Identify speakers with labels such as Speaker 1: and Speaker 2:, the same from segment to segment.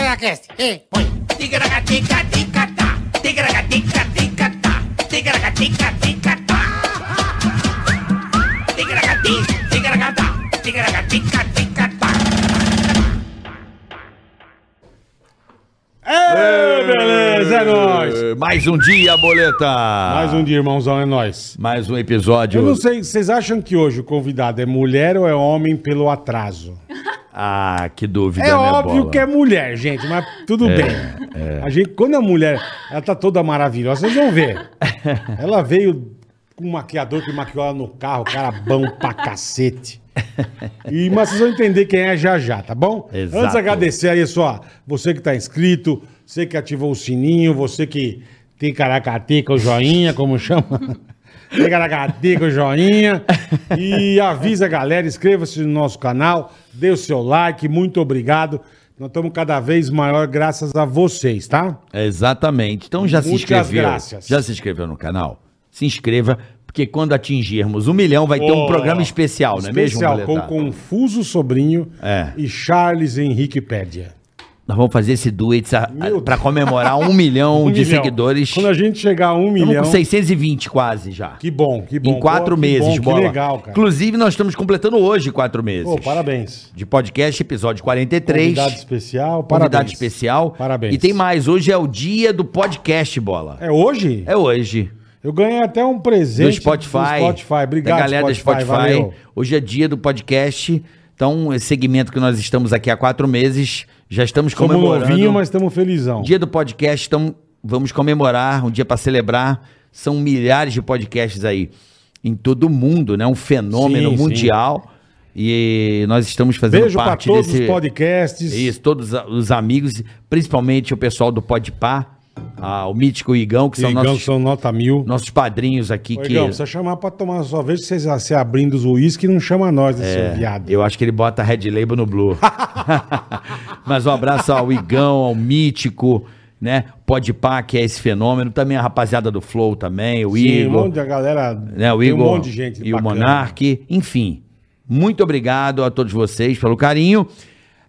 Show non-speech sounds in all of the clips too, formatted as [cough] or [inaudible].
Speaker 1: Ticaracast, ei, põe. Ticaracatica-ticatá, ticaracatica-ticatá, ticaracatica-ticatá. Ticaracati, ticaracatá, ticaracatica-ticatá.
Speaker 2: Ê, beleza, é nóis.
Speaker 3: Mais um dia, boleta.
Speaker 2: Mais um dia, irmãozão, é nóis.
Speaker 3: Mais um
Speaker 2: Eu
Speaker 3: episódio.
Speaker 2: não sei, vocês acham que hoje o convidado é mulher ou é homem pelo atraso?
Speaker 3: Ah, que dúvida,
Speaker 2: É
Speaker 3: né,
Speaker 2: óbvio
Speaker 3: Bola?
Speaker 2: que é mulher, gente, mas tudo bem. A gente, quando a mulher, ela tá toda maravilhosa, vocês vão [laughs] ver. Ela veio com um maquiador que maquiou ela no carro, cara bom pra cacete. E, mas vocês vão entender quem é já já, tá bom?
Speaker 3: Exato.
Speaker 2: Antes agradecer aí só você que tá inscrito, você que ativou o sininho, você que tem caracateca, o joinha, como
Speaker 3: [laughs]
Speaker 2: chama? Tem caracateca, o joinha. E avisa a galera, inscreva-se no nosso canal, dê o seu like, muito obrigado. Nós estamos cada vez maior graças a vocês, tá?
Speaker 3: Exatamente. Então já se
Speaker 2: Muitas
Speaker 3: inscreveu.
Speaker 2: graças.
Speaker 3: Já se inscreveu no canal? Se inscreva, porque quando atingirmos um milhão vai ter um
Speaker 2: Oh,
Speaker 3: programa especial, não é mesmo,
Speaker 2: Especial, com
Speaker 3: Boletar?
Speaker 2: Confuso Sobrinho
Speaker 3: É.
Speaker 2: e Charles Henrique Pédia.
Speaker 3: Nós vamos fazer esse duet a- a-
Speaker 2: Meu
Speaker 3: pra
Speaker 2: Deus. [laughs]
Speaker 3: comemorar um milhão
Speaker 2: Um
Speaker 3: de
Speaker 2: milhão.
Speaker 3: seguidores.
Speaker 2: Quando a gente chegar a um
Speaker 3: Estamos
Speaker 2: milhão.
Speaker 3: com 620 quase já.
Speaker 2: Que bom, que bom.
Speaker 3: em quatro
Speaker 2: Pô, que
Speaker 3: meses,
Speaker 2: bom,
Speaker 3: Bola.
Speaker 2: Que legal, cara.
Speaker 3: Inclusive, nós estamos completando hoje quatro meses.
Speaker 2: Pô, parabéns.
Speaker 3: De podcast, episódio 43.
Speaker 2: Convidado especial, parabéns.
Speaker 3: Convidado especial.
Speaker 2: Parabéns.
Speaker 3: E tem mais. Hoje é o dia do podcast, bola.
Speaker 2: É hoje?
Speaker 3: É, hoje.
Speaker 2: Eu ganhei até um presente
Speaker 3: No Spotify.
Speaker 2: do Spotify. Obrigado,
Speaker 3: Da galera
Speaker 2: Spotify,
Speaker 3: do Spotify.
Speaker 2: valeu.
Speaker 3: Hoje é dia do podcast. Então, esse segmento que nós estamos aqui há quatro meses, já estamos
Speaker 2: Somos
Speaker 3: comemorando.
Speaker 2: novinho, mas estamos felizão.
Speaker 3: Dia do podcast, então vamos comemorar, um dia para celebrar. São milhares de podcasts aí em todo o mundo, né? Um fenômeno
Speaker 2: Sim, sim.
Speaker 3: mundial. E nós estamos fazendo
Speaker 2: Beijo pra
Speaker 3: parte
Speaker 2: todos
Speaker 3: desse
Speaker 2: os podcasts.
Speaker 3: É isso, todos a- os amigos, principalmente o pessoal do Podpá, ah, o Mítico e o Igão, que
Speaker 2: São
Speaker 3: são nossos,
Speaker 2: são nota mil.
Speaker 3: nossos padrinhos aqui.
Speaker 2: Ô,
Speaker 3: que
Speaker 2: Igão, precisa chamar pra tomar sua vez, vocês se abrindo os uísques, não chama nós, né, seu viado.
Speaker 3: É, Eu acho que ele bota Red Label no Blue. [laughs] Mas um abraço ao Igão, ao Mítico, né? Podpá, que é esse fenômeno. Também a rapaziada do Flow também, o
Speaker 2: Sim, um
Speaker 3: Igor.
Speaker 2: monte de galera.
Speaker 3: né, o
Speaker 2: tem
Speaker 3: Igor
Speaker 2: um monte de gente.
Speaker 3: e o
Speaker 2: bacana.
Speaker 3: Monark, enfim. Muito obrigado a todos vocês pelo carinho.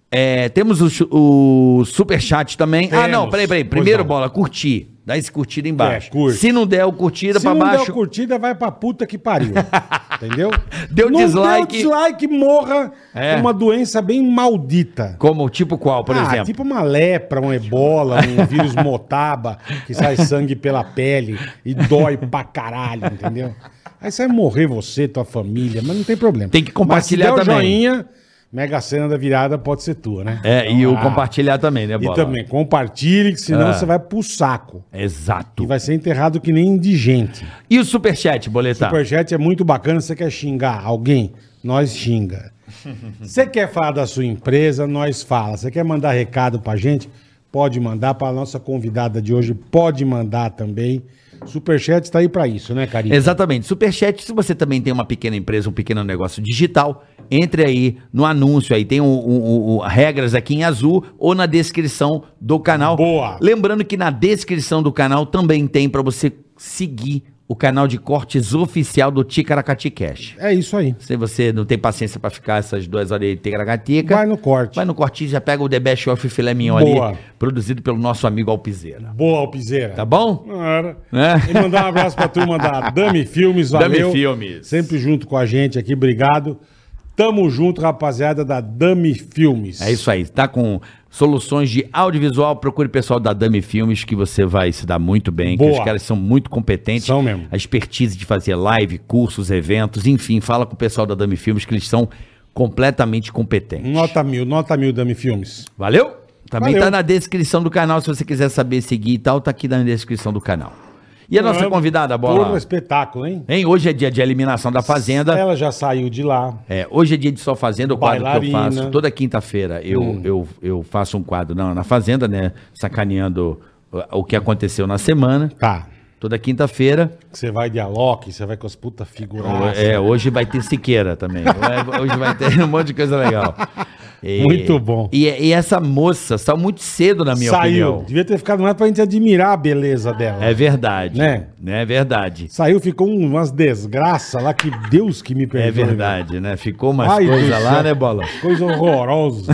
Speaker 3: É, temos o, su- o superchat também. Ah, não,
Speaker 2: Temos.
Speaker 3: peraí, peraí.
Speaker 2: Pois
Speaker 3: Primeiro,
Speaker 2: não.
Speaker 3: bola, curtir. Dá esse curtida embaixo.
Speaker 2: É, curte.
Speaker 3: Se não der o curtida
Speaker 2: Se
Speaker 3: pra
Speaker 2: não
Speaker 3: baixo.
Speaker 2: der curtida, vai pra puta que
Speaker 3: [laughs]
Speaker 2: pariu. entendeu?
Speaker 3: Deu
Speaker 2: não
Speaker 3: dislike.
Speaker 2: Deu dislike, morra.
Speaker 3: É.
Speaker 2: É uma doença bem maldita.
Speaker 3: Como, tipo qual, por exemplo?
Speaker 2: tipo uma lepra, um ebola, um vírus motaba, que sai sangue pela pele e dói pra caralho, entendeu? Aí você vai morrer você, tua família, mas não tem problema.
Speaker 3: Tem que compartilhar
Speaker 2: mas se der
Speaker 3: também.
Speaker 2: O joinha, mega cena da virada pode ser tua, né?
Speaker 3: É, e o
Speaker 2: Ah,
Speaker 3: compartilhar também, né,
Speaker 2: E
Speaker 3: bola?
Speaker 2: também, compartilhe, que senão
Speaker 3: Ah.
Speaker 2: você vai pro saco.
Speaker 3: Exato.
Speaker 2: E vai ser enterrado que nem indigente.
Speaker 3: E o superchat, boletar?
Speaker 2: Superchat é muito bacana. Você quer xingar alguém? Nós
Speaker 3: [laughs]
Speaker 2: xinga. Você quer falar da sua empresa? Nós fala. Você quer mandar recado pra gente? Pode mandar. Para nossa convidada de hoje, pode mandar também. Superchat tá aí pra isso, né, Carinho?
Speaker 3: Exatamente. Superchat, se você também tem uma pequena empresa, um pequeno negócio digital, entre aí no anúncio aí. Tem um, um- um- regras aqui em azul ou na descrição do canal.
Speaker 2: Boa.
Speaker 3: Lembrando que na descrição do canal também tem pra você seguir o canal de cortes oficial do Ticaracati Cash.
Speaker 2: É isso aí.
Speaker 3: Se você não tem paciência pra ficar essas duas horas aí de Ticaracatica,
Speaker 2: Vai no corte.
Speaker 3: vai no cortinho, já pega o The Best of Filé Mignon
Speaker 2: Boa.
Speaker 3: ali, produzido pelo nosso amigo Alpizeira.
Speaker 2: Boa, Alpizeira.
Speaker 3: Tá bom?
Speaker 2: Cara.
Speaker 3: Né?
Speaker 2: E mandar um abraço pra turma
Speaker 3: [laughs]
Speaker 2: da Dami Filmes,
Speaker 3: Dami
Speaker 2: valeu.
Speaker 3: Filmes.
Speaker 2: Sempre junto com a gente aqui, obrigado. Tamo junto, rapaziada da Dami Filmes.
Speaker 3: É isso aí, tá com soluções de audiovisual, procure o pessoal da Dami Filmes que você vai se dar muito bem, que
Speaker 2: Boa.
Speaker 3: os caras são muito competentes.
Speaker 2: São mesmo.
Speaker 3: A expertise de fazer live, cursos, eventos, enfim, fala com o pessoal da Dami Filmes que eles são completamente competentes.
Speaker 2: Nota mil, nota mil, Dami Filmes.
Speaker 3: Valeu? Também
Speaker 2: Valeu.
Speaker 3: tá na descrição do canal, se você quiser saber seguir e tal, tá aqui na descrição do canal. E a nossa
Speaker 2: Ah,
Speaker 3: convidada,
Speaker 2: Porra,
Speaker 3: Bola?
Speaker 2: espetáculo, hein?
Speaker 3: Hein? Hoje é dia de eliminação da Fazenda.
Speaker 2: Ela já saiu de lá.
Speaker 3: É, hoje é dia de Só Fazenda, o quadro que eu
Speaker 2: Bailarina. Hum.
Speaker 3: faço. Toda quinta-feira eu, eu, eu faço um quadro na, na Fazenda, né? Sacaneando o- o que aconteceu na semana.
Speaker 2: Tá.
Speaker 3: Toda quinta-feira.
Speaker 2: Você vai de Alok, você vai com as puta figurações.
Speaker 3: É, hoje vai ter Siqueira
Speaker 2: [laughs]
Speaker 3: também. Hoje vai ter um monte de coisa legal. E-
Speaker 2: Muito bom.
Speaker 3: E, e essa moça saiu muito cedo, na minha
Speaker 2: Saiu.
Speaker 3: opinião.
Speaker 2: Devia ter ficado mais pra gente admirar a beleza dela.
Speaker 3: É verdade.
Speaker 2: Né?
Speaker 3: É verdade.
Speaker 2: Saiu, ficou um- umas desgraças lá que Deus que me perdoe.
Speaker 3: É verdade, né? Ficou umas
Speaker 2: Ai, [laughs]
Speaker 3: coisas
Speaker 2: do
Speaker 3: lá,
Speaker 2: céu.
Speaker 3: [laughs] né, Bola?
Speaker 2: Coisa horrorosa.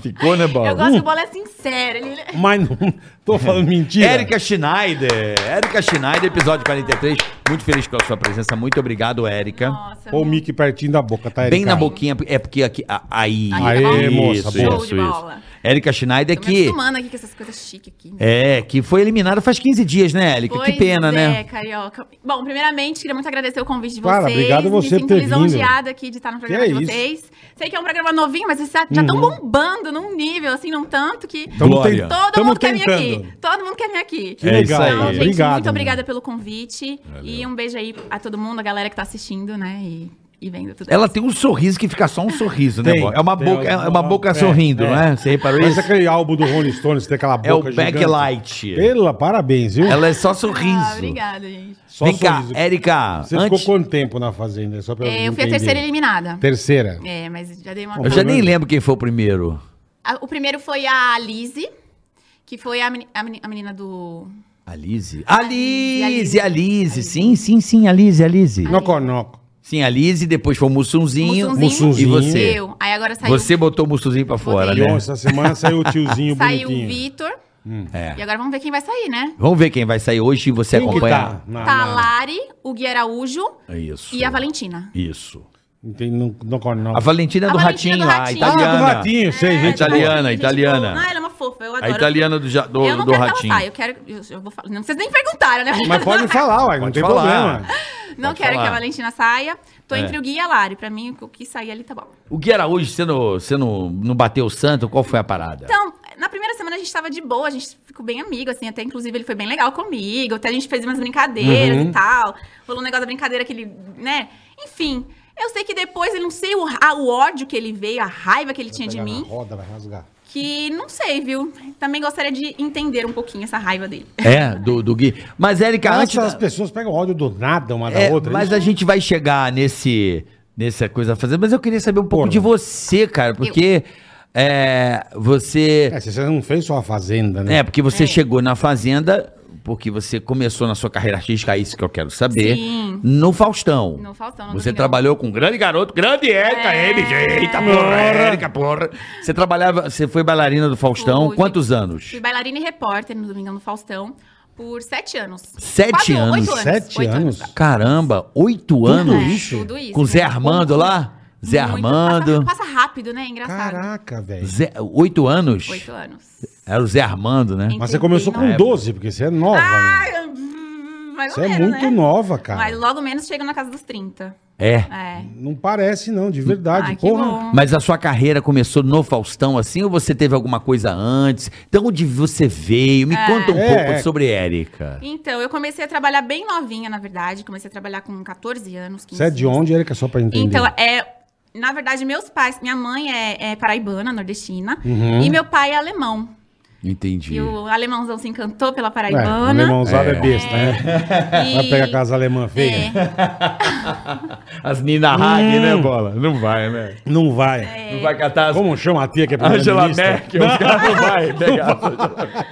Speaker 3: Ficou, né, Bola?
Speaker 4: Eu gosto que o Bola é sincero. Ele... ele-
Speaker 2: Mas não tô falando mentira.
Speaker 3: É. Érica Schneider. Érica Schneider, episódio 43. Muito feliz com a sua presença. Muito obrigado, Érica.
Speaker 4: Nossa,
Speaker 2: Pô, o mic pertinho da boca, tá,
Speaker 3: Bem
Speaker 2: Érica?
Speaker 3: na boquinha, é porque aqui. a- Aí,
Speaker 4: Aí,
Speaker 2: Aê, moça, boa.
Speaker 3: isso,
Speaker 4: Show de
Speaker 3: isso, isso.
Speaker 4: bola.
Speaker 3: Érica Schneider
Speaker 4: tô me
Speaker 3: que.
Speaker 4: acostumando aqui com essas coisas chiques aqui. né?
Speaker 3: É, que foi eliminada faz 15 dias, né, Érica? Que
Speaker 4: Pois
Speaker 3: pena,
Speaker 4: é,
Speaker 3: né?
Speaker 4: carioca. Bom, primeiramente, queria muito agradecer o convite de
Speaker 2: Cara,
Speaker 4: vocês.
Speaker 2: obrigado você
Speaker 4: Me
Speaker 2: por
Speaker 4: sinto
Speaker 2: ter
Speaker 4: lisonjeada aqui de estar no programa
Speaker 2: Que
Speaker 4: de
Speaker 2: é isso.
Speaker 4: vocês. Sei que é um programa novinho, mas vocês já estão bombando num nível, assim, num tanto que...
Speaker 2: Tamo
Speaker 3: Glória.
Speaker 2: ten-
Speaker 4: Todo
Speaker 2: tamo
Speaker 4: mundo quer vir
Speaker 2: tentando.
Speaker 4: aqui. Todo mundo quer vir aqui.
Speaker 2: Que
Speaker 3: É
Speaker 2: legal.
Speaker 3: isso aí.
Speaker 4: Então, gente,
Speaker 2: obrigado.
Speaker 4: muito
Speaker 2: mano.
Speaker 4: obrigada pelo convite. E um beijo aí a todo mundo, a galera que tá assistindo, né? E, e vendo tudo.
Speaker 3: Ela tem um sorriso que fica só um sorriso, né,
Speaker 2: Tem,
Speaker 3: Bola? É uma
Speaker 2: tem
Speaker 3: boca, é
Speaker 2: alguma-
Speaker 3: uma boca
Speaker 2: é,
Speaker 3: sorrindo,
Speaker 2: é.
Speaker 3: não é? Você reparou
Speaker 2: Parece
Speaker 3: isso?
Speaker 2: aquele álbum do Rolling Stones, tem aquela boca
Speaker 3: É o
Speaker 2: gigante.
Speaker 3: backlight.
Speaker 2: Pela, parabéns, viu?
Speaker 3: Ela é só
Speaker 4: Ah,
Speaker 3: sorriso.
Speaker 4: obrigada, gente.
Speaker 2: Só
Speaker 3: Vem cá,
Speaker 2: sorriso.
Speaker 3: Érica.
Speaker 2: Você
Speaker 3: antes-
Speaker 2: ficou quanto tempo na Fazenda? Só pra
Speaker 4: É, eu fui a
Speaker 2: entender.
Speaker 4: terceira eliminada.
Speaker 2: Terceira.
Speaker 4: É, mas já dei uma...
Speaker 3: Eu já nem lembro quem foi o primeiro.
Speaker 4: A- O primeiro foi a Lizzie, que foi a, meni- a meni- a menina do.
Speaker 3: Alize. Alize,
Speaker 4: Alize,
Speaker 3: Alize. Sim, sim, sim, Alize, Alize.
Speaker 2: Noconoco.
Speaker 3: Sim, Alize, depois foi o Mussunzinho. E
Speaker 2: Mussunzinho.
Speaker 3: você?
Speaker 4: Eu. Aí agora saiu,
Speaker 3: Você botou o Mussunzinho pra fora,
Speaker 2: E
Speaker 4: Botei.
Speaker 3: né?
Speaker 2: ó, essa semana saiu o tiozinho
Speaker 4: [laughs] saiu o
Speaker 2: bonitinho.
Speaker 4: Vitor.
Speaker 3: É.
Speaker 4: E agora vamos ver quem vai sair, né?
Speaker 3: Vamos ver quem vai sair hoje e você
Speaker 2: Quem que
Speaker 3: acompanha.
Speaker 2: tá? Na,
Speaker 4: tá a
Speaker 2: na...
Speaker 4: Lari, o Gui Araújo
Speaker 3: Isso.
Speaker 4: tá? e a Valentina.
Speaker 3: Isso.
Speaker 2: Entendi, não, não, não.
Speaker 3: A Valentina é do
Speaker 4: A
Speaker 3: Ratinho,
Speaker 4: Valentina do
Speaker 3: a
Speaker 4: Ratinho.
Speaker 3: italiana.
Speaker 2: Ah, do
Speaker 4: É,
Speaker 2: Ratinho, sei, gente.
Speaker 3: italiana,
Speaker 4: boa. Gente
Speaker 3: italiana.
Speaker 4: boa. Ah, ela é uma fofa, eu
Speaker 3: A
Speaker 4: adoro.
Speaker 3: italiana do, ja- do,
Speaker 4: eu não
Speaker 3: do
Speaker 4: quero que
Speaker 3: Ratinho.
Speaker 4: ela saia, eu quero. Eu, eu vou falar. Não vocês nem perguntaram, né? [laughs]
Speaker 2: Mas pode falar, uai, não
Speaker 3: Pode
Speaker 2: tem
Speaker 3: falar.
Speaker 2: problema.
Speaker 4: não
Speaker 3: pode
Speaker 4: quero
Speaker 3: falar.
Speaker 4: que a Valentina saia. Tô
Speaker 3: É.
Speaker 4: entre o Gui e a Lari. Pra mim, o que sair ali tá bom.
Speaker 3: O Gui Araújo, você não, você não, não bateu o santo? Qual foi a parada?
Speaker 4: Então, na primeira semana a gente tava de boa, a gente ficou bem amigo, assim, até inclusive ele foi bem legal comigo, até a gente fez umas brincadeiras
Speaker 3: Uhum.
Speaker 4: e tal. Rolou um negócio da brincadeira que ele, né? Enfim, eu sei que depois, eu não sei o, ra- o ódio que ele veio, a raiva que ele tinha de
Speaker 2: Pegar na
Speaker 4: mim,
Speaker 2: roda, vai rasgar.
Speaker 4: que não sei, viu? Também gostaria de entender um pouquinho essa raiva dele.
Speaker 3: É, do, do Gui. Mas, Érica,
Speaker 2: Nossa,
Speaker 3: antes. da-
Speaker 2: as pessoas pegam ódio do nada uma da
Speaker 3: É,
Speaker 2: outra.
Speaker 3: mas
Speaker 2: isso-
Speaker 3: a gente vai chegar nesse nessa coisa a fazer. Mas eu queria saber um pouco
Speaker 2: Porra.
Speaker 3: de você, cara, porque é, você
Speaker 2: É, você não fez só a Fazenda, né?
Speaker 3: é porque você chegou na fazenda porque você começou na sua carreira artística, é isso que eu quero saber.
Speaker 4: Sim.
Speaker 3: No Faustão.
Speaker 4: No Faustão, no
Speaker 3: Você
Speaker 4: Domingão.
Speaker 3: trabalhou com um grande garoto, grande Érica,
Speaker 4: É.
Speaker 3: MG, eita porra,
Speaker 2: É.
Speaker 3: Érica, porra. Você trabalhava, você foi bailarina do Faustão,
Speaker 4: Fui,
Speaker 3: quantos anos?
Speaker 4: Fui bailarina e repórter no Domingão do Faustão por sete anos.
Speaker 3: Sete anos?
Speaker 4: Oito anos.
Speaker 2: Sete
Speaker 4: oito
Speaker 2: anos?
Speaker 3: Caramba, oito anos?
Speaker 4: isso? Tudo isso.
Speaker 3: Com Zé Armando lá? Zé
Speaker 4: Muito-
Speaker 3: Armando.
Speaker 4: Passa, passa rápido, né? Engraçado.
Speaker 2: Caraca, velho.
Speaker 3: Zé- oito anos?
Speaker 4: Oito anos.
Speaker 3: Era o Zé Armando, né?
Speaker 4: Em-
Speaker 2: Mas você começou com
Speaker 4: É,
Speaker 2: 12, porque você é nova, né?
Speaker 4: Ah, hum, mais
Speaker 2: Você
Speaker 4: ou
Speaker 2: é
Speaker 4: menos,
Speaker 2: muito
Speaker 4: né?
Speaker 2: nova, cara.
Speaker 4: Mas logo menos chega na casa dos 30.
Speaker 3: É.
Speaker 4: É.
Speaker 2: Não parece, não, de verdade.
Speaker 4: Ai, que
Speaker 2: Porra.
Speaker 4: bom.
Speaker 3: Mas a sua carreira começou no Faustão, assim, ou você teve alguma coisa antes? Então, onde você veio? Me conta um
Speaker 2: É,
Speaker 3: pouco
Speaker 2: é.
Speaker 3: sobre Érica.
Speaker 4: Então, eu comecei a trabalhar bem novinha, na verdade. Comecei a trabalhar com 14 anos, 15
Speaker 2: Você é de
Speaker 4: anos.
Speaker 2: onde, Erika? Só pra entender.
Speaker 4: Uhum. Então, é. Na verdade, meus pais. Minha mãe é, é paraibana, nordestina.
Speaker 2: Uhum.
Speaker 4: E meu pai é alemão.
Speaker 3: Entendi.
Speaker 4: E o alemãozão se encantou pela
Speaker 2: é, o
Speaker 4: paraibana.
Speaker 2: alemãozada é.
Speaker 3: É.
Speaker 2: besta, né?
Speaker 4: É. e-
Speaker 2: Vai pegar casa alemã feia?
Speaker 4: É,
Speaker 3: As Nina Hagen,
Speaker 2: Hum.
Speaker 3: né, Bola? Não vai, né?
Speaker 2: Não vai.
Speaker 4: É.
Speaker 3: Não vai catar as...
Speaker 2: Como chama a tia que é
Speaker 3: Angela
Speaker 2: primeira-ministra?
Speaker 3: Merkel, os caras não vai pegar.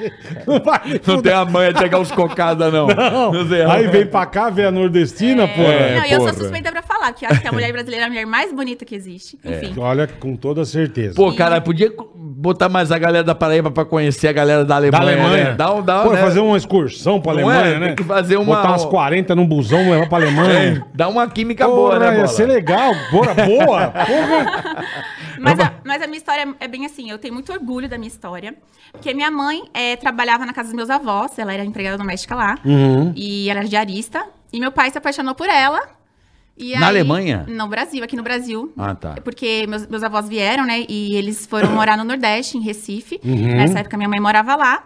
Speaker 2: [laughs] Não vai.
Speaker 3: Não tem a manha de pegar os cocadas, não.
Speaker 2: Não.
Speaker 3: Não sei.
Speaker 2: Aí vem pra cá, vê a nordestina, porra.
Speaker 4: É. não, e eu sou
Speaker 3: porra.
Speaker 4: suspeita pra falar, que eu acho que a mulher brasileira é a mulher mais bonita que existe.
Speaker 2: É.
Speaker 4: Enfim.
Speaker 2: Olha, com toda certeza.
Speaker 3: Pô, cara, podia botar mais a galera da Paraíba pra conhecer a galera
Speaker 2: da
Speaker 3: da Alemanha.
Speaker 2: Alemanha.
Speaker 3: Né? Dá um, dá um,
Speaker 2: Pô,
Speaker 3: né?
Speaker 2: fazer uma excursão pra
Speaker 3: Não
Speaker 2: Alemanha,
Speaker 3: é? Tem
Speaker 2: né?
Speaker 3: que fazer uma-
Speaker 2: Botar umas 40 num busão, levar pra Alemanha.
Speaker 3: É, Dá uma química boa,
Speaker 2: Porra,
Speaker 3: né,
Speaker 2: ia
Speaker 3: Bola?
Speaker 2: ser legal. Bora,
Speaker 3: [laughs]
Speaker 2: boa. Porra.
Speaker 4: Mas a, mas a minha história é bem assim, eu tenho muito orgulho da minha história. Porque minha mãe eh, trabalhava na casa dos meus avós, ela era empregada doméstica lá.
Speaker 3: Uhum.
Speaker 4: E ela era diarista. E meu pai se apaixonou por ela. E
Speaker 3: Na
Speaker 4: aí-
Speaker 3: Alemanha?
Speaker 4: No Brasil, aqui no Brasil.
Speaker 3: Ah, tá.
Speaker 4: Porque meus, meus avós vieram, né? E eles foram morar no Nordeste, em Recife.
Speaker 3: Uhum.
Speaker 4: Nessa época, minha mãe morava lá.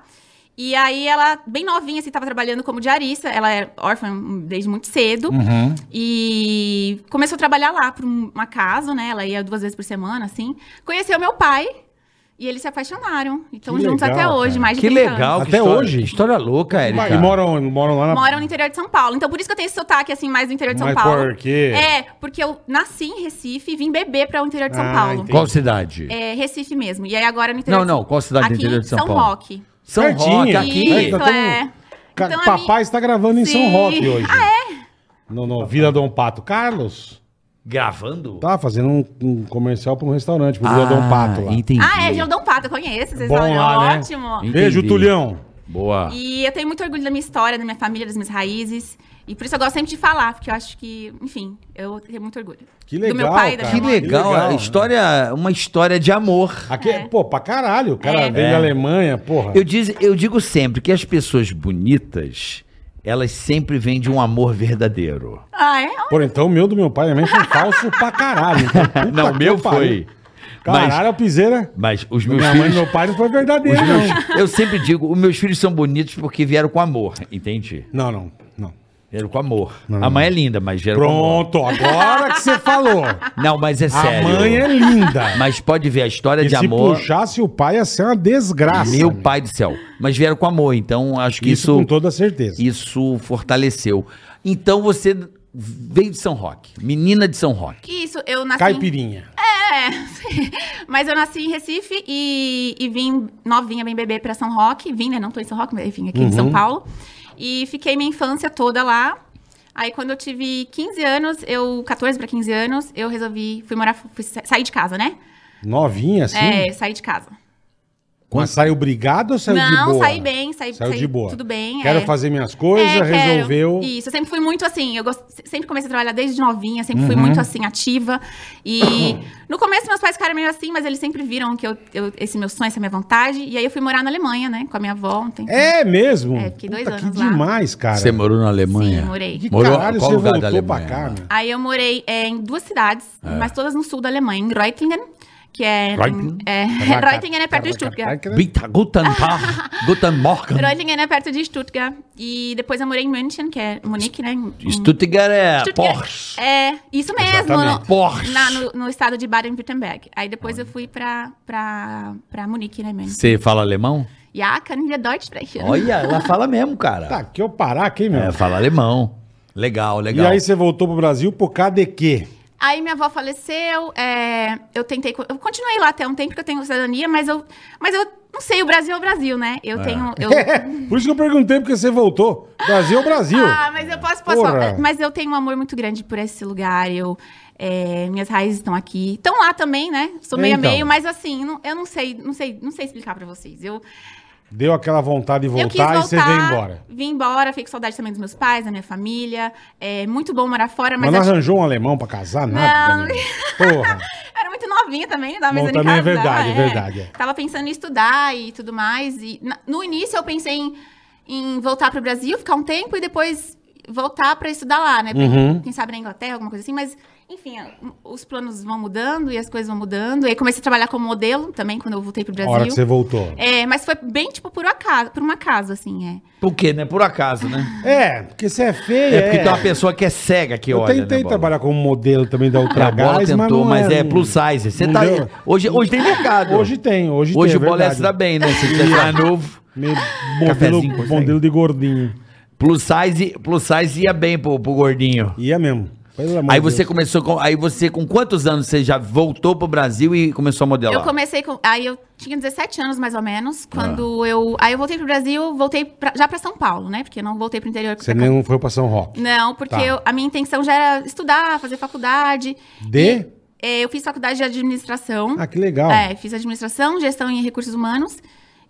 Speaker 4: E aí, ela, bem novinha, assim, tava trabalhando como diarista. Ela era órfã desde muito cedo.
Speaker 3: Uhum.
Speaker 4: E começou a trabalhar lá, por um acaso, né? Ela ia duas vezes por semana, assim. Conheceu meu pai. E eles se apaixonaram. E estão
Speaker 2: Que
Speaker 4: juntos
Speaker 2: legal,
Speaker 4: até hoje,
Speaker 2: cara.
Speaker 4: mais É de
Speaker 3: Que
Speaker 4: 30
Speaker 3: legal.
Speaker 4: anos.
Speaker 3: que
Speaker 2: Até
Speaker 3: história-
Speaker 2: hoje?
Speaker 3: que História louca, Erika.
Speaker 2: E moram, moram lá na...
Speaker 4: Moram no interior de São Paulo. Então, por isso que eu tenho esse sotaque, assim, mais do interior de São
Speaker 2: Mas
Speaker 4: Paulo.
Speaker 2: por quê?
Speaker 4: É, porque eu nasci em Recife e vim beber para o interior de São
Speaker 2: Ah,
Speaker 4: Paulo.
Speaker 2: entendi.
Speaker 3: Qual cidade?
Speaker 4: É, Recife mesmo. E aí agora no interior
Speaker 3: Não,
Speaker 4: de-
Speaker 3: não. Qual cidade
Speaker 4: aqui,
Speaker 3: do interior de São, Paulo?
Speaker 4: São Roque.
Speaker 3: São
Speaker 2: Pertinho.
Speaker 3: Roque,
Speaker 2: Aí,
Speaker 3: aqui.
Speaker 4: Isso,
Speaker 2: tá tão-
Speaker 4: é.
Speaker 2: Ca-
Speaker 4: Então, a
Speaker 2: Papai está gravando em São
Speaker 4: Sim.
Speaker 2: Roque hoje. Ah, é? No, no Vila Dom Pato. Carlos?
Speaker 3: Gravando?
Speaker 2: Tá fazendo um, um comercial pra um restaurante, pro Godom Pato lá.
Speaker 3: Entendi.
Speaker 4: Ah, é, Geldão Pato, eu conheço, vocês
Speaker 2: Bom
Speaker 4: falam,
Speaker 2: lá,
Speaker 4: é
Speaker 2: né?
Speaker 4: ótimo.
Speaker 3: Entendi.
Speaker 2: Beijo, Tulhão.
Speaker 3: Boa.
Speaker 4: E eu tenho muito orgulho da minha história, da minha família, das minhas raízes. E por isso eu gosto sempre de falar, porque eu acho que, enfim, eu tenho muito orgulho.
Speaker 2: Que
Speaker 4: Do meu
Speaker 2: legal,
Speaker 4: pai e da
Speaker 2: cara.
Speaker 3: Que
Speaker 4: minha mãe.
Speaker 3: legal,
Speaker 2: Que legal,
Speaker 3: a
Speaker 2: né?
Speaker 3: história, uma história de amor.
Speaker 2: Aqui,
Speaker 4: É.
Speaker 2: Pô, pra caralho. O cara
Speaker 4: É.
Speaker 2: veio
Speaker 3: É.
Speaker 2: da Alemanha, porra.
Speaker 3: Eu, diz, eu digo sempre que as pessoas bonitas, elas sempre vêm de um amor verdadeiro.
Speaker 4: Ah, é?
Speaker 2: Pô, então o meu do meu pai também foi falso pra caralho. Então, puta
Speaker 3: Não, o
Speaker 2: que
Speaker 3: meu
Speaker 2: pariu.
Speaker 3: foi.
Speaker 2: Caralho, o piseira.
Speaker 3: Mas os meus
Speaker 2: Minha mãe e
Speaker 3: filhos.
Speaker 2: meu pai não foi verdadeiro,
Speaker 3: os
Speaker 2: não.
Speaker 3: meus- eu sempre digo, os meus filhos são bonitos porque vieram com amor. Entendi.
Speaker 2: Não, não, não.
Speaker 3: Vieram com amor. a mãe é linda, mas vieram com amor.
Speaker 2: Pronto, agora que você falou.
Speaker 3: Não, mas é
Speaker 2: A
Speaker 3: sério.
Speaker 2: mãe é linda.
Speaker 3: Mas pode ver a história
Speaker 2: E
Speaker 3: de
Speaker 2: se
Speaker 3: amor.
Speaker 2: puxasse o pai ia ser uma desgraça.
Speaker 3: Meu pai do céu. Mas vieram com amor, então acho que
Speaker 2: Isso
Speaker 3: isso,
Speaker 2: com toda certeza.
Speaker 3: isso fortaleceu. Então você veio de São Roque. Menina de São Roque.
Speaker 4: Que isso, eu nasci. Em...
Speaker 2: Caipirinha.
Speaker 4: É, [laughs] mas eu nasci em Recife e, e vim novinha, bem bebê, pra São Roque. Vim, né? Não tô em São Roque, mas enfim, aqui em
Speaker 2: Uhum.
Speaker 4: São Paulo. E fiquei minha infância toda lá. Aí quando eu tive 15 anos, eu 14 pra 15 anos, eu resolvi fui morar, fui sa- sair de casa, né?
Speaker 2: Novinha, assim.
Speaker 4: É, sair de casa.
Speaker 2: Mas saiu brigado ou saiu de boa?
Speaker 4: não, saí bem, saí,
Speaker 2: Saiu
Speaker 4: saí
Speaker 2: de boa.
Speaker 4: Tudo bem.
Speaker 2: Quero
Speaker 4: é.
Speaker 2: fazer minhas coisas,
Speaker 4: É, quero.
Speaker 2: resolveu.
Speaker 4: Isso, eu sempre fui muito assim, eu gost- se- sempre comecei a trabalhar desde novinha, sempre
Speaker 2: Uhum.
Speaker 4: fui muito assim, ativa.
Speaker 2: [coughs]
Speaker 4: E no começo meus pais ficaram meio assim, mas eles sempre viram que eu, eu- esse meu sonho, essa minha vontade. E aí eu fui morar na Alemanha, né, com a minha avó ontem.
Speaker 2: É mesmo?
Speaker 4: É, fiquei dois
Speaker 2: Puta,
Speaker 4: anos
Speaker 2: que
Speaker 4: lá.
Speaker 2: demais, cara.
Speaker 3: Você morou na Alemanha?
Speaker 4: Sim, morei.
Speaker 2: Que
Speaker 3: Morou-
Speaker 2: caralho
Speaker 3: qual
Speaker 2: você
Speaker 3: lugar da
Speaker 2: voltou pra
Speaker 3: Alemanha?
Speaker 2: cá,
Speaker 4: [laughs]
Speaker 2: meu?
Speaker 4: Aí eu morei é, em duas cidades,
Speaker 2: É.
Speaker 4: mas todas no sul da Alemanha, em Reutlingen, que é...
Speaker 3: Reutlingen?
Speaker 4: é [laughs] Reutlingen é perto de Stuttgart.
Speaker 3: Bita, Guten
Speaker 4: [laughs]
Speaker 3: Tag, Guten Morgen.
Speaker 4: Reutlingen é perto de Stuttgart. E depois eu morei em München, que é Munique, né? em- em-
Speaker 3: Stuttgart é
Speaker 4: Stuttgart.
Speaker 3: Porsche.
Speaker 4: É, isso mesmo.
Speaker 2: Exatamente.
Speaker 4: No,
Speaker 3: Porsche.
Speaker 4: na- no, no estado de Baden-Württemberg. Aí depois eu fui pra, pra, pra Munique, né, mano?
Speaker 3: Você fala alemão?
Speaker 4: Ja, kann ich Deutsch sprechen.
Speaker 3: Olha, ela fala mesmo, cara.
Speaker 2: Tá, que eu parar aqui, meu.
Speaker 3: É, fala alemão. Legal,
Speaker 2: e
Speaker 3: legal.
Speaker 2: aí você voltou pro Brasil por causa de quê?
Speaker 4: Aí minha avó faleceu, é, eu tentei... co- Eu continuei lá até um tempo, porque eu tenho cidadania, mas eu... Mas eu não sei, o Brasil é o Brasil, né? Eu tenho...
Speaker 2: [laughs]
Speaker 4: Eu,
Speaker 2: É Por isso que eu perguntei porque você voltou. Brasil é o Brasil.
Speaker 4: Ah, mas eu posso, posso
Speaker 2: Porra.
Speaker 4: falar. Mas eu tenho um amor muito grande por esse lugar. Eu, é, minhas raízes estão aqui. Estão lá também, né? Sou meio
Speaker 2: Então.
Speaker 4: a meio, mas assim, não- eu não sei, não sei, não sei explicar pra vocês. Eu,
Speaker 2: Deu aquela vontade de
Speaker 4: eu quis
Speaker 2: voltar
Speaker 4: voltar,
Speaker 2: e você veio embora.
Speaker 4: vim embora, fiquei com saudade também dos meus pais, da minha família. É muito bom morar fora,
Speaker 2: Mas
Speaker 4: mas,
Speaker 2: não
Speaker 4: acho-
Speaker 2: arranjou um alemão pra casar? Nada,
Speaker 4: Não.
Speaker 2: Danilo. Porra.
Speaker 4: era muito novinha também, não tava
Speaker 2: Bom,
Speaker 4: pensando em
Speaker 2: também é
Speaker 4: casar,
Speaker 2: verdade, é verdade, é.
Speaker 4: Tava pensando em estudar e tudo mais. E na- no início eu pensei em, em voltar pro Brasil, ficar um tempo e depois voltar pra estudar lá, né?
Speaker 2: Uhum.
Speaker 4: Quem sabe na Inglaterra, alguma coisa assim, mas enfim, a- os planos vão mudando e as coisas vão mudando. E aí comecei a trabalhar como modelo também quando eu voltei pro
Speaker 2: A
Speaker 4: Brasil.
Speaker 2: hora que você voltou.
Speaker 4: É, mas foi bem tipo por acaso, por um acaso assim, é.
Speaker 3: Por quê, né? Por acaso, né?
Speaker 2: É, porque você é feia.
Speaker 3: É, porque tem uma pessoa que é cega que
Speaker 2: Eu
Speaker 3: olha,
Speaker 2: tentei
Speaker 3: né, Bola?
Speaker 2: trabalhar como modelo também da
Speaker 3: Pra bola
Speaker 2: Ultragás, mas
Speaker 3: tentou,
Speaker 2: não
Speaker 3: mas é,
Speaker 2: não-
Speaker 3: plus size. Você
Speaker 2: não
Speaker 3: tá...
Speaker 2: deu.
Speaker 3: Hoje, hoje tem mercado.
Speaker 2: Hoje tem, hoje,
Speaker 3: Hoje
Speaker 2: tem,
Speaker 3: o bola é se dá
Speaker 2: verdade.
Speaker 3: bem, né?
Speaker 2: [laughs]
Speaker 3: Se quiser mais novo.
Speaker 2: Meio
Speaker 3: Cafezinho,
Speaker 2: modelo,
Speaker 3: consegue.
Speaker 2: modelo de gordinho.
Speaker 3: Plus size, plus size ia bem pro, pro gordinho.
Speaker 2: Ia é mesmo. Pelo amor
Speaker 3: Aí
Speaker 2: de
Speaker 3: você
Speaker 2: Deus.
Speaker 3: começou com. Aí você, com quantos anos você já voltou pro Brasil e começou a modelar?
Speaker 4: Eu comecei com. Aí eu tinha 17 anos, mais ou menos, quando eu. Aí eu voltei pro Brasil, voltei pra- já pra São Paulo, né? Porque eu não voltei pro interior.
Speaker 2: Você
Speaker 4: pra cá.
Speaker 2: não foi pra São Roque.
Speaker 4: Não, porque
Speaker 2: Tá.
Speaker 4: eu- a minha intenção já era estudar, fazer faculdade.
Speaker 2: De?
Speaker 4: É, eu fiz faculdade de administração.
Speaker 2: Ah, que legal.
Speaker 4: É, fiz administração, gestão em recursos humanos.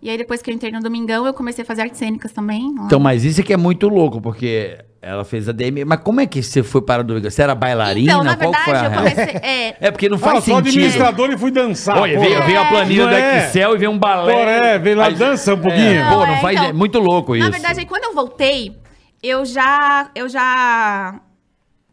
Speaker 4: E aí, depois que eu entrei no Domingão, eu comecei a fazer artes cênicas também. lá.
Speaker 3: Então, mas isso é que é muito louco, porque ela fez a DM. Mas como é que você foi para o Domingão? Você era bailarina?
Speaker 4: Então, na
Speaker 3: Qual
Speaker 4: verdade,
Speaker 3: foi a
Speaker 4: eu
Speaker 3: real?
Speaker 4: comecei. é,
Speaker 3: É porque não
Speaker 2: Fala
Speaker 3: faz
Speaker 2: Ah, só
Speaker 3: sentido.
Speaker 2: administrador e fui dançar.
Speaker 3: Olha,
Speaker 2: porra.
Speaker 3: veio, veio a planilha
Speaker 2: Não
Speaker 3: da
Speaker 2: é?
Speaker 3: Excel e veio um balé.
Speaker 2: Porra, é, veio lá,
Speaker 3: Aí-
Speaker 2: dança um pouquinho.
Speaker 3: É, pô, não
Speaker 4: é,
Speaker 3: faz.
Speaker 4: então,
Speaker 3: é muito louco isso.
Speaker 4: Na verdade, aí quando eu voltei, eu já. Eu já.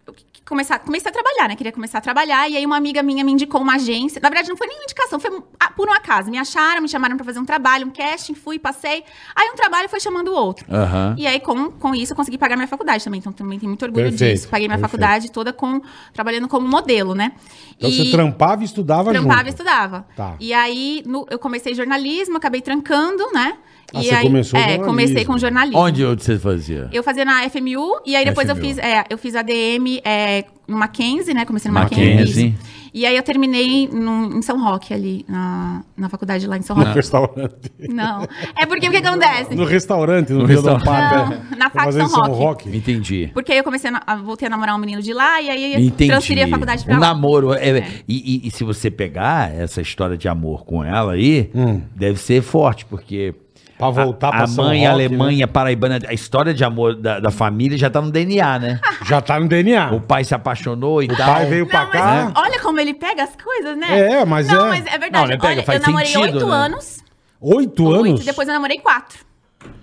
Speaker 4: eu que- que Começar, comecei a trabalhar, né? Queria começar a trabalhar. E aí, uma amiga minha me indicou uma agência. Na verdade, não foi nem indicação, foi ah, por um acaso. Me acharam, me chamaram pra fazer um trabalho, um casting, fui, passei. Aí, um trabalho foi chamando o outro.
Speaker 3: Aham.
Speaker 4: E aí, com, com isso, eu consegui pagar minha faculdade também. Então, também tenho muito orgulho
Speaker 2: Perfeito,
Speaker 4: disso. Paguei minha
Speaker 2: perfeito.
Speaker 4: faculdade toda com trabalhando como modelo, né?
Speaker 2: Então
Speaker 4: E-
Speaker 2: você trampava e estudava
Speaker 4: trampava e
Speaker 2: junto.
Speaker 4: estudava.
Speaker 2: Tá.
Speaker 4: E aí no- eu comecei jornalismo, acabei trancando, né?
Speaker 2: Ah,
Speaker 4: e
Speaker 2: você
Speaker 4: aí,
Speaker 2: começou
Speaker 4: É,
Speaker 2: jornalismo.
Speaker 4: comecei com jornalismo.
Speaker 3: Onde você fazia?
Speaker 4: Eu fazia na FMU e aí depois eu
Speaker 3: FMU.
Speaker 4: fiz, é, eu fiz ADM é, no Mackenzie, né? Comecei no
Speaker 3: Mackenzie.
Speaker 4: Mackenzie. isso. E aí eu terminei num- em São Roque ali, na, na faculdade lá em São
Speaker 2: No
Speaker 4: Roque.
Speaker 2: restaurante.
Speaker 4: Não. É porque o que acontece?
Speaker 2: No restaurante, no Rio do
Speaker 3: restaurante.
Speaker 2: Parque.
Speaker 4: Não,
Speaker 2: é.
Speaker 4: na
Speaker 2: Tô
Speaker 4: Fac
Speaker 2: fazendo
Speaker 4: São
Speaker 2: São
Speaker 4: Roque.
Speaker 2: Roque.
Speaker 3: Entendi.
Speaker 4: Porque aí eu comecei a, na- a- voltei a namorar um menino de lá e aí eu
Speaker 3: Entendi.
Speaker 4: transferi a faculdade pra
Speaker 3: O
Speaker 4: lá.
Speaker 3: namoro. é- E, e- e se você pegar essa história de amor com ela aí, deve ser forte, porque.
Speaker 2: Hum. Pra voltar
Speaker 3: a,
Speaker 2: pra
Speaker 3: a
Speaker 2: São
Speaker 3: mãe
Speaker 2: Roque, né?
Speaker 3: Alemanha, paraibana, a história de amor da, da família já tá no DNA,
Speaker 4: [laughs]
Speaker 3: né?
Speaker 2: Já tá no DNA.
Speaker 3: O pai se apaixonou e
Speaker 2: O
Speaker 3: tal.
Speaker 2: pai veio
Speaker 4: Não,
Speaker 2: pra
Speaker 4: mas
Speaker 2: cá.
Speaker 4: olha como ele pega as coisas, né?
Speaker 2: É, mas
Speaker 4: não,
Speaker 2: é.
Speaker 4: mas é verdade.
Speaker 3: Não, ele pega,
Speaker 4: olha,
Speaker 3: faz
Speaker 4: eu namorei
Speaker 3: sentido,
Speaker 4: oito
Speaker 3: né?
Speaker 4: anos.
Speaker 2: Oito anos?
Speaker 4: Oito, depois eu namorei quatro.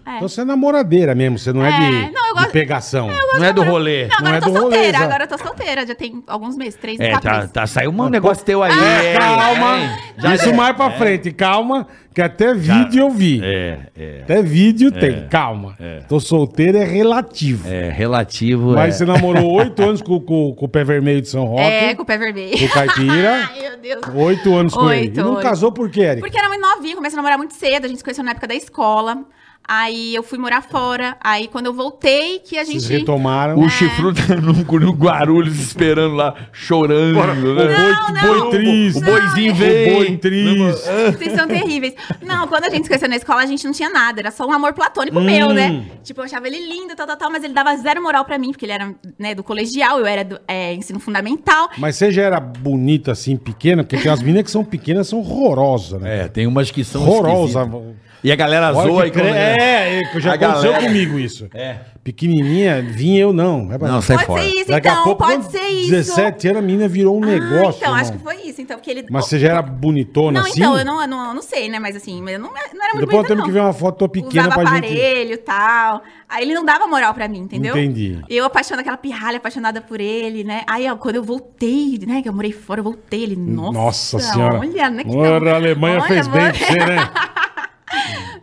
Speaker 4: É.
Speaker 2: Então você é namoradeira mesmo, você não é,
Speaker 4: É,
Speaker 2: de,
Speaker 4: não, eu
Speaker 2: de
Speaker 4: gosto-
Speaker 2: pegação.
Speaker 4: Eu gosto
Speaker 3: Não é
Speaker 4: de
Speaker 3: do
Speaker 4: namorar-
Speaker 3: rolê.
Speaker 4: Não, agora
Speaker 2: Não é
Speaker 4: eu tô
Speaker 2: do rolê,
Speaker 4: solteira.
Speaker 2: já.
Speaker 4: Agora eu tô solteira. Já tem alguns meses, três,
Speaker 3: É,
Speaker 4: quatro
Speaker 3: tá,
Speaker 4: meses.
Speaker 3: tá, saiu um negócio teu aí.
Speaker 2: É,
Speaker 3: é,
Speaker 2: calma.
Speaker 3: é, já
Speaker 2: Isso
Speaker 3: deu.
Speaker 2: mais pra frente, calma, que até vídeo eu vi.
Speaker 3: É, é.
Speaker 2: Até vídeo tem, calma. Tô solteiro é relativo.
Speaker 3: É, relativo.
Speaker 2: Mas
Speaker 3: é.
Speaker 2: você namorou oito anos com, com- com o pé vermelho de São Roque.
Speaker 4: É, com o pé vermelho. [laughs]
Speaker 2: O caipira.
Speaker 4: Ai, meu Deus.
Speaker 2: Oito anos com ele. E
Speaker 4: Oito,
Speaker 2: não
Speaker 4: oito.
Speaker 2: casou por quê, Eric?
Speaker 4: Porque eu era muito novinha, comecei a namorar muito cedo, a gente se conheceu na época da escola. Aí eu fui morar fora. Aí quando eu voltei, que a gente.
Speaker 2: Vocês retomaram.
Speaker 3: O chifrudo [laughs] no, no Guarulhos esperando lá, chorando. né?
Speaker 4: Não, não.
Speaker 2: boi triste.
Speaker 3: O boizinho
Speaker 2: o
Speaker 3: veio.
Speaker 2: boi triste.
Speaker 4: [laughs] Vocês são terríveis. Não, quando a gente se conheceu na escola, a gente não tinha nada. Era só um amor
Speaker 2: Hum.
Speaker 4: platônico meu, né? Tipo, eu achava ele lindo, tal, tal, tal. Mas ele dava zero moral pra mim, porque ele era né, do colegial, eu era do é, ensino fundamental.
Speaker 2: Mas você já era bonita assim, pequena? Porque tem as meninas que são pequenas são horrorosas, né?
Speaker 3: É, tem umas que são
Speaker 2: Horrorosa.
Speaker 3: esquisitas. E a galera
Speaker 2: Olha
Speaker 3: zoa
Speaker 2: que
Speaker 3: e
Speaker 2: cre- É, é, que já
Speaker 3: A
Speaker 2: aconteceu
Speaker 3: galera-
Speaker 2: comigo isso.
Speaker 3: É.
Speaker 2: Pequenininha, vinha eu não. Vai pra-
Speaker 3: Não, sai
Speaker 4: pode
Speaker 3: fora.
Speaker 4: ser isso,
Speaker 2: Daqui
Speaker 4: então.
Speaker 2: a pouco,
Speaker 4: pode
Speaker 2: quando
Speaker 4: ser isso.
Speaker 2: 17 anos, a menina virou um
Speaker 4: Ah,
Speaker 2: negócio.
Speaker 4: Então, acho que
Speaker 2: irmão.
Speaker 4: foi isso. Então, porque ele.
Speaker 2: Mas você já era bonitona
Speaker 4: Não,
Speaker 2: assim?
Speaker 4: então, eu não, eu não, eu não sei, né? Mas assim, mas eu não, não era muito
Speaker 2: Depois
Speaker 4: bonita,
Speaker 2: temos
Speaker 4: não.
Speaker 2: que ver uma foto tua pequena
Speaker 4: Usava
Speaker 2: pra gente.
Speaker 4: aparelho e tal. Aí ele não dava moral pra mim, entendeu?
Speaker 2: Entendi.
Speaker 4: Eu apaixonada, aquela pirralha apaixonada por ele, né? Aí, ó, quando eu voltei, né? Que eu morei fora, eu voltei. Ele, nossa,
Speaker 2: Nossa Senhora.
Speaker 4: Olha, né? que
Speaker 2: Ora,
Speaker 4: tão-
Speaker 2: a Alemanha
Speaker 4: Olha,
Speaker 2: fez bem
Speaker 4: mano.
Speaker 2: pra você, né?
Speaker 4: [laughs]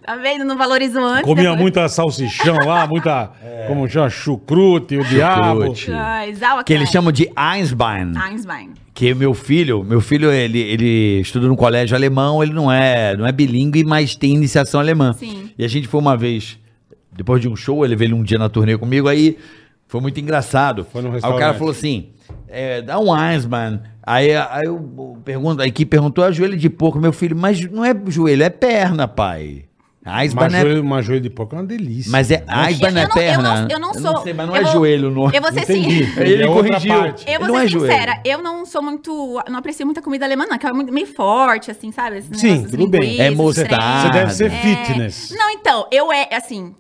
Speaker 4: Tá vendo? Não valorizou antes.
Speaker 2: Comia
Speaker 4: depois-
Speaker 2: muita salsichão lá, muita. Como chama? Chucrute, o diabo.
Speaker 3: É. Chucrute.
Speaker 4: Ah, exala,
Speaker 3: Que eles
Speaker 4: cara.
Speaker 3: chamam de Einsbein.
Speaker 4: Ah. Einstein.
Speaker 3: Que meu filho, meu filho, ele, ele estuda no colégio alemão, ele não é, não é bilíngue, mas tem iniciação alemã.
Speaker 4: Sim.
Speaker 3: E a gente foi uma vez, depois de um show, ele veio um dia na turnê comigo, aí foi muito engraçado.
Speaker 2: Foi num
Speaker 3: aí o
Speaker 2: restaurante.
Speaker 3: cara falou assim, é, dá um Einsbein. Aí, aí eu pergunto, a equipe perguntou, a joelho de porco, meu filho, mas não é joelho, é perna, pai. Einsbein
Speaker 2: Mas
Speaker 3: é
Speaker 2: joelho, mas joelho de porco é uma delícia.
Speaker 3: Mas é
Speaker 2: Nossa,
Speaker 3: ai,
Speaker 4: Eu
Speaker 3: na
Speaker 4: não-
Speaker 3: perna.
Speaker 4: Eu não, eu não sou.
Speaker 3: sei, mas não
Speaker 4: eu
Speaker 3: é
Speaker 4: vou-
Speaker 3: joelho, não.
Speaker 4: Eu vou ser assim.
Speaker 2: entendi.
Speaker 3: [laughs]
Speaker 4: sim.
Speaker 3: Ele
Speaker 2: É outra
Speaker 3: corrigiu.
Speaker 2: parte.
Speaker 4: Eu vou
Speaker 3: Não
Speaker 4: ser
Speaker 3: é
Speaker 4: sincera,
Speaker 3: joelho.
Speaker 4: eu não sou muito. Não aprecio muita comida alemã, não, que é muito- meio forte, assim, sabe? Esses
Speaker 2: Sim,
Speaker 4: negócios,
Speaker 2: tudo bem.
Speaker 4: linguiça,
Speaker 3: É
Speaker 4: esses
Speaker 3: mostarda.
Speaker 2: Você
Speaker 4: trem.
Speaker 2: deve ser
Speaker 3: É.
Speaker 2: fitness.
Speaker 4: Não, então, eu é, assim,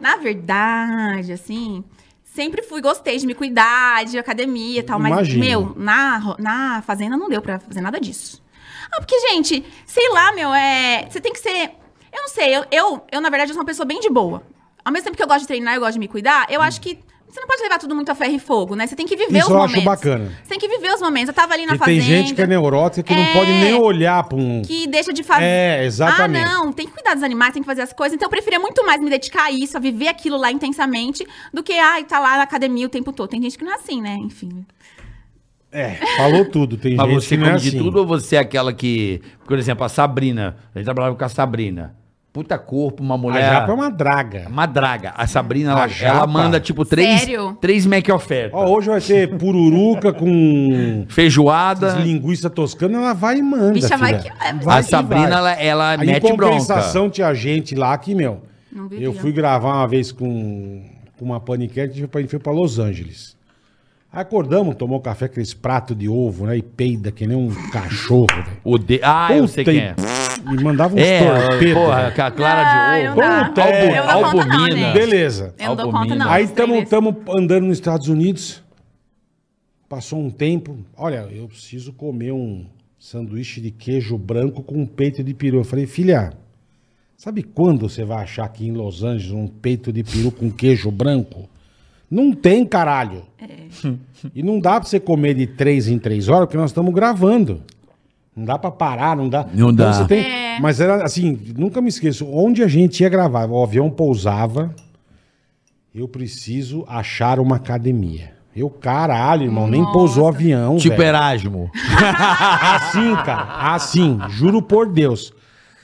Speaker 4: na verdade, assim, sempre fui, gostei de me cuidar, de academia e tal, mas,
Speaker 2: Imagino.
Speaker 4: meu, na, ro- na fazenda não deu pra fazer nada disso. Ah, porque, gente, sei lá, meu, é. Você tem que ser. Eu não sei, eu, eu, eu, na verdade, eu sou uma pessoa bem de boa. Ao mesmo tempo que eu gosto de treinar, eu gosto de me cuidar,
Speaker 2: Hum.
Speaker 4: eu acho que. Você não pode levar tudo muito a ferro e fogo, né? Você tem que viver
Speaker 2: Isso
Speaker 4: os
Speaker 2: eu
Speaker 4: momentos.
Speaker 2: acho bacana.
Speaker 4: Você tem que viver os momentos. Eu tava ali na
Speaker 2: E tem
Speaker 4: fazenda
Speaker 2: gente que é neurótica que não
Speaker 4: É.
Speaker 2: pode nem olhar pra um.
Speaker 4: que deixa de fazer.
Speaker 2: É, exatamente.
Speaker 4: Ah, não, tem que cuidar dos animais, tem que fazer as coisas. Então eu preferia muito mais me dedicar a isso, a viver aquilo lá intensamente, do que, ai, tá lá na academia o tempo todo. Tem gente que não é assim, né? Enfim.
Speaker 2: É, falou tudo. Tem
Speaker 3: Mas
Speaker 2: gente
Speaker 3: você
Speaker 2: que não é
Speaker 3: come
Speaker 2: assim.
Speaker 3: de tudo ou você é aquela que. Por exemplo, a Sabrina. A gente trabalhava com a Sabrina. Puta corpo, uma
Speaker 2: A
Speaker 3: mulher.
Speaker 2: japa é uma draga.
Speaker 3: uma draga. A Sabrina,
Speaker 2: A
Speaker 3: ela,
Speaker 2: japa?
Speaker 3: ela manda tipo três.
Speaker 4: Sério?
Speaker 3: Três make oferta.
Speaker 2: Ó, hoje vai ter pururuca
Speaker 3: [laughs]
Speaker 2: com
Speaker 3: Feijoada.
Speaker 2: linguiça toscana, ela vai e manda.
Speaker 4: Bicha,
Speaker 2: filha.
Speaker 4: vai que- é,
Speaker 3: a Sabrina, ela, ela
Speaker 2: Aí, em
Speaker 3: mete bronca.
Speaker 2: compensação, tinha gente lá que, meu,
Speaker 4: Não vivia.
Speaker 2: eu fui gravar uma vez com, com uma paniquete, a gente foi- a gente foi pra Los Angeles. Aí Acordamos, tomou café, aqueles pratos de ovo, né? E peida que nem um cachorro, velho.
Speaker 3: O de... Ah, eu sei
Speaker 2: Puta,
Speaker 3: quem é.
Speaker 2: e- E mandava uns
Speaker 3: É,
Speaker 2: torpedos.
Speaker 3: porra,
Speaker 2: velho.
Speaker 3: com a Clara de
Speaker 4: Não,
Speaker 3: Ovo.
Speaker 4: não dá.
Speaker 2: Puta, é.
Speaker 4: Eu não dou conta não,
Speaker 3: albumina.
Speaker 4: gente.
Speaker 2: Beleza.
Speaker 4: Eu não dou
Speaker 3: Albumina.
Speaker 4: conta, não.
Speaker 2: Aí
Speaker 4: dos trailers.
Speaker 2: estamos andando nos Estados Unidos. Passou um tempo. Olha, eu preciso comer um sanduíche de queijo branco com um peito de peru. Eu falei, filha, sabe quando você vai achar aqui em Los Angeles um peito de peru com queijo branco? Não tem, caralho.
Speaker 4: É.
Speaker 2: E não dá pra você comer de três em três horas, porque nós estamos gravando. Não dá pra parar, não dá. Então
Speaker 3: Não dá.
Speaker 2: você tem-
Speaker 4: É.
Speaker 2: Mas era assim, nunca me esqueço. Onde a gente ia gravar, o avião pousava. Eu preciso achar uma academia. Eu, caralho, irmão, nem
Speaker 4: Nossa.
Speaker 2: pousou o avião.
Speaker 3: Tipo
Speaker 2: velho.
Speaker 3: Erasmo.
Speaker 2: Assim, cara. Assim, juro por Deus.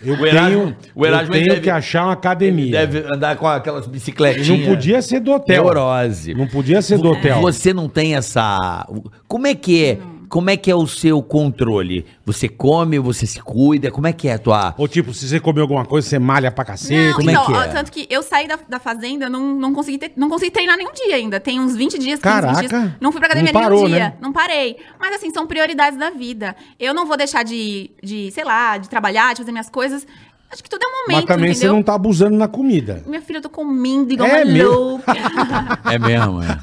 Speaker 2: Eu
Speaker 3: O Erasmo-
Speaker 2: tenho,
Speaker 3: o Erasmo
Speaker 2: eu tenho
Speaker 3: deve-
Speaker 2: que achar uma academia.
Speaker 3: Deve andar com aquelas bicicletinhas.
Speaker 2: Não podia ser do hotel.
Speaker 3: Neurose.
Speaker 2: Não podia ser do hotel.
Speaker 3: Você não tem essa. Como é que é? Como é que é o seu controle? Você come, você se cuida? Como é que é a tua.
Speaker 2: Ou tipo, se você comer alguma coisa, você malha pra cacete.
Speaker 4: Não,
Speaker 3: como é
Speaker 4: então,
Speaker 3: que é?
Speaker 4: ó, tanto que eu saí da, da fazenda, não, não, consegui ter- não consegui treinar nenhum dia ainda. Tem uns 20 dias, 15
Speaker 2: Caraca.
Speaker 4: dias. Não fui pra academia
Speaker 2: Não parou,
Speaker 4: nenhum dia.
Speaker 2: né?
Speaker 4: Não parei. Mas assim, são prioridades da vida. Eu não vou deixar de, de, sei lá, de trabalhar, de fazer minhas coisas. Acho que tudo é um momento,
Speaker 2: Mas também você
Speaker 4: entendeu?
Speaker 2: não tá abusando na comida.
Speaker 4: Minha filha, eu tô comendo igual
Speaker 2: É
Speaker 4: uma
Speaker 2: mesmo?
Speaker 4: louca.
Speaker 2: [laughs]
Speaker 3: É mesmo, é.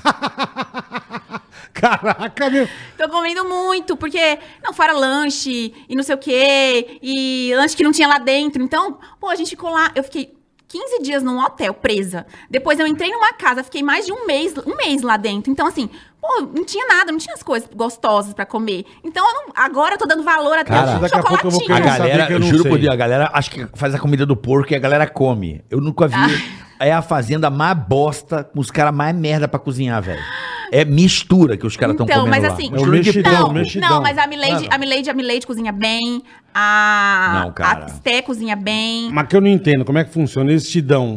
Speaker 2: Caraca, meu.
Speaker 4: tô comendo muito, porque não fora lanche e não sei o quê, e lanche que não tinha lá dentro. Então, pô, a gente ficou lá, eu fiquei 15 dias num hotel presa. Depois eu entrei numa casa, fiquei mais de um mês, um mês lá dentro. Então, assim, pô, não tinha nada, não tinha as coisas gostosas pra comer. Então, eu não- agora eu tô dando valor até
Speaker 2: Cara,
Speaker 4: um
Speaker 2: daqui a pouco eu vou
Speaker 4: chocolatinho.
Speaker 3: A
Speaker 2: querer não sabia
Speaker 3: galera,
Speaker 2: que eu
Speaker 3: eu
Speaker 2: não
Speaker 3: juro
Speaker 2: sei.
Speaker 3: por Deus, a galera acho que faz a comida do porco e a galera come. Eu nunca vi.
Speaker 4: Ah.
Speaker 3: É a fazenda mais bosta, com os caras mais merda pra cozinhar, velho. É mistura que os caras estão
Speaker 4: Então,
Speaker 3: comendo
Speaker 4: mas
Speaker 3: lá.
Speaker 4: assim,
Speaker 3: Mistura de
Speaker 2: É um mexidão,
Speaker 3: porco.
Speaker 4: Não,
Speaker 2: mexidão.
Speaker 4: não, mas a Milady,
Speaker 3: Claro.
Speaker 4: a Milady, a Milady cozinha bem, a,
Speaker 3: Não, cara.
Speaker 4: a Sté cozinha bem.
Speaker 2: Mas que eu não entendo, como é que funciona? Eles te dão um-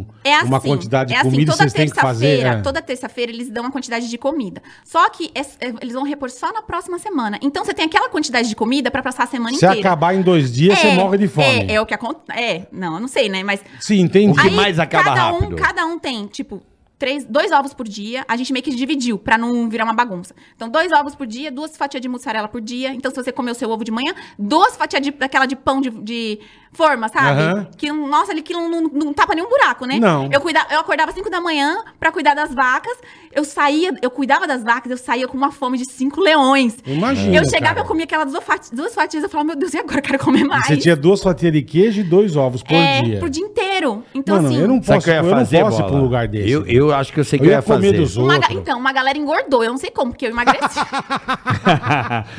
Speaker 2: um-
Speaker 4: É assim,
Speaker 2: uma quantidade de
Speaker 4: é assim,
Speaker 2: comida e
Speaker 4: toda
Speaker 2: vocês têm que fazer.
Speaker 4: terça-feira-
Speaker 2: é.
Speaker 4: Toda terça-feira eles dão uma quantidade de comida. Só que es- eh, eles vão repor só na próxima semana. Então você tem aquela quantidade de comida pra passar a semana
Speaker 2: Se
Speaker 4: inteira.
Speaker 2: acabar em dois dias, você
Speaker 4: É,
Speaker 2: morre de fome.
Speaker 4: É, é o que acontece. É, não, eu não sei, né? Mas.
Speaker 2: Sim, entendi.
Speaker 3: que mais acaba
Speaker 4: cada
Speaker 3: rápido?
Speaker 4: Um, cada um tem, tipo. Três, dois ovos por dia, a gente meio que dividiu pra não virar uma bagunça. Então, dois ovos por dia, duas fatias de mussarela por dia. Então, se você comer o seu ovo de manhã, duas fatias de, daquela de pão de, de forma, sabe?
Speaker 2: Aham.
Speaker 4: Que, nossa, ele que não, não, não tapa nenhum buraco, né?
Speaker 2: Não.
Speaker 4: Eu, cuida, eu acordava 5 da manhã pra cuidar das vacas. Eu saía, eu cuidava das vacas, eu saía com uma fome de cinco leões.
Speaker 2: Imagina,
Speaker 4: eu chegava,
Speaker 2: cara.
Speaker 4: eu comia aquelas duas fatias, duas fatias, eu falava, meu Deus, e agora eu quero comer mais?
Speaker 2: Você tinha duas fatias de queijo e dois ovos por
Speaker 4: é,
Speaker 2: dia.
Speaker 4: por dia inteiro. Então,
Speaker 2: Mano,
Speaker 4: assim.
Speaker 2: eu não
Speaker 3: Sabe o
Speaker 2: posso,
Speaker 3: que eu ia
Speaker 2: eu não
Speaker 3: fazer,
Speaker 2: posso ir pra um
Speaker 3: Bola?
Speaker 2: lugar desse.
Speaker 3: Eu, eu acho que eu sei
Speaker 2: Eu
Speaker 3: que eu ia
Speaker 2: comer
Speaker 3: fazer.
Speaker 2: dos
Speaker 4: uma ga-
Speaker 2: outros.
Speaker 4: Então, uma galera engordou, eu não sei como, porque eu
Speaker 3: [laughs]
Speaker 4: emagreci.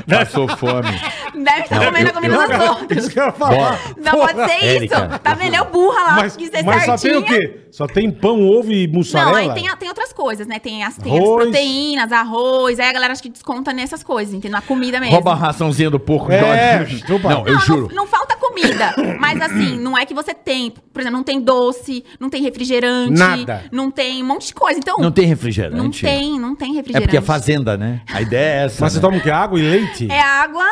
Speaker 3: Passou fome.
Speaker 4: Deve estar
Speaker 3: Não,
Speaker 4: comendo
Speaker 3: eu-
Speaker 4: a comida
Speaker 3: eu-
Speaker 4: dos
Speaker 2: [laughs]
Speaker 3: [laughs]
Speaker 4: outros.
Speaker 2: Isso que eu ia falar.
Speaker 4: Não pode ser
Speaker 3: Érica,
Speaker 4: isso. Tá vendo? É o burra lá.
Speaker 2: Mas,
Speaker 4: quis ser
Speaker 2: mas só tem o
Speaker 4: sardinha.
Speaker 2: quê? Só tem pão, ovo e mussarela?
Speaker 4: Não, aí tem, a- tem outras coisas, né? Tem as, tem as
Speaker 2: Arroz.
Speaker 4: proteínas, arroz. Aí a galera acho que desconta nessas coisas, entendeu? Na comida mesmo.
Speaker 3: Rouba a raçãozinha do porco.
Speaker 2: É,
Speaker 3: joga-
Speaker 2: chupa.
Speaker 3: não, eu
Speaker 4: não,
Speaker 3: juro.
Speaker 4: Não, não
Speaker 3: [coughs]
Speaker 4: falta comida. Mas assim, não é que você tem. Por exemplo, não tem doce, não tem refrigerante.
Speaker 2: Nada.
Speaker 4: Não tem um monte de coisa. Então,
Speaker 3: Não tem
Speaker 4: não
Speaker 3: refrigerante.
Speaker 4: tem, não tem
Speaker 3: É
Speaker 4: refrigerante.
Speaker 3: porque é fazenda, né? A ideia é essa.
Speaker 2: Mas então- você toma
Speaker 3: né?
Speaker 2: o quê? Água e leite?
Speaker 4: É água,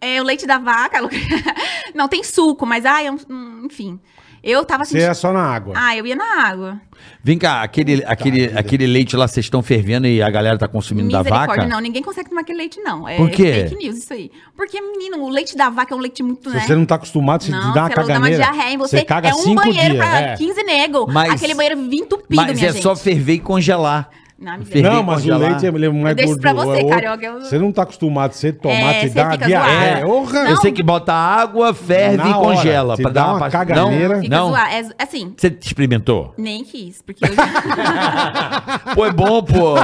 Speaker 4: é o leite da vaca. [laughs] Não tem suco, mas ai, é um- hum, enfim. Eu tava
Speaker 2: Você é só na água.
Speaker 4: Ah, eu ia na água.
Speaker 3: Vem cá, aquele, aquele, aquele leite lá vocês estão fervendo e a galera tá consumindo da vaca?
Speaker 4: não. Ninguém consegue tomar aquele leite, não. É
Speaker 3: Por quê?
Speaker 4: fake news isso aí. Porque, menino, o leite da vaca é um leite muito,
Speaker 2: Se
Speaker 4: né?
Speaker 2: você não tá acostumado, você
Speaker 4: Não,
Speaker 2: dá uma
Speaker 4: se ela dá uma
Speaker 2: caganeira.
Speaker 4: diarreia em você.
Speaker 2: Você caga
Speaker 4: é um
Speaker 2: cinco
Speaker 4: banheiro
Speaker 2: dias.
Speaker 4: pra
Speaker 2: é.
Speaker 4: 15 nego.
Speaker 3: Mas-
Speaker 4: Aquele banheiro vinha entupido,
Speaker 3: Mas
Speaker 4: minha
Speaker 3: é
Speaker 4: gente.
Speaker 3: só ferver e congelar.
Speaker 4: Não, amiga.
Speaker 3: ferver
Speaker 2: Não,
Speaker 3: e
Speaker 2: mas o
Speaker 3: congelar.
Speaker 2: leite é é mais
Speaker 4: Eu deixo
Speaker 2: gorduroso.
Speaker 4: pra você,
Speaker 2: é outro.
Speaker 4: carioca, eu-
Speaker 2: Você não tá acostumado, você toma,
Speaker 4: É,
Speaker 2: você
Speaker 4: você
Speaker 2: dá uma
Speaker 4: fica
Speaker 2: diarreia.
Speaker 4: zoado.
Speaker 2: Orra.
Speaker 4: Não.
Speaker 3: Eu sei que bota água, ferve
Speaker 2: Na
Speaker 3: e
Speaker 2: hora,
Speaker 3: congela.
Speaker 2: se
Speaker 3: pra
Speaker 2: dá
Speaker 3: dar
Speaker 2: uma
Speaker 3: uma
Speaker 2: caganeira.
Speaker 3: Não,
Speaker 4: Fica
Speaker 3: não.
Speaker 4: zoar. É, assim,
Speaker 3: Você experimentou?
Speaker 4: nem quis, porque
Speaker 2: [laughs]
Speaker 4: eu...
Speaker 3: Pô, é bom, pô.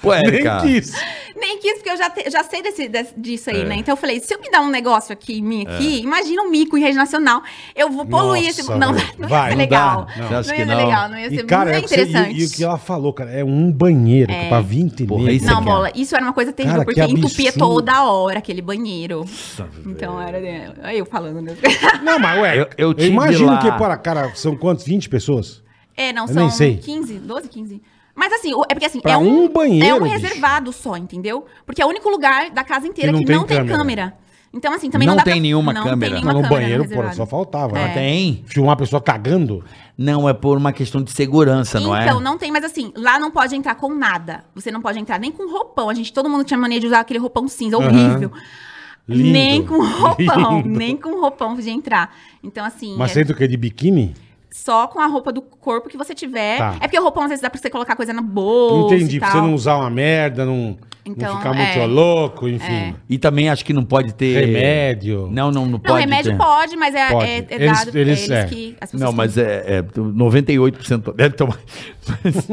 Speaker 3: Pô,
Speaker 2: Nem
Speaker 3: Érica.
Speaker 2: quis.
Speaker 4: Nem quis, porque eu já, te- eu já sei desse, des- disso
Speaker 2: É.
Speaker 4: aí, né? Então eu falei, se eu me dar um negócio aqui, mim aqui, imagina um mico em rede nacional. Eu vou poluir
Speaker 2: Nossa,
Speaker 4: esse... Não, não
Speaker 2: velho.
Speaker 4: ia
Speaker 2: Vai,
Speaker 4: ser
Speaker 2: não
Speaker 4: legal.
Speaker 2: dá.
Speaker 4: Não,
Speaker 2: Não.
Speaker 3: Acho que
Speaker 4: ia ser
Speaker 3: não.
Speaker 4: legal, não ia
Speaker 2: E,
Speaker 4: ser
Speaker 2: cara, é
Speaker 4: muito
Speaker 2: o que você- e-
Speaker 4: interessante. É.
Speaker 2: E, o que ela falou, cara, é um banheiro que pra 20
Speaker 3: Porra,
Speaker 2: negros.
Speaker 3: isso
Speaker 4: Não,
Speaker 3: aqui,
Speaker 4: bola, isso era uma coisa terrível,
Speaker 2: Cara,
Speaker 4: porque
Speaker 2: que
Speaker 4: entupia
Speaker 2: absurdo.
Speaker 4: toda hora aquele banheiro. Então era. Olha eu falando, né?
Speaker 2: [laughs] Não, mas ué, eu,
Speaker 3: Eu- eu tive
Speaker 2: imagino
Speaker 3: lá-
Speaker 2: que, para cara, são quantos? 20 pessoas?
Speaker 4: É, não,
Speaker 2: Eu
Speaker 4: são
Speaker 2: nem sei.
Speaker 4: 15, 12, 15. Mas assim, o- é porque assim,
Speaker 2: Pra
Speaker 4: é
Speaker 2: um banheiro,
Speaker 4: É um
Speaker 2: bicho.
Speaker 4: reservado só, entendeu? Porque é o único lugar da casa inteira
Speaker 2: Que
Speaker 4: que
Speaker 2: não
Speaker 4: não,
Speaker 2: tem
Speaker 4: tem,
Speaker 2: câmera.
Speaker 4: câmera. Então, assim, também
Speaker 3: Não
Speaker 4: não, dá
Speaker 3: tem
Speaker 4: pra-
Speaker 3: nenhuma
Speaker 4: não
Speaker 3: câmera.
Speaker 4: Tem
Speaker 2: Não,
Speaker 4: nenhuma
Speaker 2: no
Speaker 4: câmera
Speaker 2: banheiro, pô,
Speaker 4: reservada. É.
Speaker 2: só faltava.
Speaker 3: Mas
Speaker 2: né?
Speaker 3: Tem?
Speaker 2: Filmar a pessoa cagando?
Speaker 3: Não, é por uma questão de segurança, não é?
Speaker 4: Então, não tem, mas assim, lá não pode entrar com nada. Você não pode entrar nem com roupão. A gente, todo mundo tinha mania de usar aquele roupão cinza,
Speaker 2: Aham.
Speaker 4: horrível.
Speaker 2: Lindo. [laughs]
Speaker 4: Nem com roupão,
Speaker 2: Lindo.
Speaker 4: nem com roupão podia entrar. Então, assim,
Speaker 2: Mas
Speaker 4: é
Speaker 2: você entra o quê? De biquíni?
Speaker 4: só com a roupa do corpo que você tiver.
Speaker 2: Tá.
Speaker 4: É porque o roupão, às vezes, dá pra você colocar coisa na bolsa
Speaker 2: Entendi,
Speaker 4: e
Speaker 2: pra
Speaker 4: tal.
Speaker 2: você não usar uma merda, não, não
Speaker 4: Então,
Speaker 2: ficar muito
Speaker 4: é.
Speaker 2: louco, enfim.
Speaker 3: E também acho que não pode ter...
Speaker 2: Remédio.
Speaker 3: Não, não, não pode
Speaker 4: Não, remédio
Speaker 3: ter.
Speaker 4: pode, mas é,
Speaker 2: Pode.
Speaker 4: é- é
Speaker 2: Eles-
Speaker 4: dado
Speaker 2: eles-
Speaker 4: eles,
Speaker 2: é.
Speaker 4: que as pessoas
Speaker 3: Não,
Speaker 4: que-
Speaker 3: mas é, é 98% [laughs] deve tomar. Mas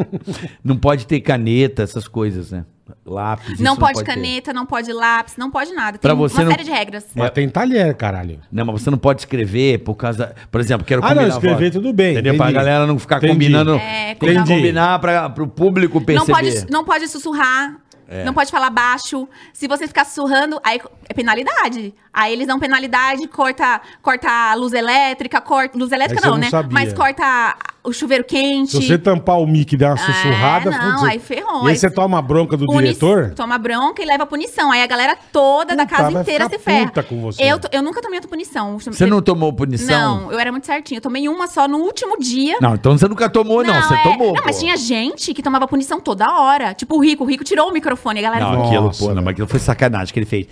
Speaker 3: não pode ter caneta, essas coisas, né? Lápis. isso
Speaker 4: Não pode,
Speaker 3: ter.
Speaker 4: caneta, não pode lápis, não pode nada. Tem
Speaker 3: Pra você
Speaker 4: uma
Speaker 3: não-
Speaker 4: série de regras.
Speaker 2: Mas tem talher, caralho.
Speaker 3: Não, mas você não pode escrever por causa. Por exemplo, quero
Speaker 2: Ah, não,
Speaker 3: combinar
Speaker 2: escrever
Speaker 3: voto.
Speaker 2: tudo bem,
Speaker 3: Entendeu?
Speaker 2: entendi.
Speaker 3: Pra galera não ficar
Speaker 2: Entendi.
Speaker 3: combinando.
Speaker 4: É,
Speaker 3: tem que
Speaker 2: entendi.
Speaker 3: combinar pra, pro público
Speaker 4: Não
Speaker 3: perceber.
Speaker 4: pode, não pode sussurrar, não pode falar baixo. Se você ficar sussurrando, aí é penalidade. Aí eles dão penalidade, corta, corta a luz elétrica, corta. Luz elétrica
Speaker 2: você
Speaker 4: não,
Speaker 2: não
Speaker 4: né?
Speaker 2: sabia.
Speaker 4: Mas corta o chuveiro quente.
Speaker 2: Se você tampar o mic e dar uma sussurrada,
Speaker 4: Ah, não,
Speaker 2: fudeu.
Speaker 4: aí
Speaker 2: E
Speaker 4: ferrou.
Speaker 2: aí
Speaker 4: Aí
Speaker 2: você toma a bronca do
Speaker 4: Puni-
Speaker 2: diretor?
Speaker 4: Toma bronca e leva punição. Aí a galera toda da
Speaker 2: Puta,
Speaker 4: casa
Speaker 2: vai
Speaker 4: inteira
Speaker 2: ficar
Speaker 4: se ferra.
Speaker 2: puta com você.
Speaker 4: Eu, to- eu nunca tomei outra punição.
Speaker 3: Você não tomou punição?
Speaker 4: Não, eu era muito certinha. Eu tomei uma só no último dia.
Speaker 3: Não, então você nunca tomou, não. Você
Speaker 4: é-
Speaker 3: tomou.
Speaker 4: Não, mas
Speaker 3: pô.
Speaker 4: tinha gente que tomava punição toda hora. Tipo o Rico. O Rico tirou o microfone. A galera...
Speaker 3: Não,
Speaker 2: Nossa,
Speaker 3: aquilo, pô,
Speaker 2: velho.
Speaker 3: não, mas aquilo foi sacanagem que ele fez.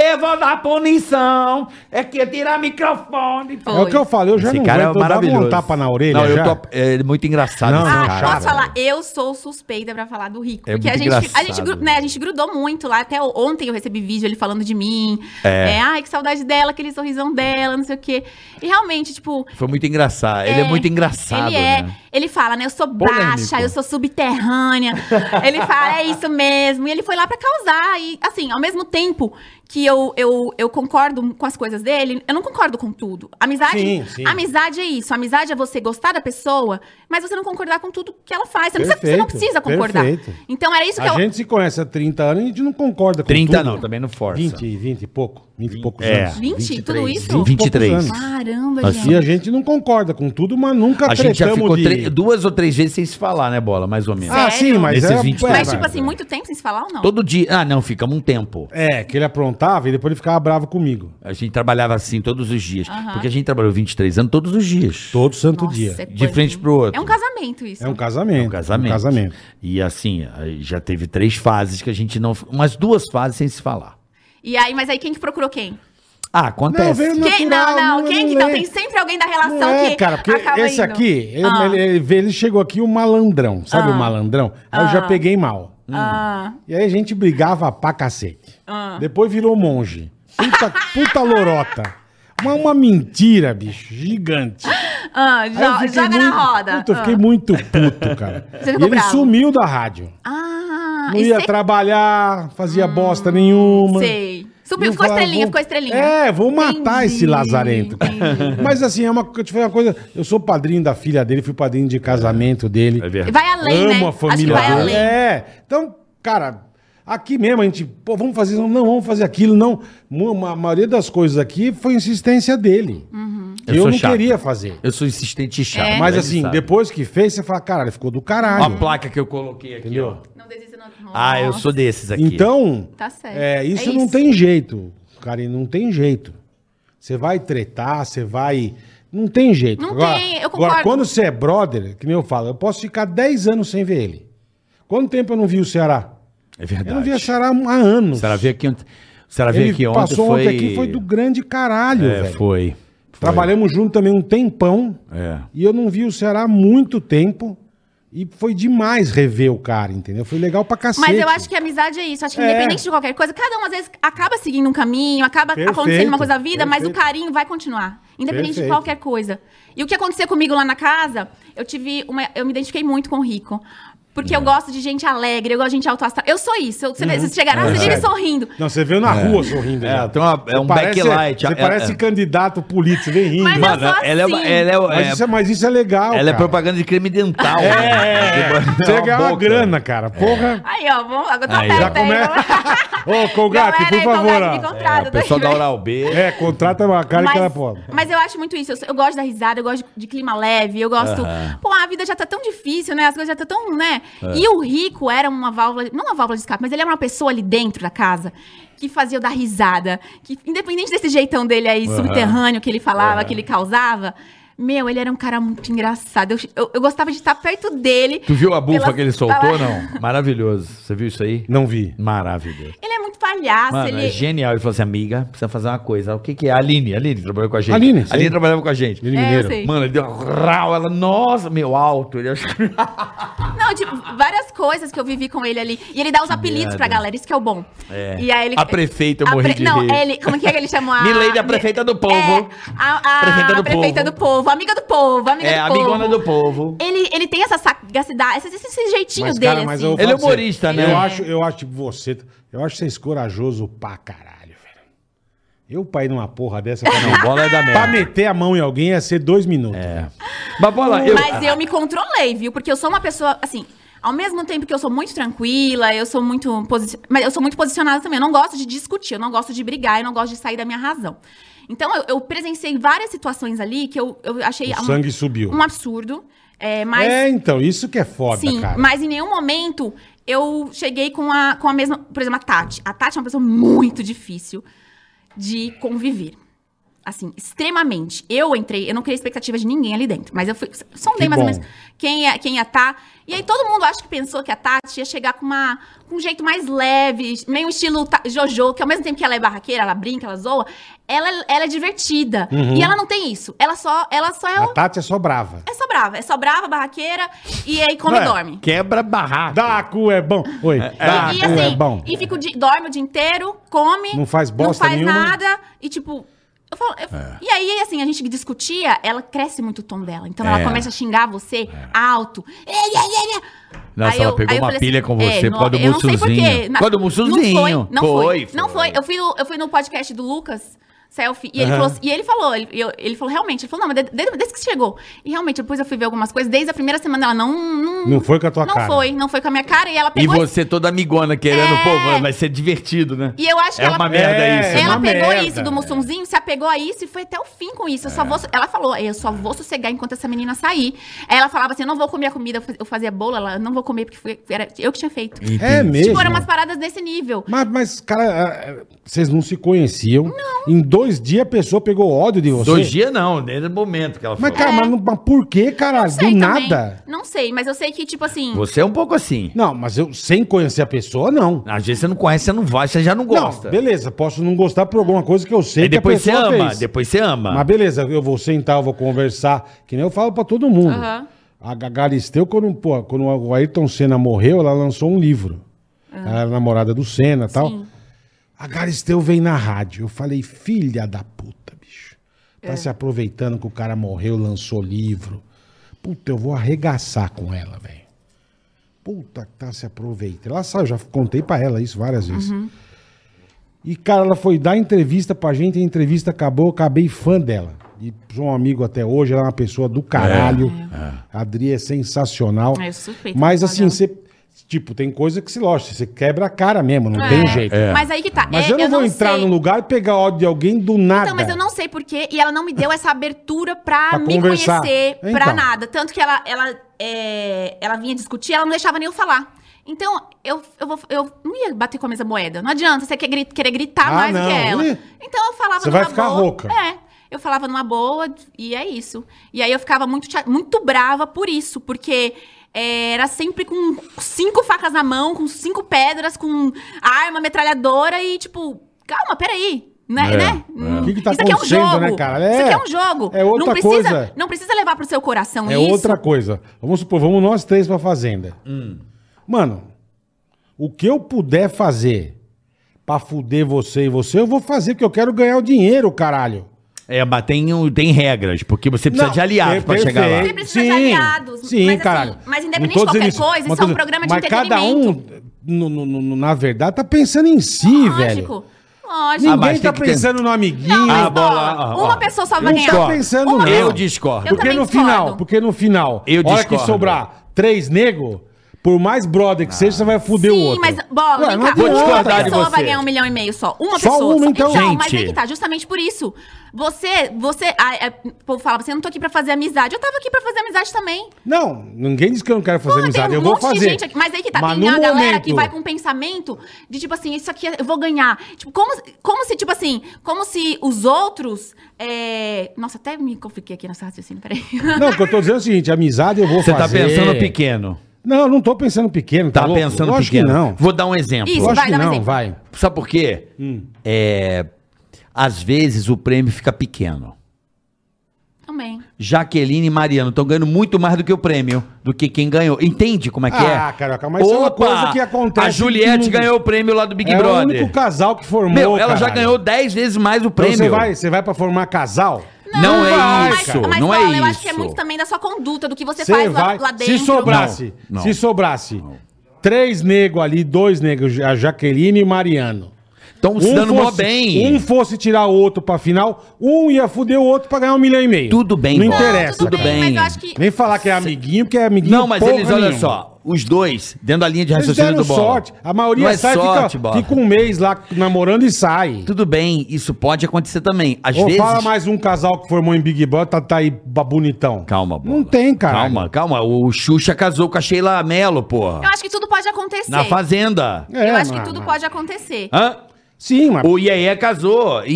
Speaker 3: Eu vou dar punição, é que eu tirar microfone.
Speaker 4: Foi.
Speaker 2: É o que eu falei, eu já
Speaker 3: Esse
Speaker 2: não
Speaker 3: cara é
Speaker 2: aguento, eu dava
Speaker 3: maravilhoso.
Speaker 2: um tapa na orelha
Speaker 3: Não,
Speaker 2: já.
Speaker 3: eu tô. É ele é muito engraçado
Speaker 2: Não,
Speaker 3: esse
Speaker 2: não,
Speaker 4: Ah,
Speaker 3: cara.
Speaker 4: posso falar? Eu sou suspeita pra falar do Rico.
Speaker 3: É
Speaker 4: porque a
Speaker 3: muito
Speaker 4: gente, a, gente,
Speaker 3: engraçado.
Speaker 4: gru- né, a gente grudou muito lá. Até o- ontem eu recebi vídeo ele falando de mim. É. Ai, que saudade dela, aquele sorrisão dela, não sei o quê. E realmente, tipo,
Speaker 3: Foi muito engraçado. Ele é muito engraçado,
Speaker 4: Ele é.
Speaker 3: né?
Speaker 4: Ele fala, né? Eu sou
Speaker 3: Polêmico.
Speaker 4: baixa, eu
Speaker 3: [laughs]
Speaker 4: sou subterrânea. ele fala, é isso mesmo. E ele foi lá pra causar. E, assim, ao mesmo tempo que eu, eu, eu concordo com as coisas dele, eu não concordo com tudo. Amizade,
Speaker 2: Sim, sim.
Speaker 4: amizade é isso. Amizade é você gostar da pessoa, mas você não concordar com tudo que ela faz. Você, não precisa- você não
Speaker 2: Perfeito,
Speaker 4: precisa concordar.
Speaker 2: perfeito.
Speaker 4: Então era isso que
Speaker 2: A
Speaker 4: eu.
Speaker 2: gente se conhece há 30 anos e a gente não concorda com
Speaker 3: 30
Speaker 2: tudo.
Speaker 3: não, também não força.
Speaker 2: 20, 20 e pouco. 20 e poucos
Speaker 3: É.
Speaker 2: anos.
Speaker 4: 20, tudo
Speaker 3: 23.
Speaker 4: isso?
Speaker 3: 23.
Speaker 2: Poucos anos.
Speaker 4: Caramba,
Speaker 2: E
Speaker 4: gente.
Speaker 2: a gente não concorda com tudo, mas nunca
Speaker 3: A gente já ficou
Speaker 2: de-
Speaker 3: tre- duas ou três vezes sem se falar, né, Bola? Mais ou menos.
Speaker 2: Ah, sim, mas
Speaker 3: Nesses
Speaker 2: era-
Speaker 3: 20
Speaker 2: é,
Speaker 4: Mas,
Speaker 3: vai,
Speaker 4: tipo
Speaker 3: vai.
Speaker 4: assim, muito tempo sem se falar ou não?
Speaker 3: né? Todo dia. Ah, não, ficamos um tempo.
Speaker 2: É, que ele aprontava e depois ele ficava bravo comigo.
Speaker 3: A gente trabalhava assim todos os dias.
Speaker 4: Aham.
Speaker 3: Porque a gente trabalhou 23 anos todos os dias.
Speaker 2: Todo santo
Speaker 4: Nossa,
Speaker 2: dia.
Speaker 4: é
Speaker 3: De
Speaker 4: punk.
Speaker 3: frente pro outro.
Speaker 4: É um casamento isso.
Speaker 2: É um casamento.
Speaker 3: É um casamento.
Speaker 2: é um casamento.
Speaker 3: E assim, aí já teve três fases que a gente não. Umas duas fases sem se falar.
Speaker 4: E aí, mas aí quem que procurou quem?
Speaker 3: Ah, acontece.
Speaker 2: Não, veio no-
Speaker 4: Quem,
Speaker 2: Natural,
Speaker 4: não, não,
Speaker 2: não,
Speaker 4: Quem
Speaker 2: não
Speaker 4: que não?
Speaker 2: é.
Speaker 4: Tem sempre alguém da relação
Speaker 2: Não é,
Speaker 4: que.
Speaker 2: cara, porque
Speaker 4: acaba
Speaker 2: esse
Speaker 4: indo.
Speaker 2: aqui, ele,
Speaker 4: Ah,
Speaker 2: ele- ele veio- ele chegou aqui o malandrão. Sabe o malandrão? Aí eu já peguei mal.
Speaker 4: ah,
Speaker 2: E aí a gente brigava pra cacete. Depois virou monge. Puta, puta lorota. Uma, uma mentira, bicho. Gigante.
Speaker 4: ah,
Speaker 2: Aí eu
Speaker 4: jo-
Speaker 2: fiquei
Speaker 4: joga na
Speaker 2: muito-
Speaker 4: roda.
Speaker 2: Puta, eu fiquei
Speaker 4: Ah.
Speaker 2: muito puto, cara.
Speaker 4: [laughs] Você
Speaker 2: E
Speaker 4: ficou
Speaker 2: ele
Speaker 4: bravo.
Speaker 2: sumiu da rádio.
Speaker 4: Ah,
Speaker 2: Não
Speaker 4: e
Speaker 2: ia tá,
Speaker 4: sei-
Speaker 2: trabalhar, fazia bosta nenhuma.
Speaker 4: Hum, Sei.
Speaker 2: E
Speaker 4: Subiu,
Speaker 2: eu
Speaker 4: ficou
Speaker 2: falava,
Speaker 4: estrelinha,
Speaker 2: vou-
Speaker 4: ficou estrelinha.
Speaker 2: É, vou matar
Speaker 4: Entendi,
Speaker 2: esse lazarento.
Speaker 4: entendi.
Speaker 2: Mas assim, é uma, eu te falei uma coisa. Eu sou padrinho da filha dele, fui padrinho de casamento dele.
Speaker 3: É verdade.
Speaker 4: Vai além,
Speaker 2: Amo
Speaker 4: né?
Speaker 2: a família
Speaker 4: Acho que vai
Speaker 2: dele.
Speaker 4: além.
Speaker 2: É. Então, cara, aqui mesmo a gente, pô, vamos fazer isso, não, vamos fazer aquilo, não. Mu- ma- A maioria das coisas aqui foi insistência dele. Que
Speaker 3: Eu
Speaker 4: Uhum.
Speaker 2: Eu,
Speaker 3: sou
Speaker 2: não
Speaker 3: chato.
Speaker 2: queria fazer.
Speaker 3: Eu sou insistente e
Speaker 4: É.
Speaker 3: chato.
Speaker 2: Mas
Speaker 3: ele
Speaker 2: assim,
Speaker 3: sabe.
Speaker 2: depois que fez, você fala, cara, ele ficou do
Speaker 3: Ó
Speaker 2: caralho.
Speaker 3: É. a placa que eu coloquei aqui,
Speaker 2: Entendeu?
Speaker 3: ó.
Speaker 4: Não desista, não.
Speaker 3: Ah, eu sou desses aqui.
Speaker 2: Então,
Speaker 4: Tá certo.
Speaker 2: é,
Speaker 4: É
Speaker 2: isso não
Speaker 4: isso.
Speaker 2: tem jeito, cara, e não tem jeito. Você vai tretar, você vai. Não tem jeito.
Speaker 4: Não tem, eu
Speaker 2: Agora,
Speaker 4: concordo.
Speaker 2: quando você é brother, que nem eu falo, eu posso ficar 10 anos sem ver ele. Quanto tempo eu não vi o Ceará?
Speaker 3: É
Speaker 2: Eu não
Speaker 3: verdade.
Speaker 2: via o Ceará há anos.
Speaker 3: O Ceará veio aqui ontem. O Ceará veio
Speaker 2: Ele
Speaker 3: aqui ontem.
Speaker 2: passou
Speaker 3: foi...
Speaker 2: ontem aqui, foi do grande caralho,
Speaker 3: É,
Speaker 2: velho.
Speaker 3: foi. Foi.
Speaker 2: Trabalhamos junto também um tempão.
Speaker 3: É.
Speaker 2: E eu não vi o Ceará há muito tempo. E foi demais rever o cara, entendeu? Foi legal pra cacete.
Speaker 4: Mas eu acho que a amizade é isso. Acho que
Speaker 2: É.
Speaker 4: independente de qualquer coisa, cada um às vezes acaba seguindo um caminho, acaba
Speaker 2: Perfeito,
Speaker 4: acontecendo uma coisa da vida, mas o
Speaker 2: perfeito.
Speaker 4: carinho vai continuar. Independente
Speaker 2: Perfeito.
Speaker 4: de qualquer coisa. E o que aconteceu comigo lá na casa, eu tive uma. Eu me identifiquei muito com o Rico. Porque
Speaker 2: É.
Speaker 4: eu gosto de gente alegre, eu gosto de gente autoastral. Eu sou isso. Eu, você,
Speaker 2: Uhum.
Speaker 4: vê- vocês
Speaker 2: É
Speaker 4: chegaram, ah, você vive sorrindo.
Speaker 2: Não, você veio na rua sorrindo.
Speaker 3: É,
Speaker 2: já.
Speaker 3: tem uma- é
Speaker 2: Você
Speaker 3: um
Speaker 2: parece-
Speaker 3: backlight,
Speaker 2: Você
Speaker 3: é-
Speaker 2: parece
Speaker 3: é-
Speaker 2: candidato político, você vem rindo.
Speaker 4: Mas
Speaker 2: Mas,
Speaker 3: Mano,
Speaker 4: Eu sou
Speaker 3: ela é, uma-
Speaker 4: assim.
Speaker 3: ela é, é-
Speaker 2: isso, é, mas isso é legal,
Speaker 3: ela é
Speaker 2: cara.
Speaker 3: propaganda de creme dental. É, [laughs]
Speaker 2: Você ia ganhar uma
Speaker 3: né?
Speaker 2: grana, cara. Porra.
Speaker 4: Aí, ó, vamos, agora tá
Speaker 3: Aí,
Speaker 4: perto
Speaker 3: já
Speaker 4: aí,
Speaker 2: começa- [laughs] Ô, Colgate,
Speaker 4: Galera,
Speaker 2: por
Speaker 4: aí,
Speaker 2: favor.
Speaker 4: Colgate, me
Speaker 2: ó.
Speaker 4: contrata,
Speaker 3: É, O pessoal
Speaker 4: tá
Speaker 3: da
Speaker 4: aí.
Speaker 3: Oral B.
Speaker 2: É, contrata uma cara que ela é pode.
Speaker 4: mas eu acho muito isso. Eu, sou- eu gosto da risada, eu gosto de, de clima leve, eu gosto. Pô, a vida já tá tão difícil, né? As coisas já tá tão, né?
Speaker 3: É.
Speaker 4: E o rico era uma válvula, não uma válvula de escape, mas ele era uma pessoa ali dentro da casa que fazia eu dar risada. Que, independente desse jeitão dele aí, subterrâneo que ele falava, que ele causava. Meu, ele era um cara muito engraçado. Eu, eu, eu gostava de estar perto dele.
Speaker 3: Tu viu a bufa
Speaker 4: pelas-
Speaker 3: que ele soltou,
Speaker 4: pelas-
Speaker 3: não? Maravilhoso. Você viu isso aí?
Speaker 2: Não vi.
Speaker 3: Maravilhoso.
Speaker 4: Ele é muito palhaço.
Speaker 3: Mano,
Speaker 4: ele...
Speaker 3: é genial. Ele falou assim, amiga, precisa fazer uma coisa. O que que é? A Aline, a Aline trabalhou com a gente.
Speaker 2: Aline,
Speaker 3: a Aline
Speaker 2: sim.
Speaker 3: trabalhava com a gente.
Speaker 2: Ele
Speaker 4: É, eu
Speaker 2: mineiro.
Speaker 4: sei.
Speaker 3: Mano, ele deu uma rau, ela, nossa, meu alto. Ele achou...
Speaker 4: Não, tipo, várias coisas que eu vivi com ele ali. E ele dá os apelidos
Speaker 3: merda.
Speaker 4: pra galera, isso que é o bom.
Speaker 3: É.
Speaker 4: E aí ele,
Speaker 3: A prefeita, eu
Speaker 4: A
Speaker 3: morri de
Speaker 4: Não,
Speaker 3: rir.
Speaker 4: ele... Como que é que ele chamou?
Speaker 3: [laughs]
Speaker 4: A...
Speaker 3: Mileide, a prefeita do povo.
Speaker 4: É, a, a
Speaker 3: Prefeita
Speaker 4: prefeita,
Speaker 3: do
Speaker 4: do,
Speaker 3: povo.
Speaker 4: povo. Amiga do povo, amiga
Speaker 3: É,
Speaker 4: do povo.
Speaker 3: amigona do povo.
Speaker 4: Ele, ele tem essa sagacidade, esse, esse, esse jeitinho
Speaker 2: Mas,
Speaker 4: dele,
Speaker 2: cara, mas
Speaker 4: assim.
Speaker 2: eu
Speaker 3: Ele é
Speaker 2: falo pra você,
Speaker 3: humorista, né?
Speaker 2: Eu acho, eu acho tipo, você. Eu acho vocês corajoso pra caralho, velho. Eu pra ir numa porra dessa.
Speaker 3: [laughs]
Speaker 2: Pra,
Speaker 3: Não, bola é da
Speaker 2: pra
Speaker 3: merda.
Speaker 2: meter a mão em alguém ia ser dois minutos.
Speaker 3: Mas bola, eu...
Speaker 4: Mas eu me controlei, viu? Porque eu sou uma pessoa, assim... Ao mesmo tempo que eu sou muito tranquila, eu sou muito posi- mas eu sou muito posicionada também. Eu não gosto de discutir, eu não gosto de brigar, eu não gosto de sair da minha razão. Então eu, eu presenciei várias situações ali que eu, eu achei
Speaker 2: O sangue subiu.
Speaker 4: um absurdo. É, mas
Speaker 2: É, então, isso que é foda,
Speaker 4: Sim,
Speaker 2: cara.
Speaker 4: mas em nenhum momento eu cheguei com a, com a mesma. Por exemplo, a Tati. A Tati é uma pessoa muito difícil de conviver. Assim, extremamente. Eu entrei, eu não criei expectativa de ninguém ali dentro, mas eu fui. Sondei
Speaker 2: Que
Speaker 4: mais ou
Speaker 2: bom.
Speaker 4: menos quem ia, quem ia tá. E aí todo mundo acho que pensou que a Tati ia chegar com, uma, com um jeito mais leve, meio estilo Ta- Jojo, que ao mesmo tempo que ela é barraqueira, ela brinca, ela zoa, ela, é- ela é divertida. E ela não tem isso. Ela só, ela só é,
Speaker 2: Uhum. A Tati é só brava.
Speaker 4: é só brava. É só brava, barraqueira, e aí come e
Speaker 2: Ué,
Speaker 4: dorme.
Speaker 3: É, Quebra barraco.
Speaker 2: Dá cu é bom. Oi, dá
Speaker 4: E,
Speaker 2: cu é bom.
Speaker 4: assim, e fica o dia- dorme o dia inteiro, come.
Speaker 2: Não faz bosta
Speaker 4: Não faz
Speaker 2: nenhuma.
Speaker 4: nada. E tipo. eu falo- eu-
Speaker 3: É.
Speaker 4: E aí, assim, a gente que discutia, ela cresce muito o tom dela. Então
Speaker 3: É.
Speaker 4: ela começa a xingar você alto. Ei, ei, ei, ei.
Speaker 3: Nossa,
Speaker 4: Aí
Speaker 3: ela
Speaker 4: eu-
Speaker 3: pegou
Speaker 4: aí eu
Speaker 3: uma
Speaker 4: falei
Speaker 3: pilha com você por
Speaker 4: no-
Speaker 3: causa do
Speaker 4: eu não sei
Speaker 3: Mussuzinho.
Speaker 4: porquê.
Speaker 3: Por
Speaker 4: Na-
Speaker 3: causa do Mussuzinho.
Speaker 4: Não foi, não foi.
Speaker 3: Foi,
Speaker 4: Não
Speaker 3: foi.
Speaker 4: foi. Eu fui, no, eu fui no podcast do Lucas Selfie e ele,
Speaker 2: Aham.
Speaker 4: falou, assim- e ele falou, ele, eu- ele falou realmente, ele falou, não, mas de- de- desde que você chegou. E realmente, depois eu fui ver algumas coisas, desde a primeira semana ela não... Não,
Speaker 2: Não foi com a tua
Speaker 4: não
Speaker 2: cara.
Speaker 4: foi, não foi com a minha cara e ela
Speaker 3: E
Speaker 4: pegou e
Speaker 3: você toda amigona querendo,
Speaker 4: É.
Speaker 3: pô, vai- vai ser divertido, né?
Speaker 4: E eu acho que
Speaker 3: É
Speaker 4: ela-
Speaker 3: uma merda É.
Speaker 2: É,
Speaker 3: isso.
Speaker 2: é
Speaker 3: né?
Speaker 4: Ela
Speaker 2: uma
Speaker 4: pegou
Speaker 2: merda.
Speaker 4: isso do Mussunzinho, se apegou a isso e foi até o fim com isso. Eu só vou, ela falou, eu só vou sossegar enquanto essa menina sair. Aí ela falava assim, eu não vou comer a comida, eu faz- eu fazia bolo, ela, eu não vou comer porque foi, era eu que tinha feito.
Speaker 2: É mesmo.
Speaker 4: Tipo, eram umas paradas desse nível.
Speaker 2: Mas, mas, cara, ah, vocês não se conheciam. Em dois dias a pessoa pegou ódio de você.
Speaker 3: Dois dias não, desde o momento que ela
Speaker 2: Mas,
Speaker 3: falou.
Speaker 2: cara, mas, não- mas por que, cara? Do
Speaker 4: É. Sei também.
Speaker 2: nada.
Speaker 4: Não sei, mas eu sei que, tipo assim,
Speaker 3: Você é um pouco assim.
Speaker 2: Não, mas eu sem conhecer a pessoa, não.
Speaker 3: Às vezes você não conhece, você não vai, você já não
Speaker 2: Não,
Speaker 3: gosta.
Speaker 2: beleza, posso não gostar por alguma coisa que eu sei
Speaker 3: Aí depois
Speaker 2: que
Speaker 3: você
Speaker 2: a pessoa
Speaker 3: ama,
Speaker 2: fez.
Speaker 3: depois você ama.
Speaker 2: Mas beleza, eu vou sentar, eu vou conversar, que nem eu falo pra todo mundo.
Speaker 4: Aham.
Speaker 2: A Ga- Galisteu, quando, pô, quando o Ayrton Senna morreu, ela lançou um livro. Ela era namorada do Senna e tal.
Speaker 4: Ah. Sim.
Speaker 2: A Galisteu vem na rádio. Eu falei, filha da puta, bicho.
Speaker 4: É.
Speaker 2: Tá se aproveitando que o cara morreu, lançou livro. Puta, eu vou arregaçar com ela, velho. Puta que tá se aproveitando. Ela sabe, eu já contei pra ela isso várias vezes.
Speaker 4: Uhum.
Speaker 2: E, cara, ela foi dar entrevista pra gente, a entrevista acabou, eu acabei fã dela. E sou um amigo até hoje, ela é uma pessoa do caralho. A Adri é sensacional.
Speaker 4: É, eu suspeito
Speaker 2: Mas
Speaker 4: muito
Speaker 2: assim,
Speaker 4: dela.
Speaker 2: você. Tipo, tem coisa que se lógico, você quebra a cara mesmo, não
Speaker 4: É.
Speaker 2: tem jeito.
Speaker 4: Mas aí que tá.
Speaker 2: Mas
Speaker 4: é,
Speaker 2: eu não vou entrar
Speaker 4: sei.
Speaker 2: num lugar e pegar ódio de alguém do nada.
Speaker 4: Então, mas eu não sei porquê. E ela não me deu essa abertura pra,
Speaker 2: Pra
Speaker 4: me
Speaker 2: conversar.
Speaker 4: conhecer,
Speaker 2: Então.
Speaker 4: pra nada. Tanto que ela, ela, é, ela vinha discutir, ela não deixava nem eu falar. Então, eu, eu, vou- eu não ia bater com a mesma moeda. Não adianta, você quer gri- querer gritar
Speaker 2: Ah,
Speaker 4: mais do que
Speaker 2: não.
Speaker 4: ela.
Speaker 2: Ih.
Speaker 4: Então, eu falava
Speaker 2: Você vai ficar
Speaker 4: boa.
Speaker 2: rouca.
Speaker 4: É. Eu falava numa boa e é isso. E aí eu ficava muito, chate- muito brava por isso, porque é, era sempre com cinco facas na mão, com cinco pedras, com arma, metralhadora e tipo, calma, peraí. Né?
Speaker 3: É,
Speaker 4: né?
Speaker 3: é.
Speaker 4: Hum,
Speaker 2: O que que tá
Speaker 4: isso aqui é um
Speaker 2: acontecendo,
Speaker 4: jogo.
Speaker 2: né, cara?
Speaker 4: Isso
Speaker 2: É.
Speaker 4: aqui é um jogo.
Speaker 2: É outra
Speaker 4: não precisa,
Speaker 2: coisa.
Speaker 4: Não precisa levar pro seu coração
Speaker 2: É
Speaker 4: isso.
Speaker 2: outra coisa. Vamos supor, vamos nós três pra fazenda.
Speaker 3: Hum.
Speaker 2: Mano, o que eu puder fazer pra fuder você e você, eu vou fazer, porque eu quero ganhar o dinheiro, caralho.
Speaker 3: É, mas tem, um- tem regras, porque você precisa
Speaker 2: Não,
Speaker 3: de aliados
Speaker 2: per-
Speaker 3: pra chegar lá.
Speaker 2: perfeito.
Speaker 4: Você precisa de aliados,
Speaker 2: Sim,
Speaker 4: mas assim,
Speaker 2: caralho.
Speaker 4: mas independente
Speaker 2: Não
Speaker 4: de
Speaker 2: tô
Speaker 4: qualquer
Speaker 2: dizendo
Speaker 4: coisa, isso
Speaker 2: mas
Speaker 4: é um
Speaker 2: tô-
Speaker 4: programa de
Speaker 2: mas cada um, no- no- no- na verdade, tá pensando em si, velho.
Speaker 4: Lógico. Lógico.
Speaker 3: Ah, mas
Speaker 2: Ninguém
Speaker 3: tem
Speaker 2: tá
Speaker 3: que ter-
Speaker 2: pensando no amiguinho.
Speaker 4: Não, mas
Speaker 3: Ah,
Speaker 4: bola,
Speaker 3: bola, ah,
Speaker 4: uma
Speaker 3: ó.
Speaker 4: pessoa só
Speaker 2: Não
Speaker 4: vai ganhar.
Speaker 2: tá
Speaker 4: um.
Speaker 2: pensando
Speaker 4: uma
Speaker 2: nada.
Speaker 4: pessoa-
Speaker 3: Eu discordo.
Speaker 4: Eu tá
Speaker 2: porque
Speaker 4: também
Speaker 2: no
Speaker 4: discordo.
Speaker 2: final, porque no final,
Speaker 3: Eu
Speaker 2: hora que
Speaker 3: discordo.
Speaker 2: sobrar três nego, por mais brother que seja, você vai foder o
Speaker 4: Sim,
Speaker 2: outro.
Speaker 4: mas, bola,
Speaker 2: Ué,
Speaker 4: vem
Speaker 2: não
Speaker 4: cá.
Speaker 2: adianta,
Speaker 4: Uma
Speaker 3: discordar de
Speaker 4: pessoa
Speaker 3: você.
Speaker 4: vai ganhar um milhão e meio só. Uma
Speaker 2: Só
Speaker 4: pessoa
Speaker 2: uma, então.
Speaker 4: mas
Speaker 3: Gente.
Speaker 4: vem que tá, justamente por isso. Você, você, a- a- o povo fala, você não tô aqui pra fazer amizade. Eu tava aqui pra fazer amizade também.
Speaker 2: Não, ninguém diz que eu não quero fazer
Speaker 4: Porra,
Speaker 2: amizade.
Speaker 4: tem um
Speaker 2: eu vou
Speaker 4: monte
Speaker 2: fazer.
Speaker 4: de gente aqui. Mas aí que tá, tem
Speaker 2: no
Speaker 4: a galera que
Speaker 2: momento-
Speaker 4: vai com um pensamento de tipo assim, isso aqui eu vou ganhar. Tipo, como, como se, tipo assim, como se os outros. é, Nossa, até me compliquei aqui nessa raciocínio, peraí. [laughs]
Speaker 2: Não, o que eu tô dizendo é o seguinte: amizade eu vou
Speaker 3: Você tá
Speaker 2: fazer.
Speaker 3: pensando pequeno.
Speaker 2: Não, não tô pensando pequeno.
Speaker 3: Tá
Speaker 2: louco?
Speaker 3: pensando
Speaker 2: Lógico
Speaker 3: pequeno.
Speaker 2: que não.
Speaker 3: Vou dar um exemplo.
Speaker 4: Isso,
Speaker 2: Lógico
Speaker 4: vai,
Speaker 2: que
Speaker 4: dá um
Speaker 2: não,
Speaker 4: exemplo.
Speaker 2: vai.
Speaker 3: Sabe por quê?
Speaker 2: Hum.
Speaker 3: É, às vezes o prêmio fica pequeno.
Speaker 4: Também.
Speaker 3: Jaqueline e Mariano estão ganhando muito mais do que o prêmio, do que quem ganhou. Entende como é que
Speaker 2: Ah,
Speaker 3: é?
Speaker 2: caraca, mas isso é uma coisa que acontece
Speaker 3: A Juliette
Speaker 2: no-
Speaker 3: ganhou o prêmio lá do Big
Speaker 2: é o
Speaker 3: Brother.
Speaker 2: único casal que formou.
Speaker 3: Meu, ela já
Speaker 2: caralho.
Speaker 3: ganhou 10 vezes mais o
Speaker 2: Então
Speaker 3: prêmio.
Speaker 2: você vai, você vai pra formar casal?
Speaker 3: Não, é isso.
Speaker 4: Mas,
Speaker 3: não é
Speaker 4: Paula,
Speaker 3: isso.
Speaker 4: eu acho que é muito também da sua conduta, do que você,
Speaker 2: Você
Speaker 4: faz lá-
Speaker 2: vai.
Speaker 4: lá, dentro.
Speaker 2: Se sobrasse,
Speaker 3: Não, não.
Speaker 2: se sobrasse, três negros ali, dois negros, a Jaqueline e Mariano. Um
Speaker 3: Estão Tá se dando mó
Speaker 2: fosse-
Speaker 3: bem.
Speaker 2: Um fosse tirar o outro pra final, um ia fuder o outro pra ganhar um milhão e meio.
Speaker 3: Tudo bem,
Speaker 2: Não
Speaker 3: Paulo.
Speaker 2: interessa.
Speaker 4: Tudo
Speaker 3: tudo
Speaker 4: bem,
Speaker 3: bem.
Speaker 4: mas eu acho que.
Speaker 2: Nem falar que é amiguinho, porque é amiguinho
Speaker 3: Não, mas
Speaker 2: porra
Speaker 3: eles, olha
Speaker 2: nenhuma.
Speaker 3: só, os dois, dentro da linha de
Speaker 2: Eles
Speaker 3: raciocínio
Speaker 2: deram
Speaker 3: do bola.
Speaker 2: sorte. A maioria
Speaker 3: Não é
Speaker 2: sai,
Speaker 3: sorte,
Speaker 2: fica,
Speaker 3: bola.
Speaker 2: fica um mês lá namorando e sai.
Speaker 3: Tudo bem, isso pode acontecer também. Às
Speaker 2: Ou
Speaker 3: vezes.
Speaker 2: fala mais um casal que formou em Big Brother, tá, tá aí ba- bonitão.
Speaker 3: Calma, bola.
Speaker 2: Não tem, cara.
Speaker 3: Calma, calma. O Xuxa casou com a Sheila Mello, porra.
Speaker 4: Eu acho que tudo pode acontecer.
Speaker 3: Na Fazenda.
Speaker 4: eu
Speaker 2: É,
Speaker 4: acho que
Speaker 2: mas-
Speaker 4: tudo pode acontecer.
Speaker 3: Hã?
Speaker 2: Sim, mas...
Speaker 3: O Iaia casou. E,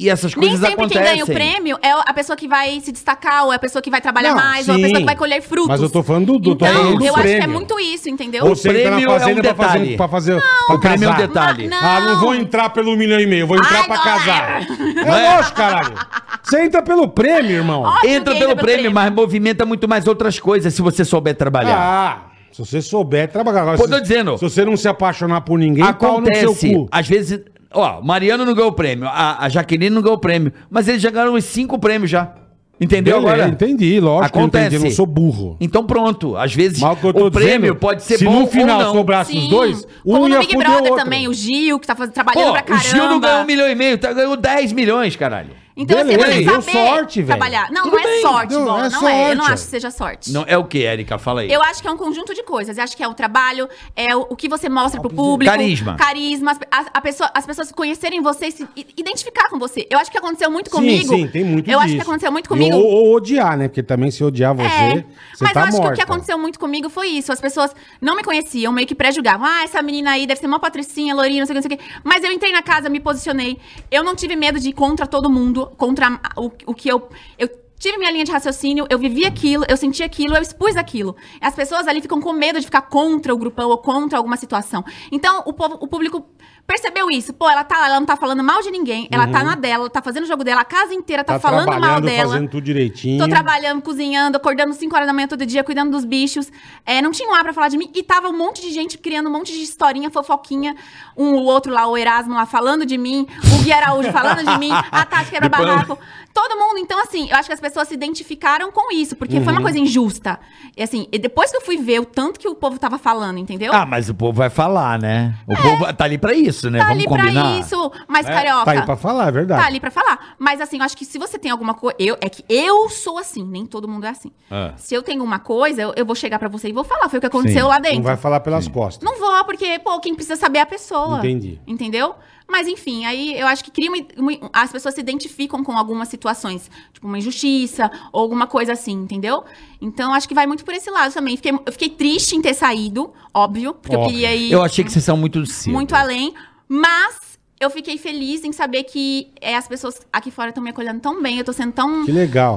Speaker 3: e- e essas
Speaker 4: Nem
Speaker 3: coisas
Speaker 4: sempre
Speaker 3: acontecem.
Speaker 4: quem ganha o prêmio é a pessoa que vai se destacar, ou é a pessoa que vai trabalhar
Speaker 2: Não,
Speaker 4: mais, ou é a
Speaker 2: sim.
Speaker 4: pessoa que vai colher frutos.
Speaker 2: Mas eu tô falando do- do- tô
Speaker 4: Então,
Speaker 2: falando do
Speaker 4: eu acho que é
Speaker 2: prêmio.
Speaker 4: muito isso, entendeu?
Speaker 2: Ou você entra na
Speaker 3: prêmio é um
Speaker 2: fazenda pra fazer...
Speaker 3: detalhe.
Speaker 2: Pra fazer pra
Speaker 3: o prêmio é um
Speaker 2: casar.
Speaker 3: detalhe.
Speaker 4: Não.
Speaker 2: Ah, não vou entrar pelo milhão e meio, vou entrar
Speaker 4: Ai,
Speaker 2: pra
Speaker 4: não, [laughs]
Speaker 2: casar. É,
Speaker 3: Não é?
Speaker 2: lógico, caralho. Você entra pelo prêmio, irmão.
Speaker 4: Óbvio que
Speaker 3: Entra pelo prêmio,
Speaker 4: mas.
Speaker 3: mas movimenta muito mais outras coisas se você souber trabalhar.
Speaker 2: Ah, se você souber trabalhar. Agora,
Speaker 3: Pô,
Speaker 2: se,
Speaker 3: tô dizendo.
Speaker 2: Se você não se apaixonar por ninguém, pau no
Speaker 3: Acontece,
Speaker 2: seu cu.
Speaker 3: às vezes. Ó, Mariano não ganhou o prêmio, a, a Jaqueline não ganhou o prêmio, mas eles já ganharam uns cinco prêmios já. Entendeu
Speaker 2: Beleza,
Speaker 3: agora?
Speaker 2: Entendi, lógico
Speaker 3: Acontece.
Speaker 2: que eu entendi, eu não sou burro.
Speaker 3: Então pronto, às vezes
Speaker 2: Mas que eu tô
Speaker 3: o prêmio
Speaker 2: dizendo,
Speaker 3: pode ser
Speaker 2: se
Speaker 3: bom
Speaker 2: no final
Speaker 3: ou não.
Speaker 2: sobrasse os dois, um
Speaker 4: Como no
Speaker 2: ia
Speaker 4: Big
Speaker 2: fuder o
Speaker 4: Brother
Speaker 2: outro.
Speaker 4: também, o Gil, que tá faz- trabalhando pra
Speaker 3: Pô, o
Speaker 4: caramba.
Speaker 3: Gil não ganhou um milhão e meio, tá, ganhou 10 milhões, caralho.
Speaker 4: Então, assim,
Speaker 2: Beleza,
Speaker 4: você
Speaker 2: deu
Speaker 4: saber
Speaker 2: sorte, velho.
Speaker 4: trabalhar. Não,
Speaker 3: Tudo
Speaker 4: não
Speaker 3: bem,
Speaker 4: é sorte,
Speaker 2: não,
Speaker 4: não,
Speaker 2: é
Speaker 4: não é. Eu não
Speaker 2: sorte.
Speaker 4: acho que seja sorte.
Speaker 3: Não, é o que, Érica? Fala aí.
Speaker 4: Eu acho que é um conjunto de coisas. Eu acho que é o trabalho, é o, o que você mostra pro público.
Speaker 3: Carisma.
Speaker 4: Carisma. As, a- a pessoa- as pessoas conhecerem você e se i- identificar com você. Eu acho que aconteceu muito
Speaker 2: Sim,
Speaker 4: comigo.
Speaker 2: sim, tem muito
Speaker 4: Eu acho que
Speaker 2: disso.
Speaker 4: aconteceu muito
Speaker 2: E
Speaker 4: comigo.
Speaker 2: Ou, ou odiar, né? Porque também se odiar você,
Speaker 4: É,
Speaker 2: você
Speaker 4: mas
Speaker 2: tá
Speaker 4: eu acho que o
Speaker 2: morta.
Speaker 4: que aconteceu muito comigo foi isso. As pessoas não me conheciam, meio que pré-julgavam. Ah, essa menina aí deve ser uma patricinha, loirinha, não sei o que, não sei o que. Mas eu entrei na casa, me posicionei. Eu não tive medo de ir contra todo mundo, contra o, o que eu... eu Tive minha linha de raciocínio, eu vivi aquilo, eu senti aquilo, eu expus aquilo. As pessoas ali ficam com medo de ficar contra o grupão ou contra alguma situação. Então, o, povo- o público percebeu isso. Pô, ela tá lá, ela não tá falando mal de ninguém, ela tá na dela, ela tá fazendo o jogo dela, a casa inteira tá,
Speaker 2: Uhum. Tá
Speaker 4: falando mal
Speaker 2: trabalhando,
Speaker 4: dela.
Speaker 2: fazendo tudo direitinho.
Speaker 4: Tô trabalhando, cozinhando, acordando 5 horas da manhã todo dia, cuidando dos bichos. É, não tinha um ar pra falar de mim. E tava um monte de gente criando um monte de historinha, fofoquinha. Um, o outro lá, o Erasmo lá, falando de mim. O Gui Araújo falando de mim.
Speaker 3: [laughs]
Speaker 4: A Tati quebra
Speaker 3: Depois-
Speaker 4: barraco. Todo mundo. Então, assim, eu acho que as pessoas se identificaram com isso. Porque foi
Speaker 3: Uhum.
Speaker 4: uma coisa injusta. E, assim, e depois que eu fui ver o tanto que o povo tava falando, entendeu?
Speaker 3: Ah, mas o povo vai falar, né? O povo tá ali pra isso, né?
Speaker 4: É. tá
Speaker 3: Vamos
Speaker 4: ali
Speaker 3: combinar.
Speaker 4: pra isso. Mas, carioca...
Speaker 2: Tá aí pra falar, é verdade.
Speaker 4: Tá ali pra falar. Mas assim, eu acho que se você tem alguma coisa. Eu, é que eu sou assim, nem todo mundo é assim.
Speaker 3: Ah.
Speaker 4: Se eu tenho uma coisa, eu, eu vou chegar pra você e vou falar. Foi o que aconteceu
Speaker 3: Sim,
Speaker 4: lá
Speaker 2: Não
Speaker 4: dentro.
Speaker 2: vai falar pelas costas.
Speaker 4: Não vou, porque, pô, quem precisa saber é a pessoa.
Speaker 2: Entendi.
Speaker 4: Entendeu? Mas enfim, aí eu acho que cria uma, uma- as pessoas se identificam com algumas situações, tipo uma injustiça ou alguma coisa assim, entendeu? Então acho que vai muito por esse lado também. Fiquei, eu fiquei triste em ter saído, óbvio, porque
Speaker 2: Óbvio.
Speaker 4: eu queria ir
Speaker 3: Eu achei que vocês são muito cedo.
Speaker 4: muito além, mas eu fiquei feliz em saber que é, as pessoas aqui fora estão me acolhendo tão bem, eu tô sendo tão
Speaker 2: Que legal.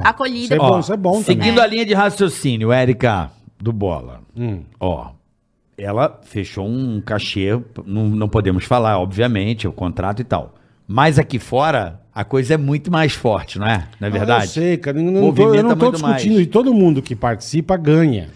Speaker 2: Isso
Speaker 4: acolhida.
Speaker 2: é bom, isso é bom
Speaker 3: Seguindo
Speaker 2: também.
Speaker 3: a linha de raciocínio, Érica, do Bola.
Speaker 2: Hum.
Speaker 3: Ó, ela fechou um cachê, não, não podemos falar, obviamente, o contrato e tal. Mas aqui fora, a coisa é muito mais forte, não é? Não
Speaker 2: Ah,
Speaker 3: é
Speaker 2: eu
Speaker 3: verdade?
Speaker 2: sei, cara. Eu não tô, eu
Speaker 3: Movimenta
Speaker 2: não tô
Speaker 3: muito
Speaker 2: discutindo.
Speaker 3: mais.
Speaker 2: E todo mundo que participa ganha.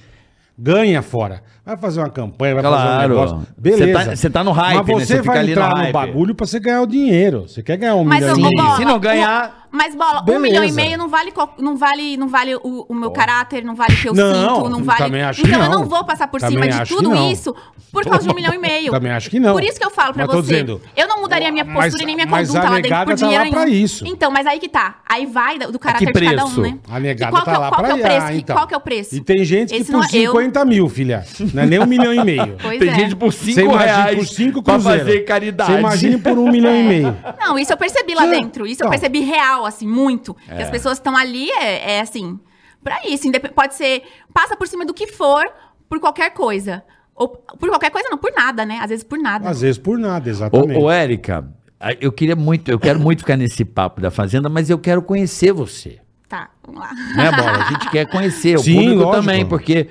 Speaker 2: Ganha fora. Vai fazer uma campanha, vai
Speaker 3: Claro.
Speaker 2: fazer um negócio.
Speaker 3: Você
Speaker 2: Beleza.
Speaker 3: tá- você tá no hype, né?
Speaker 2: Mas você
Speaker 3: Você fica
Speaker 2: vai
Speaker 3: ali
Speaker 2: entrar
Speaker 3: no
Speaker 2: no,
Speaker 3: hype.
Speaker 2: bagulho pra você ganhar o dinheiro. Você quer ganhar um
Speaker 4: Mas
Speaker 2: milhão
Speaker 4: eu
Speaker 2: e
Speaker 4: vou
Speaker 2: meio.
Speaker 4: bola.
Speaker 3: se não ganhar-
Speaker 4: um- mas bola,
Speaker 2: Beleza.
Speaker 4: um milhão e meio não vale qual- não vale, não vale o, o meu caráter, não vale o que eu
Speaker 2: Não,
Speaker 4: sinto, não
Speaker 2: eu
Speaker 4: vale.
Speaker 2: também acho que
Speaker 4: então eu
Speaker 2: não.
Speaker 4: não vou passar por
Speaker 2: Também
Speaker 4: cima de
Speaker 2: acho
Speaker 4: tudo
Speaker 2: que não.
Speaker 4: isso por causa de um milhão e meio.
Speaker 2: Também acho que não.
Speaker 4: Por isso que eu falo pra
Speaker 2: Mas tô
Speaker 4: você.
Speaker 2: dizendo,
Speaker 4: eu não mudaria minha
Speaker 2: mas-
Speaker 4: postura e nem minha
Speaker 2: mas a
Speaker 4: conduta lá dentro
Speaker 2: negada
Speaker 4: por
Speaker 2: tá
Speaker 4: dinheiro
Speaker 2: lá pra
Speaker 4: nenhum.
Speaker 2: isso.
Speaker 4: Então, mas aí que tá. Aí vai do do caráter de cada um,
Speaker 3: preço?
Speaker 4: né?
Speaker 2: A negada
Speaker 4: Que qual que
Speaker 2: tá
Speaker 4: é o-
Speaker 2: lá
Speaker 4: qual
Speaker 2: pra
Speaker 4: que é o
Speaker 2: ir, ah,
Speaker 4: preço? Que-
Speaker 2: então.
Speaker 4: Qual que é o preço?
Speaker 2: E tem gente que
Speaker 4: Esse
Speaker 2: por
Speaker 4: não é- eu-
Speaker 2: 50 mil, filha. Não é nem um milhão e meio.
Speaker 4: [laughs] Pois
Speaker 3: Tem
Speaker 4: é.
Speaker 3: gente por
Speaker 2: Você
Speaker 3: 5
Speaker 2: imagina
Speaker 3: reais
Speaker 2: por cinco
Speaker 3: pra
Speaker 2: cruzeiros.
Speaker 3: fazer caridade.
Speaker 2: Você imagina por um milhão e
Speaker 4: [laughs]
Speaker 2: meio.
Speaker 4: Não, isso eu percebi lá
Speaker 2: Sim.
Speaker 4: dentro. Isso
Speaker 2: Então.
Speaker 4: eu percebi real, assim, muito. Que as pessoas estão ali, é, é assim, pra isso. indep- Pode ser, passa por cima do que for, por qualquer coisa. Ou por qualquer coisa, não, por nada, né? Às vezes por nada.
Speaker 2: Às vezes por nada, exatamente.
Speaker 3: Ô, ô, Érica, a- eu queria muito, eu quero muito ficar nesse papo da Fazenda, mas eu quero conhecer você.
Speaker 4: Tá, vamos lá.
Speaker 3: Né, Bola? A gente quer conhecer, o
Speaker 2: Sim,
Speaker 3: público
Speaker 2: lógico.
Speaker 3: também, porque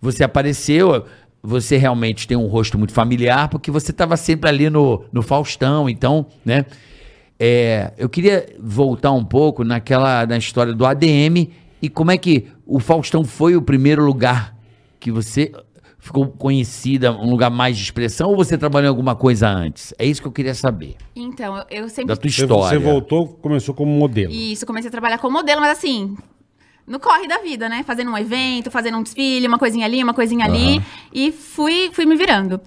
Speaker 3: você apareceu, você realmente tem um rosto muito familiar, porque você estava sempre ali no, no Faustão, então, né? É, eu queria voltar um pouco naquela na história do ADM e como é que o Faustão foi o primeiro lugar que você ficou conhecida, um lugar mais de expressão, ou você trabalhou em alguma coisa antes? É isso que eu queria saber,
Speaker 4: [laughs] Então, eu- eu
Speaker 3: da
Speaker 4: sempre
Speaker 3: tua
Speaker 2: Você-
Speaker 3: história.
Speaker 2: Você voltou, começou como modelo.
Speaker 4: Isso, comecei a trabalhar como modelo, mas assim, no corre da vida, né? Fazendo um evento, fazendo um desfile, uma coisinha ali, uma coisinha ali. E fui, fui me virando.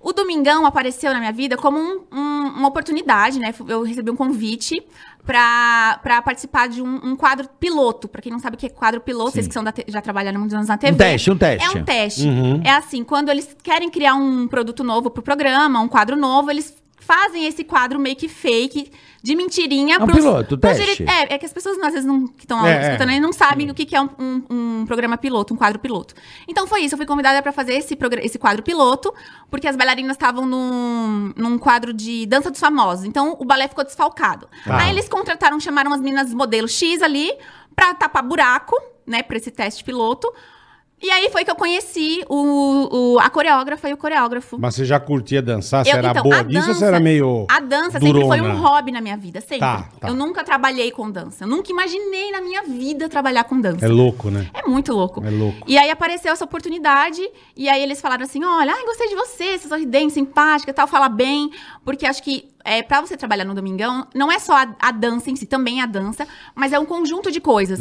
Speaker 4: O Domingão apareceu na minha vida como um- um- uma oportunidade, né? Eu recebi um convite pra, pra participar de um, um quadro piloto. Pra quem não sabe o que é quadro piloto, vocês que são da te- já trabalharam muitos anos na TV.
Speaker 3: teste, um teste. Uhum.
Speaker 4: É um teste. É assim, quando eles querem criar um produto novo pro programa, um quadro novo, eles fazem esse quadro meio que fake, de mentirinha.
Speaker 3: É um piloto,
Speaker 4: pros
Speaker 3: teste.
Speaker 4: dire- É, é que as pessoas às vezes não, que estão
Speaker 2: É,
Speaker 4: escutando
Speaker 2: é.
Speaker 4: aí não sabem o que, que é um, um- um programa piloto, um quadro piloto. Então foi isso, eu fui convidada pra fazer esse, progra- esse quadro piloto, porque as bailarinas estavam num, num quadro de dança dos famosos. Então o balé ficou desfalcado.
Speaker 2: Tá.
Speaker 4: Aí eles contrataram, chamaram as meninas modelo X ali pra tapar buraco, né, pra esse teste piloto. E aí foi que eu conheci o, o- a coreógrafa e o coreógrafo.
Speaker 2: Mas você já curtia dançar? Você
Speaker 4: Eu-
Speaker 2: era
Speaker 4: então,
Speaker 2: boa
Speaker 4: a
Speaker 2: nisso ou você
Speaker 4: dança-
Speaker 2: era meio.
Speaker 4: A dança sempre foi um
Speaker 2: durona?
Speaker 4: hobby na minha vida, sempre.
Speaker 2: Tá, tá.
Speaker 4: Eu nunca trabalhei com dança. Eu nunca imaginei na minha vida trabalhar com dança.
Speaker 2: É louco, né?
Speaker 4: É muito louco.
Speaker 2: É louco.
Speaker 4: E aí apareceu essa oportunidade, e aí eles falaram assim: olha, ai, gostei de você, você é sorridente, simpática, tal, fala bem. Porque acho que é, para você trabalhar no Domingão, não é só a, a dança em si, também é a dança, mas é um conjunto de coisas.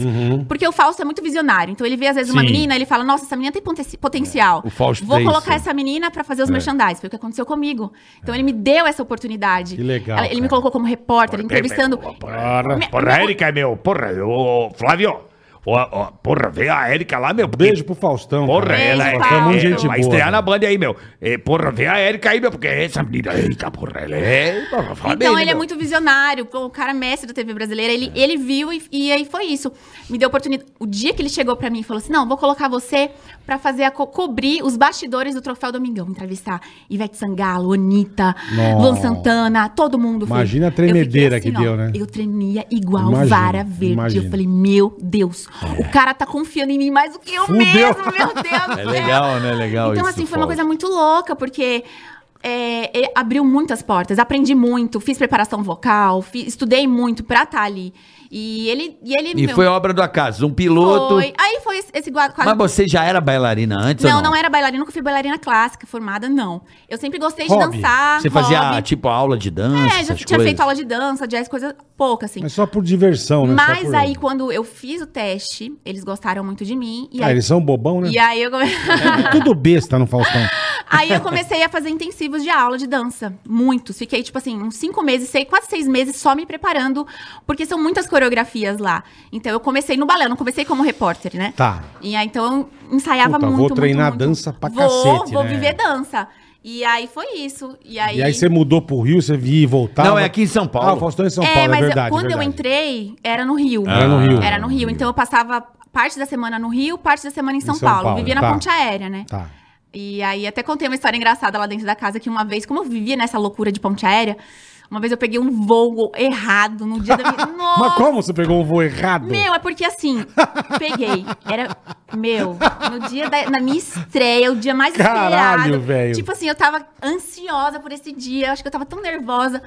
Speaker 4: Porque o Fausto é muito visionário. Então ele vê, às vezes, uma
Speaker 2: Uhum. Sim.
Speaker 4: menina, ele fala: nossa, essa menina tem ponte- potencial.
Speaker 3: O Fausto
Speaker 4: Vou
Speaker 3: é
Speaker 4: colocar
Speaker 3: isso.
Speaker 4: essa menina pra
Speaker 2: É.
Speaker 4: fazer os merchandise. Foi o que aconteceu comigo. Então ele me deu essa oportunidade.
Speaker 2: Que legal,
Speaker 4: Ela- Ele me
Speaker 2: cara.
Speaker 4: colocou como repórter, entrevistando.
Speaker 2: Porra.
Speaker 4: Me-
Speaker 5: Porra, a Erika, meu. Porra, ô, Flávio. Ó, ó, porra, vê a Erika lá, meu. porque-
Speaker 2: Beijo pro Faustão.
Speaker 5: Porra,
Speaker 2: cara.
Speaker 5: ela é,
Speaker 4: Beijo, Paulo.
Speaker 5: é
Speaker 2: muito gente
Speaker 5: vai
Speaker 2: boa,
Speaker 5: estrear
Speaker 2: né?
Speaker 5: na Band aí, meu. É, porra, vê a Erika aí, meu, porque essa menina, eita, porra, ela é. Porra, fala
Speaker 4: Então
Speaker 5: dele,
Speaker 2: né,
Speaker 4: ele é
Speaker 5: meu.
Speaker 4: muito visionário, pô, o cara é mestre da TV brasileira, ele, ele viu e, e aí foi isso. Me deu oportunidade. O dia que ele chegou pra mim e falou assim: "Não, vou colocar você pra fazer a co- cobrir os bastidores do Troféu Domingão, entrevistar Ivete Sangalo, Anitta,
Speaker 2: Nossa.
Speaker 4: Luan Santana, todo mundo". Eu falei-
Speaker 2: Imagina a
Speaker 4: eu fiquei assim,
Speaker 2: tremedeira que
Speaker 4: ó,
Speaker 2: deu, né?
Speaker 4: Eu tremia igual
Speaker 2: Imagino,
Speaker 4: vara verde.
Speaker 2: imagino.
Speaker 4: Eu falei: "Meu Deus, o cara tá confiando em mim mais do que eu
Speaker 2: É. Fudeu.
Speaker 4: mesmo,
Speaker 2: [laughs]
Speaker 4: meu Deus". do
Speaker 3: É
Speaker 4: céu."
Speaker 3: legal, né? Legal
Speaker 4: Então,
Speaker 3: isso,
Speaker 4: assim, foi uma
Speaker 3: Fausto.
Speaker 4: coisa muito louca, porque é, ele abriu muitas portas, aprendi muito, fiz preparação vocal, fi- estudei muito pra estar ali. E ele. E, ele,
Speaker 3: E
Speaker 4: meu,
Speaker 3: foi obra do acaso, um
Speaker 4: foi.
Speaker 3: piloto.
Speaker 4: Aí foi esse, esse gua- quadro.
Speaker 3: Mas você já era bailarina antes
Speaker 4: não,
Speaker 3: ou
Speaker 4: não, era bailarina, nunca fui bailarina clássica, formada, não. Eu sempre gostei de
Speaker 2: Hobby.
Speaker 4: dançar.
Speaker 3: Você fazia,
Speaker 4: hobby.
Speaker 3: tipo, aula de dança,
Speaker 4: É, já
Speaker 3: essas
Speaker 4: tinha
Speaker 3: coisas?
Speaker 4: feito aula de dança, jazz, coisa pouca, assim.
Speaker 2: É só por diversão, né? Só
Speaker 4: Mas
Speaker 2: por-
Speaker 4: aí, quando eu fiz o teste, eles gostaram muito de mim. E
Speaker 2: Ah,
Speaker 4: aí,
Speaker 2: eles são bobão, né? É
Speaker 4: e aí eu comecei.
Speaker 2: Tudo besta no Faustão.
Speaker 4: Aí eu comecei a fazer intensivos de aula de dança. Muitos. Fiquei, tipo assim, uns cinco meses, sei, quase seis meses só me preparando, porque são muitas coreografias lá. Então eu comecei no balé, eu não comecei como repórter, né?
Speaker 2: Tá.
Speaker 4: E aí então eu ensaiava
Speaker 2: Puta, vou
Speaker 4: muito. muito,
Speaker 2: treinar
Speaker 4: muito.
Speaker 2: dança pra
Speaker 4: vou,
Speaker 2: cacete,
Speaker 4: Vou
Speaker 2: né?
Speaker 4: viver dança. E aí foi isso. E aí.
Speaker 2: E aí você mudou pro Rio, você via e voltava.
Speaker 3: Não, é aqui em São Paulo.
Speaker 2: Ah, o Faustão em São
Speaker 4: é,
Speaker 2: Paulo,
Speaker 4: mas
Speaker 2: é
Speaker 4: eu-
Speaker 2: verdade.
Speaker 4: quando
Speaker 2: é
Speaker 4: eu
Speaker 2: verdade.
Speaker 4: entrei, era no Rio.
Speaker 2: Era no Rio.
Speaker 4: Era no Rio. Então eu passava parte da semana no Rio, parte da semana em São,
Speaker 2: São
Speaker 4: Paulo.
Speaker 2: Paulo,
Speaker 4: Vivia
Speaker 2: tá.
Speaker 4: na ponte aérea, né?
Speaker 2: Tá.
Speaker 4: E aí até contei uma história engraçada lá dentro da casa que uma vez, como eu vivia nessa loucura de ponte aérea, uma vez eu peguei um voo errado no dia da minha.
Speaker 2: [laughs]
Speaker 4: Nossa!
Speaker 2: Mas como você pegou o voo errado?
Speaker 4: Meu, é porque assim, peguei. Era. Meu, no dia da na minha estreia, o dia mais
Speaker 2: Caralho,
Speaker 4: esperado.
Speaker 2: velho.
Speaker 4: Tipo assim, eu tava ansiosa por esse dia, eu acho que eu tava tão nervosa.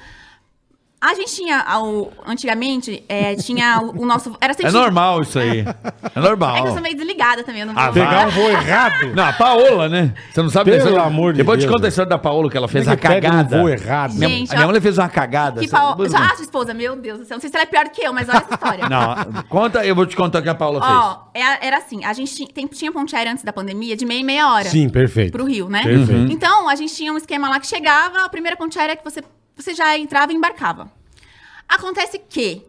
Speaker 4: A gente tinha, ao- antigamente, é, tinha o, o nosso. Era sempre.
Speaker 3: É normal isso
Speaker 4: [laughs]
Speaker 3: aí. É
Speaker 4: É que eu
Speaker 3: normal.
Speaker 4: sou meio desligada também, eu não
Speaker 3: Ah,
Speaker 4: vou-
Speaker 2: Pegar um voo errado?
Speaker 3: Não, a Paola, né? Você não sabe
Speaker 2: Pelo
Speaker 3: dessa-
Speaker 2: amor de
Speaker 3: Depois te
Speaker 2: Deus,
Speaker 3: conta a
Speaker 2: velho.
Speaker 3: história da Paola que ela fez
Speaker 2: Como
Speaker 3: a
Speaker 2: é que pega um
Speaker 3: cagada.
Speaker 2: voo errado?
Speaker 3: Minha,
Speaker 4: Gente,
Speaker 3: a minha
Speaker 4: ó.
Speaker 3: mulher fez uma cagada.
Speaker 4: Que
Speaker 3: sabe?
Speaker 4: Paola. Ah, sua esposa, meu Deus do céu. Não sei se ela é pior que eu, mas olha essa história.
Speaker 3: [laughs]
Speaker 4: [laughs]
Speaker 3: Não, conta, eu vou te contar o que a Paola fez.
Speaker 4: ah, Ó, é- era assim, a gente tinha, tem- tinha ponte aérea antes da pandemia de meia e meia hora.
Speaker 2: Sim, perfeito.
Speaker 4: Pro Rio, né?
Speaker 2: Perfeito.
Speaker 4: Então, a gente tinha um esquema lá que chegava, a primeira ponte aérea que você, você já entrava e embarcava. Acontece que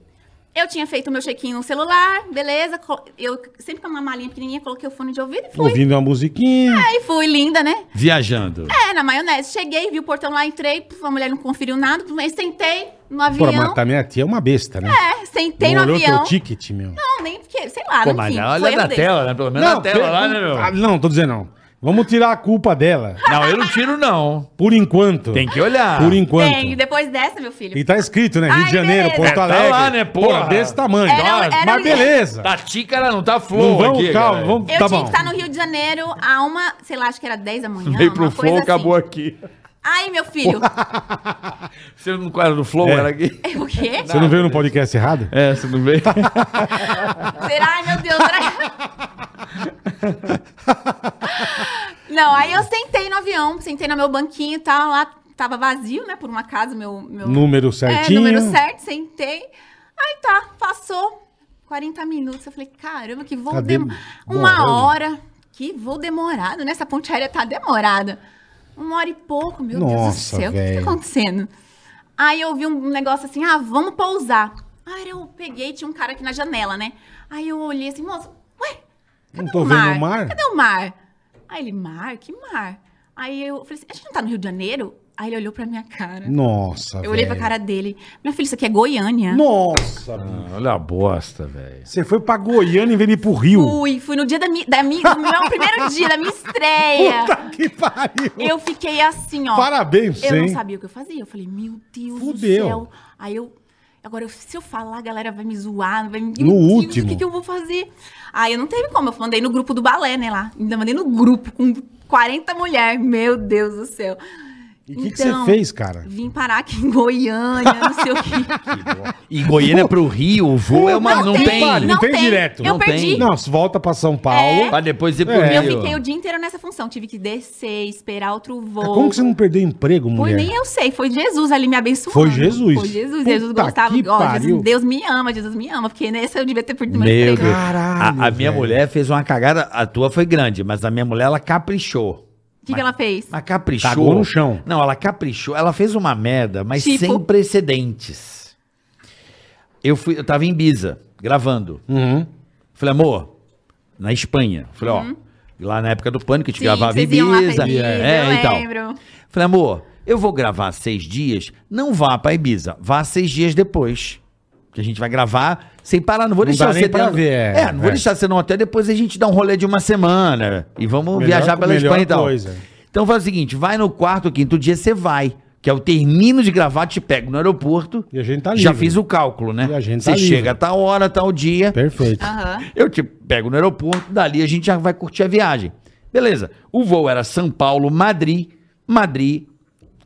Speaker 4: eu tinha feito o meu check-in no celular, beleza. co- Eu sempre com uma malinha pequenininha, coloquei o fone de ouvido e fui.
Speaker 2: Ouvindo uma musiquinha.
Speaker 4: Aí fui, linda, né?
Speaker 3: Viajando.
Speaker 4: É, na maionese. Cheguei, vi o portão lá, entrei, puf, a mulher não conferiu nada, aí sentei
Speaker 2: Pô,
Speaker 4: no
Speaker 2: mas
Speaker 4: avião.
Speaker 2: também a tia é uma besta, né?
Speaker 4: É, sentei
Speaker 2: Não
Speaker 4: no
Speaker 2: olhou
Speaker 4: avião.
Speaker 2: teu ticket, meu.
Speaker 4: Não, nem porque, sei lá,
Speaker 3: Pô,
Speaker 4: não
Speaker 3: mas
Speaker 4: enfim.
Speaker 3: olha
Speaker 4: foi
Speaker 3: na
Speaker 4: erro dele.
Speaker 3: tela, né? Pelo menos na tela
Speaker 2: pelo-
Speaker 3: lá, né, meu?
Speaker 2: Ah, não, tô dizendo não. Vamos tirar a culpa dela.
Speaker 3: Não, eu não tiro, não.
Speaker 2: Por enquanto.
Speaker 3: Tem que olhar.
Speaker 2: Por enquanto.
Speaker 4: Tem, e depois dessa, meu filho.
Speaker 2: E tá escrito, né? Rio
Speaker 4: Ai,
Speaker 2: de Janeiro,
Speaker 4: beleza.
Speaker 2: Porto
Speaker 3: É, tá
Speaker 2: Alegre.
Speaker 3: lá, né, porra?
Speaker 2: desse tamanho.
Speaker 4: Era- era-
Speaker 2: Mas beleza.
Speaker 3: Tá tícara, não tá
Speaker 2: Não
Speaker 3: flor
Speaker 2: vamos,
Speaker 3: aqui,
Speaker 2: calma,
Speaker 3: cara.
Speaker 2: vamos.
Speaker 4: Eu
Speaker 2: tá
Speaker 4: tinha
Speaker 2: bom.
Speaker 4: que estar no Rio de Janeiro a uma, sei lá, acho que era 10 da manhã.
Speaker 3: Veio
Speaker 4: uma
Speaker 3: pro
Speaker 4: coisa
Speaker 3: flow,
Speaker 4: assim.
Speaker 3: acabou aqui.
Speaker 4: Ai, meu filho. [laughs]
Speaker 3: Você não era do flow,
Speaker 2: É.
Speaker 3: era aqui?
Speaker 4: o quê?
Speaker 3: tá,
Speaker 2: Você não veio no podcast errado?
Speaker 3: É, você
Speaker 2: [laughs]
Speaker 3: não veio?
Speaker 4: Será? Ai, meu Deus. Será?
Speaker 3: [laughs]
Speaker 4: não, aí eu sentei no avião, sentei no meu banquinho e tal, lá tava vazio, né, por um acaso, meu... meu...
Speaker 2: Número certinho.
Speaker 4: É, número certo, sentei. Aí tá, passou 40 minutos. Eu falei, caramba, que voo
Speaker 2: Cadê?
Speaker 4: dem... Uma
Speaker 2: Morando.
Speaker 4: hora. Que voo demorado, né? Essa ponte aérea tá demorada. Uma hora e pouco, meu Deus do
Speaker 2: Nossa,
Speaker 4: céu. O que tá que
Speaker 2: velho.
Speaker 4: tá acontecendo? Aí eu vi um negócio assim, ah, vamos pousar. Aí eu peguei, tinha um cara aqui na janela, né? Aí eu olhei assim, moço, ué, cadê
Speaker 2: Não tô
Speaker 4: o
Speaker 2: vendo
Speaker 4: mar?
Speaker 2: o mar?
Speaker 4: Cadê o mar? Aí ele, mar? Que mar? Aí eu falei assim, a gente não tá no Rio de Janeiro? Aí ele olhou pra minha cara.
Speaker 2: Nossa,
Speaker 4: eu olhei pra cara dele. Meu filho, isso aqui é Goiânia.
Speaker 2: Nossa, bicho.
Speaker 3: Olha a bosta, velho.
Speaker 2: Você foi pra Goiânia e veio pro Rio.
Speaker 4: Fui, fui no dia da minha, da minha, do meu
Speaker 2: [laughs]
Speaker 4: primeiro dia, da minha estreia.
Speaker 2: Puta [laughs] que pariu.
Speaker 4: Eu fiquei assim, ó.
Speaker 2: Parabéns,
Speaker 4: Eu não
Speaker 2: hein?
Speaker 4: sabia o que eu fazia. Eu falei, meu Deus
Speaker 2: Fudeu.
Speaker 4: do céu. Aí eu. Agora, se eu falar, a galera vai me zoar. Vai me...
Speaker 2: No
Speaker 4: Meu Deus,
Speaker 2: último.
Speaker 4: O que, que eu vou fazer? Aí eu não teve como. Eu mandei no grupo do balé, né? Lá. Ainda mandei no grupo com 40 mulheres. Meu Deus do céu. Então,
Speaker 2: E o que, que você fez, cara?
Speaker 4: Vim parar aqui em Goiânia, não sei o
Speaker 3: [laughs]
Speaker 4: que.
Speaker 3: E Goiânia é pro Rio, o
Speaker 4: Uh,
Speaker 3: voo é uma. Não,
Speaker 2: tem,
Speaker 3: tem.
Speaker 2: não tem direto.
Speaker 4: Eu
Speaker 3: Não
Speaker 4: perdi.
Speaker 3: tem.
Speaker 2: Não, volta pra São Paulo.
Speaker 3: Pra depois ir pro
Speaker 2: É.
Speaker 4: Eu
Speaker 3: Rio.
Speaker 4: fiquei o dia inteiro nessa função. Tive que descer, esperar outro voo.
Speaker 2: Cara, É Como que você não perdeu emprego,
Speaker 4: Foi
Speaker 2: mulher?
Speaker 4: nem é. eu sei, foi Jesus ali me abençoando.
Speaker 2: Foi Jesus.
Speaker 4: Foi Jesus,
Speaker 2: Puta
Speaker 4: Jesus gostava.
Speaker 2: que
Speaker 4: Ó,
Speaker 2: pariu.
Speaker 4: Jesus, Deus me ama, Jesus me ama, porque nesse eu devia ter perdido meu
Speaker 3: Meu
Speaker 4: emprego.
Speaker 3: Deus.
Speaker 2: Caralho,
Speaker 3: a, a minha
Speaker 2: velho.
Speaker 3: mulher fez uma cagada, a tua foi grande, mas a minha mulher, ela caprichou.
Speaker 4: O que, que ela fez?
Speaker 3: Mas caprichou.
Speaker 2: Cagou no chão.
Speaker 3: Não, ela caprichou. Ela fez uma merda, mas
Speaker 4: Tipo?
Speaker 3: sem precedentes. Eu fui, eu tava em Ibiza, gravando.
Speaker 2: Uhum.
Speaker 3: Falei, amor, na Espanha. Falei, ó, lá na época do pânico, a gente gravava em
Speaker 4: vocês iam lá pra
Speaker 3: Ibiza.
Speaker 4: Ibiza,
Speaker 3: É,
Speaker 4: eu
Speaker 2: então.
Speaker 3: e tal.
Speaker 4: lembro.
Speaker 3: Falei, amor, eu vou gravar seis dias, não vá pra Ibiza, vá seis dias depois. Que a gente vai gravar sem parar, não vou
Speaker 2: Não
Speaker 3: deixar
Speaker 2: dá
Speaker 3: você
Speaker 2: nem pra
Speaker 3: dentro-
Speaker 2: ver, é.
Speaker 3: É, não vou
Speaker 2: É.
Speaker 3: deixar você no hotel, depois a gente dá um rolê de uma semana e vamos
Speaker 2: Melhor-
Speaker 3: viajar pela
Speaker 2: melhor
Speaker 3: Espanha e tal.
Speaker 2: coisa.
Speaker 3: Então faz o seguinte, vai no quarto, quinto dia você vai, que é o termino de gravar, te pego no aeroporto.
Speaker 2: E a gente tá
Speaker 3: Já
Speaker 2: livre.
Speaker 3: fiz o cálculo, né?
Speaker 2: E a gente
Speaker 3: você
Speaker 2: tá livre.
Speaker 3: chega a tal hora, tal dia.
Speaker 2: Perfeito.
Speaker 3: Ah.
Speaker 4: Aham.
Speaker 3: Eu te pego no aeroporto, dali a gente já vai curtir a viagem. Beleza. O voo era São Paulo, Madrid, Madrid,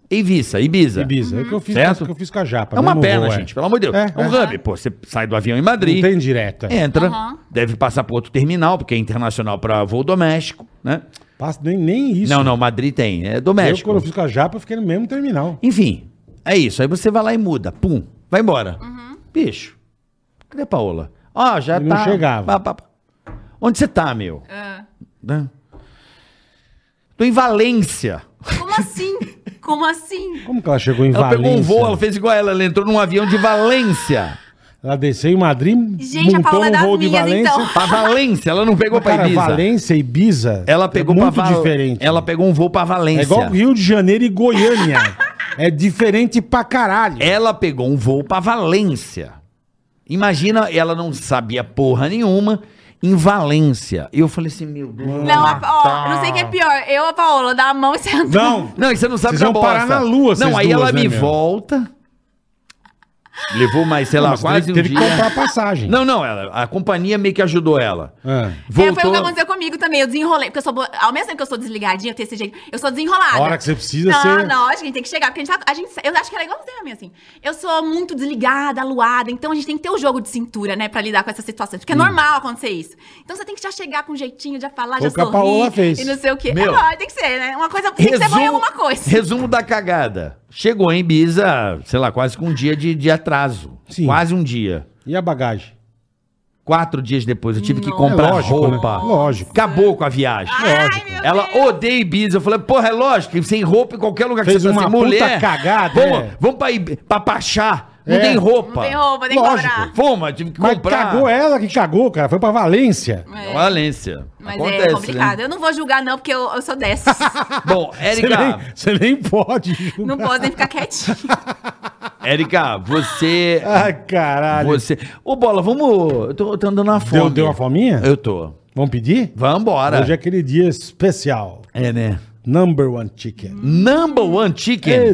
Speaker 3: Ibiza, Ibiza.
Speaker 2: Ibiza, é o que eu fiz,
Speaker 3: Certo?
Speaker 2: é o que eu fiz com a japa.
Speaker 3: É uma
Speaker 2: mesmo
Speaker 3: perna,
Speaker 2: voo, é.
Speaker 3: gente, pelo amor de Deus.
Speaker 2: É,
Speaker 3: É, um
Speaker 2: é.
Speaker 3: hub. Pô, você sai do avião em
Speaker 2: Não
Speaker 3: Madrid, É.
Speaker 2: tem é. direta.
Speaker 3: entra,
Speaker 4: Aham.
Speaker 3: deve passar por outro terminal, porque é internacional para voo doméstico, né?
Speaker 2: Passa nem, nem isso.
Speaker 3: Não, não, Madrid tem, é
Speaker 2: Eu,
Speaker 3: doméstico.
Speaker 2: quando eu fiz com a japa, eu fiquei no mesmo terminal.
Speaker 3: Enfim, é isso. Aí você vai lá e muda. Pum, vai embora. Bicho, cadê a Paola? Ó, já
Speaker 2: E não
Speaker 3: tá.
Speaker 2: chegava.
Speaker 3: pá, pá, pá. Onde você tá, meu?
Speaker 4: Ah.
Speaker 3: Né? Tô em Valência.
Speaker 4: Como assim? Como assim?
Speaker 2: Como que ela chegou em
Speaker 3: Ela
Speaker 2: Valência?
Speaker 3: pegou um voo, ela fez igual ela, ela entrou num avião de Valência.
Speaker 2: Ela desceu em Madrid,
Speaker 4: Gente, a
Speaker 2: montou
Speaker 4: Paola é
Speaker 2: no
Speaker 4: das
Speaker 2: voo de
Speaker 4: minhas,
Speaker 2: Valência.
Speaker 4: então.
Speaker 3: Pra Valência, ela não pegou pra
Speaker 2: Cara,
Speaker 3: Ibiza.
Speaker 2: Valência e Ibiza
Speaker 3: Ela pegou
Speaker 2: é muito
Speaker 3: pra Val-
Speaker 2: diferente.
Speaker 3: Ela pegou um voo pra Valência.
Speaker 2: É igual Rio de Janeiro e Goiânia. é diferente pra caralho.
Speaker 3: Ela pegou um voo pra Valência. Imagina, ela não sabia porra nenhuma em Valência. E eu falei assim, meu Deus.
Speaker 4: Não, a, ó, não sei o que é pior. Eu, a Paola, dar a mão e você andar.
Speaker 2: Não,
Speaker 3: Não, e você não sabe
Speaker 2: Vocês vão
Speaker 3: bosta.
Speaker 2: parar na lua,
Speaker 3: Não,
Speaker 2: vocês
Speaker 3: aí
Speaker 2: duas,
Speaker 3: ela
Speaker 2: né,
Speaker 3: me
Speaker 2: meu?
Speaker 3: volta. Levou mais, sei lá,
Speaker 2: mas
Speaker 3: quase
Speaker 2: teve,
Speaker 3: um
Speaker 2: teve
Speaker 3: dia.
Speaker 2: que comprar a passagem.
Speaker 3: Não, não, ela, a companhia meio que ajudou ela.
Speaker 2: Ah.
Speaker 4: É, foi o que
Speaker 3: Voltou.
Speaker 4: aconteceu comigo também. Eu desenrolei, porque eu sou boa. Ao mesmo tempo que eu sou desligadinha, eu tenho esse jeito. Eu sou desenrolada.
Speaker 2: A hora que você precisa,
Speaker 4: não,
Speaker 2: você-
Speaker 4: Não, acho que a gente tem que chegar. Porque a gente tá. A gente, eu acho que ela é igualzinha a mim, assim. Eu sou muito desligada, aluada. Então a gente tem que ter o jogo de cintura, né, pra lidar com essas
Speaker 2: Hum.
Speaker 4: situações. Porque é normal acontecer isso. Então você tem que já chegar com um jeitinho, já falar,
Speaker 2: Foi
Speaker 4: já
Speaker 2: o que a
Speaker 4: sorrir.
Speaker 2: Paola fez.
Speaker 4: E não sei o quê.
Speaker 3: Meu.
Speaker 4: É lógico, tem que ser, né? Uma coisa. Tem que ser bom em alguma coisa.
Speaker 3: resumo da cagada. Chegou em Ibiza, sei lá, quase com um dia de, de atraso.
Speaker 2: Sim.
Speaker 3: Quase um dia.
Speaker 2: E a bagagem?
Speaker 3: Quatro dias depois eu tive que
Speaker 4: Não.
Speaker 3: comprar
Speaker 2: É lógico,
Speaker 3: roupa.
Speaker 2: né? Lógico.
Speaker 3: Acabou com a viagem.
Speaker 4: Ai, meu
Speaker 3: Ela
Speaker 4: Deus.
Speaker 3: odeia Ibiza. Eu falei, porra, é lógico, que sem roupa em qualquer lugar que
Speaker 2: Fez
Speaker 3: você
Speaker 2: uma
Speaker 3: assim,
Speaker 2: puta
Speaker 3: mulher.
Speaker 2: cagada,
Speaker 3: Vamos,
Speaker 2: é.
Speaker 3: vamos pra, Ibi- pra Pachá. Não
Speaker 2: É.
Speaker 3: tem roupa.
Speaker 4: Não tem roupa, tem que
Speaker 2: Lógico.
Speaker 4: cobrar.
Speaker 3: Fomos, tive que
Speaker 2: Mas
Speaker 3: comprar.
Speaker 2: cagou é. ela que cagou, cara. Foi pra Valência.
Speaker 4: É.
Speaker 3: Valência.
Speaker 4: Mas
Speaker 3: Acontece,
Speaker 4: é complicado.
Speaker 3: né?
Speaker 4: Eu não vou julgar, não, porque eu, eu sou
Speaker 2: [laughs]
Speaker 4: dessas.
Speaker 3: Bom,
Speaker 2: Você
Speaker 3: Érica,
Speaker 2: nem, você nem pode. Ju.
Speaker 4: não posso nem ficar quietinha.
Speaker 3: Érica,
Speaker 2: [laughs]
Speaker 3: você...
Speaker 2: Ai, caralho.
Speaker 3: Você. Ô, Bola, vamos. Eu tô, eu tô andando na fome.
Speaker 2: Deu, deu uma fominha?
Speaker 3: Eu tô.
Speaker 2: Vamos pedir?
Speaker 3: Vambora.
Speaker 2: Hoje é aquele dia especial.
Speaker 3: É, né?
Speaker 2: Number one chicken.
Speaker 3: Number one chicken.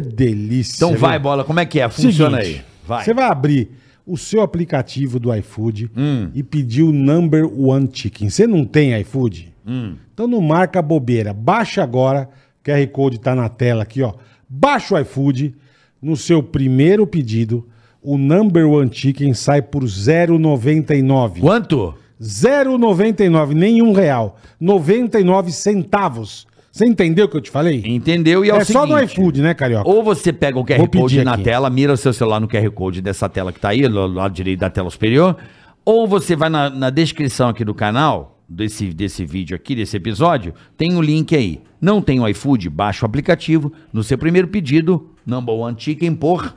Speaker 2: Que delícia.
Speaker 3: então
Speaker 2: É, viu?
Speaker 3: vai, Bola, como é que é? Funciona aí. Vai.
Speaker 2: Você vai abrir o seu aplicativo do iFood
Speaker 3: Hum.
Speaker 2: e pedir o Number One Chicken. Você não tem iFood?
Speaker 3: Hum.
Speaker 2: Então não marca bobeira. Baixa agora. O QR Code tá na tela aqui, ó. Baixa o iFood. No seu primeiro pedido, o Number One Chicken sai por 0,99.
Speaker 3: Quanto?
Speaker 2: 0,99, nenhum real. 99 centavos. Você entendeu o que eu te falei?
Speaker 3: Entendeu? E é,
Speaker 2: é
Speaker 3: o seguinte.
Speaker 2: só no iFood, né, Carioca?
Speaker 3: Ou você pega o QR
Speaker 2: Vou
Speaker 3: Code
Speaker 2: pedir
Speaker 3: na
Speaker 2: aqui.
Speaker 3: tela, mira o seu celular no QR Code dessa tela que tá aí, do lado direito da tela superior. Ou você vai na, na descrição aqui do canal, desse, desse vídeo aqui, desse episódio, tem o link aí. Não tem o iFood? Baixa o aplicativo. No seu primeiro pedido, Number One Chicken por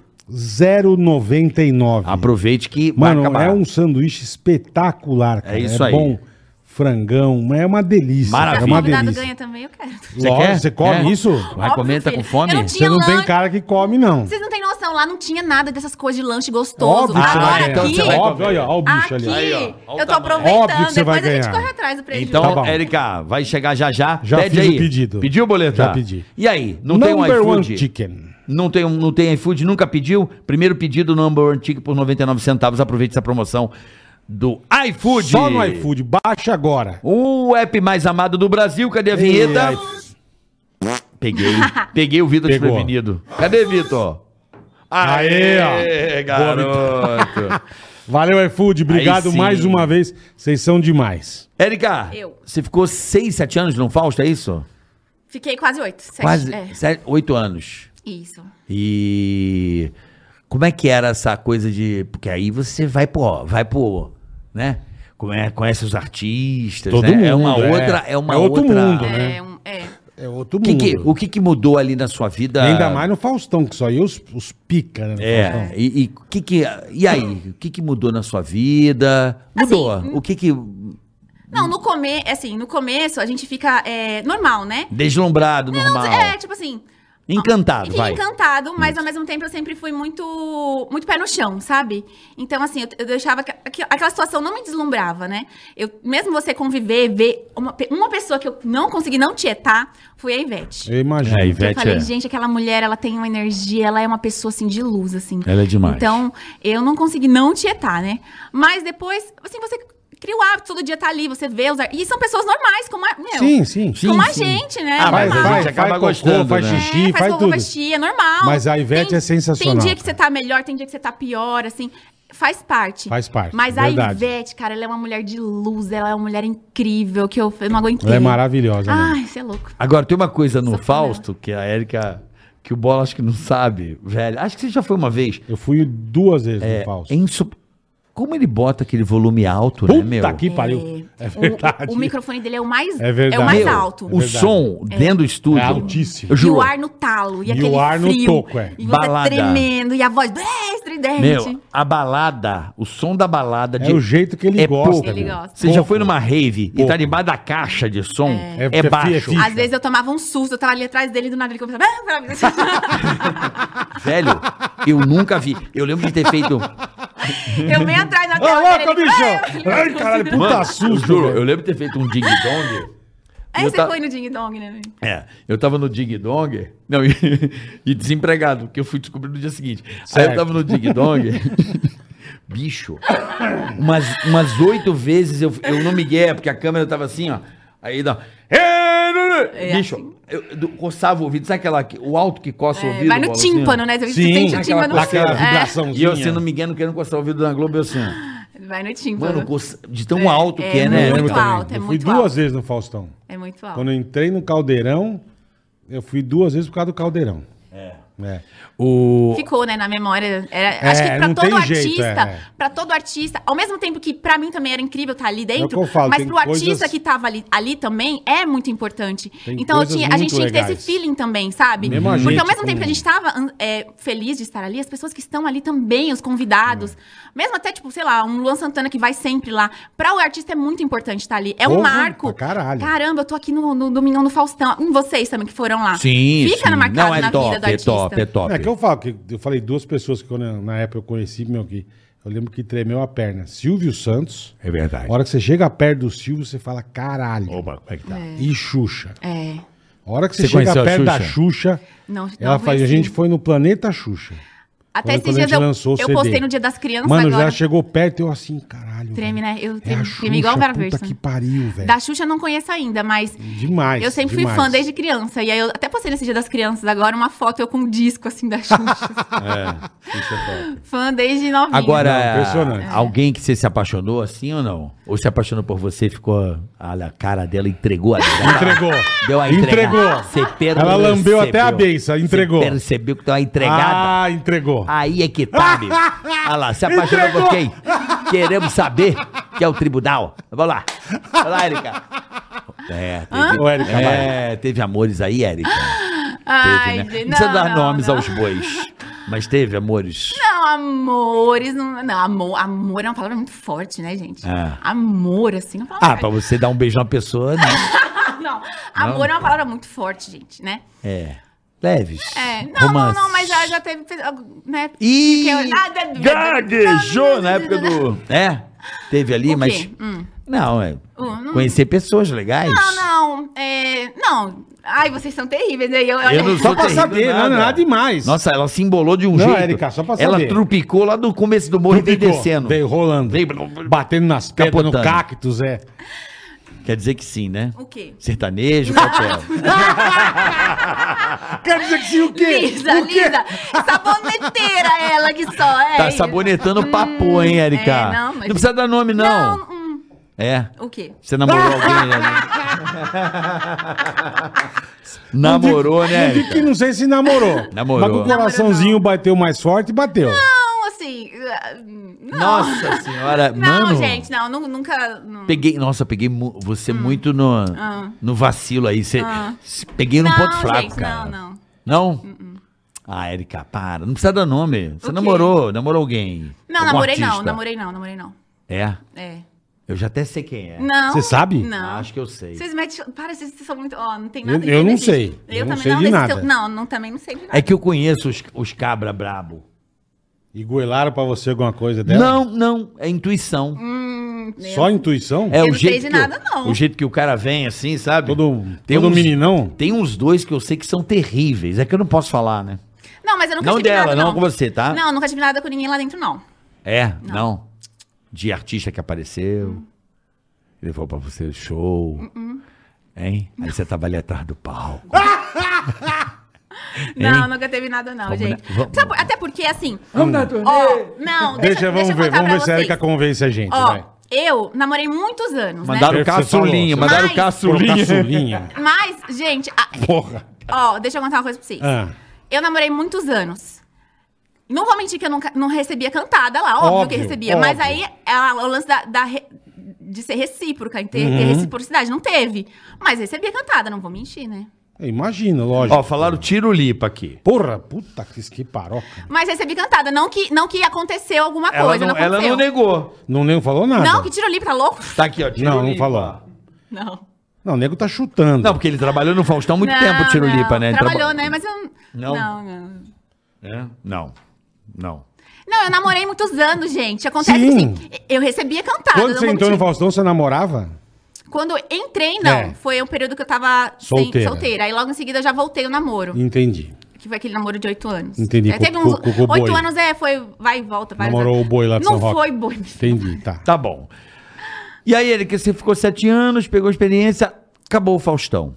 Speaker 2: 0,99.
Speaker 3: Aproveite que
Speaker 2: Uhum.
Speaker 3: vai
Speaker 2: Mano,
Speaker 3: acabar.
Speaker 2: é um sanduíche espetacular, cara.
Speaker 3: É isso aí.
Speaker 2: bom, frangão, é uma delícia.
Speaker 3: Maravilha.
Speaker 2: [laughs] É uma
Speaker 4: convidado
Speaker 2: delícia.
Speaker 4: ganha também, eu quero.
Speaker 3: Você
Speaker 2: Lógico,
Speaker 3: quer?
Speaker 2: Você come
Speaker 3: Quer?
Speaker 2: isso?
Speaker 3: Vai
Speaker 4: Óbvio,
Speaker 3: comer, tá
Speaker 4: filho.
Speaker 3: com fome?
Speaker 4: Eu não
Speaker 2: Você
Speaker 4: tinha
Speaker 2: não tem
Speaker 4: lanche.
Speaker 2: cara que come, não.
Speaker 4: Vocês não têm noção, lá não tinha nada dessas coisas de lanche gostoso.
Speaker 2: Óbvio que você vai
Speaker 4: Agora
Speaker 2: ganhar.
Speaker 3: então
Speaker 4: aqui,
Speaker 3: você vai-
Speaker 2: Óbvio, olha, olha o bicho
Speaker 4: aqui,
Speaker 2: ali.
Speaker 3: Aí, ó. Olha o
Speaker 4: eu tô
Speaker 3: tamanho.
Speaker 2: Óbvio
Speaker 4: aproveitando,
Speaker 2: que você
Speaker 4: depois
Speaker 2: vai
Speaker 4: a gente
Speaker 2: ganhar.
Speaker 4: corre atrás do prejuízo.
Speaker 3: Então,
Speaker 2: Tá bom.
Speaker 3: Érica, vai chegar já já.
Speaker 2: Já
Speaker 3: Pede
Speaker 2: fiz
Speaker 3: aí.
Speaker 2: o pedido.
Speaker 3: Pediu o boleto?
Speaker 2: Já pedi.
Speaker 3: E aí, não tem um
Speaker 2: Number one
Speaker 3: iFood?
Speaker 2: chicken.
Speaker 3: Não tem, um- não tem iFood, nunca pediu? Primeiro pedido no Number One Ticket por 99 centavos. Aproveite essa promoção do iFood.
Speaker 2: Só no iFood, baixa agora.
Speaker 3: O app mais amado do Brasil. Cadê a vinheta?
Speaker 2: Eita.
Speaker 3: Peguei. Peguei o Vitor
Speaker 2: Pegou.
Speaker 3: desprevenido. Cadê, Vitor?
Speaker 2: Aê,
Speaker 3: Aê, garoto.
Speaker 2: Valeu, iFood. Obrigado
Speaker 3: Aí sim.
Speaker 2: mais uma vez. Vocês são demais.
Speaker 3: Érica,
Speaker 4: Eu.
Speaker 3: você ficou 6, 7 anos no Fausto, é isso?
Speaker 4: Fiquei quase oito. sete, é,
Speaker 3: Quase 8 anos.
Speaker 4: isso.
Speaker 3: E como é que era essa coisa de. Porque aí você vai pro. Vai pro. né? Come- Conhece os artistas.
Speaker 2: Todo
Speaker 3: né? É
Speaker 2: mundo,
Speaker 3: uma
Speaker 2: é.
Speaker 3: outra. É uma
Speaker 2: É outro
Speaker 3: outra.
Speaker 2: mundo, né?
Speaker 4: É, um- é.
Speaker 2: É outro
Speaker 3: O que que- o que, que mudou ali na sua vida?
Speaker 2: Ainda mais no Faustão, que só ia os, os pica, né? no
Speaker 3: Ah. É,
Speaker 2: Faustão.
Speaker 3: e, e o que que, e aí? O que, que mudou na sua vida? Mudou.
Speaker 4: Assim,
Speaker 3: o que que.
Speaker 4: Não, no começo, assim, no começo a gente fica é, normal, né?
Speaker 3: Deslumbrado,
Speaker 4: Não,
Speaker 3: normal.
Speaker 4: é, tipo assim,
Speaker 2: Ah,
Speaker 3: Encantado,
Speaker 4: Fiquei
Speaker 3: vai.
Speaker 4: encantado, mas ao mesmo tempo eu sempre fui muito, muito pé no chão, sabe? Então, assim, eu, eu deixava que, que aquela situação não me deslumbrava, né? Eu, mesmo você conviver, ver uma, pe- uma pessoa que eu não consegui não tietar, foi a Ivete.
Speaker 2: Eu imagino.
Speaker 3: É, Ivete.
Speaker 4: Eu falei,
Speaker 3: é.
Speaker 4: gente, aquela mulher, ela tem uma energia, ela é uma pessoa, assim, de luz, assim.
Speaker 3: Ela é demais.
Speaker 4: Então, eu não consegui não tietar, né? Mas depois, assim, você cria o hábito, todo dia tá ali, você vê os... ar- E são pessoas normais, como a... meu,
Speaker 2: Sim, sim.
Speaker 3: Sim,
Speaker 4: como a
Speaker 3: sim.
Speaker 4: gente, né?
Speaker 3: Ah,
Speaker 2: Faz,
Speaker 3: mas a
Speaker 4: Normal.
Speaker 2: faz,
Speaker 3: gente acaba
Speaker 2: faz cocô,
Speaker 3: gostando,
Speaker 2: faz
Speaker 3: né?
Speaker 2: xixi,
Speaker 4: É,
Speaker 2: faz
Speaker 4: cocô,
Speaker 2: tudo.
Speaker 4: faz xixi, é normal.
Speaker 2: Mas a Ivete é sensacional,
Speaker 4: Tem dia que
Speaker 2: cara.
Speaker 4: você tá melhor, tem dia que você tá pior, assim. Faz parte.
Speaker 2: Faz parte,
Speaker 4: Mas a
Speaker 2: verdade.
Speaker 4: Ivete, cara, ela é uma mulher de luz, ela é uma mulher incrível, que eu, eu não aguentei.
Speaker 2: Ela é maravilhosa, né?
Speaker 4: Ai, você é louco.
Speaker 3: Agora, tem uma coisa no
Speaker 4: Só que não. é.
Speaker 3: Fausto que a Érica. Que o Bola acho que não sabe, velho. Acho que você já foi uma vez.
Speaker 2: Eu fui duas vezes
Speaker 3: É,
Speaker 2: no Fausto.
Speaker 3: é insup- Como ele bota aquele volume alto, né,
Speaker 2: Puta
Speaker 3: meu?
Speaker 2: que pariu.
Speaker 4: É,
Speaker 2: É
Speaker 4: o-
Speaker 2: verdade.
Speaker 4: O, microfone dele é o mais,
Speaker 2: É verdade.
Speaker 4: é o mais
Speaker 2: Meu,
Speaker 4: alto.
Speaker 3: O
Speaker 2: verdade.
Speaker 3: som dentro do estúdio.
Speaker 2: É altíssimo.
Speaker 3: Eu
Speaker 4: E
Speaker 3: juro.
Speaker 4: o ar no talo, e,
Speaker 2: E
Speaker 4: aquele
Speaker 2: o ar no
Speaker 4: frio,
Speaker 2: toco, é.
Speaker 4: E você
Speaker 3: Balada.
Speaker 4: tremendo, e a voz... "É, estridente".
Speaker 3: Meu, a balada, o som da balada
Speaker 2: É o jeito que ele gosta,
Speaker 4: Ele
Speaker 2: meu.
Speaker 4: gosta.
Speaker 3: Você já foi numa rave e
Speaker 2: Pouco.
Speaker 3: tá debaixo da caixa de som?
Speaker 2: É
Speaker 3: É,
Speaker 2: porque é
Speaker 3: baixo.
Speaker 2: fi- é fi-
Speaker 4: Às vezes eu tomava um susto, eu tava ali atrás dele, do nada ele
Speaker 3: [laughs]
Speaker 4: começava... "Ah,
Speaker 3: Velho, eu nunca vi. Eu lembro de ter feito.
Speaker 4: [laughs] eu venho atrás na
Speaker 2: Ô,
Speaker 4: tela
Speaker 2: louco,
Speaker 4: dele,
Speaker 2: bicho!
Speaker 4: "Ah!"
Speaker 2: Ai, caralho, puta
Speaker 3: Mano, eu
Speaker 2: susto,
Speaker 3: juro,
Speaker 2: velho.
Speaker 3: eu lembro de ter feito um ding-dong.
Speaker 4: Aí
Speaker 3: Eu
Speaker 4: você
Speaker 3: ta-
Speaker 4: foi no Ding Dong, né? velho?
Speaker 3: É, eu tava no Dig Dong, não, [laughs] e, e desempregado, porque eu fui descobrir no dia seguinte. Aí
Speaker 2: Certo.
Speaker 3: eu tava no Dig Dong, [laughs] bicho, umas, umas oito vezes eu, eu não migué, porque a câmera tava assim, ó. Aí dá.
Speaker 4: É
Speaker 3: bicho,
Speaker 4: assim.
Speaker 3: eu, eu coçava o ouvido, sabe aquela, que- o alto que coça o
Speaker 4: É,
Speaker 3: ouvido?
Speaker 4: vai no
Speaker 3: Bola, assim, ó?
Speaker 4: tímpano, né? Você
Speaker 2: Sim,
Speaker 4: sente o
Speaker 2: aquela
Speaker 4: tímpano.
Speaker 2: plaqueira,
Speaker 4: É,
Speaker 2: vibraçãozinha.
Speaker 3: E eu sendo Miguel, não querendo coçar o ouvido da Globo, eu assim, ó.
Speaker 4: vai no tímpano.
Speaker 3: Mano, coça- de tão alto que é,
Speaker 4: é
Speaker 3: né?
Speaker 2: Eu
Speaker 4: muito
Speaker 2: lembro
Speaker 3: Érica?
Speaker 2: também.
Speaker 4: alto, é
Speaker 2: eu fui
Speaker 4: muito
Speaker 2: duas
Speaker 4: alto.
Speaker 2: vezes no Faustão.
Speaker 4: É muito alto.
Speaker 2: Quando eu entrei no Caldeirão, eu fui duas vezes por causa do Caldeirão. É.
Speaker 3: O,
Speaker 4: Ficou, né, na memória. Era- acho
Speaker 2: É,
Speaker 4: que pra
Speaker 2: não
Speaker 4: todo
Speaker 2: tem jeito,
Speaker 4: artista,
Speaker 2: é.
Speaker 4: pra todo artista, ao mesmo tempo que pra mim também era incrível estar ali
Speaker 2: É o que
Speaker 4: dentro,
Speaker 2: eu falo,
Speaker 4: mas
Speaker 2: tem
Speaker 4: pro artista
Speaker 2: coisas-
Speaker 4: que tava ali, ali também é muito importante.
Speaker 2: Tem
Speaker 4: então eu
Speaker 2: coisas
Speaker 4: tinha, a gente
Speaker 2: muito
Speaker 4: tinha que ter
Speaker 2: legais.
Speaker 4: esse feeling também, sabe?
Speaker 2: Mesmo a
Speaker 4: Porque
Speaker 2: gente
Speaker 4: ao mesmo tempo
Speaker 2: com-
Speaker 4: que a gente tava an- é, feliz de estar ali, as pessoas que estão ali também, os convidados,
Speaker 2: É.
Speaker 4: mesmo até, tipo, sei lá, um Luan Santana que vai sempre lá, pra o artista é muito importante estar ali. É um
Speaker 2: Porra,
Speaker 4: marco.
Speaker 2: pra caralho.
Speaker 4: Caramba, eu tô aqui no, no Domingão do Faustão. Hum, vocês também que foram lá.
Speaker 3: Sim,
Speaker 4: Fica
Speaker 3: sim.
Speaker 4: marcado
Speaker 3: Não, é
Speaker 4: na
Speaker 3: top,
Speaker 4: vida do
Speaker 3: é
Speaker 4: artista.
Speaker 3: top, é top.
Speaker 2: É que eu falo, que eu falei duas pessoas que quando eu- na época eu conheci, meu, que eu lembro que tremeu a perna. Silvio Santos.
Speaker 5: É verdade.
Speaker 2: A hora que você chega perto do Silvio, você fala, caralho.
Speaker 5: Opa, como é que tá?
Speaker 2: E Xuxa.
Speaker 4: É.
Speaker 2: A hora que você,
Speaker 3: Você
Speaker 2: chega
Speaker 3: conheceu a
Speaker 2: perto da
Speaker 3: Xuxa?
Speaker 2: Xuxa,
Speaker 4: Não, não
Speaker 2: ela faz, a
Speaker 4: conheci.
Speaker 2: gente foi no Planeta Xuxa.
Speaker 4: Até
Speaker 2: Quando-
Speaker 4: esses
Speaker 2: quando a
Speaker 4: dias
Speaker 2: gente
Speaker 4: eu,
Speaker 2: lançou o
Speaker 4: eu
Speaker 2: CD.
Speaker 4: postei no Dia das Crianças
Speaker 2: Mano,
Speaker 4: agora.
Speaker 2: já chegou perto e eu assim, caralho.
Speaker 4: Treme,
Speaker 2: velho.
Speaker 4: né? Eu
Speaker 2: É a
Speaker 4: treme,
Speaker 2: Xuxa,
Speaker 4: treme igual para
Speaker 2: puta
Speaker 4: ver.
Speaker 2: que pariu, velho.
Speaker 4: Da Xuxa eu não conheço ainda, mas
Speaker 2: Demais,
Speaker 4: eu sempre
Speaker 2: demais.
Speaker 4: fui fã desde criança. E aí eu até postei nesse Dia das Crianças agora uma foto eu com um disco assim da Xuxa. fã desde novinha.
Speaker 3: Agora, é,
Speaker 2: Não, impressionante.
Speaker 3: alguém que você se apaixonou assim ou não? Ou se apaixonou por você, ficou. Olha, a cara dela entregou a
Speaker 2: Entregou.
Speaker 3: Deu a
Speaker 2: Entregou.
Speaker 3: entregada. Você percebeu.
Speaker 2: Ela lambeu até a beiça, entregou.
Speaker 3: Você percebeu que deu uma entregada.
Speaker 2: Ah, entregou.
Speaker 3: Aí é que tá, meu. Olha lá, se apaixonou por quem? Queremos saber que é o tribunal. Vamos lá. Vamos lá, Erika. É, teve,
Speaker 2: Ô, Érica,
Speaker 3: é, teve amores aí, Érica. Teve,
Speaker 4: Ai,
Speaker 3: né?
Speaker 4: gente,
Speaker 3: Não precisa dar
Speaker 4: não,
Speaker 3: nomes
Speaker 4: não.
Speaker 3: aos bois. Mas teve, amores?
Speaker 4: Não, amores. Não, não, amor, amor é uma palavra muito forte, né, gente?
Speaker 3: É.
Speaker 4: Amor, assim, não é uma
Speaker 3: Ah,
Speaker 4: palavra.
Speaker 3: pra você dar um beijo na pessoa, né?
Speaker 4: não, amor é uma palavra muito forte, gente, né?
Speaker 3: É. Leves.
Speaker 4: É, não, não,
Speaker 3: romance.
Speaker 4: não, mas já, já teve. Né?
Speaker 3: Ih,
Speaker 4: Fiquei- Ah, da- da-
Speaker 3: gaguejou na época do...
Speaker 4: [laughs]
Speaker 3: É, teve
Speaker 4: O
Speaker 3: ali,
Speaker 4: quê?
Speaker 3: mas...
Speaker 4: Hum.
Speaker 3: Não, é...
Speaker 4: Hum, não-
Speaker 3: Conhecer pessoas legais.
Speaker 4: Não, não. É, não. Ai, vocês são terríveis. né? Eu,
Speaker 3: Eu não
Speaker 2: Só
Speaker 3: sou
Speaker 2: pra
Speaker 3: terrível,
Speaker 2: saber,
Speaker 3: nada.
Speaker 2: nada, nada demais.
Speaker 3: Nossa, ela se embolou de um
Speaker 2: Não,
Speaker 3: jeito.
Speaker 2: Érica, só pra
Speaker 3: Ela
Speaker 2: saber.
Speaker 3: trupicou lá do começo do morro e veio
Speaker 2: Trupicou,
Speaker 3: descendo.
Speaker 2: Veio rolando.
Speaker 3: Veio-
Speaker 2: Batendo nas pedras, no
Speaker 3: Capotando.
Speaker 2: cactus, é.
Speaker 3: Quer dizer que sim, né?
Speaker 4: O quê? [laughs]
Speaker 3: Sertanejo, qual que é?
Speaker 2: Quer dizer que sim o
Speaker 4: Lisa, Lisa. Saboneteira ela que só. É
Speaker 3: Tá
Speaker 4: isso.
Speaker 3: sabonetando o papo, hein, Erika?
Speaker 4: é,
Speaker 3: não,
Speaker 4: não, mas-
Speaker 3: precisa dar nome, não.
Speaker 4: Não, hum,
Speaker 3: É.
Speaker 4: o quê?
Speaker 3: Você
Speaker 4: [laughs]
Speaker 3: namorou alguém, né? namorou, né,
Speaker 2: Não digo que
Speaker 3: Erika?
Speaker 2: não sei se namorou.
Speaker 3: Namorou.
Speaker 2: Mas com o coraçãozinho bateu mais forte e bateu.
Speaker 4: Não, assim. ah, Não.
Speaker 3: Nossa senhora,
Speaker 4: Não,
Speaker 3: mano.
Speaker 4: gente, Hum. não. nu- Nunca. não.
Speaker 3: Peguei, nossa, peguei mu- você muito no, no vacilo aí. Você, se- Peguei num
Speaker 4: Ah. Não,
Speaker 3: ponto fraco,
Speaker 4: gente,
Speaker 3: cara.
Speaker 4: não, não.
Speaker 3: Não? Ah, Erika, para. Não precisa dar nome. Você
Speaker 4: O quê?
Speaker 3: namorou, namorou alguém.
Speaker 4: Não,
Speaker 3: Algum
Speaker 4: namorei não,
Speaker 3: artista?
Speaker 4: namorei não, namorei não.
Speaker 3: É?
Speaker 4: É.
Speaker 3: Eu já até sei quem é. Ah,
Speaker 4: Não.
Speaker 2: Você sabe?
Speaker 4: Não.
Speaker 3: Acho que eu sei.
Speaker 4: Vocês metem. Para, vocês são muito. Ó, não tem nada
Speaker 2: Eu-
Speaker 4: de
Speaker 2: eu não
Speaker 4: existe.
Speaker 2: sei.
Speaker 4: Eu,
Speaker 2: Eu não
Speaker 4: também
Speaker 2: sei
Speaker 4: não,
Speaker 2: de
Speaker 4: desse
Speaker 2: nada.
Speaker 4: teu- não, não, também não sei de nada.
Speaker 3: É que eu conheço os, os cabra brabo.
Speaker 2: E goelaram pra você alguma coisa dela?
Speaker 3: Não, não, é intuição.
Speaker 4: Hum, eu-
Speaker 2: Só intuição?
Speaker 3: É
Speaker 4: Eu
Speaker 3: o
Speaker 4: não sei
Speaker 3: jeito
Speaker 4: de
Speaker 3: que eu-
Speaker 4: nada, não.
Speaker 3: O jeito que o cara vem assim, sabe?
Speaker 2: Todo,
Speaker 3: Tem
Speaker 2: todo
Speaker 3: uns-
Speaker 2: meninão?
Speaker 3: Tem uns dois que eu sei que são terríveis. É que eu não posso falar, né?
Speaker 4: Não, mas eu nunca
Speaker 3: Não
Speaker 4: tive
Speaker 3: dela,
Speaker 4: nada,
Speaker 3: não com você, tá?
Speaker 4: Não, nunca tive nada com ninguém lá dentro, não. Hum.
Speaker 3: É, não. De artista que apareceu. Levou pra você o show. Hein? Aí você tava ali atrás do palco.
Speaker 4: Não, nunca teve nada, não,
Speaker 3: Vamos
Speaker 4: gente.
Speaker 3: na- vamos-
Speaker 4: Sabe por- até porque, assim.
Speaker 3: Vamos dar
Speaker 4: Ó, não,
Speaker 2: Deixa,
Speaker 4: deixa,
Speaker 2: vamos
Speaker 4: deixa eu
Speaker 2: ver,
Speaker 4: contar
Speaker 2: vamos
Speaker 4: pra
Speaker 2: ver se a
Speaker 4: vocês.
Speaker 2: Erika convence a gente.
Speaker 4: Ó,
Speaker 2: vai.
Speaker 4: eu namorei muitos anos,
Speaker 3: Mandaram
Speaker 4: né?
Speaker 3: o
Speaker 2: Você falou,
Speaker 3: caçulinha,
Speaker 2: você
Speaker 3: mandaram o
Speaker 4: falou.
Speaker 2: Caçulinha.
Speaker 3: caçulinha.
Speaker 4: [laughs] Mas, gente, a-
Speaker 2: Porra.
Speaker 4: ó, deixa eu contar uma coisa pra vocês.
Speaker 2: Ah,
Speaker 4: Eu namorei muitos anos. Não vou mentir que eu nunca, não recebia cantada lá, óbvio,
Speaker 2: Óbvio,
Speaker 4: que recebia. Mas aí
Speaker 2: óbvio.
Speaker 4: ela- o lance da, da re- de ser recíproca, ter,
Speaker 2: Uhum.
Speaker 4: ter reciprocidade, não teve. Mas recebia cantada, não vou mentir, né?
Speaker 2: imagina, lógico.
Speaker 3: Ó, falaram tiro lipa aqui.
Speaker 2: Porra, puta que, que paroca.
Speaker 4: Mas recebi cantada, não que, não que aconteceu alguma
Speaker 3: Ela,
Speaker 4: coisa,
Speaker 3: não,
Speaker 4: não,
Speaker 3: ela
Speaker 4: aconteceu.
Speaker 3: não negou.
Speaker 2: Não, o nego falou nada.
Speaker 4: Não, que tirou livre, tá louco?
Speaker 3: Tá aqui, ó. Tiro
Speaker 2: Não, não
Speaker 3: lipa.
Speaker 2: falou.
Speaker 4: Não.
Speaker 2: Não, o nego tá chutando.
Speaker 3: Não, porque ele trabalhou no Faustão há muito
Speaker 4: não,
Speaker 3: tempo, tiro lipa,
Speaker 4: não.
Speaker 3: né? Ele
Speaker 4: Trabalhou,
Speaker 3: traba-
Speaker 4: né? Mas eu.
Speaker 3: Não?
Speaker 4: Não. não, não.
Speaker 3: É? Não. Não.
Speaker 4: eu namorei muitos anos, gente. Acontece
Speaker 2: Sim.
Speaker 4: que assim, eu recebia cantada.
Speaker 2: Quando
Speaker 4: não
Speaker 2: você
Speaker 4: vou
Speaker 2: entrou no
Speaker 4: mentir.
Speaker 2: Faustão, você namorava?
Speaker 4: Quando eu entrei, não.
Speaker 2: É.
Speaker 4: Foi um período que eu tava sem-
Speaker 2: Solteira.
Speaker 4: solteira. Aí logo em seguida eu já voltei o namoro.
Speaker 2: Entendi.
Speaker 4: Que foi aquele namoro de oito anos.
Speaker 2: Entendi,
Speaker 4: Aí teve
Speaker 2: com-
Speaker 4: uns.
Speaker 2: com- com o
Speaker 4: Oito
Speaker 2: boi.
Speaker 4: anos é, foi vai e volta. vários
Speaker 2: Namorou
Speaker 4: anos.
Speaker 2: o boi lá de São
Speaker 4: Não
Speaker 2: Roque.
Speaker 4: foi boi.
Speaker 2: Entendi, tá.
Speaker 3: Tá bom. E aí, Erika, você ficou sete anos, pegou experiência, acabou o Faustão.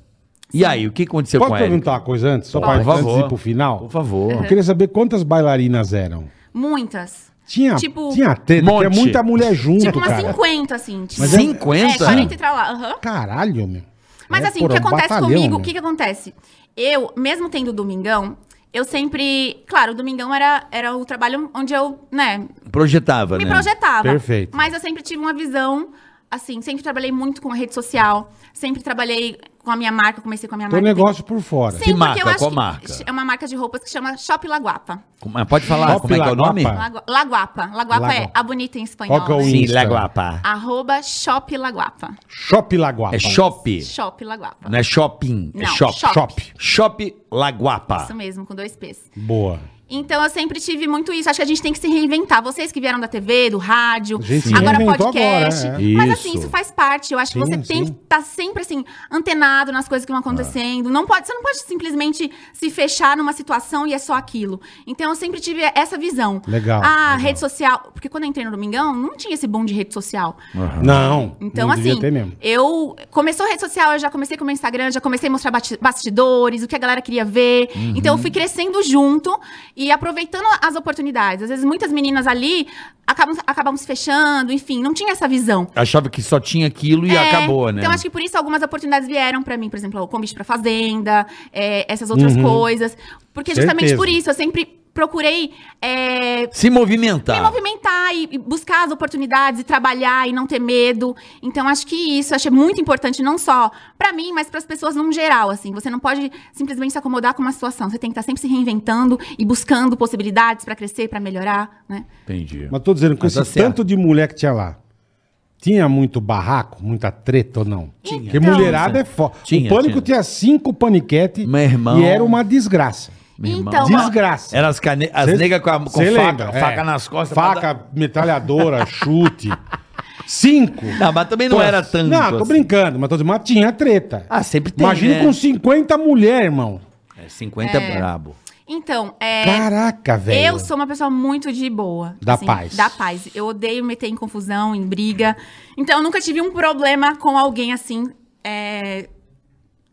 Speaker 3: E aí, o que aconteceu
Speaker 2: Pode
Speaker 3: com a Erika?
Speaker 2: perguntar uma coisa antes? Só
Speaker 3: Por
Speaker 2: pra antes
Speaker 3: favor.
Speaker 2: de ir pro final?
Speaker 3: Por favor.
Speaker 2: Eu queria saber quantas bailarinas eram.
Speaker 4: Muitas.
Speaker 2: Tinha,
Speaker 4: Tipo-
Speaker 2: tinha treta, tinha
Speaker 3: Monte.
Speaker 2: muita mulher junto,
Speaker 4: tipo umas
Speaker 2: cara.
Speaker 4: 50, assim. Tipo,
Speaker 3: Mas
Speaker 4: é-
Speaker 3: 50?
Speaker 4: É, 40 e tra lá. aham.
Speaker 2: Caralho, meu.
Speaker 4: Mas
Speaker 2: É,
Speaker 4: assim, o
Speaker 2: porra,
Speaker 4: que
Speaker 2: um
Speaker 4: acontece
Speaker 2: batalhão,
Speaker 4: comigo,
Speaker 2: meu.
Speaker 4: o que, que acontece? Eu, mesmo tendo domingão, eu sempre. Claro, o domingão era, era o trabalho onde eu, né,
Speaker 3: Projetava,
Speaker 4: me
Speaker 3: né?
Speaker 4: projetava.
Speaker 2: Perfeito.
Speaker 4: Mas eu sempre tive uma visão, assim, sempre trabalhei muito com a rede social, sempre trabalhei com a minha marca, comecei com a minha
Speaker 2: Teu
Speaker 4: marca.
Speaker 2: negócio por fora.
Speaker 4: é Sim,
Speaker 3: Que
Speaker 4: porque
Speaker 3: marca?
Speaker 4: eu acho
Speaker 3: Qual
Speaker 4: que
Speaker 3: marca?
Speaker 4: É uma marca de roupas que chama Shop Laguapa.
Speaker 3: Como- Pode falar
Speaker 2: Top
Speaker 3: como é que é o nome?
Speaker 2: Lagoapa.
Speaker 4: Lagu- Laguapa. Laguapa é
Speaker 2: Laguapa.
Speaker 4: a bonita em espanhol.
Speaker 2: Ah. Qual que é o
Speaker 4: né?
Speaker 2: in- Insta.
Speaker 3: Lagoapa.
Speaker 4: Arroba Shop Laguapa.
Speaker 2: Shop Laguapa.
Speaker 3: É shop.
Speaker 4: Shop Laguapa.
Speaker 3: Não é shopping, é
Speaker 4: Não,
Speaker 3: shop.
Speaker 4: shop.
Speaker 2: Shop.
Speaker 3: Shop Laguapa.
Speaker 4: Isso mesmo, com dois P's.
Speaker 2: Boa.
Speaker 4: Então eu sempre tive muito isso. Acho que a gente tem que se reinventar. Vocês que vieram da TV, do rádio,
Speaker 2: A gente se
Speaker 4: agora
Speaker 2: reinventou
Speaker 4: podcast.
Speaker 2: agora,
Speaker 3: é.
Speaker 4: Mas
Speaker 3: Isso.
Speaker 4: assim, isso faz parte. Eu acho que
Speaker 2: Sim,
Speaker 4: você tem
Speaker 2: sim.
Speaker 4: que estar sempre assim, antenado nas coisas que vão acontecendo. Não pode, você não pode simplesmente se fechar numa situação e é só aquilo. Então eu sempre tive essa visão.
Speaker 2: Legal,
Speaker 4: Ah,
Speaker 2: legal.
Speaker 4: rede social. Porque quando eu entrei no Domingão, não tinha esse bom de rede social.
Speaker 3: Ah.
Speaker 2: Não.
Speaker 4: Então,
Speaker 2: não devia
Speaker 4: assim,
Speaker 2: ter mesmo.
Speaker 4: eu começou a rede social, eu já comecei com o meu Instagram, já comecei a mostrar bati- bastidores, o que a galera queria ver.
Speaker 2: Uhum.
Speaker 4: Então eu fui crescendo junto e aproveitando as oportunidades. Às vezes muitas meninas ali acabam, acabam se fechando, enfim, não tinha essa visão.
Speaker 3: Achava que só tinha aquilo e
Speaker 4: É,
Speaker 3: acabou, né?
Speaker 4: Então acho que por isso algumas oportunidades vieram pra mim, por exemplo, o convite pra fazenda, é, essas outras coisas, porque justamente
Speaker 2: Uhum. Certeza.
Speaker 4: por isso eu sempre procurei é,
Speaker 3: Se movimentar.
Speaker 4: me movimentar e, e buscar as oportunidades e trabalhar e não ter medo. Então acho que isso eu achei muito importante não só pra mim, mas pras pessoas num geral assim. Você não pode simplesmente se acomodar com uma situação. Você tem que estar sempre se reinventando e buscando possibilidades pra crescer, pra melhorar, né?
Speaker 3: Entendi.
Speaker 2: Mas tô dizendo, com
Speaker 3: Mas
Speaker 2: esse
Speaker 3: tá certo.
Speaker 2: tanto de mulher que tinha lá, tinha muito barraco, muita treta ou não? Tinha. Porque
Speaker 4: Então-
Speaker 2: mulherada é foda. O
Speaker 3: Tinha,
Speaker 2: Pânico
Speaker 3: tinha.
Speaker 2: tinha cinco paniquete
Speaker 3: Meu irmão.
Speaker 2: e era uma desgraça.
Speaker 3: Meu irmão.
Speaker 4: Então,
Speaker 2: Desgraça.
Speaker 3: Era as, cane... as
Speaker 2: Cê-
Speaker 3: negas com, a- com
Speaker 2: cê
Speaker 3: faca,
Speaker 2: lembra, é.
Speaker 3: faca nas costas. pra
Speaker 2: Faca, metralhadora, [laughs] chute. Cinco.
Speaker 3: Não, mas também não
Speaker 2: Pô,
Speaker 3: era tanto
Speaker 2: Não, tô
Speaker 3: assim.
Speaker 2: brincando, mas, tô dizendo, mas tinha treta.
Speaker 3: Ah, sempre tem,
Speaker 2: Imagina
Speaker 3: né?
Speaker 2: com 50 mulheres, irmão.
Speaker 3: dar- É, 50 é brabo.
Speaker 4: Então, é,
Speaker 2: Caraca, velho.
Speaker 4: Eu sou uma pessoa muito de boa. assim,
Speaker 2: Da paz.
Speaker 4: Da paz. Eu odeio meter em confusão, em briga. Então, eu nunca tive um problema com alguém assim. é,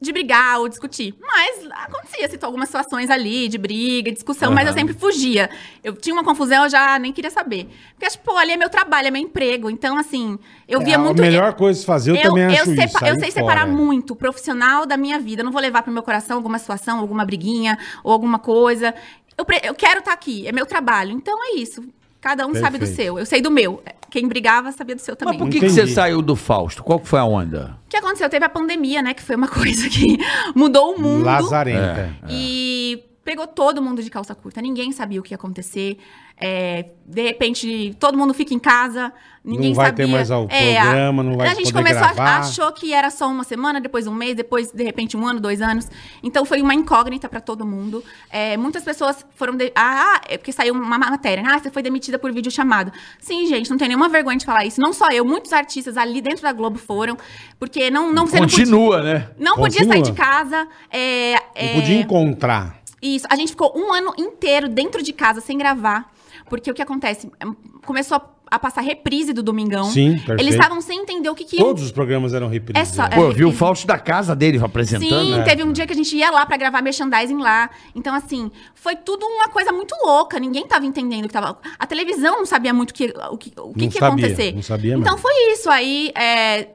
Speaker 4: de brigar ou discutir. Mas acontecia, citou algumas situações ali, de briga, discussão, mas eu sempre fugia. Eu tinha uma confusão, eu já nem queria saber. Porque, acho, pô, ali é meu trabalho, é meu emprego. Então, assim, eu via
Speaker 2: É,
Speaker 4: muito.
Speaker 2: A melhor coisa de se fazer, eu, também acho
Speaker 4: sepa-
Speaker 2: isso.
Speaker 4: eu
Speaker 2: aí fora.
Speaker 4: sei separar muito o profissional da minha vida. Eu não vou levar pro meu coração alguma situação, alguma briguinha ou alguma coisa. Eu, pre- eu quero estar aqui, é meu trabalho. Então é isso. Cada um sabe do
Speaker 2: Perfeito.
Speaker 4: seu. Eu sei do meu. Quem brigava sabia do seu também.
Speaker 3: Mas por que, que
Speaker 2: Entendi.
Speaker 3: você saiu do Fausto? Qual que foi a onda?
Speaker 4: O que aconteceu? Teve a pandemia, né? Que foi uma [laughs] coisa que mudou o mundo.
Speaker 2: Lazarenta.
Speaker 4: E pegou todo mundo de calça curta. Ninguém sabia o que ia acontecer. É, de repente, todo mundo fica em casa. Ninguém
Speaker 2: vai
Speaker 4: sabia. É,
Speaker 2: ter mais ao
Speaker 4: a-
Speaker 2: programa, não vai
Speaker 4: A gente
Speaker 2: poder
Speaker 4: começou a-
Speaker 2: gravar.
Speaker 4: achou que era só uma semana, depois um mês, depois, de repente, um ano, dois anos. Então, foi uma incógnita para todo mundo. É, muitas pessoas foram... de- Ah, é porque saiu uma matéria. né? Ah, você foi demitida por videochamado. Sim, gente, não tem nenhuma vergonha de falar isso. Não só eu, muitos artistas ali dentro da Globo foram. Porque não, não, você não podia-
Speaker 3: Continua, né?
Speaker 4: não podia,
Speaker 2: Continua.
Speaker 4: sair de casa. É,
Speaker 2: Não
Speaker 4: é,
Speaker 2: podia encontrar.
Speaker 4: isso. A gente ficou um ano inteiro dentro de casa sem gravar. Porque o que acontece? É, Começou a, a passar reprise do Domingão.
Speaker 2: Sim, perfeito.
Speaker 4: Eles estavam sem entender o que que...
Speaker 2: Todos os programas eram reprisos.
Speaker 4: É só-
Speaker 2: né?
Speaker 3: Pô, eu vi o
Speaker 4: porque-
Speaker 3: Fausto da casa dele apresentando.
Speaker 4: Sim,
Speaker 3: né?
Speaker 4: teve um dia que a gente ia lá pra gravar merchandising lá. Então, assim, foi tudo uma coisa muito louca. Ninguém tava entendendo o que tava. A televisão não sabia muito o que, o que, o que,
Speaker 2: Não
Speaker 4: que
Speaker 2: sabia,
Speaker 4: ia acontecer.
Speaker 2: não sabia
Speaker 4: então
Speaker 2: mesmo.
Speaker 4: foi isso. Aí é,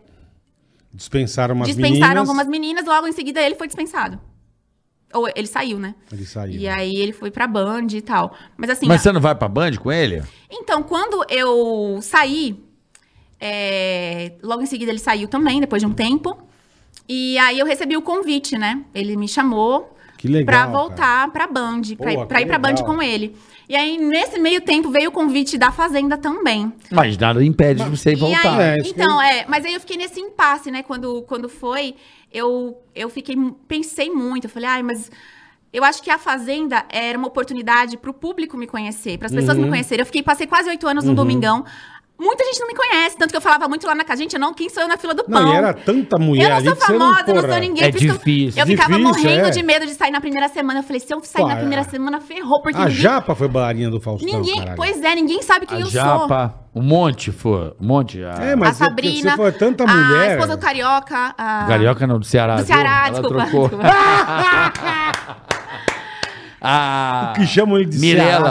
Speaker 2: Dispensaram umas
Speaker 4: dispensaram
Speaker 2: meninas.
Speaker 4: algumas meninas, logo em seguida ele foi dispensado. Ou ele saiu, né?
Speaker 2: Ele saiu.
Speaker 4: E aí ele foi pra Band e tal. Mas assim,
Speaker 3: Mas você não vai pra Band com ele?
Speaker 4: Então, quando eu saí, é, logo em seguida ele saiu também, depois de um tempo. E aí eu recebi o convite, né? Ele me chamou
Speaker 2: Que legal,
Speaker 4: pra
Speaker 2: cara.
Speaker 4: voltar pra Band, pra,
Speaker 2: Pô,
Speaker 4: ir- pra
Speaker 2: que
Speaker 4: ir pra Band
Speaker 2: legal.
Speaker 4: com ele. E aí, nesse meio tempo, veio o convite da Fazenda também.
Speaker 3: Mas nada impede de você ir
Speaker 4: E
Speaker 3: voltar.
Speaker 2: É,
Speaker 4: aí,
Speaker 2: isso que
Speaker 4: então, é, mas aí eu fiquei nesse impasse, né? Quando, quando foi, eu, eu fiquei, mu- pensei muito, eu falei, ai, mas eu acho que a Fazenda era uma oportunidade pro público me conhecer, para as pessoas
Speaker 2: Uhum.
Speaker 4: me conhecerem. Eu fiquei, passei quase oito anos no Domingão. Muita gente não me conhece, tanto que eu falava muito lá na casa, gente, eu não, quem sou eu na fila do pão?
Speaker 2: Não, e era tanta mulher
Speaker 4: eu não
Speaker 2: ali
Speaker 4: sou
Speaker 2: que você
Speaker 4: famosa, não,
Speaker 2: porra,
Speaker 4: sou ninguém.
Speaker 3: É
Speaker 4: por isso que eu-
Speaker 3: difícil.
Speaker 4: Eu, ficava
Speaker 2: Difícil,
Speaker 4: morrendo
Speaker 2: é.
Speaker 4: de medo de sair na primeira semana. Eu falei, se eu sair
Speaker 2: Pá,
Speaker 4: na primeira
Speaker 2: é.
Speaker 4: semana, ferrou, porque
Speaker 2: A
Speaker 4: ninguém...
Speaker 2: Japa foi bainha do Faustão,
Speaker 4: ninguém
Speaker 2: caralho.
Speaker 4: pois é, ninguém sabe quem
Speaker 3: A
Speaker 4: eu sou.
Speaker 3: Japa, um monte, foi. Um monte. A...
Speaker 2: É, mas
Speaker 4: a
Speaker 2: é porque
Speaker 4: Sabrina,
Speaker 2: você foi tanta
Speaker 4: a
Speaker 2: mulher.
Speaker 4: esposa do Carioca, a...
Speaker 3: Carioca não, do Ceará.
Speaker 4: Ah. do
Speaker 3: viu?
Speaker 4: Ceará,
Speaker 3: Ela
Speaker 4: desculpa.
Speaker 3: trocou. [laughs] a...
Speaker 2: que chamam ele de
Speaker 3: Mirella,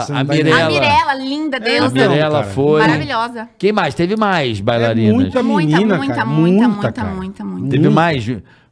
Speaker 2: Ceará, você não
Speaker 3: a
Speaker 2: tá
Speaker 3: Mirella.
Speaker 4: A Mirella, linda,
Speaker 2: É,
Speaker 3: Ah, A
Speaker 4: Deus,
Speaker 2: Mirella,
Speaker 3: Mirella
Speaker 2: cara.
Speaker 3: foi.
Speaker 4: maravilhosa.
Speaker 3: Quem mais? Teve mais
Speaker 2: É
Speaker 3: bailarinas.
Speaker 2: muita menina,
Speaker 4: muita,
Speaker 2: cara.
Speaker 4: muita,
Speaker 2: muita,
Speaker 4: muita,
Speaker 2: cara.
Speaker 4: muita, muita.
Speaker 3: Teve mais,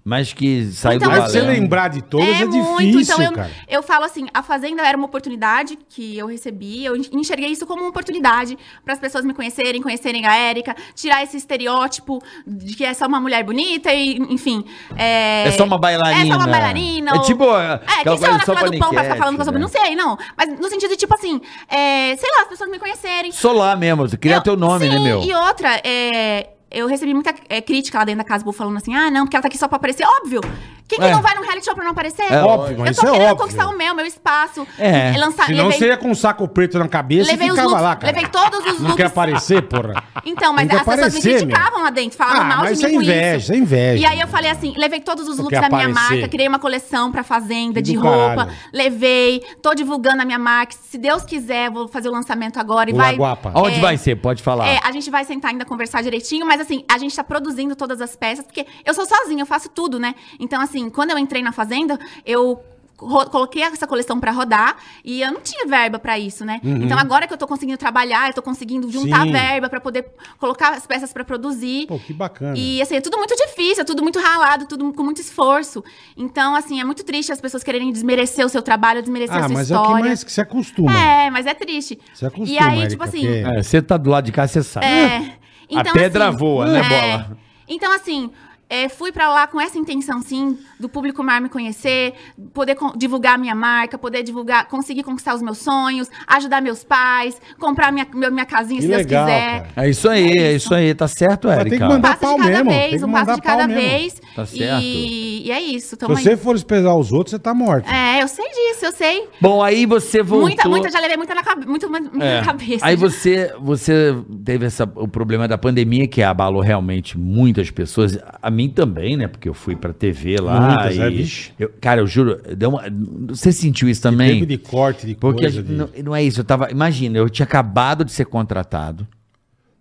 Speaker 3: mais que saiu do
Speaker 4: Muita
Speaker 2: Mas
Speaker 3: balé.
Speaker 2: você lembrar de todas é, difícil,
Speaker 4: assim, Então eu,
Speaker 2: cara.
Speaker 4: eu falo assim, a Fazenda era uma oportunidade que eu recebi, eu enxerguei isso como uma oportunidade para as pessoas me conhecerem, conhecerem a Érica, tirar esse estereótipo de que é só uma mulher bonita e, enfim. É,
Speaker 3: É só uma bailarina.
Speaker 4: É só uma bailarina.
Speaker 3: É
Speaker 4: ou-
Speaker 3: tipo, é,
Speaker 4: É,
Speaker 3: aquela
Speaker 4: quem saiu na
Speaker 3: coisa só
Speaker 4: fila do pão pra ficar
Speaker 3: paniquete,
Speaker 4: falando com a sua.
Speaker 3: né?
Speaker 4: Não sei, não. Mas no sentido de, tipo assim, é, sei lá, as pessoas me conhecerem.
Speaker 3: Sou lá mesmo, você criar
Speaker 4: Eu-
Speaker 3: teu nome,
Speaker 4: sim,
Speaker 3: né, meu?
Speaker 4: E outra, é, eu recebi muita é, crítica lá dentro da Casa Bull falando assim: ah, não, porque ela tá aqui só pra aparecer. Óbvio! Quem que
Speaker 3: É.
Speaker 4: não vai num reality show pra não aparecer?
Speaker 3: É
Speaker 2: óbvio,
Speaker 4: eu
Speaker 2: mas isso
Speaker 4: tô
Speaker 2: é
Speaker 4: querendo
Speaker 2: óbvio.
Speaker 4: conquistar o meu, meu espaço.
Speaker 3: É.
Speaker 4: Lançar,
Speaker 2: Senão
Speaker 4: Tá, levei,
Speaker 2: você ia com um saco preto na cabeça
Speaker 4: levei
Speaker 2: e
Speaker 4: os
Speaker 2: ficava
Speaker 4: looks,
Speaker 2: lá, cara.
Speaker 4: levei todos os
Speaker 2: Não quer
Speaker 4: looks.
Speaker 2: aparecer,
Speaker 4: [laughs]
Speaker 2: porra.
Speaker 4: Então,
Speaker 2: Tem
Speaker 4: mas
Speaker 2: que
Speaker 4: as pessoas me
Speaker 2: aparecer, meu.
Speaker 4: criticavam lá dentro, falavam
Speaker 2: Ah,
Speaker 4: mal
Speaker 2: mas
Speaker 4: de mim
Speaker 2: isso é
Speaker 4: com
Speaker 2: inveja,
Speaker 4: isso.
Speaker 2: isso é inveja.
Speaker 4: E aí eu falei assim, levei todos os
Speaker 2: Não
Speaker 4: looks
Speaker 2: quer
Speaker 4: da minha
Speaker 2: aparecer.
Speaker 4: marca, criei uma coleção pra fazenda
Speaker 2: Que
Speaker 4: de
Speaker 2: do
Speaker 4: roupa,
Speaker 2: caralho.
Speaker 4: levei, tô divulgando a minha marca. Se Deus quiser, vou fazer o lançamento agora e
Speaker 2: O
Speaker 4: vai.
Speaker 2: Laguapa.
Speaker 3: Onde vai ser? Pode falar.
Speaker 4: É, a gente vai sentar ainda conversar direitinho, mas assim, a gente tá produzindo todas as peças, porque eu sou sozinha, eu faço tudo, né? Então, assim, quando eu entrei na fazenda, eu ro- coloquei essa coleção pra rodar e eu não tinha verba pra isso, né? Então agora que eu tô conseguindo trabalhar, eu tô conseguindo juntar
Speaker 2: Uhum. Sim.
Speaker 4: verba pra poder colocar as peças pra produzir.
Speaker 2: Pô, que bacana.
Speaker 4: E assim, é tudo muito difícil, é tudo muito ralado, tudo com muito esforço. Então, assim, é muito triste as pessoas quererem desmerecer o seu trabalho, desmerecer a
Speaker 2: Ah,
Speaker 4: sua
Speaker 2: mas é o
Speaker 4: história.
Speaker 2: que mais que se acostuma.
Speaker 4: É, mas é triste.
Speaker 2: Se acostuma,
Speaker 4: e aí,
Speaker 2: Erika,
Speaker 4: tipo assim,
Speaker 2: porque-
Speaker 3: É, Você tá do lado de cá, você sabe.
Speaker 4: é, então,
Speaker 3: pedra voa, né, bola?
Speaker 4: Então, assim, é, fui pra lá com essa intenção, sim, do público mais me conhecer, poder con- divulgar minha marca, poder divulgar, conseguir conquistar os meus sonhos, ajudar meus pais, comprar minha, meu- minha casinha,
Speaker 2: Que
Speaker 4: se
Speaker 2: legal,
Speaker 4: Deus quiser.
Speaker 2: cara.
Speaker 3: É isso aí, é isso aí. Tá certo,
Speaker 2: tem que
Speaker 3: Érica?
Speaker 4: Um
Speaker 2: mandar- Dá
Speaker 4: passo
Speaker 2: pau
Speaker 4: de cada
Speaker 2: mesmo, tem
Speaker 4: vez,
Speaker 2: que
Speaker 4: um
Speaker 2: mandar
Speaker 4: passo de cada
Speaker 2: pau mesmo.
Speaker 4: vez.
Speaker 3: Tá certo.
Speaker 4: E, e é isso,
Speaker 2: Se
Speaker 4: tamo aí.
Speaker 2: você for desprezar os outros, você tá morto.
Speaker 4: É, eu sei disso, eu sei.
Speaker 3: Bom, aí você voltou...
Speaker 4: Muita, muita, já levei muita na, cabe- muito, muito
Speaker 3: É.
Speaker 4: na cabeça.
Speaker 3: Aí
Speaker 4: já.
Speaker 3: você, você teve essa, o problema da pandemia que abalou realmente muitas pessoas, a mim também, né? Porque eu fui pra TV lá.
Speaker 2: Muitas,
Speaker 3: e
Speaker 2: é, vixe.
Speaker 3: eu- cara, eu juro, deu uma- você sentiu isso também?
Speaker 2: Tempo de corte, de
Speaker 3: Porque a
Speaker 2: coisa.
Speaker 3: gente-
Speaker 2: de-
Speaker 3: não, não é isso, eu tava. Imagina, eu tinha acabado de ser contratado.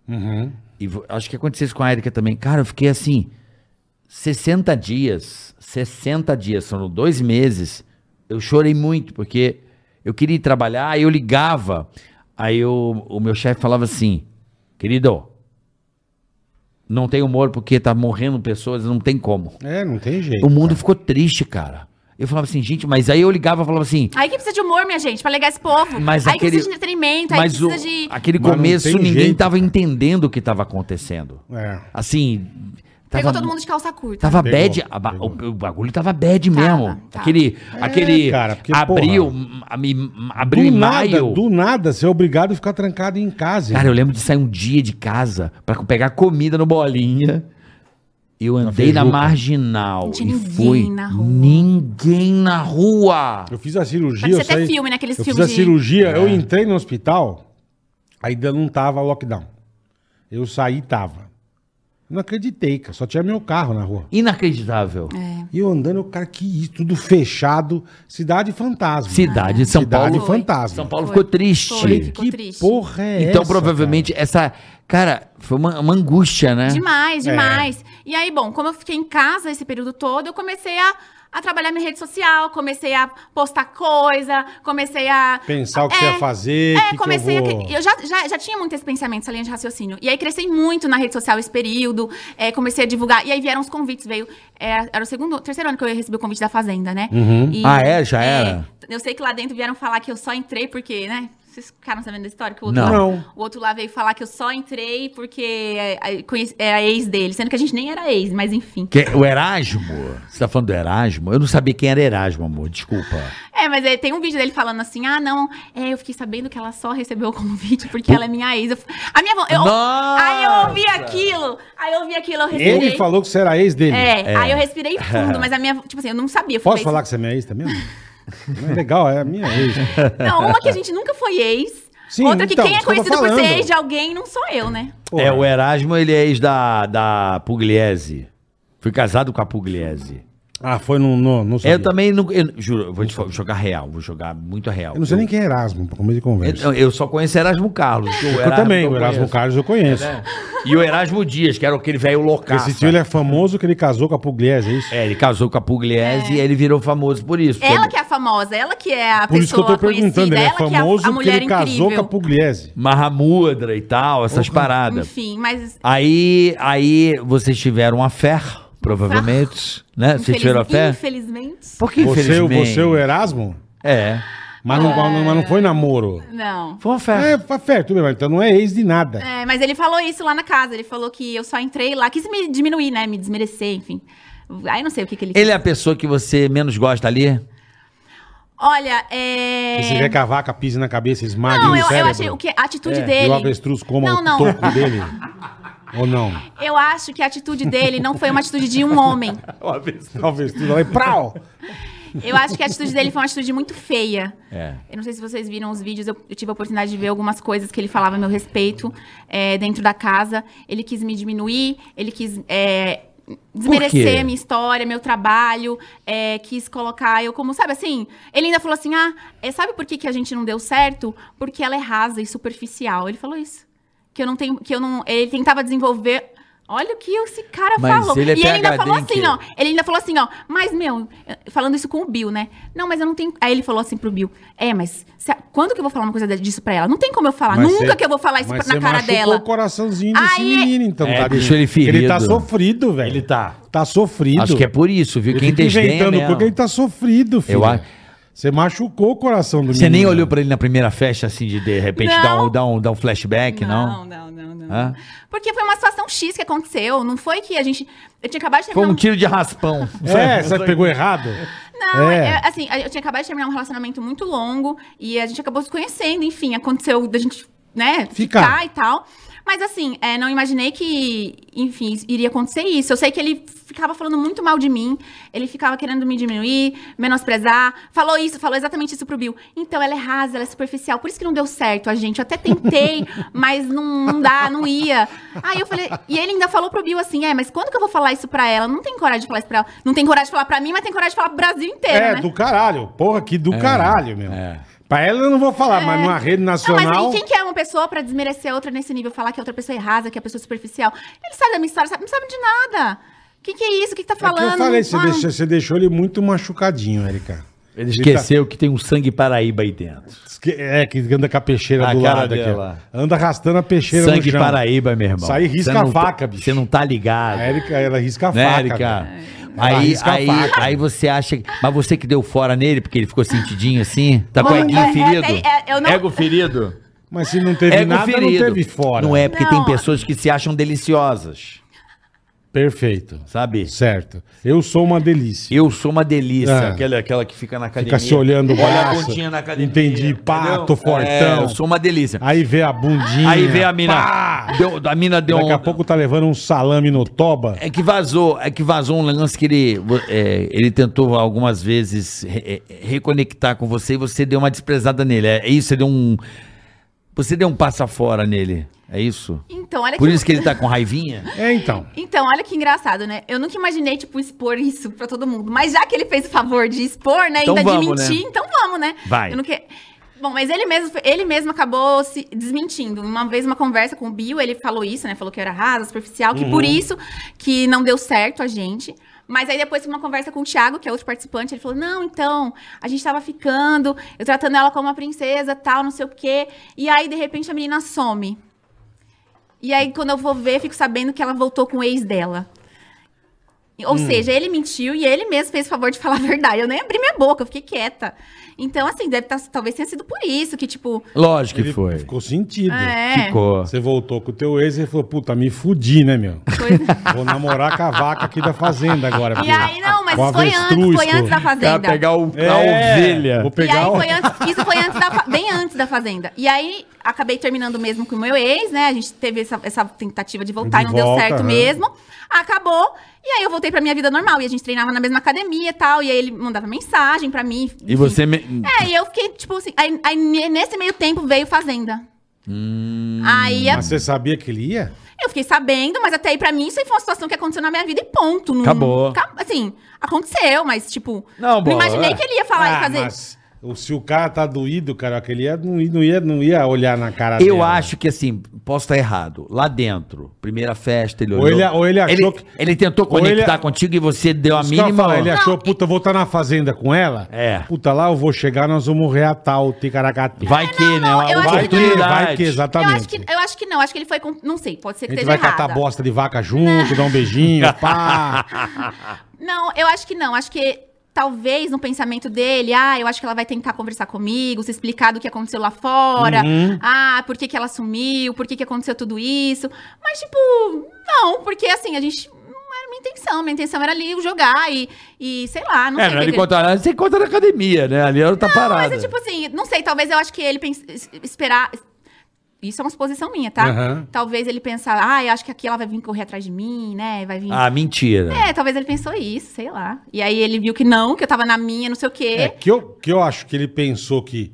Speaker 2: Uhum.
Speaker 3: E vo- acho que aconteceu isso com a Erika também. Cara, eu fiquei assim, 60 dias, 60 dias, foram dois meses. Eu chorei muito, porque eu queria ir trabalhar, aí eu ligava. Aí eu- o meu chefe falava assim, querido, não tem humor porque tá morrendo pessoas, não tem como.
Speaker 2: É, não tem jeito.
Speaker 3: O mundo ficou triste, cara. Eu falava assim, gente, mas aí eu ligava e falava assim,
Speaker 4: Aí que precisa de humor, minha gente, pra ligar esse povo.
Speaker 3: Mas
Speaker 4: aí
Speaker 3: aquele-
Speaker 4: que precisa de entretenimento, Então, aí
Speaker 3: mas
Speaker 4: que
Speaker 3: o,
Speaker 4: precisa de.
Speaker 3: aquele
Speaker 2: Mas não
Speaker 3: começo
Speaker 2: tem
Speaker 3: ninguém
Speaker 2: jeito,
Speaker 3: tava entendendo o que tava acontecendo.
Speaker 2: É.
Speaker 3: Assim, tava,
Speaker 4: Pegou
Speaker 3: Tá
Speaker 4: todo mundo de calça curta.
Speaker 3: tava
Speaker 2: Pegou,
Speaker 3: bad, a ba-
Speaker 2: pegou.
Speaker 3: O, o bagulho tava bad
Speaker 4: Tava,
Speaker 3: mesmo.
Speaker 4: tava. É,
Speaker 3: Aquele, aquele
Speaker 2: É, cara, porque,
Speaker 3: abril,
Speaker 2: porra,
Speaker 3: m- a- me- abril e
Speaker 2: do
Speaker 3: maio.
Speaker 2: Nada, do nada, você é obrigado a ficar trancado em casa.
Speaker 3: Cara, eu lembro de sair um dia de casa pra pegar comida no bolinha. Eu andei na
Speaker 2: feijuca.
Speaker 3: marginal
Speaker 4: Não tinha
Speaker 3: e
Speaker 4: ninguém
Speaker 3: fui
Speaker 4: na rua.
Speaker 3: ninguém na rua.
Speaker 2: Eu fiz a cirurgia.
Speaker 4: Parece
Speaker 2: eu
Speaker 4: até
Speaker 2: saí-
Speaker 4: filme, né? Aqueles
Speaker 2: Eu fiz a
Speaker 4: filmes de-
Speaker 2: cirurgia, eu entrei no hospital, ainda não tava lockdown. Eu saí, tava. Não acreditei, cara. Só tinha meu carro na rua.
Speaker 3: Inacreditável.
Speaker 4: É,
Speaker 2: E eu andando, eu, cara, que isso, tudo fechado. Cidade fantasma.
Speaker 3: Cidade de São
Speaker 2: Cidade
Speaker 3: Paulo.
Speaker 2: fantasma.
Speaker 3: São Paulo
Speaker 4: Foi.
Speaker 3: ficou triste.
Speaker 4: Foi.
Speaker 2: Que
Speaker 4: Ficou é triste.
Speaker 2: porra é essa?
Speaker 3: então, provavelmente, essa. Cara, foi uma, uma angústia, né?
Speaker 4: Demais, demais. E aí, bom, como eu fiquei em casa esse período todo, eu comecei a, a trabalhar minha rede social, comecei a postar coisa, comecei a.
Speaker 2: Pensar o que você ia fazer,
Speaker 4: É,
Speaker 2: que que
Speaker 4: comecei
Speaker 2: eu
Speaker 4: a.
Speaker 2: vou-
Speaker 4: cri- Eu já, já, já tinha muito esse pensamento, essa linha de raciocínio. E aí cresci muito na rede social esse período, é, comecei a divulgar. E aí vieram os convites, veio. é, era o segundo, terceiro ano que eu recebi o convite da Fazenda, né?
Speaker 2: Uhum.
Speaker 4: E-
Speaker 3: Ah, é? Já era?
Speaker 4: Eu sei que lá dentro vieram falar que eu só entrei porque, né? Vocês ficaram sabendo da história? Que o
Speaker 3: Não.
Speaker 4: lá-
Speaker 2: Não.
Speaker 4: o outro lá veio falar que eu só entrei porque é, é, conheci- era ex dele, sendo que a gente nem era ex, mas enfim.
Speaker 3: Que- o Erasmo? Você tá falando do Erasmo? Eu não sabia quem era Erasmo, amor. Desculpa.
Speaker 4: É, mas é, tem um vídeo dele falando assim: ah, não, é, eu fiquei sabendo que ela só recebeu o convite porque ela é minha ex. Eu f- a minha. vo- Eu,
Speaker 3: Nossa!
Speaker 4: aí eu ouvi aquilo, aí eu ouvi aquilo, eu respirei.
Speaker 2: Ele falou que você era ex dele.
Speaker 4: É, aí eu respirei fundo, mas a minha. Tipo assim, eu não sabia. eu
Speaker 2: Posso
Speaker 4: falei,
Speaker 2: falar que você é minha ex [laughs] também? Não é legal, é a minha ex.
Speaker 4: assim, Não, uma que a gente nunca foi ex.
Speaker 2: Sim,
Speaker 4: outra que
Speaker 2: então,
Speaker 4: quem é
Speaker 2: isso que eu tô
Speaker 4: conhecido por ser
Speaker 2: falando.
Speaker 4: ex de alguém não sou eu, né?
Speaker 2: Porra.
Speaker 3: É, o Erasmo, ele é ex da, da Pugliese. Fui casado com a Pugliese.
Speaker 2: Ah, foi no. no, no
Speaker 3: Eu também não. eu- juro, eu vou te fa- jogar real, vou jogar muito real.
Speaker 2: Eu não sei nem quem é Erasmo, pra começo de conversa.
Speaker 4: Então,
Speaker 3: Eu, eu só conheço Erasmo Carlos. que o
Speaker 2: [laughs] Eu,
Speaker 3: Erasmo
Speaker 2: também, o
Speaker 3: conheço.
Speaker 2: Erasmo Carlos
Speaker 4: É,
Speaker 2: eu conheço.
Speaker 4: né?
Speaker 3: E o Erasmo Dias, que era aquele velho loucaço.
Speaker 2: Esse tio ele é famoso que ele casou com a Pugliese, é isso?
Speaker 3: É, ele casou com a Pugliese e ele virou famoso por isso. porque-
Speaker 4: Ela que é a famosa, ela que é a
Speaker 2: Por isso que
Speaker 4: pessoa
Speaker 2: eu tô perguntando,
Speaker 4: conhecida,
Speaker 2: ele é
Speaker 4: ela que é a-
Speaker 2: famoso
Speaker 4: a,
Speaker 2: porque
Speaker 4: mulher
Speaker 2: ele casou
Speaker 4: incrível.
Speaker 2: com a Pugliese.
Speaker 3: Marramudra e tal, essas paradas.
Speaker 4: Enfim, mas
Speaker 3: Aí, aí vocês tiveram uma fé, provavelmente, né? Vocês
Speaker 4: infeliz-
Speaker 3: tiveram a fé?
Speaker 4: infelizmente,
Speaker 3: Por que
Speaker 2: Você,
Speaker 3: infelizmente?
Speaker 2: você é o Erasmo?
Speaker 3: É.
Speaker 2: Mas não, mas não foi namoro.
Speaker 4: não.
Speaker 3: Foi uma fé.
Speaker 2: É, fa- fé, tudo bem, mas então não é ex de nada.
Speaker 4: É, mas ele falou isso lá na casa, ele falou que eu só entrei lá, quis me diminuir, né, me desmerecer, enfim. Aí não sei o que que ele...
Speaker 3: Ele é a pessoa que você menos gosta ali?
Speaker 4: Olha, é...
Speaker 2: E Se quer que a vaca pise na cabeça, esmague
Speaker 4: Não,
Speaker 2: no
Speaker 4: eu, eu
Speaker 2: cérebro.
Speaker 4: achei o que a atitude
Speaker 2: E
Speaker 4: dele...
Speaker 2: o avestruz coma
Speaker 4: Não,
Speaker 2: o
Speaker 4: não.
Speaker 2: toco
Speaker 4: [laughs]
Speaker 2: dele. Ou não?
Speaker 4: Eu acho que a atitude dele não foi uma atitude de um homem.
Speaker 2: [laughs] O avestruz vai, prau!
Speaker 4: Eu acho que a atitude dele foi uma atitude muito feia.
Speaker 3: É.
Speaker 4: Eu não sei se vocês viram os vídeos, eu, eu tive a oportunidade de ver algumas coisas que ele falava a meu respeito é, dentro da casa. Ele quis me diminuir, ele quis é,
Speaker 3: Por quê?
Speaker 4: desmerecer minha história, meu trabalho, é, quis colocar eu como, sabe assim? Ele ainda falou assim: ah, é, sabe por que, que a gente não deu certo? Porque ela é rasa e superficial. Ele falou isso. Que eu não tenho. Que eu não. Ele tentava desenvolver Olha o que esse cara
Speaker 3: Mas
Speaker 4: falou.
Speaker 3: ele é
Speaker 4: e ele ainda
Speaker 3: PhD
Speaker 4: falou
Speaker 3: em quê?
Speaker 4: assim, ó. Ele ainda falou assim, ó. Mas, meu, falando isso com o Bill, né? Não, mas eu não tenho. Aí ele falou assim pro Bill: É, mas se a- quando que eu vou falar uma coisa disso pra ela? Não tem como eu falar.
Speaker 2: Mas
Speaker 4: Nunca
Speaker 2: cê-
Speaker 4: que eu vou falar isso
Speaker 2: mas
Speaker 4: pra- na
Speaker 2: cê
Speaker 4: cara
Speaker 2: machucou
Speaker 4: dela.
Speaker 2: o coraçãozinho desse
Speaker 4: Aí-
Speaker 2: menino, então.
Speaker 3: É,
Speaker 2: tadinho.
Speaker 3: deixou ele ferido.
Speaker 2: Ele tá sofrido, velho. Ele tá. Tá sofrido.
Speaker 3: Acho que é por isso, viu?
Speaker 2: Ele
Speaker 3: Quem
Speaker 2: fica
Speaker 3: desdenha
Speaker 2: inventando
Speaker 3: mesmo.
Speaker 2: porque ele tá sofrido, filho.
Speaker 3: acho-
Speaker 2: Você machucou o coração do menino.
Speaker 3: Você nem olhou pra ele na primeira festa, assim, de de repente
Speaker 4: Não.
Speaker 3: dar um, dar um, dar um flashback, não?
Speaker 4: Não, não, não, não.
Speaker 3: Hã?
Speaker 4: Porque foi uma situação X que aconteceu. Não foi que a gente. Eu tinha acabado de
Speaker 3: Foi
Speaker 4: terminar.
Speaker 3: um tiro de
Speaker 4: [laughs]
Speaker 3: raspão.
Speaker 2: É, você pegou errado.
Speaker 4: Não,
Speaker 2: É.
Speaker 4: é, assim, eu tinha acabado de terminar um relacionamento muito longo e a gente acabou se conhecendo, enfim, aconteceu da gente, né,
Speaker 2: Ficar.
Speaker 4: ficar, e tal. Mas assim, é, não imaginei que, enfim, iria acontecer isso. Eu sei que ele ficava falando muito mal de mim, ele ficava querendo me diminuir, menosprezar. Falou isso, falou exatamente isso pro Bill. Então, ela é rasa, ela é superficial, por isso que não deu certo a gente. Eu até tentei, [laughs] mas não, não dá, não ia. Aí eu falei, e ele ainda falou pro Bill assim: é, mas quando que eu vou falar isso pra ela? Não tem coragem de falar isso pra ela. Não tem coragem de falar pra mim, mas tem coragem de falar pro Brasil inteiro.
Speaker 2: É,
Speaker 4: né?
Speaker 2: do caralho. Porra, que
Speaker 3: É,
Speaker 2: do caralho, meu. Pra ela eu não vou falar, mas numa rede
Speaker 4: É. Não, mas
Speaker 2: nacional.
Speaker 4: aí quem que é uma pessoa pra desmerecer a outra nesse nível? Falar que a outra pessoa é rasa, que a pessoa é superficial. Ele sabe da minha história, sabe- não sabe de nada. O que, que é isso? O que, que tá
Speaker 2: É que
Speaker 4: falando?
Speaker 2: eu falei, você
Speaker 4: Ah,
Speaker 2: deixou, você deixou ele muito machucadinho, Érica.
Speaker 3: Ele esqueceu que tem um sangue paraíba aí dentro.
Speaker 2: Esque- É, que anda com a peixeira
Speaker 3: A
Speaker 2: do
Speaker 3: cara
Speaker 2: lado aqui. ó.
Speaker 3: dela.
Speaker 2: Anda arrastando a peixeira no
Speaker 3: sangue
Speaker 2: chão.
Speaker 3: paraíba, meu irmão.
Speaker 2: Isso aí risca
Speaker 3: Você não
Speaker 2: a
Speaker 3: tá-
Speaker 2: faca, bicho. É,
Speaker 3: Você não tá ligado.
Speaker 2: A Érica, ela risca a
Speaker 3: né,
Speaker 2: faca.
Speaker 3: Erika?
Speaker 2: velho. Ela
Speaker 3: Aí,
Speaker 2: risca a
Speaker 3: aí,
Speaker 2: faca.
Speaker 3: aí você acha. que- Mas você que deu fora nele, porque ele ficou sentidinho assim? Tá com
Speaker 4: Olha,
Speaker 3: eguinho
Speaker 4: é- é-
Speaker 3: ferido?
Speaker 4: é- eu não-
Speaker 3: Ego ferido?
Speaker 2: Mas se não teve
Speaker 3: Ego
Speaker 2: nada,
Speaker 3: ferido.
Speaker 2: não teve fora.
Speaker 3: É Não é, porque
Speaker 4: Não.
Speaker 3: tem pessoas que se acham deliciosas,
Speaker 2: Perfeito.
Speaker 3: sabe?
Speaker 2: Certo. Eu sou uma delícia.
Speaker 3: Eu sou uma delícia.
Speaker 2: É.
Speaker 3: Aquela, aquela que fica na academia.
Speaker 2: Fica se olhando o
Speaker 3: Olha a
Speaker 2: braço.
Speaker 3: pontinha na academia.
Speaker 2: Entendi.
Speaker 3: entendeu?
Speaker 2: Pá, tô
Speaker 3: É,
Speaker 2: fortão.
Speaker 3: eu sou uma delícia.
Speaker 2: Aí vê a bundinha.
Speaker 3: Aí vem a mina.
Speaker 2: pá!
Speaker 3: Deu, a mina deu
Speaker 2: Daqui
Speaker 3: um.
Speaker 2: a pouco tá levando um salame no toba.
Speaker 3: É que vazou, é que vazou um lance que ele, vo- é, ele tentou algumas vezes re- é, reconectar com você e você deu uma desprezada nele. É é isso, você deu um. Você deu um passa fora nele. É isso?
Speaker 4: Então, olha
Speaker 3: Por isso que ele tá com raivinha?
Speaker 2: É, então.
Speaker 4: Então, olha que engraçado, né? Eu nunca imaginei, tipo, expor isso pra todo mundo. Mas já que ele fez o favor de expor, né?
Speaker 3: Então
Speaker 4: ainda
Speaker 3: vamos,
Speaker 4: de mentir,
Speaker 3: né?
Speaker 4: então vamos, né?
Speaker 3: Vai.
Speaker 4: Eu não que- Bom, mas ele mesmo, ele mesmo acabou se desmentindo. Uma vez, uma conversa com o Bill, ele falou isso, né? Falou que eu era rasa, superficial, que por isso que não deu certo a gente. Mas aí depois, uma conversa com o Thiago, que é outro participante, ele falou, não, então, a gente tava ficando, eu tratando ela como uma princesa, tal, não sei o quê. E aí, de repente, a menina some. E aí, quando eu vou ver, fico sabendo que ela voltou com o ex dela. Ou
Speaker 2: Hum.
Speaker 4: seja, ele mentiu e ele mesmo fez o favor de falar a verdade. Eu nem abri minha boca, eu fiquei quieta. Então, assim, deve tá, talvez tenha sido por isso que, tipo.
Speaker 3: Lógico que
Speaker 2: Ele
Speaker 3: foi.
Speaker 2: Ficou sentido.
Speaker 4: É.
Speaker 3: Ficou.
Speaker 2: Você voltou com o teu ex e falou, puta, me fudi, né, meu?
Speaker 4: coisa-
Speaker 2: [laughs] Vou namorar com a vaca aqui da fazenda agora.
Speaker 4: E
Speaker 2: porque-
Speaker 4: aí, não, mas
Speaker 2: com
Speaker 4: isso foi
Speaker 2: avestruz,
Speaker 4: antes, foi
Speaker 2: pô.
Speaker 4: antes
Speaker 3: Pra
Speaker 4: da fazenda.
Speaker 3: pegar o,
Speaker 2: É,
Speaker 3: a ovelha.
Speaker 2: Vou
Speaker 4: E
Speaker 2: pegar um.
Speaker 4: aí
Speaker 2: o...
Speaker 4: foi antes, isso foi antes da, fa- bem antes da fazenda. E aí acabei terminando mesmo com o meu ex, né? A gente teve essa, essa tentativa de voltar
Speaker 2: De
Speaker 4: e não
Speaker 2: volta,
Speaker 4: deu certo
Speaker 2: aham.
Speaker 4: mesmo. Acabou. E aí eu voltei pra minha vida normal. E a gente treinava na mesma academia e tal. E aí ele mandava mensagem pra mim.
Speaker 3: E
Speaker 4: enfim.
Speaker 3: você. me-
Speaker 4: É, e eu fiquei, tipo assim. Aí, aí ne- nesse meio tempo veio fazenda.
Speaker 2: Hum,
Speaker 4: Aí eu-
Speaker 2: Mas você sabia que ele ia?
Speaker 4: eu fiquei sabendo, mas até aí pra mim isso aí foi uma situação que aconteceu na minha vida e ponto. Não-
Speaker 3: Acabou.
Speaker 4: ca- Assim, aconteceu, mas tipo.
Speaker 3: Não,
Speaker 4: Não,
Speaker 3: bola,
Speaker 4: imaginei
Speaker 3: é.
Speaker 4: que ele ia falar e fazer.
Speaker 2: Ah, mas o- se o cara tá doído, cara, que ele ia, não, ia- não ia, não ia olhar na cara
Speaker 3: Eu
Speaker 2: dela.
Speaker 3: acho que assim, posso estar errado. Lá dentro, primeira festa, ele
Speaker 2: Ou
Speaker 3: olhou.
Speaker 2: ele- ou ele achou
Speaker 3: ele,
Speaker 2: que-
Speaker 3: ele tentou
Speaker 2: ou ele-
Speaker 3: conectar contigo e você deu a
Speaker 2: Isso que eu ia
Speaker 3: mínima.
Speaker 2: falar, ele achou,
Speaker 4: Não,
Speaker 2: puta, eu vou estar na fazenda com ela?
Speaker 3: É.
Speaker 2: Puta, lá eu vou chegar, nós vamos reatar o ticaracati.
Speaker 3: Vai que, né? Uma
Speaker 4: eu acho
Speaker 2: vai que,
Speaker 3: oportunidade.
Speaker 2: vai que,
Speaker 4: Eu
Speaker 2: exatamente.
Speaker 4: acho que, eu acho que não, acho que ele foi. com- Não sei, pode ser
Speaker 2: A
Speaker 4: que
Speaker 2: gente
Speaker 4: esteja
Speaker 2: vai
Speaker 4: errada.
Speaker 2: catar bosta de vaca junto, dar um
Speaker 3: [laughs]
Speaker 2: beijinho, pá.
Speaker 4: Não, eu acho que não. Acho que talvez no pensamento dele, ah, eu acho que ela vai tentar conversar comigo, se explicar do que aconteceu lá fora.
Speaker 3: Uhum.
Speaker 4: Ah, por que, que ela sumiu, por que, que aconteceu tudo isso. Mas, tipo, não, porque assim, a gente. Não era minha intenção. Minha intenção era ali jogar e, e sei lá, não
Speaker 3: É,
Speaker 4: sei.
Speaker 3: não
Speaker 4: o
Speaker 3: é
Speaker 4: que
Speaker 3: de
Speaker 4: que-
Speaker 3: contar nada, você conta na academia, né? Ali ela tá parada.
Speaker 4: Mas é tipo assim, não sei, talvez eu acho que ele pense, es- esperar. Isso é uma suposição minha, tá?
Speaker 2: Aham.
Speaker 4: Talvez ele pensar, ah, eu acho que aqui ela vai vir correr atrás de mim, né? Vai vir.
Speaker 3: Ah, mentira.
Speaker 4: É, talvez ele pensou isso, sei lá. E aí ele viu que não, que eu tava na minha, não sei o quê.
Speaker 2: É que eu, que eu acho que ele pensou que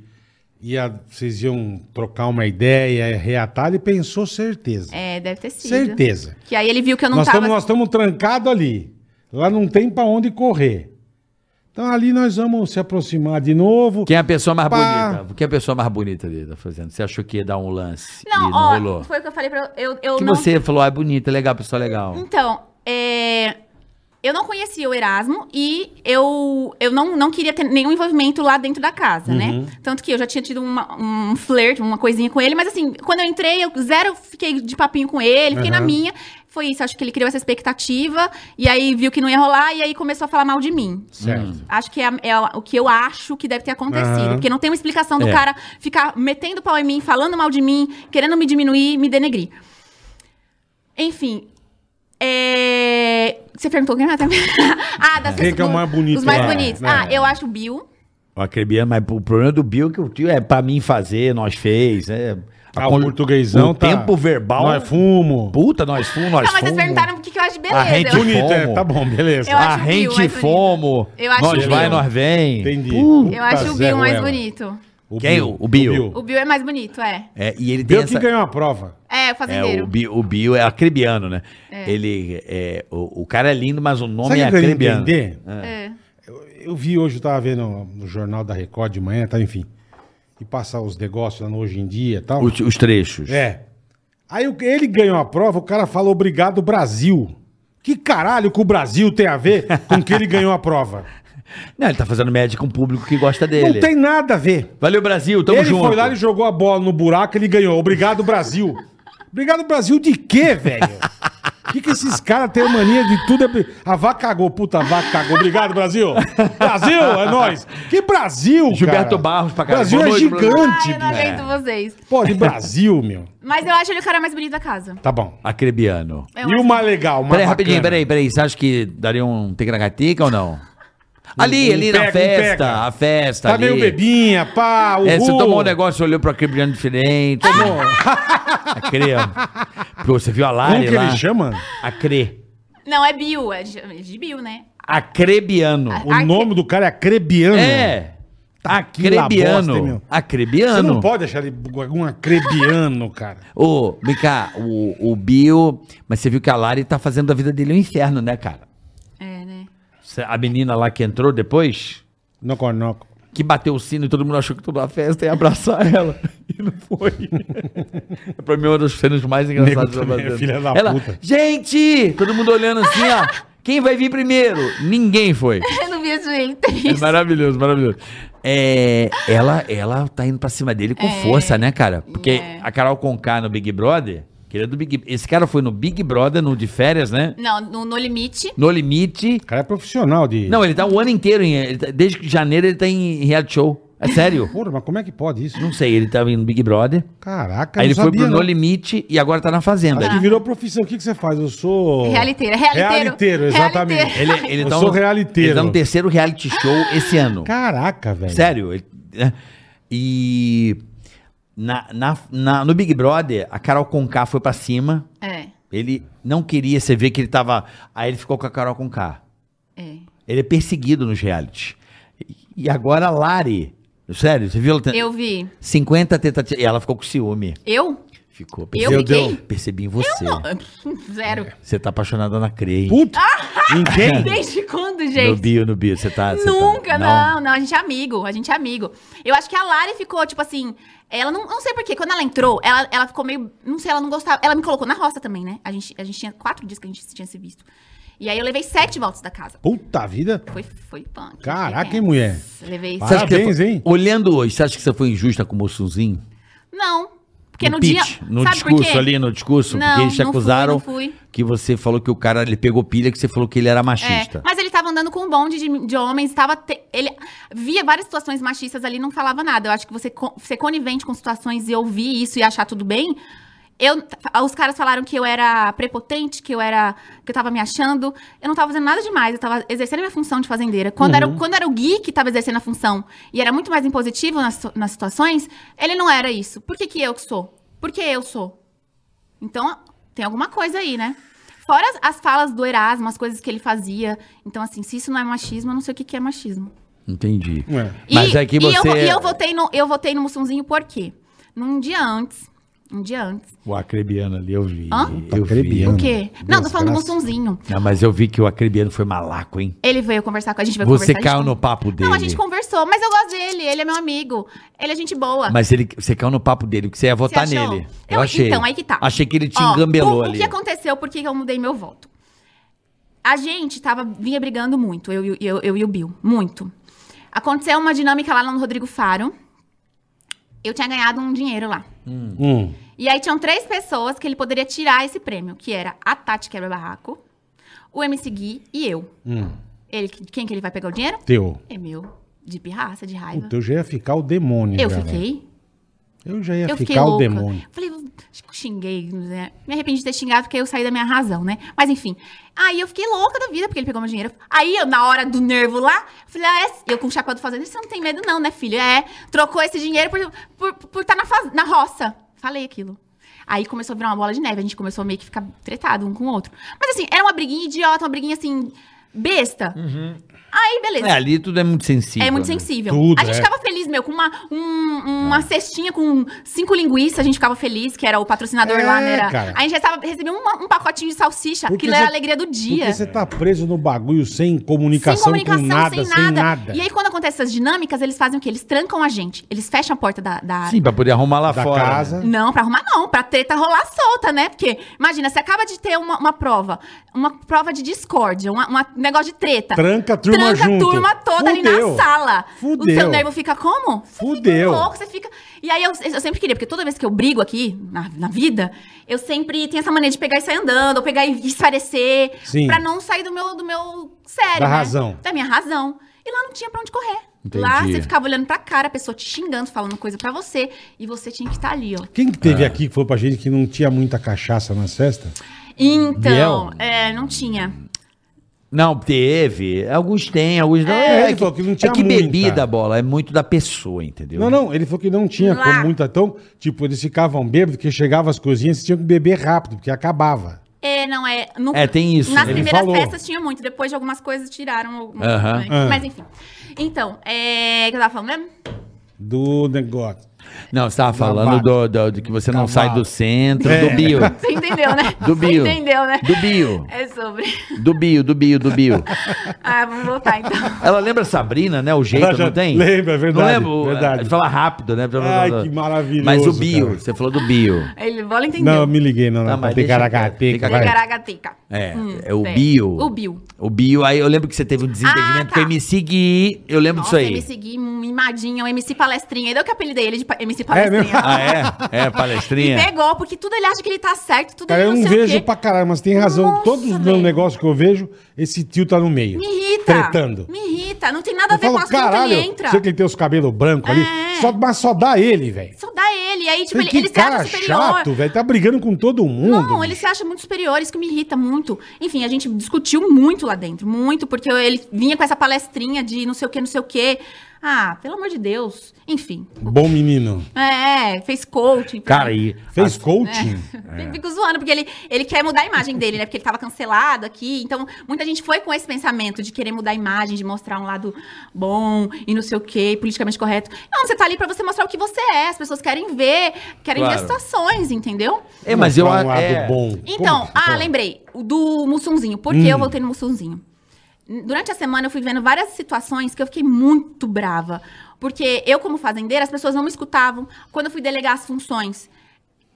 Speaker 2: ia, vocês iam trocar uma ideia, reatar, ele pensou certeza.
Speaker 4: É, deve ter sido.
Speaker 2: certeza.
Speaker 4: Que aí ele viu que eu não
Speaker 2: Nós
Speaker 4: tava.
Speaker 2: estamos nós estamos trancados ali. Lá não tem pra onde correr. Então ali nós vamos se aproximar de novo.
Speaker 3: Quem é a pessoa mais
Speaker 2: Pá.
Speaker 3: bonita? Quem é a pessoa mais bonita dele? Tá fazendo? Você achou que ia dar um lance
Speaker 4: Não,
Speaker 3: e não
Speaker 4: ó,
Speaker 3: rolou?
Speaker 4: foi o que eu falei pra eu. eu
Speaker 3: Que
Speaker 4: não...
Speaker 3: você falou, ah, é bonita, legal, pessoa legal.
Speaker 4: Então, é, eu não conhecia o Erasmo e eu, eu não, não queria ter nenhum envolvimento lá dentro da casa, né? Tanto que eu já tinha tido uma- um flerte, uma coisinha com ele, mas assim, quando eu entrei, eu zero fiquei de papinho com ele, fiquei na minha. Foi isso, acho que ele criou essa expectativa e aí viu que não ia rolar e aí começou a falar mal de mim.
Speaker 2: Certo.
Speaker 4: Acho que é, a- é o que eu acho que deve ter acontecido.
Speaker 2: Aham.
Speaker 4: Porque não tem uma explicação do
Speaker 3: É.
Speaker 4: cara ficar metendo pau em mim, falando mal de mim, querendo me diminuir, me denegrir. Enfim. é, Você perguntou quem é também? [laughs] ah, das
Speaker 2: Quem que é o mais bonito
Speaker 4: Os mais
Speaker 2: lá?
Speaker 4: bonitos.
Speaker 2: É.
Speaker 4: Ah, eu acho o Bill.
Speaker 5: Acrebiano, mas o problema do Bill é que o tio é pra mim fazer, nós fez. É,
Speaker 2: Ah, o portuguesão
Speaker 5: o
Speaker 2: tá.
Speaker 5: tempo verbal.
Speaker 2: Nós fumo.
Speaker 5: Puta, nós fomos, nós
Speaker 2: Ah,
Speaker 4: Não, mas
Speaker 2: um
Speaker 4: vocês
Speaker 5: fumo.
Speaker 4: perguntaram o que, que eu acho de
Speaker 5: A gente
Speaker 4: beleza. Eu-
Speaker 2: Bonito, é,
Speaker 5: Fomo.
Speaker 2: tá bom, beleza.
Speaker 4: Eu
Speaker 5: A
Speaker 4: acho o Bill
Speaker 5: rente
Speaker 4: mais bonito.
Speaker 5: fomo.
Speaker 4: Eu acho
Speaker 5: Nós
Speaker 4: o
Speaker 5: vai,
Speaker 4: Bill.
Speaker 5: nós vem.
Speaker 2: Entendi.
Speaker 4: Eu
Speaker 2: Ah,
Speaker 4: acho o Bill mais bonito.
Speaker 5: Quem? O Bill.
Speaker 4: O Bill é mais bonito, é.
Speaker 3: É, e ele tem
Speaker 2: Bill que
Speaker 3: essa...
Speaker 2: ganhou a prova.
Speaker 4: É, o
Speaker 5: É, o
Speaker 4: fazendeiro.
Speaker 5: Bill, o Bill é acrebiano, né? Ele é, o, o cara é lindo, mas o nome
Speaker 2: Sabe
Speaker 5: é
Speaker 2: o que eu queria
Speaker 5: acrebiano.
Speaker 2: entender?
Speaker 4: É.
Speaker 2: Eu, eu vi hoje, eu tava vendo no jornal da Record de manhã, tá, enfim. E passar os negócios lá no Hoje em Dia e tal.
Speaker 5: Os, os trechos.
Speaker 2: É. Aí o- ele ganhou a prova, o cara falou obrigado Brasil. Que caralho que o Brasil tem a ver com que ele ganhou
Speaker 5: [laughs]
Speaker 2: a prova?
Speaker 5: Não, ele tá fazendo média com um público que gosta dele.
Speaker 2: Não tem nada a ver.
Speaker 5: Valeu, Brasil, tamo
Speaker 2: ele
Speaker 5: junto.
Speaker 2: foi lá, ele jogou a bola no buraco, ele ganhou. Obrigado, Brasil. Obrigado, Brasil, de quê, velho? O que, que esses caras têm mania de tudo? é- A vaca cagou, puta, a vaca cagou. Obrigado, Brasil. Brasil, é nóis. Que Brasil, cara.
Speaker 5: Gilberto Barros pra caralho.
Speaker 2: Brasil
Speaker 5: Boa
Speaker 2: é
Speaker 5: noite,
Speaker 2: gigante,
Speaker 4: Ai, eu não
Speaker 2: bicho.
Speaker 4: aguento vocês.
Speaker 2: Pô, de Brasil, meu.
Speaker 4: Mas eu acho ele o cara mais bonito da casa.
Speaker 2: Tá bom.
Speaker 5: Acrebiano.
Speaker 4: Eu
Speaker 2: e
Speaker 4: acho-
Speaker 2: o mais legal, o mais
Speaker 3: Peraí, rapidinho,
Speaker 2: bacana?
Speaker 3: peraí, peraí. Você acha que daria um tegracatica ou não? Ali,
Speaker 2: um
Speaker 3: ali
Speaker 2: pega,
Speaker 3: na
Speaker 2: um
Speaker 3: festa,
Speaker 2: pega.
Speaker 3: a festa
Speaker 2: Tá
Speaker 3: ali.
Speaker 2: meio uh. bebinha, pá, o
Speaker 3: É, você tomou um negócio, olhou pro acrebiano diferente. Tomou. Acreano.
Speaker 5: Pô, você viu a
Speaker 2: Ah. Como
Speaker 5: Lari
Speaker 2: que
Speaker 5: lá?
Speaker 2: ele chama?
Speaker 5: Acre.
Speaker 4: Não, é Bill. É de, é de Bill, né?
Speaker 5: Acrebiano.
Speaker 2: O
Speaker 4: Acre-
Speaker 2: nome do cara é Acrebiano.
Speaker 3: É.
Speaker 2: Tá aqui na bosta, hein,
Speaker 3: Acrebiano.
Speaker 2: meu?
Speaker 3: Acrebiano.
Speaker 2: Você não pode achar ele algum Acrebiano, cara.
Speaker 3: Ô, vem cá, o, o Bill. Mas você viu que a Lari tá fazendo da vida dele um inferno, né, cara?
Speaker 4: É, né?
Speaker 5: Cê- A menina lá que entrou depois,
Speaker 2: Noco,
Speaker 3: [laughs]
Speaker 2: noco.
Speaker 3: Que bateu o sino e todo mundo achou que toda a festa ia abraçar [laughs] ela. E não foi. é pra mim uma das cenas mais engraçadas
Speaker 2: Nego também é
Speaker 3: vida.
Speaker 2: filha da
Speaker 3: ela,
Speaker 2: puta.
Speaker 3: Gente! Todo mundo olhando assim,
Speaker 2: [laughs]
Speaker 3: ó. Quem vai vir primeiro? Ninguém foi.
Speaker 4: [laughs] Eu não vi isso ele
Speaker 3: É
Speaker 4: triste.
Speaker 3: maravilhoso, maravilhoso. É, ela, ela tá indo pra cima dele
Speaker 2: É.
Speaker 3: com força, né, cara? Porque
Speaker 4: É.
Speaker 3: a Carol Conká no Big Brother, queria do Big Esse cara foi no Big Brother, no de férias, né?
Speaker 4: Não, no, no limite.
Speaker 3: No Limite.
Speaker 2: O cara é profissional de.
Speaker 3: Não, ele tá o ano inteiro, em, ele tá- desde que janeiro ele tá em reality show. É
Speaker 2: [laughs]
Speaker 3: sério.
Speaker 2: Porra, mas como é que pode isso?
Speaker 3: Não sei, ele tava no Big Brother.
Speaker 2: Caraca, não
Speaker 3: aí ele foi
Speaker 2: sabia,
Speaker 3: pro
Speaker 2: não.
Speaker 3: No Limite e agora tá na Fazenda.
Speaker 2: Acho que virou profissão. O que, que você faz? Eu sou.
Speaker 4: Realiteira, realiteiro.
Speaker 2: Realiteiro, exatamente.
Speaker 4: Realiteiro.
Speaker 3: Ele, ele
Speaker 2: Eu
Speaker 3: tá
Speaker 2: sou
Speaker 3: no-
Speaker 2: realiteiro.
Speaker 3: Ele tá no terceiro reality show esse ano.
Speaker 2: Caraca, velho.
Speaker 3: Sério. ele- né? E na, na- na- no Big Brother, a Carol Conká foi pra cima.
Speaker 4: É,
Speaker 3: Ele não queria, você vê que ele tava... Aí ele ficou com a Carol Conká.
Speaker 4: é.
Speaker 3: Ele é perseguido nos reality. E agora a Lari... Sério, você viu? Ela tem
Speaker 4: Eu vi.
Speaker 3: 50 tentativas. E ela ficou com ciúme.
Speaker 4: Eu?
Speaker 3: Ficou.
Speaker 4: Eu
Speaker 3: percebi-
Speaker 4: fiquei?
Speaker 3: Percebi em você.
Speaker 4: [laughs] Zero.
Speaker 3: Você tá apaixonada na Crei. [laughs]
Speaker 2: Puta! Ninguém.
Speaker 4: Desde quando,
Speaker 3: No
Speaker 4: gente?
Speaker 3: bio, no bio, você tá. você tá-
Speaker 4: Nunca, não. não, a gente é amigo, a gente é amigo. Eu acho que a Lari ficou, tipo assim, ela não, não sei porquê, quando ela entrou, ela, ela ficou meio, não sei, ela não gostava, ela me colocou na roça também, né? A gente, a gente tinha quatro dias que a gente tinha se visto. E aí eu levei sete voltas da casa.
Speaker 2: Puta vida.
Speaker 4: Foi, foi punk.
Speaker 2: Caraca,
Speaker 4: foi
Speaker 2: hein,
Speaker 4: tenso.
Speaker 2: mulher?
Speaker 4: Levei
Speaker 3: Você acha que
Speaker 2: Parabéns,
Speaker 3: você foi-
Speaker 2: hein?
Speaker 3: Olhando hoje, você acha que você foi injusta com o Moçunzinho?
Speaker 4: Não, porque no, dia,
Speaker 3: Um pitch, No
Speaker 4: sabe por
Speaker 3: discurso
Speaker 4: quê?
Speaker 3: ali, no discurso?
Speaker 4: Não,
Speaker 3: porque eles te
Speaker 4: não fui,
Speaker 3: acusaram
Speaker 4: não fui.
Speaker 3: que você falou que o cara ele pegou pilha, que você falou que ele era machista.
Speaker 4: É, mas ele tava andando com um bonde de, de homens, tava te- ele via várias situações machistas ali e não falava nada. Eu acho que você co- ser conivente com situações e ouvir isso e achar tudo bem. Eu, os caras falaram que eu era prepotente, que eu era. que eu tava me achando. Eu não tava fazendo nada demais, eu tava exercendo a minha função de fazendeira. Quando, era, o- quando era o Gui que tava exercendo a função e era muito mais impositivo nas, situ- nas situações, ele não era isso. Por que, que eu que sou? Por que eu sou? Então, tem alguma coisa aí, né? Fora as, as falas do Erasmo, as coisas que ele fazia. Então, assim, se isso não é machismo, eu não sei o que, que é machismo.
Speaker 3: Entendi.
Speaker 2: Ué.
Speaker 4: E-
Speaker 3: Mas é que
Speaker 4: E eu,
Speaker 3: você-
Speaker 4: vo- e eu votei no, eu votei no Mussunzinho por quê? Num dia antes, Um dia antes.
Speaker 3: O acrebiano ali, eu vi.
Speaker 4: Hã?
Speaker 3: Eu vi.
Speaker 2: Acrebiano.
Speaker 4: O quê? Não, tô falando do
Speaker 2: Desgraça.
Speaker 4: Mussunzinho.
Speaker 3: Não, mas eu vi que o acrebiano foi malaco, hein?
Speaker 4: Ele veio conversar com a gente, veio
Speaker 3: Você
Speaker 4: conversar. a gente
Speaker 3: caiu
Speaker 4: con-
Speaker 3: no papo dele.
Speaker 4: Não, a gente conversou, mas eu gosto dele, ele é meu amigo. Ele é gente boa.
Speaker 3: Mas ele, você caiu no papo dele, porque você ia votar
Speaker 4: achou?
Speaker 3: nele. Eu,
Speaker 4: Eu-
Speaker 3: achei.
Speaker 4: então, aí que tá.
Speaker 3: Achei que ele te
Speaker 4: Ó,
Speaker 3: engambelou
Speaker 4: o,
Speaker 3: ali.
Speaker 4: O que aconteceu? Por que eu mudei meu voto? A gente tava, vinha brigando muito, eu, e o- eu, eu e o Bill. Muito. Aconteceu uma dinâmica lá no Rodrigo Faro. Eu tinha ganhado um dinheiro lá.
Speaker 2: Hum.
Speaker 4: E aí tinham três pessoas que ele poderia tirar esse prêmio, que era a Tati Quebra Barraco, o MC Gui e eu. Ele, quem que ele vai pegar o dinheiro?
Speaker 2: hum. Teu.
Speaker 4: É meu. De pirraça, de raiva.
Speaker 2: Puta, eu já ia ficar o demônio.
Speaker 4: eu
Speaker 2: já, velho.
Speaker 4: fiquei
Speaker 2: Eu já ia
Speaker 4: eu fiquei
Speaker 2: ficar o
Speaker 4: louca. Um
Speaker 2: demônio.
Speaker 4: Falei, eu xinguei, né? Me arrependi de ter xingado porque eu saí da minha razão, né? Mas enfim. Aí eu fiquei louca da vida porque ele pegou meu dinheiro. Aí eu, na hora do nervo lá, falei, ah, é- eu com o chapéu do fazendeiro, você não tem medo não, né, filho? É, trocou esse dinheiro por estar por, por tá na, faz- na roça. Falei aquilo. Aí começou a virar uma bola de neve, a gente começou a meio que ficar tretado um com o outro. Mas assim, era uma briguinha idiota, uma briguinha assim, besta. Aí, beleza.
Speaker 3: É, ali tudo é muito sensível.
Speaker 4: É muito
Speaker 3: né?
Speaker 4: sensível.
Speaker 2: Tudo,
Speaker 4: a gente
Speaker 2: é.
Speaker 4: ficava feliz, meu, com uma, um- uma cestinha com cinco linguiças, a gente ficava feliz, que era o patrocinador
Speaker 2: É,
Speaker 4: lá, né? Era-
Speaker 2: cara.
Speaker 4: A gente recebava- recebia um, um pacotinho de salsicha,
Speaker 2: Porque
Speaker 4: aquilo era
Speaker 2: você-
Speaker 4: a alegria do dia.
Speaker 2: Porque você tá preso no bagulho sem comunicação, com nada, sem nada.
Speaker 4: E aí, quando acontecem essas dinâmicas, eles fazem o quê? Eles trancam a gente. Eles fecham a porta da, da
Speaker 3: Sim, pra poder arrumar lá
Speaker 2: Da
Speaker 3: fora.
Speaker 2: casa.
Speaker 4: Não, pra arrumar não, pra treta rolar solta, né? Porque, imagina, você acaba de ter uma, uma prova, uma prova de discórdia, uma- uma- um negócio de treta.
Speaker 2: Tranca a turma
Speaker 4: Tranca a
Speaker 2: junto.
Speaker 4: turma toda ali
Speaker 2: Fudeu.
Speaker 4: na sala.
Speaker 2: Fudeu.
Speaker 4: O seu nervo fica como? Você
Speaker 2: Fudeu.
Speaker 4: Fica louco, você fica... E aí, eu, eu sempre queria, porque toda vez que eu brigo aqui, na, na vida, eu sempre tenho essa mania de pegar e sair andando, ou pegar e esclarecer,
Speaker 2: Sim.
Speaker 4: pra não sair do meu, do meu sério,
Speaker 2: Da
Speaker 4: né?
Speaker 2: razão.
Speaker 4: Da minha razão. E lá não tinha pra onde correr.
Speaker 3: Entendi.
Speaker 4: Lá você ficava olhando pra cara, a pessoa te xingando, falando coisa pra você, e você tinha que estar ali, ó.
Speaker 2: Quem que
Speaker 3: É.
Speaker 2: teve aqui que foi pra gente que não tinha muita cachaça na cesta?
Speaker 4: Então, é, não tinha.
Speaker 3: Não, teve. Alguns têm, alguns não.
Speaker 2: É, ele
Speaker 3: que,
Speaker 2: falou que não tinha
Speaker 3: é que
Speaker 2: muita.
Speaker 3: bebida, bola, é muito da pessoa, entendeu?
Speaker 2: Não, não, ele falou que não tinha
Speaker 4: Lá.
Speaker 2: como muita. Então, tipo, eles ficavam bêbados, que chegavam as cozinhas, vocês tinham que beber rápido, porque acabava.
Speaker 4: É, não é. no-
Speaker 3: É, tem isso.
Speaker 4: Nas
Speaker 3: Ele
Speaker 4: primeiras
Speaker 2: falou.
Speaker 4: festas tinha muito, depois de algumas coisas tiraram algumas,
Speaker 3: Aham.
Speaker 4: né?
Speaker 2: Ah.
Speaker 4: Mas enfim. Então, é. O que eu tava falando mesmo? [laughs]
Speaker 2: Do negócio.
Speaker 3: Não, você tava falando do, do- de que você não
Speaker 2: Cavalo.
Speaker 3: sai do centro,
Speaker 2: É.
Speaker 3: do bio.
Speaker 4: Você entendeu, né?
Speaker 3: Do bio.
Speaker 4: Você entendeu, né?
Speaker 3: Do bio.
Speaker 4: É sobre. [laughs]
Speaker 3: Do bio, do bio, do bio.
Speaker 4: Ah, vamos voltar então.
Speaker 3: Ela lembra a Sabrina, né? O
Speaker 2: Ela
Speaker 3: jeito,
Speaker 2: já
Speaker 3: não tem?
Speaker 2: lembra, é verdade,
Speaker 3: Não lembro.
Speaker 2: verdade.
Speaker 3: Ele fala rápido, né?
Speaker 2: Ai, que maravilhoso,
Speaker 3: Mas o bio,
Speaker 2: cara.
Speaker 3: você falou do bio.
Speaker 4: Ele bola
Speaker 2: Não, eu
Speaker 4: entendeu.
Speaker 2: me liguei, não,
Speaker 3: Tá,
Speaker 2: não.
Speaker 3: mas
Speaker 2: Tá,
Speaker 3: deixa
Speaker 2: Ticaracateca,
Speaker 3: quieto,
Speaker 2: vai.
Speaker 4: Ticaracateca.
Speaker 3: É,
Speaker 4: Hum,
Speaker 3: é o
Speaker 4: é.
Speaker 3: bio.
Speaker 4: O bio.
Speaker 3: O bio, aí eu lembro que você teve um
Speaker 4: Ah,
Speaker 3: desentendimento
Speaker 4: tá.
Speaker 3: com o MC Gui, eu lembro
Speaker 4: Nossa, um
Speaker 3: disso aí.
Speaker 4: MC Gui, mimadinha, o MC Palestrinha. Ainda eu que apelidei ele de pa- MC Palestrinha.
Speaker 3: Ah, é? É, palestrinha?
Speaker 4: Me pegou, porque tudo ele acha que ele tá certo, tudo
Speaker 2: Cara,
Speaker 4: ele
Speaker 2: eu
Speaker 4: não,
Speaker 2: não
Speaker 4: sei
Speaker 2: vejo
Speaker 4: o quê.
Speaker 2: pra caralho, mas tem razão.
Speaker 4: Nossa,
Speaker 2: Todos os
Speaker 4: velho.
Speaker 2: negócios que eu vejo, esse tio tá no meio.
Speaker 4: Me irrita.
Speaker 2: Tretando.
Speaker 4: Me irrita. Não tem nada a
Speaker 2: Eu
Speaker 4: ver com o
Speaker 2: falo,
Speaker 4: assunto,
Speaker 2: caralho,
Speaker 4: ele entra.
Speaker 2: sei que ele tem os cabelos brancos ali,
Speaker 4: É.
Speaker 2: só, mas só dá ele, velho.
Speaker 4: Só dá ele. Aí, tipo,
Speaker 2: Tem
Speaker 4: ele,
Speaker 2: que
Speaker 4: ele se
Speaker 2: cara
Speaker 4: acha superior.
Speaker 2: chato, velho. Tá brigando com todo mundo.
Speaker 4: Não, ele se acha muito superior, isso que me irrita muito. Enfim, a gente discutiu muito lá dentro, muito, porque ele vinha com essa palestrinha de não sei o que, não sei o que. Ah, pelo amor de Deus. Enfim.
Speaker 2: Bom menino.
Speaker 4: É, fez coaching.
Speaker 3: Cara, e...
Speaker 2: Fez coaching.
Speaker 4: Eu Fico zoando, porque ele, ele quer mudar a imagem dele, né? Porque ele tava cancelado aqui. Então, muita gente foi com esse pensamento de querer mudar a imagem, de mostrar um lado bom e não sei o quê, politicamente correto. Não, você tá ali pra você mostrar o que você é. As pessoas querem ver, querem
Speaker 3: Claro.
Speaker 4: ver as situações, entendeu?
Speaker 3: É, mas eu...
Speaker 2: Pra um lado
Speaker 3: é...
Speaker 2: bom.
Speaker 4: Então,
Speaker 2: Puta,
Speaker 4: ah,
Speaker 2: pô.
Speaker 4: lembrei. o Do Mussunzinho. Por que
Speaker 2: Hum.
Speaker 4: eu voltei no Mussunzinho? N- Durante a semana eu fui vendo várias situações que eu fiquei muito brava. Porque eu, como fazendeira, as pessoas não me escutavam. Quando eu fui delegar as funções,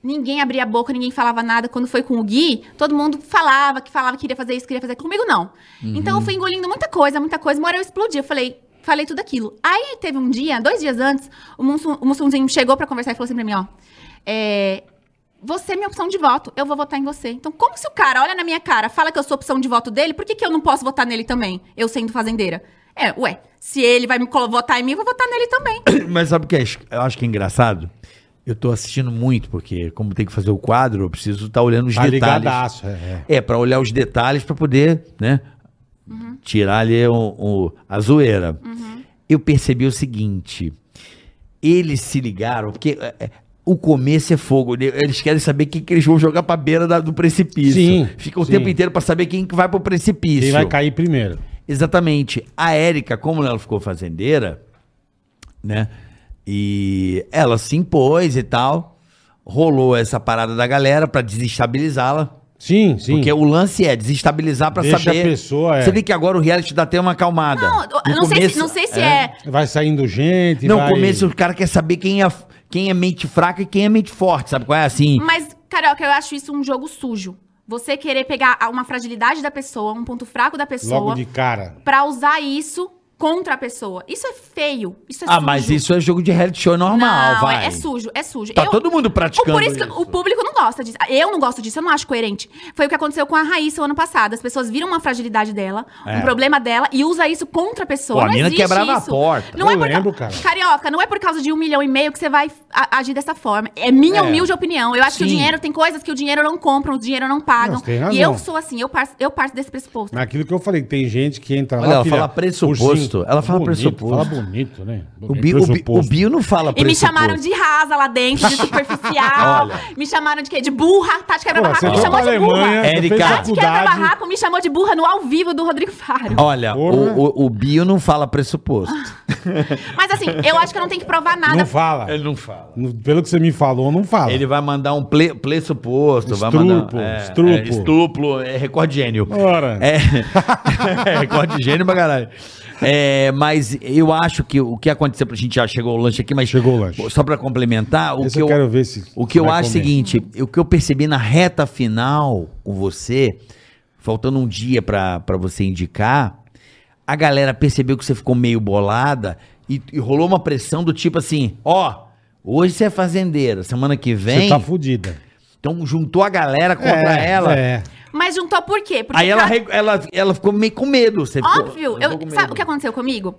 Speaker 4: ninguém abria a boca, ninguém falava nada. Quando foi com o Gui, todo mundo falava, que falava que queria fazer isso, queria fazer aquilo. comigo, não. Então eu fui engolindo muita coisa, muita coisa. Uma hora eu explodi, eu falei, falei tudo aquilo. Aí teve um dia, dois dias antes, o, Mussum, o Mussunzinho chegou pra conversar e falou assim pra mim, ó. É, você é minha opção de voto, eu vou votar em você. Então, como se o cara olha na minha cara, fala que eu sou opção de voto dele, por que, que eu não posso votar nele também, eu sendo fazendeira? É, ué, se ele vai me colo- votar em mim, eu vou votar
Speaker 3: [coughs]
Speaker 4: nele também.
Speaker 3: Mas sabe o que é, es- eu acho que é engraçado? Eu tô assistindo muito, porque como tem que fazer o quadro, eu preciso estar olhando os
Speaker 2: Tá
Speaker 3: detalhes.
Speaker 2: ligadaço, é, é.
Speaker 3: É, pra olhar os detalhes pra poder, né? Tirar ali o, o- a zoeira. Eu percebi o seguinte: eles se ligaram, porque é, é, o começo é fogo. né? Eles querem saber quem que eles vão jogar pra beira da- do precipício.
Speaker 2: Sim,
Speaker 3: Fica o
Speaker 2: sim.
Speaker 3: tempo inteiro pra saber quem que vai pro precipício.
Speaker 2: Quem vai cair primeiro?
Speaker 3: Exatamente. A Érica, como ela ficou fazendeira, né? E ela se impôs e tal. rolou essa parada da galera pra desestabilizá-la.
Speaker 2: Sim, sim.
Speaker 3: Porque o lance é desestabilizar pra
Speaker 2: Deixa
Speaker 3: saber.
Speaker 2: a pessoa, é.
Speaker 3: Você vê que agora o reality dá até uma acalmada.
Speaker 4: Não, eu
Speaker 3: No
Speaker 4: não, sei
Speaker 3: começo-
Speaker 4: se, não sei se é.
Speaker 2: Vai saindo gente.
Speaker 3: Não,
Speaker 2: vai...
Speaker 3: começo o cara quer saber quem é, quem é mente fraca e quem é mente forte, sabe qual é? Assim,
Speaker 4: Mas, Carioca, eu acho isso um jogo sujo. Você querer pegar a- uma fragilidade da pessoa, um ponto fraco da
Speaker 2: Logo
Speaker 4: pessoa,
Speaker 2: de cara.
Speaker 4: pra usar isso contra a pessoa. Isso é feio. Isso é
Speaker 3: ah,
Speaker 4: sujo.
Speaker 3: mas isso é jogo de reality show normal,
Speaker 4: não,
Speaker 3: vai.
Speaker 4: É, é sujo, é sujo.
Speaker 3: Tá
Speaker 4: Eu-
Speaker 3: todo mundo praticando
Speaker 4: Por isso que
Speaker 3: isso.
Speaker 4: o público não gosta disso. Eu não gosto disso, eu não acho coerente. Foi o que aconteceu com a Raíssa o ano passado. As pessoas viram uma fragilidade dela,
Speaker 2: É.
Speaker 4: um problema dela, e usa isso contra a pessoa.
Speaker 3: Pô, a
Speaker 4: não
Speaker 3: mina
Speaker 4: existe
Speaker 3: quebrava a
Speaker 4: isso.
Speaker 3: porta.
Speaker 4: Não
Speaker 2: Eu
Speaker 4: é por ca-
Speaker 2: lembro, cara.
Speaker 4: Carioca, não é por causa de um milhão e meio que você vai a- agir dessa forma. É minha
Speaker 2: É.
Speaker 4: humilde opinião. Eu acho que o
Speaker 3: Sim.
Speaker 4: dinheiro tem coisas que o dinheiro não compra, o dinheiro não paga.
Speaker 2: Não, você tem
Speaker 4: e
Speaker 2: razão.
Speaker 4: eu sou assim, eu parto, eu parto desse pressuposto.
Speaker 2: Naquilo que eu falei, tem gente que entra
Speaker 3: Olha,
Speaker 2: lá.
Speaker 3: ela
Speaker 2: filha,
Speaker 3: fala
Speaker 2: por
Speaker 3: pressuposto,
Speaker 2: cinco-
Speaker 3: ela fala
Speaker 2: bonito,
Speaker 3: pressuposto.
Speaker 2: Fala bonito, né?
Speaker 3: O Bio, o Bi- o Bio não fala
Speaker 4: E me
Speaker 3: preço
Speaker 4: chamaram
Speaker 3: todo.
Speaker 4: de rasa lá dentro, de
Speaker 2: [laughs]
Speaker 4: superficial. me chamaram de quê? De burra.
Speaker 2: Pô,
Speaker 4: Tati quebra-barraco
Speaker 2: você
Speaker 4: me
Speaker 2: foi pra
Speaker 4: chamou de burra.
Speaker 2: Alemanha, você
Speaker 3: Érica.
Speaker 2: fez
Speaker 3: Tati
Speaker 4: Tati
Speaker 2: faculdade.
Speaker 4: quebra-barraco me chamou de burra no ao vivo do Rodrigo Faro.
Speaker 3: Olha,
Speaker 2: Porra.
Speaker 3: o, o, o Bio não fala
Speaker 2: [laughs]
Speaker 3: pressuposto.
Speaker 4: Mas assim, eu acho que eu não tenho que provar nada.
Speaker 2: Não fala.
Speaker 3: não fala.
Speaker 2: No- Pelo que você me falou, não fala.
Speaker 3: Ele vai mandar um ple, pressuposto, vai
Speaker 2: Estrupo,
Speaker 3: mandar... É,
Speaker 2: estrupo.
Speaker 3: É, estuplo, é recorde gênio.
Speaker 2: Ora.
Speaker 3: É, [laughs] é recorde de gênio pra caralho. É, mas eu acho que o que aconteceu, a gente já chegou o lanche aqui, mas...
Speaker 2: Chegou o lanche.
Speaker 3: Só pra complementar, o
Speaker 2: Esse
Speaker 3: que
Speaker 2: eu
Speaker 3: eu...
Speaker 2: quero ver se
Speaker 3: O que eu
Speaker 2: vai
Speaker 3: acho é o
Speaker 2: comer.
Speaker 3: seguinte, o que eu percebi na reta final com você, faltando um dia pra pra você indicar, a galera percebeu que você ficou meio bolada e, e rolou uma pressão do tipo assim, ó, hoje você é fazendeira, semana que
Speaker 2: Você
Speaker 3: vem,
Speaker 2: tá fudida.
Speaker 3: então juntou a galera contra
Speaker 2: É,
Speaker 3: ela.
Speaker 2: É.
Speaker 4: Mas juntou por quê? Porque
Speaker 3: Aí ela,
Speaker 4: cada-
Speaker 3: re- ela, ela ficou meio com medo. Você ficou-
Speaker 4: Óbvio.
Speaker 3: ela
Speaker 4: Eu,
Speaker 3: ficou com
Speaker 4: sabe
Speaker 3: medo.
Speaker 4: o que aconteceu comigo?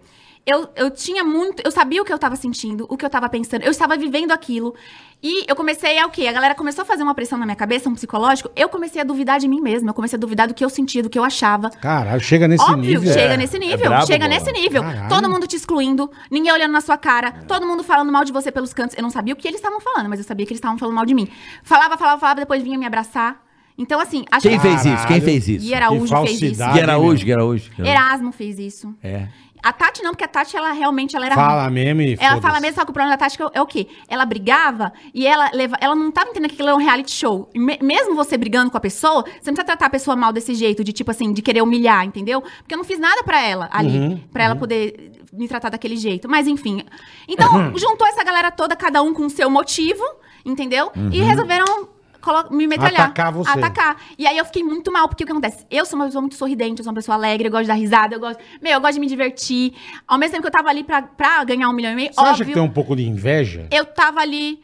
Speaker 4: Eu, eu tinha muito. Eu sabia o que eu tava sentindo, o que eu tava pensando. Eu estava vivendo aquilo. E eu comecei a o quê? A galera começou a fazer uma pressão na minha cabeça, um psicológico. Eu comecei a duvidar de mim mesma. Eu comecei a duvidar do que eu sentia, do que eu achava.
Speaker 2: Caralho, chega nesse
Speaker 4: Óbvio,
Speaker 2: nível.
Speaker 4: chega
Speaker 2: É.
Speaker 4: nesse nível.
Speaker 3: brabo,
Speaker 4: chega
Speaker 3: bola.
Speaker 4: nesse nível.
Speaker 2: Caralho. É.
Speaker 4: Todo mundo te excluindo, ninguém olhando na sua cara, todo mundo falando mal de você pelos cantos. Eu não sabia o que eles estavam falando, mas eu sabia que eles estavam falando mal de mim. Falava, falava, falava, depois vinha me abraçar. Então, assim, acho
Speaker 3: Quem fez isso? Quem
Speaker 2: Caralho.
Speaker 3: fez isso?
Speaker 4: E Araújo
Speaker 2: Que
Speaker 4: fez isso.
Speaker 2: falsidade.
Speaker 3: Gui Araújo, Gui Araújo. Gui Araújo.
Speaker 4: Erasmo fez isso.
Speaker 3: É.
Speaker 4: A Tati não, porque a Tati, ela realmente ela era
Speaker 2: É. Fala
Speaker 4: ruim.
Speaker 2: mesmo e
Speaker 4: Ela
Speaker 2: foda-se.
Speaker 4: fala mesmo, só que o problema da Tati é o quê? Ela brigava e ela leva, ela não tava entendendo que aquilo é um reality show. E me- mesmo você brigando com a pessoa, você não precisa tratar a pessoa mal desse jeito, de tipo assim, de querer humilhar, entendeu? Porque eu não fiz nada pra ela ali,
Speaker 2: Uhum,
Speaker 4: pra ela poder me tratar daquele jeito. Mas enfim. Então,
Speaker 2: Uhum.
Speaker 4: juntou essa galera toda, cada um com o seu motivo, entendeu? E resolveram colo- me metralhar.
Speaker 2: Uhum. Atacar você.
Speaker 4: Atacar. E aí eu fiquei muito mal, porque o que acontece? Eu sou uma pessoa muito sorridente, eu sou uma pessoa alegre, eu gosto de dar risada, eu gosto. Meu, eu gosto de me divertir. Ao mesmo tempo que eu tava ali pra, pra ganhar um milhão e meio,
Speaker 2: Você
Speaker 4: óbvio.
Speaker 2: acha que tem um pouco de inveja?
Speaker 4: Eu tava ali.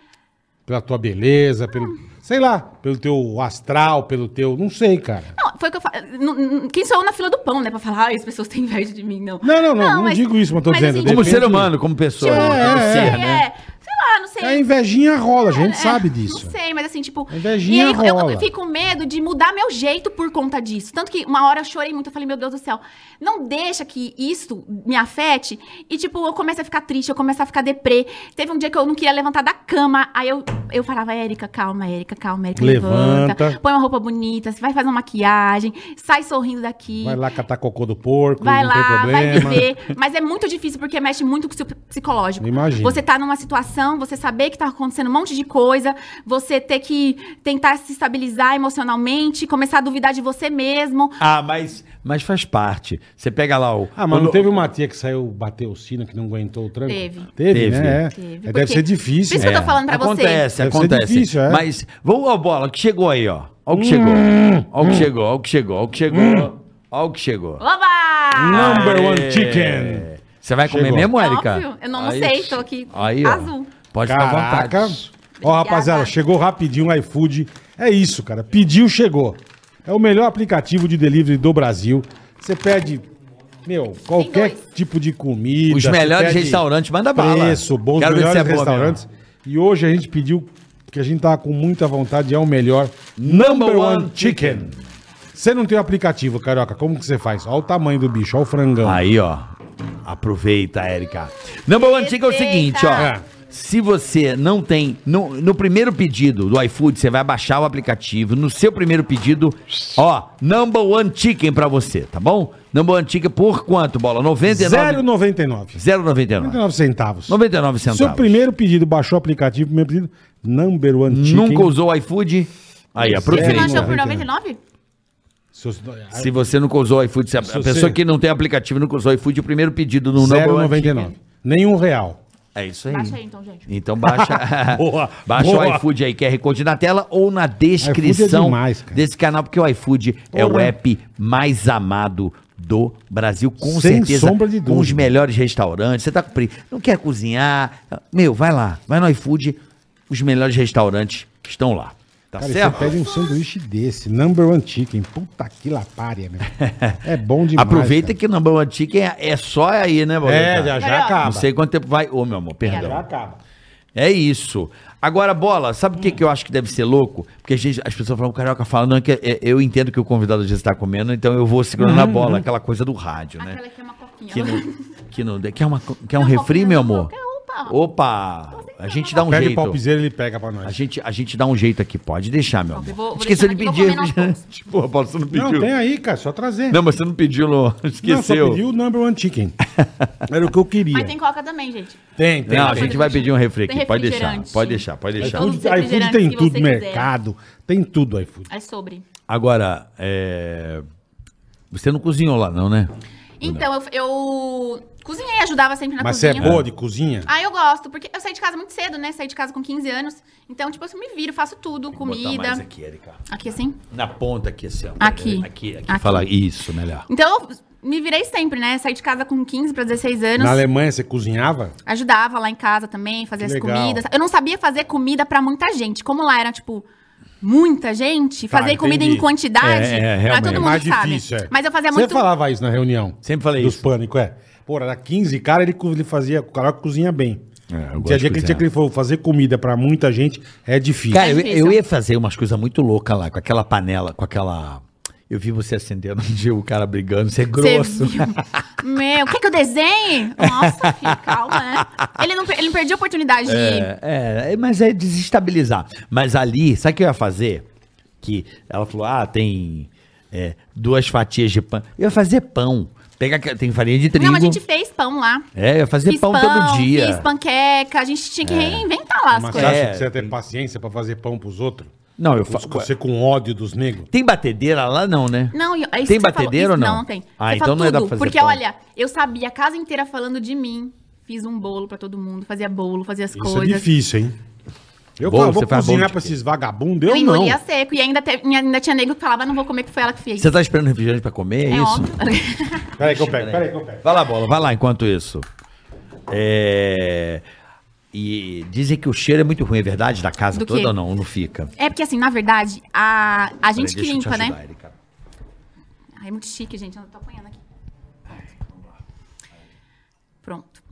Speaker 2: Pela tua beleza, pelo. Sei lá, pelo teu astral, pelo teu. Não sei, cara.
Speaker 4: Não, foi o que eu falei. Quem sou eu na fila do pão, né? Pra falar, "Ai, as pessoas têm inveja de mim, não.
Speaker 2: Não, não, não, não digo isso, mas tô dizendo,
Speaker 4: assim,
Speaker 2: de
Speaker 3: Como
Speaker 2: repente-
Speaker 3: ser um humano, como pessoa. né?
Speaker 2: É,
Speaker 3: como
Speaker 2: é,
Speaker 3: ser,
Speaker 4: é, sei lá, não sei.
Speaker 2: A invejinha rola, a gente sabe disso.
Speaker 4: É, Não sei, mas assim, tipo.
Speaker 2: A invejinha
Speaker 4: e aí eu- eu,
Speaker 2: rola.
Speaker 4: fico com medo de mudar meu jeito por conta disso. Tanto que uma hora eu chorei muito, eu falei, meu Deus do céu, não deixa que isso me afete. E, tipo, eu começo a ficar triste, eu começo a ficar deprê. Teve um dia que eu não queria levantar da cama. Aí eu, eu falava, Érica, calma, Érica, calma, Érica, levanta,
Speaker 2: Levanta.
Speaker 4: Põe uma roupa bonita, vai fazer uma maquiagem, sai sorrindo daqui.
Speaker 2: Vai lá catar cocô do porco,
Speaker 4: Vai
Speaker 2: não tem
Speaker 4: lá, vai
Speaker 2: problema.
Speaker 4: viver. Mas é muito difícil porque mexe muito com o seu psicológico.
Speaker 2: Imagino.
Speaker 4: Você tá numa situação, você saber que tá acontecendo um monte de coisa, você ter que tentar se estabilizar emocionalmente, começar a duvidar de você mesmo.
Speaker 3: Ah, mas, mas faz parte. Você pega lá o.
Speaker 2: Ah, mas não
Speaker 3: o-
Speaker 2: teve uma tia que saiu, bateu o sino, que não aguentou o tranco?
Speaker 4: Teve.
Speaker 2: Teve,
Speaker 3: Teve.
Speaker 2: né? É.
Speaker 4: Teve,
Speaker 2: É,
Speaker 4: porque-
Speaker 2: Deve ser
Speaker 4: Por
Speaker 2: difícil. É.
Speaker 4: isso que eu tô falando pra você.
Speaker 3: acontece,
Speaker 2: Deve ser
Speaker 3: acontece.
Speaker 2: difícil, é.
Speaker 3: Mas vamos ao bola, que chegou aí, ó. Ó o que chegou. Ó o que chegou, ó o que chegou, ó o que chegou. Ó o que chegou.
Speaker 4: Oba!
Speaker 2: Hum. Number
Speaker 3: Aê.
Speaker 2: one chicken.
Speaker 3: Você vai comer
Speaker 2: Chegou.
Speaker 3: mesmo,
Speaker 4: É
Speaker 3: Erika?
Speaker 4: óbvio, eu não
Speaker 3: Aí,
Speaker 4: almocei, tô aqui
Speaker 3: Aí, ó.
Speaker 4: azul.
Speaker 3: Pode ficar tá à
Speaker 2: Caraca.
Speaker 3: vontade.
Speaker 2: Ó, rapaziada,
Speaker 4: Obrigada.
Speaker 2: chegou rapidinho o iFood. É isso, cara. Pediu, chegou. É o melhor aplicativo de delivery do Brasil. Você pede, meu, qualquer
Speaker 4: dois.
Speaker 2: tipo de comida.
Speaker 3: Os
Speaker 2: você
Speaker 3: melhores
Speaker 2: pede
Speaker 3: restaurantes, manda bala.
Speaker 2: Preço, bons
Speaker 3: Quero ver se
Speaker 2: melhores
Speaker 3: é boa
Speaker 2: restaurantes. E hoje a gente pediu, porque a gente tava com muita vontade, é o melhor.
Speaker 3: Number
Speaker 2: Number
Speaker 3: one
Speaker 2: one chicken. Você não tem o aplicativo, Carioca, como que você faz? Olha o tamanho do bicho, olha o frangão.
Speaker 3: Aí, ó. Aproveita, Erika. Number one chicken é o seguinte, ó.
Speaker 2: É.
Speaker 3: Se você não tem. No, no primeiro pedido do iFood, você vai baixar o aplicativo. No seu primeiro pedido, ó, number one chicken pra você, tá bom? Number one chicken por quanto, bola? 99.
Speaker 2: 0,99.
Speaker 3: 0,99.
Speaker 2: 99 centavos.
Speaker 3: 99
Speaker 2: Seu
Speaker 3: centavos.
Speaker 2: primeiro pedido, baixou o aplicativo, primeiro pedido, number one chicken.
Speaker 3: Nunca usou o iFood? Aí,
Speaker 4: Você não
Speaker 3: aproveita.
Speaker 4: achou por
Speaker 2: 99?
Speaker 4: 99?
Speaker 2: Se os-
Speaker 3: Se você nunca usou o iFood, se a, a
Speaker 2: Se
Speaker 3: pessoa
Speaker 2: você-
Speaker 3: que não tem aplicativo nunca usou o iFood, o primeiro pedido no number one chicken.
Speaker 2: 0,99. Nenhum real.
Speaker 3: É isso aí.
Speaker 4: Baixa aí então, gente.
Speaker 3: Então baixa,
Speaker 2: [laughs]
Speaker 3: [laughs]
Speaker 2: Boa,
Speaker 3: baixa o
Speaker 2: boa.
Speaker 3: iFood aí, QR Code na tela ou na
Speaker 2: iFood é
Speaker 3: descrição
Speaker 2: demais, cara.
Speaker 3: desse canal, porque o iFood é o
Speaker 2: Porra.
Speaker 3: app mais amado do Brasil, com
Speaker 2: Sem
Speaker 3: certeza,
Speaker 2: sombra de
Speaker 3: com os
Speaker 2: dúvida.
Speaker 3: melhores restaurantes. Você tá com preguiça, não quer cozinhar? Meu, vai lá, vai no iFood, os melhores restaurantes estão lá. Tá
Speaker 2: Cara, e
Speaker 3: certo?
Speaker 2: você pede um sanduíche desse, number one chicken, puta que lapária,
Speaker 3: [laughs]
Speaker 2: meu. É bom demais.
Speaker 3: Aproveita
Speaker 2: cara.
Speaker 3: que o Number One Chicken é, é só aí, né, Boleta?
Speaker 2: É, já, já
Speaker 4: Não
Speaker 2: acaba.
Speaker 3: Não sei quanto tempo vai. Ô, meu amor, perdão.
Speaker 2: Já acaba.
Speaker 3: É isso. Agora, bola, sabe o que, que eu acho que deve ser louco? Porque a gente- as pessoas falam, o carioca fala, não, é que é- eu entendo que o convidado já está comendo, então eu vou segurando a
Speaker 2: Uhum.
Speaker 3: bola, aquela coisa do rádio, né?
Speaker 4: Aquela que é uma coquinha.
Speaker 3: Que não, que não, quer, uma, co- quer um
Speaker 4: Não,
Speaker 3: refri,
Speaker 4: coquinha
Speaker 3: meu
Speaker 4: não,
Speaker 3: amor?
Speaker 4: quer opa.
Speaker 3: Opa! A gente dá um
Speaker 2: Pede
Speaker 3: jeito.
Speaker 2: palpizeiro, ele pega pra
Speaker 3: A
Speaker 2: nós.
Speaker 3: gente, a gente dá um jeito aqui, pode deixar, meu amor.
Speaker 4: eu vou- vou
Speaker 3: Esqueceu de
Speaker 4: deixar aqui,
Speaker 3: pedir
Speaker 4: vou
Speaker 3: [laughs]
Speaker 4: comer aos
Speaker 3: refrigerante. Pô, Paulo, você não pediu.
Speaker 2: Não,
Speaker 3: Não,
Speaker 2: tem aí, cara, só trazer.
Speaker 3: mas você não pediu, não.
Speaker 2: Não, só
Speaker 3: Esqueceu.
Speaker 2: pediu o number one
Speaker 3: [laughs]
Speaker 2: chicken. Era o que eu queria.
Speaker 4: [laughs] Mas tem coca também, gente.
Speaker 2: tem, tem.
Speaker 3: Não, a
Speaker 4: tem.
Speaker 3: gente vai pedir um refri
Speaker 4: Tem
Speaker 3: aqui, pode deixar.
Speaker 4: refrigerante.
Speaker 3: Pode deixar, pode deixar.
Speaker 4: Todos os
Speaker 2: iFood, iFood
Speaker 4: refrigerantes
Speaker 2: tem
Speaker 4: que
Speaker 2: tudo,
Speaker 4: você quiser.
Speaker 2: mercado, tem tudo iFood.
Speaker 4: É sobre.
Speaker 3: Agora, é... você não cozinhou lá, não, né?
Speaker 4: Então, eu, eu cozinhei, ajudava sempre na
Speaker 2: Mas você é
Speaker 4: cozinha.
Speaker 2: boa de cozinha?
Speaker 4: Ah, eu gosto, porque eu saí de casa muito cedo, né? Saí de casa com 15 anos. Então, tipo, eu me viro, faço tudo,
Speaker 3: Botar
Speaker 4: comida.
Speaker 3: mais aqui,
Speaker 4: Aqui.
Speaker 3: Erika.
Speaker 4: assim?
Speaker 3: Na ponta aqui, assim. ó.
Speaker 4: Aqui.
Speaker 3: Aqui, aqui.
Speaker 4: Aqui.
Speaker 3: Fala isso, melhor.
Speaker 4: Então, eu me virei sempre, né? Saí de casa com 15 pra 16 anos.
Speaker 2: Na Alemanha você cozinhava?
Speaker 4: Ajudava lá em casa também, fazia as
Speaker 2: Legal.
Speaker 4: comidas. Eu não sabia fazer comida pra muita gente. Como lá era, tipo, muita gente,
Speaker 2: Tá,
Speaker 4: fazer comida
Speaker 2: entendi.
Speaker 4: em quantidade,
Speaker 3: É, é,
Speaker 4: não é
Speaker 3: realmente.
Speaker 4: todo
Speaker 3: É
Speaker 4: mundo
Speaker 2: mais
Speaker 4: que sabe.
Speaker 2: difícil, é.
Speaker 4: Mas eu fazia
Speaker 2: Você
Speaker 4: muito.
Speaker 2: falava isso na reunião?
Speaker 3: Sempre falei
Speaker 2: Dos
Speaker 3: isso.
Speaker 2: pânico, é. Pô, era 15 cara, ele, co- ele fazia, o cara cozinha bem.
Speaker 3: É, eu
Speaker 2: É, dia
Speaker 3: gosto de
Speaker 2: que ele tinha
Speaker 3: cozinhar.
Speaker 2: que ele for fazer comida pra muita gente, é difícil.
Speaker 3: Cara, eu,
Speaker 4: difícil.
Speaker 3: eu ia fazer umas coisas muito loucas lá, com aquela panela, com aquela... Eu vi você acendendo [laughs] um dia o cara brigando, você é grosso.
Speaker 4: Você viu? Meu, quer que eu desenhe? Nossa, filho, calma, né? Ele não, per- ele não perdia a oportunidade de.
Speaker 3: É, é, mas é desestabilizar. Mas ali, sabe o que eu ia fazer? Que ela falou: ah, tem é, duas fatias de pão. Eu ia fazer pão. Pega, aquela- tem farinha de trigo.
Speaker 4: Não, a gente fez pão lá.
Speaker 3: É, eu ia fazer
Speaker 4: Fiz
Speaker 3: pão, todo dia.
Speaker 4: Fiz panqueca, a gente tinha que reinventar lá as
Speaker 2: Mas você
Speaker 4: coisas.
Speaker 2: acha
Speaker 3: É.
Speaker 2: que você ia ter paciência pra fazer pão pros outros?
Speaker 3: Não, eu
Speaker 2: Os-
Speaker 3: faço.
Speaker 2: Você com ódio dos negros?
Speaker 3: Tem batedeira lá, não, né?
Speaker 4: Não, e- é isso
Speaker 3: Tem
Speaker 4: que você
Speaker 3: batedeira
Speaker 4: falou.
Speaker 3: ou
Speaker 4: Isso-
Speaker 3: não?
Speaker 4: Não, tem.
Speaker 3: Ah,
Speaker 4: Você
Speaker 3: então
Speaker 4: fala
Speaker 3: não ia dar pra fazer
Speaker 4: Porque,
Speaker 3: pão.
Speaker 4: olha, eu sabia a casa inteira falando de mim. Fiz um bolo pra todo mundo, fazia bolo, fazia as
Speaker 2: Isso é
Speaker 4: coisas.
Speaker 2: difícil, hein? Eu
Speaker 3: Bolo,
Speaker 2: falo,
Speaker 3: você
Speaker 2: vou
Speaker 3: faz bolo
Speaker 2: cozinhar
Speaker 3: de
Speaker 2: pra
Speaker 3: quê?
Speaker 2: esses vagabundos?
Speaker 4: Eu
Speaker 2: Eu não.
Speaker 4: engolia seco e ainda, te- e ainda tinha nego que falava, não vou comer, que foi ela que fez.
Speaker 3: Você tá esperando refrigerante pra comer? É,
Speaker 4: é
Speaker 3: isso?
Speaker 4: óbvio. [laughs]
Speaker 2: Peraí que eu pego, peraí que eu pego.
Speaker 3: Vai lá, bola, vai lá enquanto isso. É. E dizem que o cheiro é muito ruim, é verdade? Da casa
Speaker 4: Do
Speaker 3: toda
Speaker 4: quê?
Speaker 3: ou não? Não fica.
Speaker 4: é porque, assim, na verdade, a, a gente que limpa, né?
Speaker 3: Erika.
Speaker 4: Ai, é muito chique, gente. Eu tô apanhando aqui. Pronto.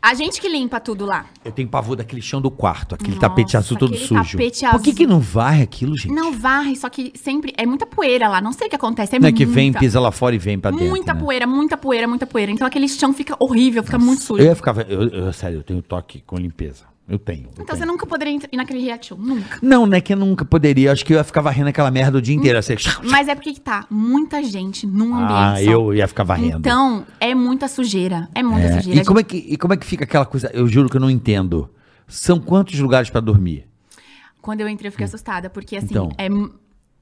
Speaker 4: A gente que limpa tudo lá.
Speaker 3: Eu tenho pavor daquele chão do quarto, aquele
Speaker 4: Nossa,
Speaker 3: tapete azul todo
Speaker 4: aquele
Speaker 3: sujo.
Speaker 4: tapete
Speaker 3: Por que,
Speaker 4: azul.
Speaker 3: que não varre aquilo, gente?
Speaker 4: Não varre, só que sempre. É muita poeira lá. Não sei o que acontece. É
Speaker 3: Não é que
Speaker 4: muita,
Speaker 3: vem, pisa lá fora e vem pra dentro.
Speaker 4: Muita
Speaker 3: né?
Speaker 4: poeira, muita poeira, muita poeira. Então aquele chão fica horrível, fica muito sujo.
Speaker 3: Eu ia ficar. Eu, eu- sério, eu tenho toque com limpeza. Eu tenho. eu
Speaker 4: Então você
Speaker 3: tenho.
Speaker 4: nunca poderia ir naquele riachão. Nunca.
Speaker 3: Não, né? Que eu nunca poderia. Acho que eu ia ficar varrendo aquela merda o dia inteiro. assim,
Speaker 4: Mas é porque que tá muita gente num
Speaker 3: ah,
Speaker 4: ambiente. só.
Speaker 3: eu ia ficar varrendo.
Speaker 4: Então, é muita sujeira. É muita
Speaker 3: É,
Speaker 4: sujeira.
Speaker 3: E, como é que, e como é que fica aquela coisa? Eu juro que eu não entendo. São quantos lugares pra dormir?
Speaker 4: Quando eu entrei, eu fiquei assustada, porque assim,
Speaker 3: Hum. Então.
Speaker 4: é, m-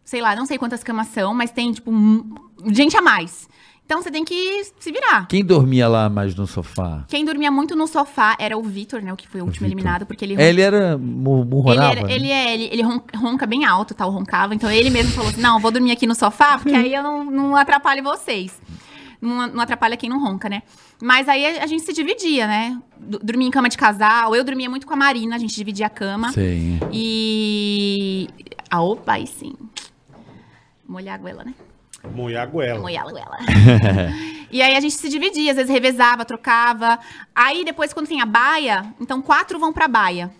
Speaker 4: sei lá, não sei quantas camas são, mas tem, tipo, m- gente a mais. Então você tem que se virar.
Speaker 3: Quem dormia lá mais no sofá?
Speaker 4: Quem dormia muito no sofá era o Vitor, né? O que foi o último eliminado, porque ele.
Speaker 3: Ele era. mu-
Speaker 4: Ele,
Speaker 3: Murmurava?
Speaker 4: era-
Speaker 3: né?
Speaker 4: ele é, ele, ele ron- ronca bem alto, tal, roncava. Então ele mesmo falou assim: não, eu vou dormir aqui no sofá, porque aí eu não, não atrapalho vocês. Não, não atrapalha quem não ronca, né? Mas aí a, a gente se dividia, né? Du- dormia em cama de casal, eu dormia muito com a Marina, a gente dividia a cama.
Speaker 3: Sim.
Speaker 4: E. Ah, opa, aí sim. Molhar a goela, né?
Speaker 2: Moer a goela.
Speaker 4: Molhar
Speaker 2: [laughs]
Speaker 4: a goela. e aí a gente se dividia, às vezes revezava, trocava. Aí depois, quando tem a baia, então quatro vão pra baia.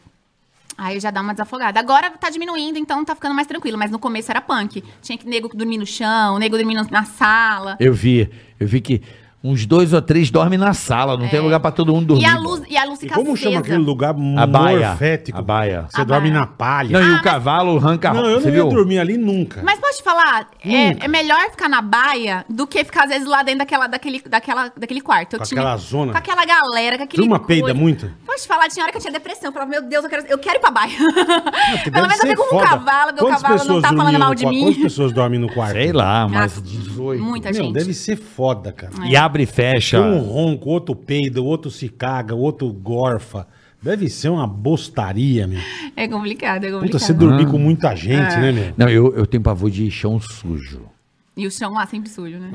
Speaker 4: Aí já dá uma desafogada. Agora tá diminuindo, então tá ficando mais tranquilo. Mas no começo era punk. Tinha que nego dormir no chão, nego dormir no- na sala.
Speaker 3: Eu vi, eu vi que uns dois ou três dormem na sala, não tem lugar pra todo mundo dormir.
Speaker 4: É. E a luz, e a luz
Speaker 2: E
Speaker 4: fica
Speaker 2: como chama
Speaker 4: acesa.
Speaker 2: aquele lugar
Speaker 3: A baia.
Speaker 2: morfético?
Speaker 3: A baia.
Speaker 2: Você
Speaker 4: A
Speaker 2: dorme
Speaker 4: baia. Ah,
Speaker 2: na palha.
Speaker 3: Não, e o cavalo arranca a
Speaker 2: Não,
Speaker 3: roupa,
Speaker 2: eu
Speaker 3: você
Speaker 2: não ia
Speaker 3: viu?
Speaker 2: dormir ali nunca.
Speaker 4: Mas posso te falar, é,
Speaker 2: Nunca.
Speaker 4: é melhor ficar na baia do que ficar, às vezes, lá dentro daquela, daquele, daquela, daquele quarto. Eu
Speaker 2: Com aquela zona.
Speaker 4: Com aquela galera, com aquele.
Speaker 2: Turma é peida muito?
Speaker 4: Posso te falar, tinha hora que eu tinha depressão. Eu falava, meu Deus, eu quero, eu quero ir pra baia. Pelo [laughs]
Speaker 2: Deve
Speaker 4: menos eu
Speaker 2: ser
Speaker 4: fico com um
Speaker 2: foda.
Speaker 4: cavalo, meu
Speaker 2: Quantas
Speaker 4: cavalo não
Speaker 2: pessoas
Speaker 4: tá falando
Speaker 2: dormiam
Speaker 4: mal
Speaker 2: no
Speaker 4: de
Speaker 2: quarto? Quantas
Speaker 4: mim.
Speaker 2: pessoas dormem no quarto?
Speaker 3: Sei lá, mas.
Speaker 4: Nossa,
Speaker 2: 18.
Speaker 4: Muita
Speaker 2: Meu,
Speaker 4: gente.
Speaker 2: deve ser foda, cara.
Speaker 3: E abre e fecha.
Speaker 2: Um ronco, outro peida, outro se caga, outro gorfa. Deve ser uma bostaria, meu.
Speaker 4: É complicado, é complicado. É.
Speaker 2: Puta, você dormir
Speaker 3: Hum.
Speaker 2: com muita gente, né, meu?
Speaker 3: Não, eu, eu tenho pavor de chão sujo.
Speaker 4: E o chão lá sempre sujo,
Speaker 2: [laughs]
Speaker 4: né?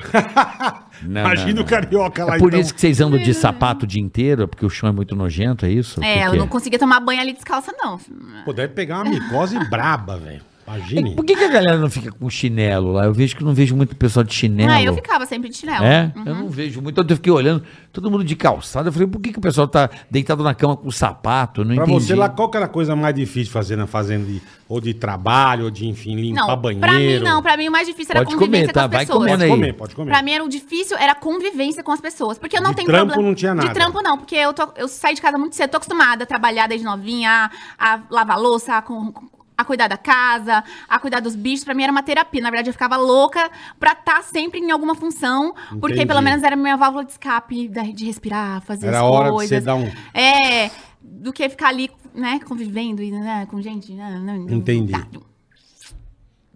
Speaker 3: Não,
Speaker 2: Imagina
Speaker 3: não,
Speaker 2: o carioca
Speaker 3: não.
Speaker 2: lá
Speaker 3: É por
Speaker 2: então.
Speaker 3: isso que vocês andam de sapato o dia inteiro, porque o chão é muito nojento, é isso? O que
Speaker 4: é, ela
Speaker 3: que
Speaker 4: não conseguia tomar banho ali descalça, não.
Speaker 2: Pô, deve pegar uma micose braba, velho. Imagine.
Speaker 3: Por que, que a galera não fica com chinelo lá? Eu vejo que não vejo muito pessoal de chinelo.
Speaker 4: Ah, eu ficava sempre de Uhum. chinelo.
Speaker 3: É? Eu não vejo muito. Ontem Eu fiquei olhando, todo mundo de calçada. Eu falei, por que, que o pessoal tá deitado na cama com sapato? Eu Não
Speaker 2: Pra
Speaker 3: entendi.
Speaker 2: você lá, qual que era a coisa mais difícil de fazer na fazenda? de- ou de trabalho, ou de, enfim, limpar
Speaker 4: Não,
Speaker 2: banheiro?
Speaker 4: pra mim não. Pra mim o mais difícil era a
Speaker 3: Pode
Speaker 4: convivência
Speaker 3: comer,
Speaker 4: com
Speaker 3: tá?
Speaker 4: as
Speaker 3: Vai
Speaker 4: pessoas.
Speaker 3: comendo
Speaker 2: Pode
Speaker 3: aí.
Speaker 2: comer, pode comer.
Speaker 4: Pra mim era o difícil era a convivência com as pessoas. Porque eu não
Speaker 2: De
Speaker 4: tenho
Speaker 2: trampo
Speaker 4: problema.
Speaker 2: não tinha nada.
Speaker 4: De trampo não, porque eu, tô- eu saio de casa muito cedo. Tô acostumada a trabalhar desde novinha, a, a lavar louça, a, com- a cuidar da casa, a cuidar dos bichos. Pra mim era uma terapia. Na verdade, eu ficava louca pra estar sempre em alguma função. Porque
Speaker 2: Entendi.
Speaker 4: pelo menos era minha válvula de escape, da- de respirar, fazer
Speaker 2: Era
Speaker 4: as
Speaker 2: a hora de
Speaker 4: coisas.
Speaker 2: você dar um...
Speaker 4: É, do que ficar ali, né, convivendo e, né, com gente. né, não- não-
Speaker 2: Entendi.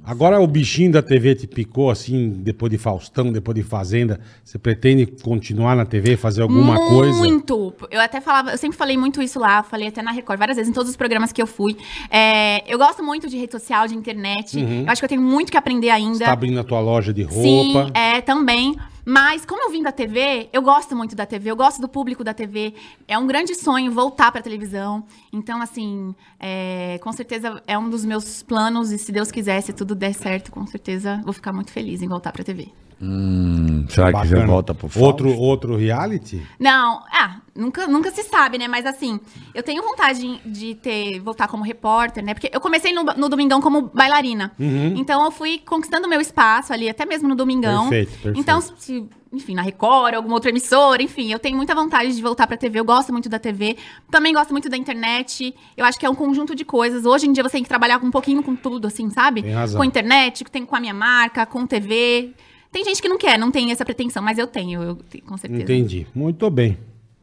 Speaker 2: Agora o bichinho da TV te picou, assim, depois de Faustão, depois de Fazenda. Você pretende continuar na TV, fazer alguma
Speaker 4: muito.
Speaker 2: coisa?
Speaker 4: Eu até falava, eu sempre falei muito isso lá, falei até na Record várias vezes, em todos os programas que eu fui. É, eu gosto muito de rede social, de internet.
Speaker 2: Uhum.
Speaker 4: Eu acho que eu tenho muito que aprender ainda.
Speaker 2: Você tá abrindo a tua loja de roupa.
Speaker 4: Sim, é, também. Mas como eu vim da TV, eu gosto muito da TV, eu gosto do público da TV. É um grande sonho voltar pra televisão. Então, assim, é, com certeza é um dos meus planos. E se Deus quiser, se tudo der certo, com certeza vou ficar muito feliz em voltar pra TV.
Speaker 3: Hum, será que já
Speaker 2: Bacana.
Speaker 3: volta pro Fausto?
Speaker 2: outro, outro reality?
Speaker 4: Não, ah, nunca, nunca se sabe, né? Mas assim, eu tenho vontade de ter voltar como repórter, né? Porque eu comecei no, no Domingão como bailarina.
Speaker 2: Uhum.
Speaker 4: Então eu fui conquistando meu espaço ali, até mesmo no Domingão.
Speaker 2: Perfeito, perfeito.
Speaker 4: Então, se- enfim, na Record, alguma outra emissora, enfim, eu tenho muita vontade de voltar pra TV, eu gosto muito da TV, também gosto muito da internet. Eu acho que é um conjunto de coisas. Hoje em dia você tem que trabalhar com um pouquinho com tudo, assim, sabe?
Speaker 2: Tem razão.
Speaker 4: Com internet, tem com a minha marca, com TV. Tem gente que não quer, não tem essa pretensão, mas eu tenho, eu tenho com certeza.
Speaker 2: Entendi. Muito bem.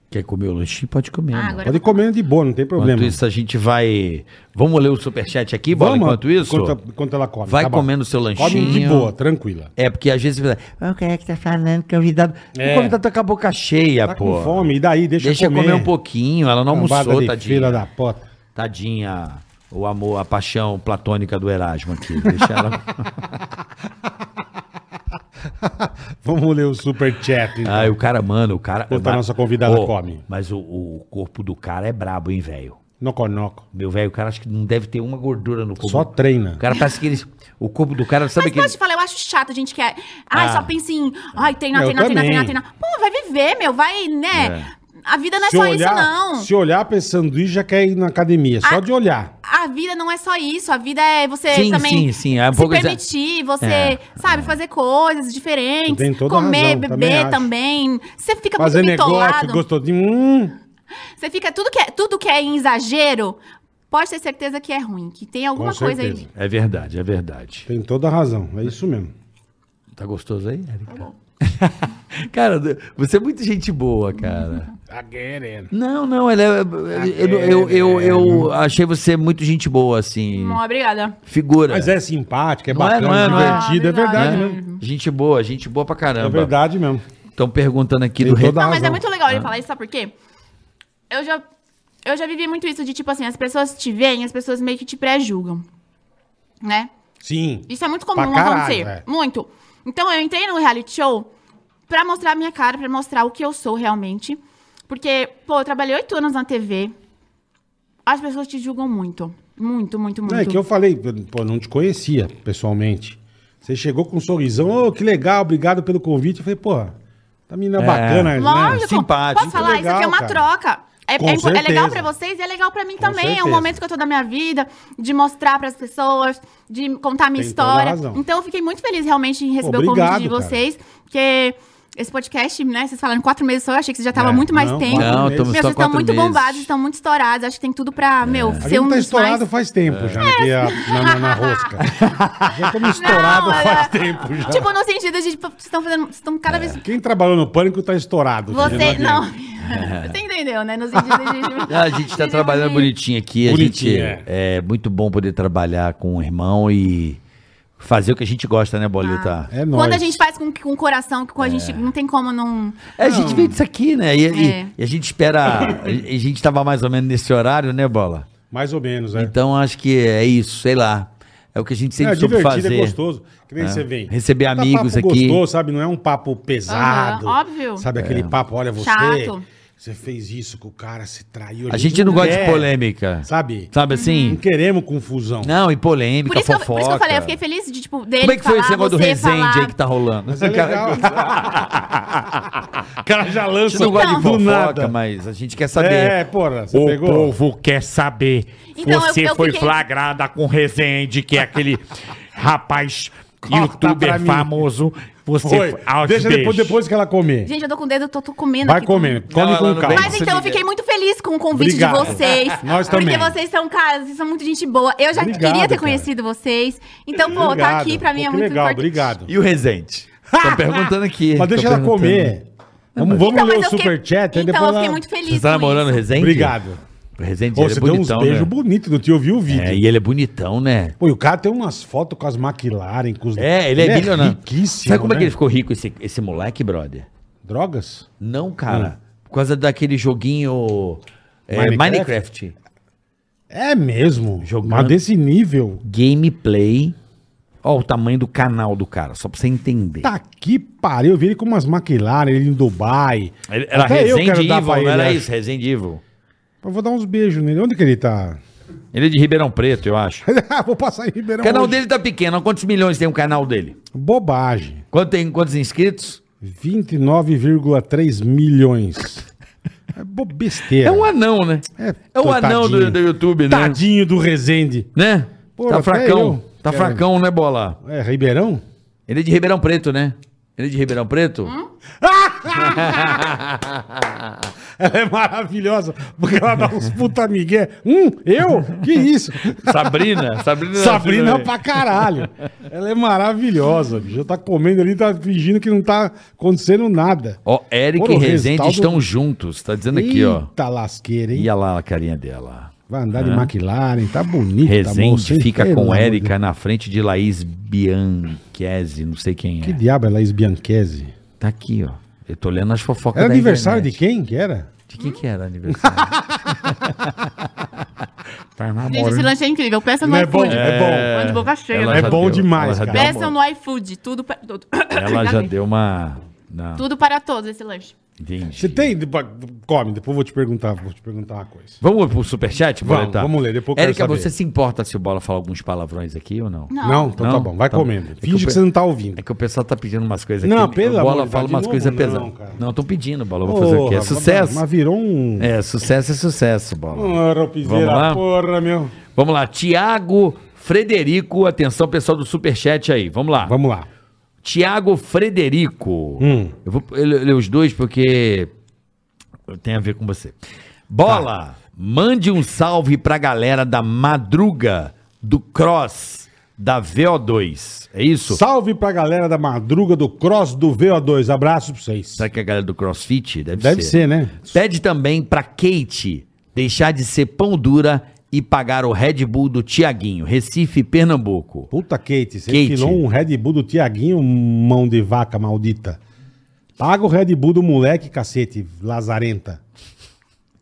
Speaker 3: Quer comer o lanchinho? Pode comer.
Speaker 4: Ah,
Speaker 3: né?
Speaker 4: agora-
Speaker 2: Pode comer de boa, não tem problema.
Speaker 3: Enquanto isso, a gente vai. Vamos ler o superchat aqui, Bola, enquanto isso?
Speaker 2: Enquanto, enquanto ela come. tá
Speaker 3: Vai
Speaker 2: bom.
Speaker 3: comendo seu
Speaker 2: Come de
Speaker 3: lanchinho.
Speaker 2: boa, tranquila.
Speaker 3: É, porque às vezes você fala, "Ah, quem é que tá falando? Convidado.
Speaker 2: É.
Speaker 3: O convidado tá com a boca cheia,
Speaker 2: Tá
Speaker 3: pô.
Speaker 2: com fome, e daí? Deixa,
Speaker 3: Deixa, eu comer. um pouquinho. Ela não
Speaker 2: Cambada
Speaker 3: almoçou,
Speaker 2: de
Speaker 3: tadinha.
Speaker 2: Filha da pota.
Speaker 3: Tadinha. O amor, a paixão platônica do Erasmo aqui.
Speaker 2: [laughs]
Speaker 3: Deixa ela.
Speaker 2: Vamos ler o super chat. então.
Speaker 3: Ah, o cara, mano, o cara.
Speaker 2: Enquanto a nossa convidada come.
Speaker 3: Mas o, o corpo do cara é brabo, hein, velho?
Speaker 2: Noconoco.
Speaker 3: Meu velho, o cara acho que não deve ter uma gordura no corpo.
Speaker 2: Só treina.
Speaker 3: O cara parece que ele. O corpo do cara, sabe
Speaker 4: Mas
Speaker 3: que.
Speaker 4: pode falar, eu acho chato, gente que é. Ai,
Speaker 3: Ah.
Speaker 4: só pensa em. Ai, treinar,
Speaker 2: Eu
Speaker 4: treinar, treinar,
Speaker 2: também.
Speaker 4: treinar, treinar. Pô, vai viver, meu, vai, né? A vida não é só isso, não.
Speaker 2: se olhar pra esse sanduíche, já quer ir na academia. Só
Speaker 4: Ah.
Speaker 2: de olhar.
Speaker 4: A vida não é só isso, a vida é você
Speaker 3: Sim,
Speaker 4: também
Speaker 3: sim, sim, é um
Speaker 4: se
Speaker 3: pouco exa-
Speaker 4: permitir, você,
Speaker 3: É,
Speaker 4: sabe, fazer coisas diferentes,
Speaker 2: Tem toda a
Speaker 4: comer,
Speaker 2: razão, também
Speaker 4: beber
Speaker 2: acho.
Speaker 4: também, Você fica
Speaker 2: Fazer
Speaker 4: muito
Speaker 2: negócio,
Speaker 4: bitolado.
Speaker 2: gostou de... Hum,
Speaker 4: Você fica tudo que é, tudo que é em exagero, pode ter certeza que é ruim, que tem alguma
Speaker 2: Com
Speaker 4: coisa aí.
Speaker 2: certeza.
Speaker 3: É verdade, é verdade.
Speaker 2: tem toda a razão. É isso mesmo.
Speaker 3: Tá gostoso aí, Erika? Tá bom. [laughs] cara, você é muito gente
Speaker 2: [laughs]
Speaker 3: boa, cara.
Speaker 2: Tá querendo.
Speaker 3: Não, não, ela é. Eu, eu, eu, eu,
Speaker 2: É.
Speaker 3: eu achei você muito gente boa, assim.
Speaker 4: Bom, Hum, obrigada.
Speaker 3: Figura.
Speaker 2: Mas é simpática, é
Speaker 3: Não é,
Speaker 2: bacana,
Speaker 3: não é, não é.
Speaker 2: divertida. É
Speaker 4: Ah,
Speaker 2: verdade
Speaker 4: obrigada.
Speaker 2: mesmo.
Speaker 3: Gente boa, gente boa pra
Speaker 2: É
Speaker 3: caramba.
Speaker 2: verdade mesmo.
Speaker 3: Estão perguntando aqui
Speaker 2: Tem
Speaker 3: do
Speaker 2: toda
Speaker 3: re-
Speaker 2: a
Speaker 4: Não, mas é
Speaker 2: razão.
Speaker 4: muito legal ele falar isso, sabe por quê? Eu já, eu já vivi muito isso de, tipo assim, as pessoas te veem, as pessoas meio que te pré-julgam, né?
Speaker 2: Sim.
Speaker 4: Isso é muito
Speaker 2: Pra
Speaker 4: comum
Speaker 2: caralho,
Speaker 4: acontecer.
Speaker 2: é.
Speaker 4: Muito. Então eu entrei no reality show pra mostrar a minha cara, pra mostrar o que eu sou realmente. Porque, pô, eu trabalhei oito anos na TV. As pessoas te julgam muito. Muito, muito, muito.
Speaker 2: É que eu falei, pô, não te conhecia pessoalmente. Você chegou com um sorrisão, ô, que legal, obrigado pelo convite. Eu falei, porra, tá menina
Speaker 3: É.
Speaker 2: bacana, né?
Speaker 4: Lógico.
Speaker 3: Simpático.
Speaker 4: Posso falar? isso aqui é
Speaker 2: Legal,
Speaker 4: uma
Speaker 2: cara.
Speaker 4: troca. É,
Speaker 2: Com
Speaker 4: é impo- é
Speaker 2: certeza.
Speaker 4: legal pra vocês e é legal pra mim
Speaker 2: Com
Speaker 4: também. É
Speaker 2: certeza.
Speaker 4: um momento que eu tô da minha vida, de mostrar pras pessoas, de contar a minha
Speaker 2: Tem toda a
Speaker 4: história.
Speaker 2: razão.
Speaker 4: Então eu fiquei muito feliz realmente em receber o
Speaker 2: Obrigado,
Speaker 4: convite de
Speaker 2: cara.
Speaker 4: vocês, porque Esse podcast, né? Vocês falaram quatro meses só, eu achei que você já tava
Speaker 2: É,
Speaker 4: muito mais
Speaker 2: não,
Speaker 4: tempo.
Speaker 2: quatro
Speaker 3: Não,
Speaker 2: meses.
Speaker 3: estamos
Speaker 4: Meu,
Speaker 3: só
Speaker 4: vocês estão
Speaker 3: quatro
Speaker 4: muito
Speaker 3: meses.
Speaker 4: bombados, estão muito estourados. Acho que tem tudo pra, meu,
Speaker 2: A
Speaker 4: ser
Speaker 2: gente
Speaker 4: um
Speaker 2: tá
Speaker 4: dos mais...
Speaker 2: estourado faz tempo já,
Speaker 3: É.
Speaker 2: né, que a- na, na- na
Speaker 4: [laughs]
Speaker 2: rosca. já estamos estourados
Speaker 4: Não,
Speaker 2: faz
Speaker 4: é-
Speaker 2: tempo já.
Speaker 4: Tipo, no sentido de, tipo, vocês estão fazendo... Vocês estão
Speaker 3: É.
Speaker 4: cada vez...
Speaker 2: Quem trabalhou no pânico tá estourado.
Speaker 4: Você...
Speaker 2: entendeu?
Speaker 4: Não.
Speaker 2: adianta.
Speaker 4: [laughs] Você entendeu, né? No sentido de...
Speaker 3: É. A
Speaker 4: [laughs]
Speaker 3: gente tá trabalhando bonitinho aqui. A
Speaker 2: Bonitinho,
Speaker 3: gente, é. muito bom poder trabalhar com o irmão e fazer o que a gente gosta, né, Bolita?
Speaker 2: É nóis. É.
Speaker 4: Quando a gente faz com, com o coração, com a gente... Não tem como não...
Speaker 3: É, a gente vê isso aqui, né? E, e-
Speaker 4: É.
Speaker 3: e a
Speaker 2: [laughs]
Speaker 3: gente espera. e A gente tava mais ou menos nesse horário, né, Bola?
Speaker 2: Mais ou menos, né?
Speaker 3: Então acho que é isso, sei lá. É o que a gente
Speaker 2: É
Speaker 3: sempre soube
Speaker 2: divertido,
Speaker 3: fazer.
Speaker 2: é gostoso. Que nem você vem.
Speaker 3: Receber
Speaker 2: Tá
Speaker 3: amigos
Speaker 2: papo
Speaker 3: aqui.
Speaker 2: gostoso, sabe? Não é um papo pesado.
Speaker 4: Aham, óbvio.
Speaker 2: Sabe aquele
Speaker 3: É.
Speaker 2: papo, olha você...
Speaker 4: Chato.
Speaker 2: Você fez isso com o cara, se traiu.
Speaker 3: A gente não gosta de
Speaker 2: quer,
Speaker 3: polêmica.
Speaker 2: Sabe?
Speaker 3: Sabe assim?
Speaker 2: Não queremos confusão.
Speaker 3: Não, e polêmica,
Speaker 4: Uhum. Por isso, que eu,
Speaker 3: fofoca.
Speaker 4: por isso que eu falei, eu fiquei feliz de, tipo, dele
Speaker 3: Como é que foi
Speaker 4: falar,
Speaker 3: esse negócio do
Speaker 4: você
Speaker 3: Resende
Speaker 4: falar.
Speaker 3: aí que tá rolando?
Speaker 2: Mas é
Speaker 3: [laughs]
Speaker 2: legal. O cara já
Speaker 3: A
Speaker 2: lança
Speaker 3: gente não gosta de
Speaker 4: Então.
Speaker 2: do
Speaker 3: fofoca,
Speaker 2: nada.
Speaker 3: mas a gente quer saber.
Speaker 2: É, porra, você
Speaker 5: o
Speaker 2: pegou?
Speaker 5: povo quer saber.
Speaker 4: Então, eu-
Speaker 5: Você
Speaker 4: eu
Speaker 5: foi
Speaker 4: fiquei-
Speaker 5: flagrada com Rezende, que é aquele rapaz
Speaker 2: Corta pra
Speaker 5: youtuber
Speaker 2: mim.
Speaker 5: famoso. Você Ah,
Speaker 2: Foi.
Speaker 5: aos
Speaker 2: Deixa depois,
Speaker 5: beijos.
Speaker 2: depois que ela comer.
Speaker 4: Gente, eu tô com o dedo, tô, tô comendo
Speaker 2: Vai
Speaker 4: aqui. tá
Speaker 2: comendo.
Speaker 3: Não,
Speaker 2: Come
Speaker 3: ela
Speaker 2: com
Speaker 3: não
Speaker 2: calma.
Speaker 3: vem.
Speaker 4: Mas então eu fiquei muito feliz com o convite
Speaker 2: Obrigado.
Speaker 4: de vocês.
Speaker 2: [laughs] Nós também.
Speaker 4: Porque vocês são caras, vocês são muito gente boa. Eu já
Speaker 2: Obrigado,
Speaker 4: queria ter
Speaker 2: cara.
Speaker 4: conhecido vocês. Então, pô, tá aqui pra mim é
Speaker 2: Pô, que
Speaker 4: muito
Speaker 2: legal,
Speaker 4: importante.
Speaker 2: obrigado.
Speaker 3: E o Resende? Estão perguntando aqui.
Speaker 2: Mas deixa
Speaker 3: tão
Speaker 2: ela comer. Vamos, vamos
Speaker 4: Então,
Speaker 2: ler
Speaker 4: mas
Speaker 2: o
Speaker 4: eu fiquei,
Speaker 2: superchat. aí
Speaker 4: então
Speaker 2: depois
Speaker 4: eu fiquei
Speaker 2: ela-
Speaker 4: muito feliz
Speaker 3: Você tá
Speaker 4: com
Speaker 3: namorando o
Speaker 4: isso.
Speaker 3: Resende?
Speaker 2: Obrigado.
Speaker 3: O Resende,
Speaker 2: Pô,
Speaker 3: ele é
Speaker 2: você deu uns
Speaker 3: bonitão,
Speaker 2: beijos
Speaker 3: né?
Speaker 2: bonitos, não tinha ouvido o vídeo.
Speaker 3: É, e ele é bonitão, né?
Speaker 2: Pô, e o cara tem umas fotos com as McLaren, com os...
Speaker 3: É, ele é bilionário.
Speaker 2: riquíssimo,
Speaker 3: Sabe como é
Speaker 2: né?
Speaker 3: que ele ficou rico, esse, esse moleque, brother?
Speaker 2: Drogas?
Speaker 3: Não, cara. Por causa daquele joguinho é,
Speaker 2: Hum. Minecraft?
Speaker 3: Minecraft.
Speaker 2: É mesmo.
Speaker 3: Jogando.
Speaker 2: Mas desse nível.
Speaker 3: Gameplay. Ó, o tamanho do canal do cara, só pra você entender.
Speaker 2: Tá que pariu. Eu vi ele com umas McLaren, ele em Dubai.
Speaker 3: Ele- Era
Speaker 2: Até eu
Speaker 3: Resident
Speaker 2: quero dar
Speaker 3: Evil,
Speaker 2: pra
Speaker 3: não
Speaker 2: ele, é.
Speaker 3: era
Speaker 2: acho.
Speaker 3: isso? Resident Evil.
Speaker 2: Eu vou dar uns beijos nele. Onde que ele tá? [laughs] Ah,
Speaker 3: Ele é de Ribeirão Preto, eu acho.
Speaker 2: vou passar em
Speaker 3: O
Speaker 2: Ribeirão.
Speaker 3: canal
Speaker 2: hoje.
Speaker 3: dele tá pequeno. Olha Quantos milhões tem o canal dele?
Speaker 2: Bobagem.
Speaker 3: Quanto tem, quantos inscritos?
Speaker 2: 29,3 milhões. É bo- besteira.
Speaker 3: É um anão, né?
Speaker 2: É,
Speaker 3: É um anão do,
Speaker 2: tadinho.
Speaker 3: do YouTube, né?
Speaker 2: Tadinho do Resende.
Speaker 3: Né?
Speaker 2: Pô,
Speaker 3: tá
Speaker 2: até
Speaker 3: fracão.
Speaker 2: eu
Speaker 3: Tá
Speaker 2: quero.
Speaker 3: fracão, né, Bola?
Speaker 2: É, Ribeirão?
Speaker 3: [laughs] Ele é de Ribeirão Preto, né? Ele é de Ribeirão Preto?
Speaker 2: Ela é maravilhosa, porque ela dá uns puta migué. Hum, eu? Que isso?
Speaker 3: Sabrina? Sabrina,
Speaker 2: Sabrina
Speaker 3: Sabrina é
Speaker 2: pra caralho. Ela é maravilhosa, bicho. Tá comendo ali, tá fingindo que não tá acontecendo nada.
Speaker 3: Ó, Eric
Speaker 2: Pô,
Speaker 3: e
Speaker 2: o
Speaker 3: Rezende
Speaker 2: Restaldo-
Speaker 3: estão juntos. Tá dizendo aqui, ó.
Speaker 2: Eita lasqueira, hein?
Speaker 3: Ia lá a carinha dela.
Speaker 2: Vai andar de McLaren, tá bonita. moça,
Speaker 3: Rezende
Speaker 2: hein?
Speaker 3: fica
Speaker 2: Pelo
Speaker 3: com
Speaker 2: amor de
Speaker 3: Érica na frente de Laís Bianchese, não sei quem é.
Speaker 2: Que diabo é Laís Bianchese?
Speaker 3: Tá aqui, ó. Eu tô lendo as fofocas
Speaker 2: Era
Speaker 3: da
Speaker 2: aniversário de
Speaker 3: internet.
Speaker 2: quem que era?
Speaker 3: de quem que
Speaker 2: [laughs]
Speaker 3: era aniversário?
Speaker 5: Tá
Speaker 4: Gente, esse
Speaker 5: namorando.
Speaker 4: lanche é incrível. Peça no
Speaker 2: Não é bom,
Speaker 4: iFood.
Speaker 2: é bom.
Speaker 4: Tô de boca cheia.
Speaker 3: Ela
Speaker 4: né?
Speaker 2: É
Speaker 3: já
Speaker 2: bom
Speaker 3: deu,
Speaker 2: demais,
Speaker 3: ela já
Speaker 2: cara.
Speaker 3: deu
Speaker 4: Peçam no iFood. Tudo para tudo.
Speaker 3: Ela já
Speaker 4: Engasguei.
Speaker 3: deu uma. Não,
Speaker 4: Tudo para todos esse lanche.
Speaker 3: entendi.
Speaker 2: Você tem? Depois- Come, depois eu vou te perguntar, vou te perguntar uma coisa.
Speaker 3: Vamos pro superchat,
Speaker 2: Vamos,
Speaker 3: Boletar?
Speaker 2: vamos ler, depois eu quero
Speaker 3: Érica,
Speaker 2: saber.
Speaker 3: você se importa se o Bola falar alguns palavrões aqui ou não?
Speaker 4: Não.
Speaker 2: Não, então tá
Speaker 3: Não?
Speaker 2: bom, vai
Speaker 3: Tá bom.
Speaker 2: comendo.
Speaker 3: É que
Speaker 2: Finge que,
Speaker 3: eu pe-
Speaker 2: você não tá ouvindo.
Speaker 3: É que o pessoal tá pedindo umas coisas aqui.
Speaker 2: Não, pelo
Speaker 3: O Bola
Speaker 2: amor de
Speaker 3: fala
Speaker 2: Deus,
Speaker 3: umas
Speaker 2: de
Speaker 3: coisas
Speaker 2: novo
Speaker 3: pesadas.
Speaker 2: não, cara.
Speaker 3: Não, tô pedindo, Bola. Vou fazer o quê? É
Speaker 2: Porra,
Speaker 3: sucesso.
Speaker 2: Mas virou um.
Speaker 3: É, sucesso é sucesso, Bola.
Speaker 2: Porra, piseira,
Speaker 3: Vamos lá?
Speaker 2: porra, meu.
Speaker 3: Vamos lá, Tiago Frederico. Atenção, pessoal do Superchat aí. Vamos lá.
Speaker 2: Vamos lá.
Speaker 3: Tiago Frederico.
Speaker 2: Hum.
Speaker 3: Eu vou eu ler os dois porque tem a ver com você.
Speaker 2: Tá.
Speaker 3: Bola, mande um salve pra galera da Madruga do Cross da VO2. É isso?
Speaker 2: Salve pra galera da madruga do Cross do VO2. Abraço pra vocês.
Speaker 3: Será que é a galera do CrossFit? Deve,
Speaker 2: Deve ser, né?
Speaker 3: Pede também pra Kate deixar de ser pão dura e pagar o Red Bull do Tiaguinho, Recife, Pernambuco.
Speaker 2: Puta, Kate, você
Speaker 3: Kate.
Speaker 2: filou um Red Bull do Tiaguinho, mão de vaca maldita. Paga o Red Bull do moleque, cacete, lazarenta.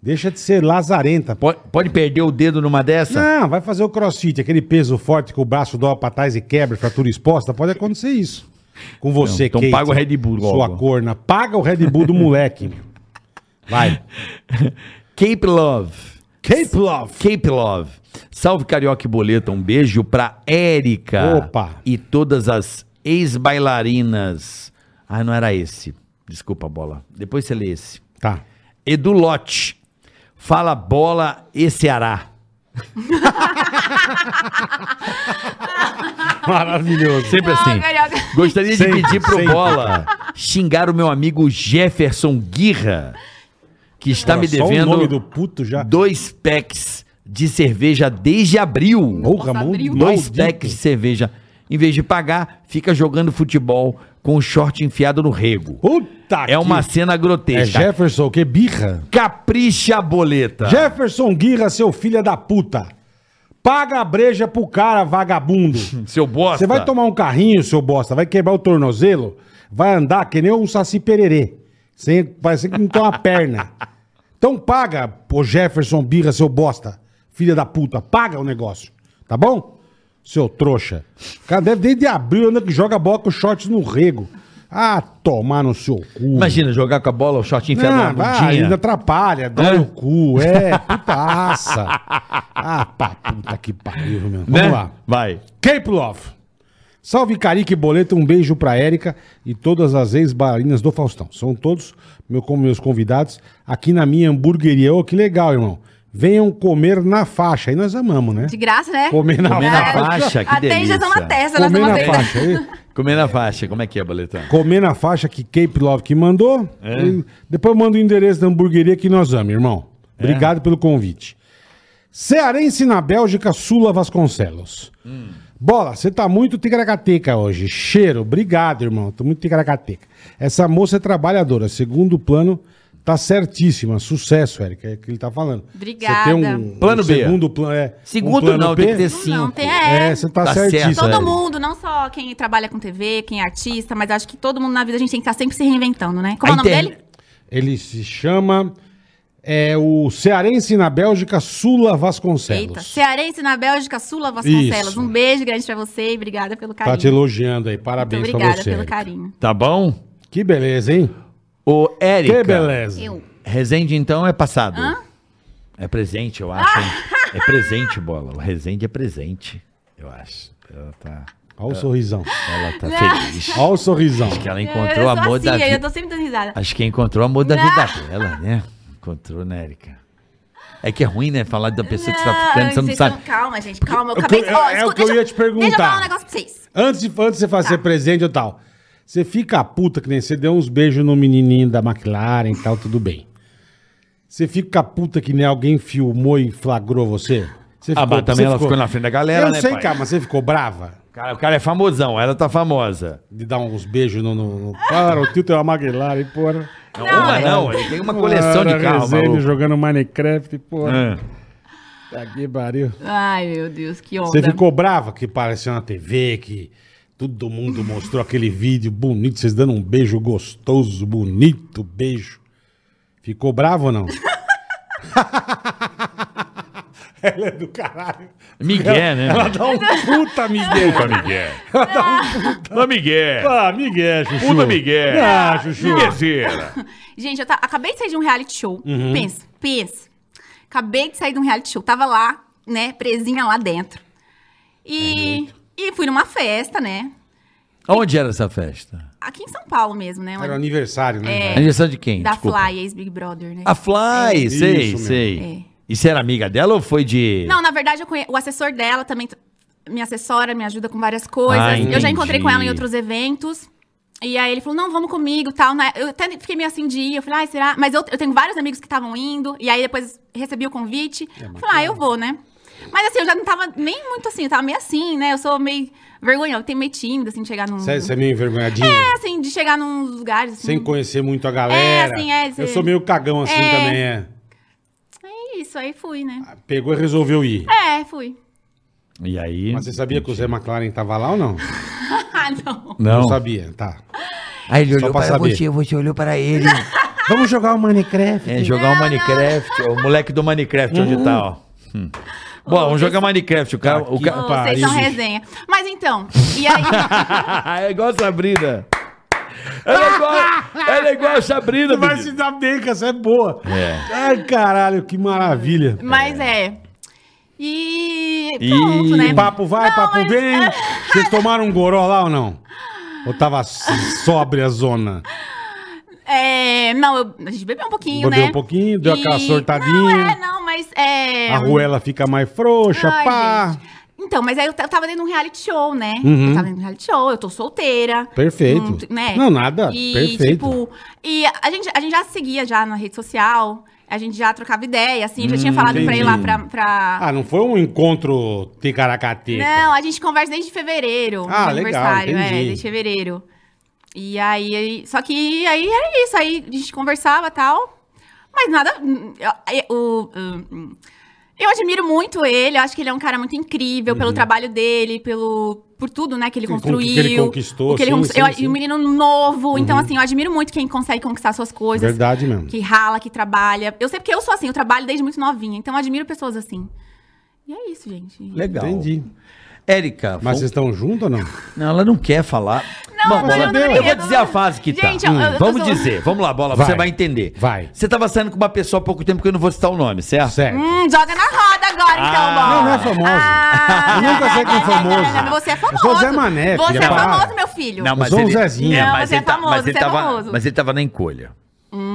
Speaker 2: Deixa de ser lazarenta.
Speaker 3: Po- Pode, perder o dedo numa dessa?
Speaker 2: Não, vai fazer o crossfit, aquele peso forte que o braço dobra pra trás e quebra, fratura exposta, pode acontecer isso. Com você,
Speaker 3: Não, então
Speaker 2: Kate,
Speaker 3: paga o Red Bull logo.
Speaker 2: Sua corna. Paga o Red Bull do moleque, meu. Vai.
Speaker 3: Cape Love.
Speaker 2: Cape Love.
Speaker 3: Cape Love. Salve Carioca e Boleta, um beijo pra Érica.
Speaker 2: Opa.
Speaker 3: E todas as ex-bailarinas. Ah, não era esse. Desculpa, bola. Depois você lê esse.
Speaker 2: Tá.
Speaker 3: Edu Lote. Fala bola
Speaker 2: [laughs]
Speaker 3: e Ceará.
Speaker 2: Maravilhoso.
Speaker 3: Sempre assim.
Speaker 4: Carioca.
Speaker 3: Gostaria de
Speaker 4: Ah,
Speaker 2: Sempre,
Speaker 3: assim. pedir pro
Speaker 2: sempre,
Speaker 3: Bola xingaram meu amigo Jefferson Guirra, que está
Speaker 2: Olha,
Speaker 3: Tá me
Speaker 2: Só o nome
Speaker 3: devendo
Speaker 2: do puto já.
Speaker 3: dois packs de cerveja desde abril.
Speaker 2: Porra,
Speaker 4: Nossa,
Speaker 2: mundo
Speaker 4: abriu.
Speaker 3: Dois
Speaker 2: maldito.
Speaker 3: packs de cerveja. Em vez de pagar, fica jogando futebol com o short enfiado no rego.
Speaker 2: Puta
Speaker 3: É uma
Speaker 2: que-
Speaker 3: cena
Speaker 2: É
Speaker 3: grotesca.
Speaker 2: Jefferson, o que? Birra?
Speaker 3: Capricha a boleta.
Speaker 2: Jefferson Guirra, seu filho da puta. Paga a breja pro cara, vagabundo.
Speaker 3: Seu bosta.
Speaker 2: Você vai tomar um carrinho, seu bosta, vai quebrar o tornozelo, vai andar que nem um saci pererê. Sem, parece que não tem uma perna. Então paga, pô Jefferson Birra, seu bosta. Filha da puta, paga o negócio. Tá bom? Seu trouxa. O cara deve desde abril anda que joga bola com shorts no rego. Ah, tomar no seu cu.
Speaker 3: Imagina jogar com a bola, o short enfiado na
Speaker 2: Não, vai,
Speaker 3: bundinha.
Speaker 2: ainda tá- atrapalha, dói
Speaker 3: É?
Speaker 2: o cu, é, putaça. ah, pá, puta que pariu, meu. Vamos
Speaker 3: Né?
Speaker 2: lá.
Speaker 3: Vai.
Speaker 2: Cape Love. Salve Carica e Boleta, um beijo pra Érica e todas as ex-barinas do Faustão. São todos meu, como meus convidados aqui na minha hamburgueria. Ô, que legal, irmão. Venham comer na faixa. Aí nós amamos, né?
Speaker 4: De graça, né?
Speaker 2: Comer na
Speaker 3: Comer na
Speaker 2: faixa.
Speaker 3: faixa, que
Speaker 4: Até
Speaker 3: delícia.
Speaker 4: já estão na testa, nós
Speaker 2: Comer
Speaker 4: estamos
Speaker 2: na
Speaker 4: aceitando.
Speaker 2: faixa. é aí.
Speaker 3: Comer na faixa, como é que é, boletão?
Speaker 2: Comer na faixa que Cape Love que mandou.
Speaker 3: É.
Speaker 2: E Depois manda o endereço da hamburgueria que nós amamos, irmão.
Speaker 3: É.
Speaker 2: Obrigado pelo convite. Cearense na Bélgica, Sula Vasconcelos.
Speaker 3: Hum.
Speaker 2: Bola, você tá muito ticaracateca hoje. Cheiro, obrigado, irmão. Tô muito ticaracateca. Essa moça é trabalhadora. Segundo plano, tá certíssima. Sucesso, Érica. É o que ele tá falando.
Speaker 4: Obrigada.
Speaker 2: Você tem um,
Speaker 3: Plano
Speaker 2: um
Speaker 3: B.
Speaker 2: Segundo plano, é. um
Speaker 3: Segundo
Speaker 2: plano
Speaker 3: não,
Speaker 2: B.
Speaker 3: tem que ter
Speaker 4: Não,
Speaker 3: cinco.
Speaker 4: Não, tem
Speaker 2: É,
Speaker 4: é.
Speaker 2: você tá
Speaker 3: Tá certo,
Speaker 2: certíssima.
Speaker 4: Todo
Speaker 3: Sério.
Speaker 4: mundo, não só quem trabalha com TV, quem é artista, mas acho que todo mundo na vida a gente tem que estar sempre se reinventando, né? Como
Speaker 3: A
Speaker 4: é o nome
Speaker 3: interne-
Speaker 4: dele?
Speaker 2: Ele se chama é, o Cearense na Bélgica, Sula Vasconcelos.
Speaker 4: Eita, cearense na Bélgica, Sula Vasconcelos.
Speaker 2: Isso.
Speaker 4: Um beijo grande pra você e obrigada pelo
Speaker 2: Tá
Speaker 4: carinho.
Speaker 2: te elogiando aí, parabéns
Speaker 4: Muito
Speaker 2: pra
Speaker 4: obrigada
Speaker 2: você.
Speaker 4: pelo
Speaker 2: Érica.
Speaker 4: carinho.
Speaker 3: Tá bom?
Speaker 2: Que beleza, hein?
Speaker 3: Ô, Érica.
Speaker 2: Que beleza.
Speaker 4: Eu.
Speaker 3: Resende, então, é passado.
Speaker 4: Hã?
Speaker 3: É presente, eu acho. hein? É presente, bola. O Resende é presente, eu acho. Ela tá,
Speaker 2: Olha o sorrisão.
Speaker 3: ela
Speaker 4: [laughs]
Speaker 3: tá
Speaker 4: Não.
Speaker 3: feliz.
Speaker 2: Olha o sorrisão.
Speaker 3: Acho que ela
Speaker 4: eu
Speaker 3: encontrou o
Speaker 4: sou
Speaker 3: amor
Speaker 4: assim,
Speaker 3: da
Speaker 4: Eu
Speaker 3: vida.
Speaker 4: tô sempre dando risada.
Speaker 3: Acho que encontrou o amor da
Speaker 4: Não.
Speaker 3: vida dela, né? Encontrou, né, Érica? É que é ruim, né? Falar da pessoa que você tá ficando, você não
Speaker 4: vocês
Speaker 3: sabe.
Speaker 4: estão- Calma, gente, calma. Eu
Speaker 2: Eu-
Speaker 4: acabei
Speaker 2: eu-
Speaker 4: de... Ó,
Speaker 2: é
Speaker 4: escuta,
Speaker 2: o que eu
Speaker 4: deixa-
Speaker 2: ia te
Speaker 4: Deixa eu
Speaker 2: perguntar.
Speaker 4: falar um negócio Tá. pra vocês.
Speaker 2: Antes de, antes de você fazer presente ou tal, você fica puta que nem você deu uns beijos no menininho da McLaren e tal, tudo bem. Você fica puta que nem alguém filmou e flagrou você? Você
Speaker 3: Ah, mas também ela ficou na frente da galera,
Speaker 2: Eu
Speaker 3: né,
Speaker 2: sei,
Speaker 3: pai?
Speaker 2: cara, mas você ficou brava?
Speaker 3: Cara, o cara é famosão, ela tá famosa.
Speaker 2: De dar uns beijos no... no, no... Para, o Tito é uma McLaren, porra.
Speaker 3: Não, uma não, ele tem uma coleção de
Speaker 2: Ora,
Speaker 3: carros.
Speaker 2: Rezende
Speaker 3: maluco.
Speaker 2: jogando Minecraft, porra.
Speaker 3: É.
Speaker 2: Tá que pariu.
Speaker 4: Ai, meu Deus, que onda.
Speaker 2: Você ficou brava que apareceu na TV, que todo mundo mostrou aquele vídeo bonito, vocês dando um beijo gostoso, bonito beijo. Ficou bravo ou não? [laughs] Ela é do caralho.
Speaker 3: Miguel, né?
Speaker 2: Ela dá um puta Miguel.
Speaker 5: Puta Miguel. Puta Miguel.
Speaker 2: Ah, Miguel, Chuchu.
Speaker 5: Puta Miguel.
Speaker 2: Ah, Chuchu.
Speaker 5: Miguelzeira.
Speaker 4: Gente, eu ta- acabei de sair de um reality show.
Speaker 3: Uhum.
Speaker 4: Pensa, pensa. Acabei de sair de um reality show. Tava lá, né, presinha lá dentro.
Speaker 3: É,
Speaker 4: E, e fui numa festa, né?
Speaker 3: Onde era essa festa?
Speaker 4: Aqui em São Paulo mesmo, né? uma-
Speaker 2: Era o aniversário, né?
Speaker 3: Aniversário de quem?
Speaker 4: É. da
Speaker 3: Desculpa.
Speaker 4: Fly, ex-Big Brother, né?
Speaker 3: A Fly, sei,
Speaker 2: mesmo.
Speaker 3: sei.
Speaker 4: É.
Speaker 3: E você era amiga dela ou foi de.
Speaker 4: Não, na verdade, eu conhe- o assessor dela também t- me assessora, me ajuda com várias coisas.
Speaker 3: Ah,
Speaker 4: eu já encontrei
Speaker 3: entendi.
Speaker 4: com ela em outros eventos. E aí ele falou, não, vamos comigo, tal. Na- Eu até fiquei meio assim de ir, eu falei, ah, será? Mas eu, eu tenho vários amigos que estavam indo, e aí depois recebi o convite.
Speaker 3: É
Speaker 4: falei, ah, eu vou, né? Mas assim, eu já não tava nem muito assim, eu tava meio assim, né? Eu sou meio vergonhosa, eu tenho meio tímida, assim, de chegar num...
Speaker 2: Você, você é meio envergonhadinha.
Speaker 4: É, assim, de chegar num lugares, assim.
Speaker 2: Sem conhecer muito a galera.
Speaker 4: É, assim, é,
Speaker 2: Eu
Speaker 4: você-
Speaker 2: sou meio cagão assim
Speaker 4: É.
Speaker 2: também, é.
Speaker 4: É isso, aí fui, né?
Speaker 2: Pegou e resolveu ir.
Speaker 3: Ah.
Speaker 4: É, fui. [laughs]
Speaker 3: E aí.
Speaker 2: Mas você sabia que o Zé McLaren tava lá ou não?
Speaker 4: ah, não.
Speaker 3: Não.
Speaker 2: Não sabia, tá.
Speaker 3: Aí ele
Speaker 2: Só pra saber.
Speaker 3: você olhou para
Speaker 4: [laughs]
Speaker 3: ele.
Speaker 2: Vamos jogar o Minecraft?
Speaker 3: É, jogar o Minecraft. O moleque do Minecraft, onde tá, ó. Hum. Bom, vamos jogar Minecraft. O cara.
Speaker 2: Aqui.
Speaker 3: O
Speaker 4: Ô,
Speaker 3: cara...
Speaker 4: vocês são
Speaker 2: Paris.
Speaker 4: resenha. Mas então, e aí...
Speaker 3: [laughs] é igual a Sabrina. Ela é igual, ela é igual a Sabrina,
Speaker 2: Você vai
Speaker 3: menino.
Speaker 2: se dar bem, cara, essa é boa.
Speaker 3: É.
Speaker 2: Ai, caralho, que maravilha.
Speaker 4: Mas é. E pronto,
Speaker 3: E-
Speaker 4: né?
Speaker 2: Papo vai,
Speaker 4: Não,
Speaker 2: papo
Speaker 4: mas-
Speaker 2: vem. Vocês tomaram um goró lá ou não? Ou tava s- sóbria a zona?
Speaker 4: É, não, eu- a gente bebeu um pouquinho,
Speaker 2: Bebeu
Speaker 4: né?
Speaker 2: um pouquinho, deu aquela sortadinha.
Speaker 4: Não, é, não, mas é...
Speaker 2: A ruela fica mais frouxa,
Speaker 4: Ai,
Speaker 2: pá.
Speaker 4: gente. então, mas aí eu, t- eu tava dentro de um reality show, né? Eu tava dentro de um reality show, eu tô solteira.
Speaker 2: Uhum. Perfeito.
Speaker 4: Não, t- né?
Speaker 2: Não, nada,
Speaker 4: E,
Speaker 2: perfeito.
Speaker 4: tipo, e a gente, a gente já se seguia já na rede social, a gente já trocava ideia, assim, eu já tinha falado pra
Speaker 2: Hum, entendi.
Speaker 4: ir lá pra... pra-
Speaker 2: Ah, não foi um encontro ticaracateca.
Speaker 4: Não, a gente conversa desde fevereiro.
Speaker 2: Ah,
Speaker 4: meu
Speaker 2: legal,
Speaker 4: aniversário,
Speaker 2: entendi.
Speaker 4: é, desde fevereiro. E aí, aí- só que aí era isso, aí a gente conversava e tal. Mas nada. hum, Eu, eu- o- hum, hum. Eu admiro muito ele, eu acho que ele é um cara muito incrível
Speaker 2: Uhum.
Speaker 4: pelo trabalho dele, pelo. Por tudo, né, que ele
Speaker 2: Que ele con-
Speaker 4: construiu.
Speaker 2: que ele conquistou,
Speaker 4: o que ele
Speaker 2: sim,
Speaker 4: conquist-
Speaker 2: sim,
Speaker 4: eu-
Speaker 2: sim. Uhum.
Speaker 4: E um menino novo. Então, assim, eu admiro muito quem consegue conquistar suas coisas.
Speaker 2: Verdade mesmo.
Speaker 4: Que rala, que trabalha. Eu sei porque eu sou assim, eu trabalho desde muito novinha. Então, eu admiro pessoas assim. E é isso, gente.
Speaker 3: Legal.
Speaker 2: Entendi.
Speaker 3: Érica,
Speaker 2: Mas
Speaker 3: vamos-
Speaker 2: vocês estão juntos ou não?
Speaker 3: não, ela não quer falar.
Speaker 4: Não,
Speaker 3: Bom,
Speaker 4: mas
Speaker 3: bola,
Speaker 2: eu
Speaker 3: eu,
Speaker 2: não
Speaker 3: vou
Speaker 4: queria,
Speaker 3: dizer
Speaker 4: não.
Speaker 3: a fase que
Speaker 4: Gente,
Speaker 3: tá.
Speaker 4: eu- eu tô
Speaker 3: vamos
Speaker 4: zoando.
Speaker 3: dizer. Vamos lá, bola, você
Speaker 2: Vai.
Speaker 3: vai entender.
Speaker 2: Vai.
Speaker 3: Você tava saindo com uma pessoa há pouco tempo que eu não vou citar o nome, certo?
Speaker 2: Certo.
Speaker 4: Hum, joga na roda agora, então, Ah.
Speaker 3: Ah,
Speaker 4: bora.
Speaker 2: não, não é famoso. Eu nunca sei quem é famoso.
Speaker 4: Você é
Speaker 2: Eu
Speaker 4: famoso.
Speaker 2: sou Zé Mané,
Speaker 4: Você
Speaker 2: filha,
Speaker 4: é
Speaker 2: para.
Speaker 4: famoso, meu filho.
Speaker 3: Não, mas
Speaker 2: sou um
Speaker 3: ele,
Speaker 2: Zezinho.
Speaker 3: É,
Speaker 4: Não,
Speaker 3: mas
Speaker 4: você
Speaker 3: ele
Speaker 4: é
Speaker 3: tá-
Speaker 4: famoso,
Speaker 3: mas ele
Speaker 4: você é
Speaker 3: tava-
Speaker 4: famoso.
Speaker 3: Mas ele tava na encolha.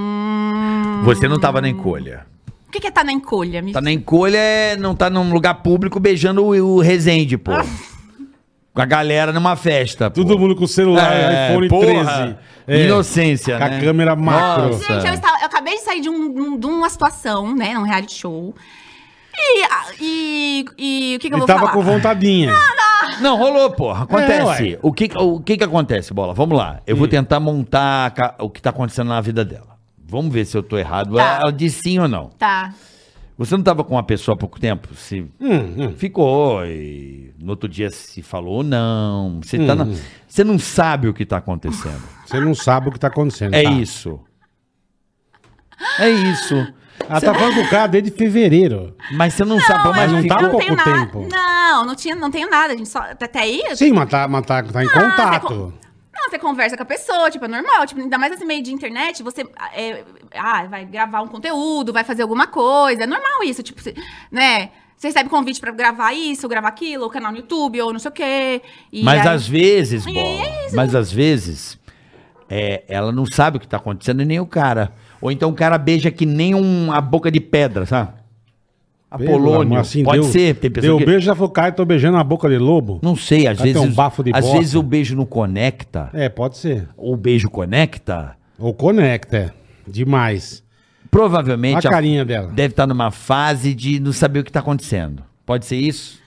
Speaker 4: Hum,
Speaker 3: Você não tava na encolha.
Speaker 4: O que que é tá na encolha? Me-
Speaker 3: Tá na encolha, é não tá num lugar público beijando o, o Resende, pô. Com [laughs] a galera numa festa. pô.
Speaker 2: Todo mundo com celular,
Speaker 3: É,
Speaker 2: iPhone
Speaker 3: porra.
Speaker 2: 13. É.
Speaker 3: Inocência,
Speaker 2: Com a
Speaker 3: né?
Speaker 2: câmera macro.
Speaker 3: Nossa.
Speaker 4: Gente, eu, estava- eu acabei de sair de, um- um- de uma situação, né? Num reality show. E, ah, e, e o que, que
Speaker 2: Ele
Speaker 4: eu vou
Speaker 2: tava
Speaker 4: falar?
Speaker 2: com vontadinha.
Speaker 3: Não, rolou, porra.
Speaker 2: É,
Speaker 3: Acontece.
Speaker 2: ué. Hum.
Speaker 3: o, que, o que que acontece, Bola? Vamos lá. Eu vou tentar montar a ca- o que tá acontecendo na vida dela. Vamos ver se eu tô errado.
Speaker 4: Tá.
Speaker 3: Ela, ela diz sim ou não.
Speaker 4: Tá.
Speaker 3: Você não tava com uma pessoa há pouco tempo? Se
Speaker 2: Hum, hum.
Speaker 3: ficou e no outro dia se falou ou não. Você, tá
Speaker 2: Hum.
Speaker 3: na- você não sabe o que
Speaker 2: [laughs]
Speaker 3: tá acontecendo.
Speaker 2: Você não sabe o que tá acontecendo.
Speaker 3: É
Speaker 2: tá?
Speaker 3: isso. É isso.
Speaker 2: Ela tá falando com o cara desde fevereiro.
Speaker 3: Mas você não, sabe. Mas
Speaker 2: mas não tá
Speaker 3: ficou-
Speaker 4: eu não tenho
Speaker 2: pouco
Speaker 4: nada.
Speaker 2: tempo.
Speaker 4: Não, não, tinha, não tenho nada. A gente só, até aí, eu
Speaker 2: Sim, mas tá, mas tá, tá
Speaker 4: Ah,
Speaker 2: em contato.
Speaker 4: Não, você conversa com a pessoa, tipo, é normal. Tipo, ainda mais nesse meio de internet, você é, ah, vai gravar um conteúdo, vai fazer alguma coisa. É normal isso, tipo, você- né? Você recebe convite pra gravar isso, gravar aquilo, o canal no YouTube, ou não sei o quê. E
Speaker 3: Mas
Speaker 4: aí-
Speaker 3: às vezes,
Speaker 4: E aí
Speaker 3: bola,
Speaker 4: é
Speaker 3: mas às vezes é, ela não sabe o que tá acontecendo e nem o cara. Ou então o cara beija que nem uma boca de pedra, sabe? Apolônio. Pode ser, tem
Speaker 2: pessoa.
Speaker 3: pessoa
Speaker 2: assim, Deu
Speaker 3: que...
Speaker 2: beijo, já falou, cara, tô beijando a boca de lobo.
Speaker 3: Não sei, às
Speaker 2: Vai ter
Speaker 3: vezes.
Speaker 2: um bafo de
Speaker 3: às
Speaker 2: bosta.
Speaker 3: vezes o beijo não conecta.
Speaker 2: É, pode ser.
Speaker 3: Ou o beijo conecta.
Speaker 2: Ou conecta. é. Demais. Olha
Speaker 3: Provavelmente
Speaker 2: a carinha dela.
Speaker 3: deve estar numa fase de não saber o que tá acontecendo. Pode ser isso?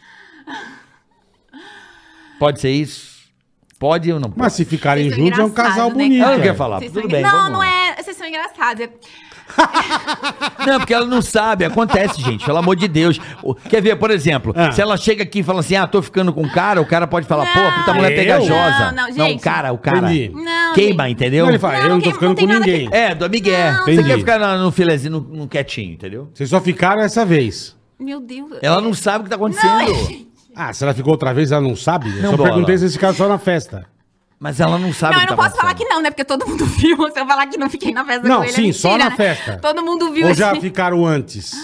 Speaker 3: Pode ser isso? Pode ou não pode?
Speaker 2: Mas se ficarem
Speaker 4: Isso é
Speaker 2: juntos, é um
Speaker 4: engraçado,
Speaker 2: casal
Speaker 4: né,
Speaker 2: bonito.
Speaker 4: cara?
Speaker 3: Ela não
Speaker 2: é.
Speaker 3: quer falar.
Speaker 4: Vocês são
Speaker 3: Tudo
Speaker 4: engra-
Speaker 3: bem.
Speaker 4: Não,
Speaker 3: vamos
Speaker 4: não
Speaker 3: lá.
Speaker 4: é. Vocês são engraçados. é-
Speaker 2: assim-
Speaker 3: Não, porque ela não sabe. Acontece, gente. Pelo amor de Deus. O- Quer ver, por exemplo,
Speaker 2: Ah.
Speaker 3: se ela chega aqui e fala assim, ah, tô ficando com um cara, o cara pode falar,
Speaker 4: Não,
Speaker 3: pô, puta mulher
Speaker 2: eu?
Speaker 3: pegajosa.
Speaker 4: Não, não,
Speaker 3: o
Speaker 4: gente.
Speaker 3: cara, o cara.
Speaker 2: Entendi.
Speaker 4: Não,
Speaker 3: Queima,
Speaker 4: gente.
Speaker 3: entendeu?
Speaker 2: Não, ele fala, eu não tô
Speaker 4: quem-
Speaker 2: ficando
Speaker 4: não
Speaker 2: com
Speaker 4: tem nada que-
Speaker 2: ninguém.
Speaker 3: É, do amigué.
Speaker 4: Não,
Speaker 3: Você
Speaker 2: Entendi.
Speaker 3: quer ficar na- no, filezinho, no, no quietinho, entendeu?
Speaker 2: Vocês só ficaram essa vez.
Speaker 4: Meu Deus.
Speaker 3: Ela não sabe o que tá acontecendo.
Speaker 2: Ah, se ela ficou outra vez, ela não sabe? Eu
Speaker 3: Não,
Speaker 2: só
Speaker 3: bola.
Speaker 2: perguntei se esse cara só na festa.
Speaker 3: Mas ela não sabe
Speaker 4: Não,
Speaker 3: o
Speaker 4: eu
Speaker 3: que
Speaker 4: não
Speaker 3: tá
Speaker 4: posso falar que
Speaker 3: acontecendo.
Speaker 4: não, né? Porque todo mundo [laughs] viu. Se eu falar que não fiquei na festa
Speaker 2: Não,
Speaker 4: com ele,
Speaker 2: sim,
Speaker 4: é
Speaker 2: só
Speaker 4: mentira,
Speaker 2: na
Speaker 4: né?
Speaker 2: festa.
Speaker 4: Todo mundo viu
Speaker 2: Ou já
Speaker 4: esse-
Speaker 2: ficaram antes?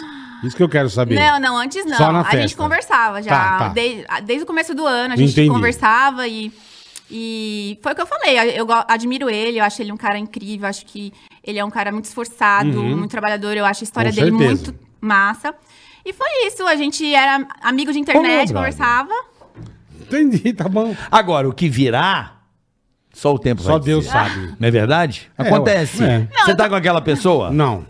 Speaker 2: Isso que eu quero saber.
Speaker 4: Não, não, antes não.
Speaker 2: Só na
Speaker 4: a gente
Speaker 2: festa.
Speaker 4: conversava já.
Speaker 2: Tá, tá.
Speaker 4: Desde, a- desde o começo do ano, a gente
Speaker 2: Entendi.
Speaker 4: conversava e. E foi o que eu falei. Eu, eu go- admiro ele, eu acho ele um cara incrível, eu acho que ele é um cara muito esforçado, muito trabalhador, eu acho a história
Speaker 2: Uhum. Com
Speaker 4: dele
Speaker 2: certeza.
Speaker 4: muito massa. E foi isso, a gente era amigo de
Speaker 2: brother.
Speaker 4: internet, conversava.
Speaker 2: Entendi, tá bom.
Speaker 3: Agora, o que virá, só o tempo
Speaker 2: Só
Speaker 3: vai dizer.
Speaker 2: Deus sabe.
Speaker 3: Não é verdade?
Speaker 2: É,
Speaker 3: Acontece.
Speaker 2: ué. É.
Speaker 3: Você tá com aquela pessoa?
Speaker 2: Não.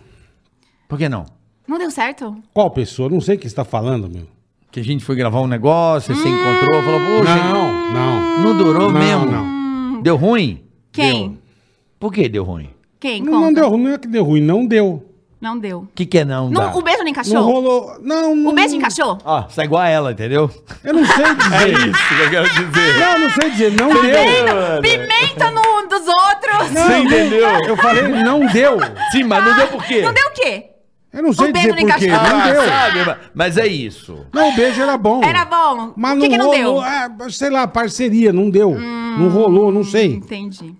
Speaker 3: Por que não?
Speaker 4: Não deu certo?
Speaker 2: Qual pessoa? Não sei o que você tá falando, meu.
Speaker 3: Que a gente foi gravar um negócio, você encontrou, falou, poxa,
Speaker 2: Não, não.
Speaker 3: Não durou
Speaker 2: Não,
Speaker 3: mesmo?
Speaker 2: não.
Speaker 3: Deu ruim?
Speaker 4: Quem?
Speaker 3: Por que deu ruim?
Speaker 4: Quem?
Speaker 2: Não,
Speaker 4: Conta.
Speaker 2: não deu ruim, não é que deu ruim, não deu.
Speaker 4: Não deu.
Speaker 3: O que, que é não?
Speaker 4: Não-
Speaker 3: dá?
Speaker 4: o beijo não encaixou?
Speaker 2: Não rolou. Não, não.
Speaker 4: O beijo encaixou?
Speaker 3: Ó, sai igual a ela, entendeu?
Speaker 2: Eu não sei dizer.
Speaker 3: que eu quero dizer.
Speaker 2: É não, não sei dizer,
Speaker 4: Tá
Speaker 2: não deu.
Speaker 4: Pimenta, pimenta no dos outros!
Speaker 2: Não,
Speaker 3: Você
Speaker 2: não-
Speaker 3: entendeu?
Speaker 2: Eu falei, não deu.
Speaker 3: Sim, mas não deu por quê?
Speaker 4: Não deu o quê?
Speaker 2: Eu não sei
Speaker 4: O
Speaker 2: dizer
Speaker 4: beijo não
Speaker 2: por quê.
Speaker 4: encaixou.
Speaker 2: Não
Speaker 3: Ah,
Speaker 2: deu.
Speaker 3: sabe? mas- Mas é isso.
Speaker 2: Não, o beijo era bom.
Speaker 4: Era bom.
Speaker 2: Mas
Speaker 4: o
Speaker 2: não,
Speaker 4: que, que não
Speaker 2: rolou,
Speaker 4: deu? Hum.
Speaker 2: ah, sei lá, parceria, não deu. Não rolou, não sei.
Speaker 4: Entendi.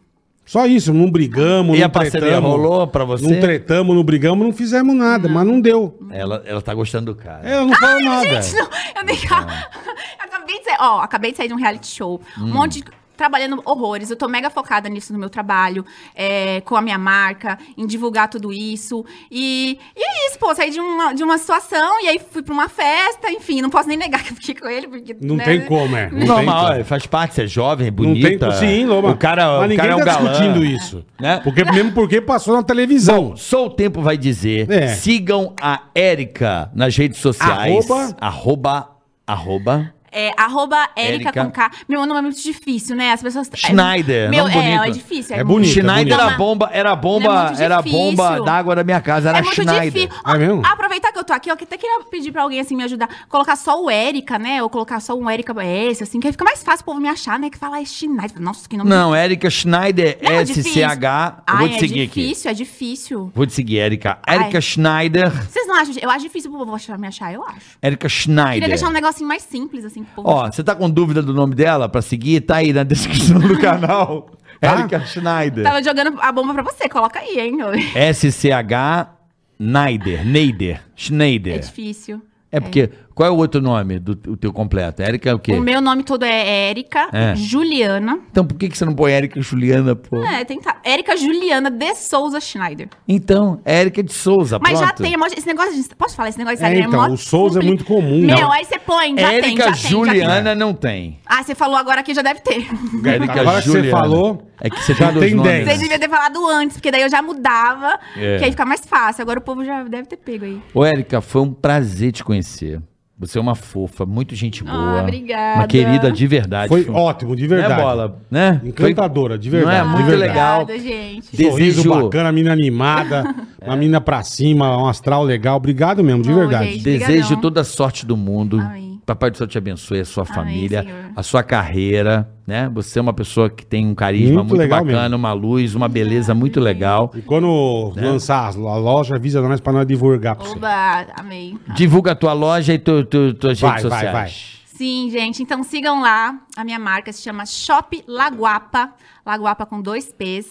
Speaker 2: Só isso, não brigamos,
Speaker 3: E
Speaker 2: não
Speaker 3: a parceria rolou pra você?
Speaker 2: Não tretamos, não brigamos, não fizemos nada, mas não deu.
Speaker 3: Ela, ela tá gostando do cara.
Speaker 2: Ela não
Speaker 4: [laughs]
Speaker 2: falou nada. É. Hum.
Speaker 4: Gente, não, eu nem. Eu acabei de sair. Ó, acabei de sair de um reality show. Um monte de. trabalhando horrores. Eu tô mega focada nisso no meu trabalho, é, com a minha marca, em divulgar tudo isso. E, e é isso, pô. Eu Saí de uma, de uma situação e aí fui pra uma festa. Enfim, não posso nem negar [laughs] que eu fiquei com ele, porque.
Speaker 2: Não
Speaker 4: né?
Speaker 2: tem como, é. Não tem
Speaker 3: Normal,
Speaker 2: como.
Speaker 3: é, faz parte, você é jovem,
Speaker 2: Não
Speaker 3: bonita.
Speaker 2: tem, sim, Loma.
Speaker 3: O cara,
Speaker 2: Mas
Speaker 3: o
Speaker 2: ninguém
Speaker 3: cara é um
Speaker 2: tá
Speaker 3: galã.
Speaker 2: discutindo isso.
Speaker 3: Né?
Speaker 2: Porque, mesmo porque passou na televisão.
Speaker 3: Só o tempo vai dizer.
Speaker 2: É.
Speaker 3: Sigam a Érica nas redes sociais.
Speaker 2: Arroba?
Speaker 3: Arroba. Arroba.
Speaker 4: É, arroba Erika
Speaker 3: Érica.
Speaker 4: com K. Meu nome é muito difícil, né? As pessoas.
Speaker 3: Schneider,
Speaker 4: Meu,
Speaker 3: nome
Speaker 4: é,
Speaker 3: bonito.
Speaker 4: é difícil.
Speaker 2: É bonito. Bonita,
Speaker 3: Schneider
Speaker 4: bonita.
Speaker 3: era bomba, era
Speaker 4: Não é
Speaker 3: bomba,
Speaker 4: muito
Speaker 3: era
Speaker 4: difícil.
Speaker 3: bomba d'água da minha casa, era
Speaker 4: é muito
Speaker 3: Schneider.
Speaker 4: difícil.
Speaker 2: É mesmo?
Speaker 4: Ah, Aproveitar que eu tô aqui, eu até queria pedir pra alguém assim me ajudar. Colocar só o Érica, né? Ou colocar só um Érica S, assim, que aí fica mais fácil o povo me achar, né? Que fala, é Schneider. Nossa, que nome
Speaker 3: Não, Érica Schneider,
Speaker 4: Não, é difícil.
Speaker 3: SCH. Eu
Speaker 4: Ai,
Speaker 3: vou te seguir
Speaker 4: é
Speaker 3: aqui.
Speaker 4: difícil, é difícil.
Speaker 3: Vou te seguir, Érica.
Speaker 4: Ai.
Speaker 3: Érica Schneider.
Speaker 4: Vocês não acham? Eu acho difícil pro povo achar- me achar, eu acho.
Speaker 3: Érica
Speaker 4: Queria
Speaker 3: Schneider.
Speaker 4: deixar um negocinho mais simples, assim, pro povo.
Speaker 3: Ó, você tá com dúvida do nome dela pra seguir? Tá aí na descrição do canal.
Speaker 2: Tá?
Speaker 3: Érica Schneider.
Speaker 4: Tava jogando a bomba pra você, coloca aí, hein? É
Speaker 3: SCH Neider. Neider.
Speaker 4: É
Speaker 3: Schneider.
Speaker 4: difícil.
Speaker 3: É porque. Qual é o outro nome do do teu completo? Érica o quê?
Speaker 4: O meu nome todo é Érica
Speaker 3: É.
Speaker 4: Juliana.
Speaker 3: Então por que, que você não põe Érica Juliana, pô?
Speaker 4: É, tentar. Érica Juliana de Souza Schneider.
Speaker 3: Então, Érica de Souza,
Speaker 4: Mas
Speaker 3: pronto.
Speaker 4: já tem, é mó- esse negócio de, Posso falar? Esse negócio de
Speaker 2: É,
Speaker 4: Instagram
Speaker 2: então,
Speaker 4: mó
Speaker 2: o Souza é
Speaker 4: compli-
Speaker 2: muito comum.
Speaker 3: né?
Speaker 4: Meu,
Speaker 2: Não.
Speaker 4: aí você põe, já tem, já
Speaker 3: Érica
Speaker 4: tem, já tem.
Speaker 3: Juliana não tem.
Speaker 4: Ah, você falou agora que já deve ter.
Speaker 3: Érica
Speaker 2: Agora que você falou,
Speaker 3: É que você
Speaker 2: já
Speaker 3: já tem dois
Speaker 2: tem
Speaker 3: nomes.
Speaker 2: dez.
Speaker 4: Você devia ter falado antes, porque daí eu já mudava,
Speaker 3: É.
Speaker 4: que aí fica mais fácil. Agora o povo já deve ter pego aí.
Speaker 3: Ô, Érica, foi um prazer te conhecer. Você é uma fofa, muito gente boa.
Speaker 4: Ah, obrigada.
Speaker 3: Uma querida de verdade.
Speaker 2: foi
Speaker 3: Foi-
Speaker 2: ótimo, de verdade.
Speaker 3: Né, bola? Né?
Speaker 2: Encantadora, de
Speaker 3: Não é?
Speaker 2: verdade. de
Speaker 3: Muito
Speaker 2: verdade.
Speaker 3: legal.
Speaker 4: Obrigada, gente.
Speaker 3: Desejo- É.
Speaker 2: Sorriso bacana, mina
Speaker 3: [laughs]
Speaker 2: animada, uma mina pra cima, um astral legal. Obrigado mesmo, de
Speaker 4: Ô,
Speaker 2: verdade.
Speaker 4: gente.
Speaker 3: Desejo
Speaker 4: Obrigadão. Ah,
Speaker 3: toda a sorte do mundo.
Speaker 4: Amém.
Speaker 3: Papai do céu te abençoe, a sua
Speaker 4: Amém,
Speaker 3: família,
Speaker 4: Senhor.
Speaker 3: a sua carreira, né? Você é uma pessoa que tem um carisma
Speaker 2: Muito
Speaker 3: muito,
Speaker 2: legal
Speaker 3: bacana,
Speaker 2: mesmo.
Speaker 3: uma luz, uma beleza muito legal.
Speaker 4: Tá.
Speaker 2: E quando
Speaker 3: Né?
Speaker 2: lançar as- a loja, avisa nós pra nós divulgar pra você.
Speaker 4: Oba, então amei.
Speaker 3: Divulga a tua loja e tu, tu, tuas
Speaker 2: Vai,
Speaker 3: redes
Speaker 2: vai,
Speaker 3: sociais.
Speaker 4: Sim, gente. Então sigam lá. A minha marca se chama Shop Laguapa. Laguapa com dois P's.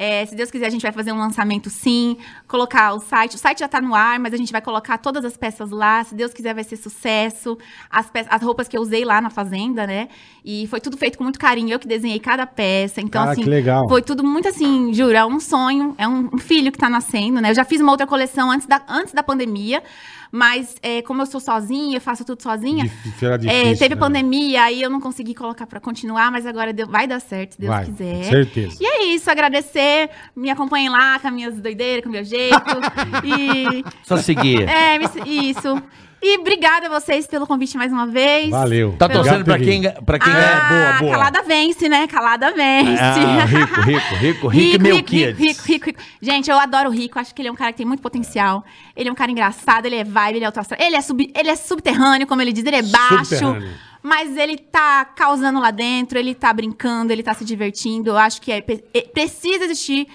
Speaker 4: É, se Deus quiser, a gente vai fazer um lançamento sim, colocar o site. O site já tá no ar, mas a gente vai colocar todas as peças lá. Se Deus quiser, vai ser sucesso. As, peças- as roupas que eu usei lá na fazenda, né? E foi tudo feito com muito carinho. Eu que desenhei cada peça. Então,
Speaker 2: Cara,
Speaker 4: assim,
Speaker 2: Ah, que legal.
Speaker 4: foi tudo muito assim, juro, é um sonho, é um um filho que tá nascendo, né? Eu já fiz uma outra coleção antes da, antes da pandemia, mas é, como eu sou sozinha, eu faço tudo sozinha.
Speaker 2: Difí- era
Speaker 4: É,
Speaker 2: difícil,
Speaker 4: teve
Speaker 2: né?
Speaker 4: pandemia, aí eu não consegui colocar pra continuar, mas agora deu- vai dar certo, se Deus
Speaker 2: Vai,
Speaker 4: quiser.
Speaker 2: certeza.
Speaker 4: E é isso, agradecer, me acompanhem lá com as minhas doideiras, com o meu jeito.
Speaker 2: [laughs]
Speaker 4: e
Speaker 3: Só seguir.
Speaker 4: [laughs] é, me- isso. E obrigada a vocês pelo convite mais uma vez.
Speaker 2: Valeu.
Speaker 3: Tá
Speaker 2: Obrigado
Speaker 3: torcendo
Speaker 2: por
Speaker 3: pra
Speaker 2: vir.
Speaker 3: quem, pra quem
Speaker 4: ah,
Speaker 3: é boa, boa.
Speaker 4: Calada vence, né? Calada vence.
Speaker 3: Ah, rico, rico, rico, rico, e meu
Speaker 4: rico, rico, rico, rico, rico. Gente, eu adoro o Rico. Acho que ele é um cara que tem muito potencial. Ele é um cara engraçado, ele é vibe, ele é autoastral. Ele é, sub, ele é subterrâneo, como ele diz, ele é [laughs] baixo.
Speaker 2: Subterrâneo.
Speaker 4: Mas ele tá causando lá dentro, ele tá brincando, ele tá se divertindo. Eu acho que é, pe- é- precisa existir.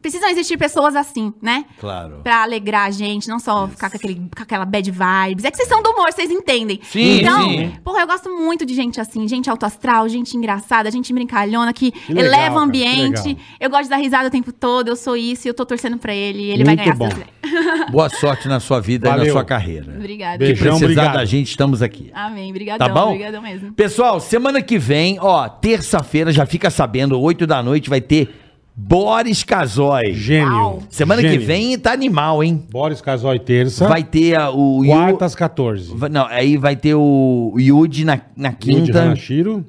Speaker 4: Precisam existir pessoas assim, né?
Speaker 3: Claro.
Speaker 4: Pra alegrar a gente, não só ficar com, aquele, com aquela bad vibes. É que vocês são do humor, vocês entendem.
Speaker 3: Sim,
Speaker 4: então,
Speaker 3: sim.
Speaker 4: porra, eu gosto muito de gente assim, gente autoastral, gente engraçada, gente brincalhona, que,
Speaker 2: legal,
Speaker 4: eleva o
Speaker 2: cara, que
Speaker 4: ambiente.
Speaker 2: legal.
Speaker 4: Eu gosto da risada o tempo todo, eu sou isso e eu tô torcendo pra ele. e Ele vai
Speaker 2: Muito
Speaker 4: ganhar
Speaker 2: bom.
Speaker 4: se Deus quiser.
Speaker 3: [laughs] Boa sorte na sua vida e
Speaker 2: Valeu.
Speaker 3: na sua carreira.
Speaker 4: [laughs] Obrigada.
Speaker 3: Se
Speaker 2: Beijo. Beijão,
Speaker 3: precisar
Speaker 2: obrigado.
Speaker 3: da gente, estamos aqui.
Speaker 4: Amém.
Speaker 3: Tá
Speaker 4: Obrigadão,
Speaker 3: bom?
Speaker 4: obrigadão mesmo.
Speaker 3: Pessoal, semana que vem, ó, terça-feira, já fica sabendo, 8 da noite, vai ter Boris Casoy.
Speaker 2: Gênio.
Speaker 4: Uau.
Speaker 3: Semana que
Speaker 2: Gênio.
Speaker 3: vem tá animal, hein?
Speaker 2: Boris Casói terça.
Speaker 3: Vai ter a- o Yu-
Speaker 2: quarta às 14.
Speaker 3: va- Não, aí vai ter o Yudi na, na
Speaker 2: Quinta.
Speaker 3: quinta.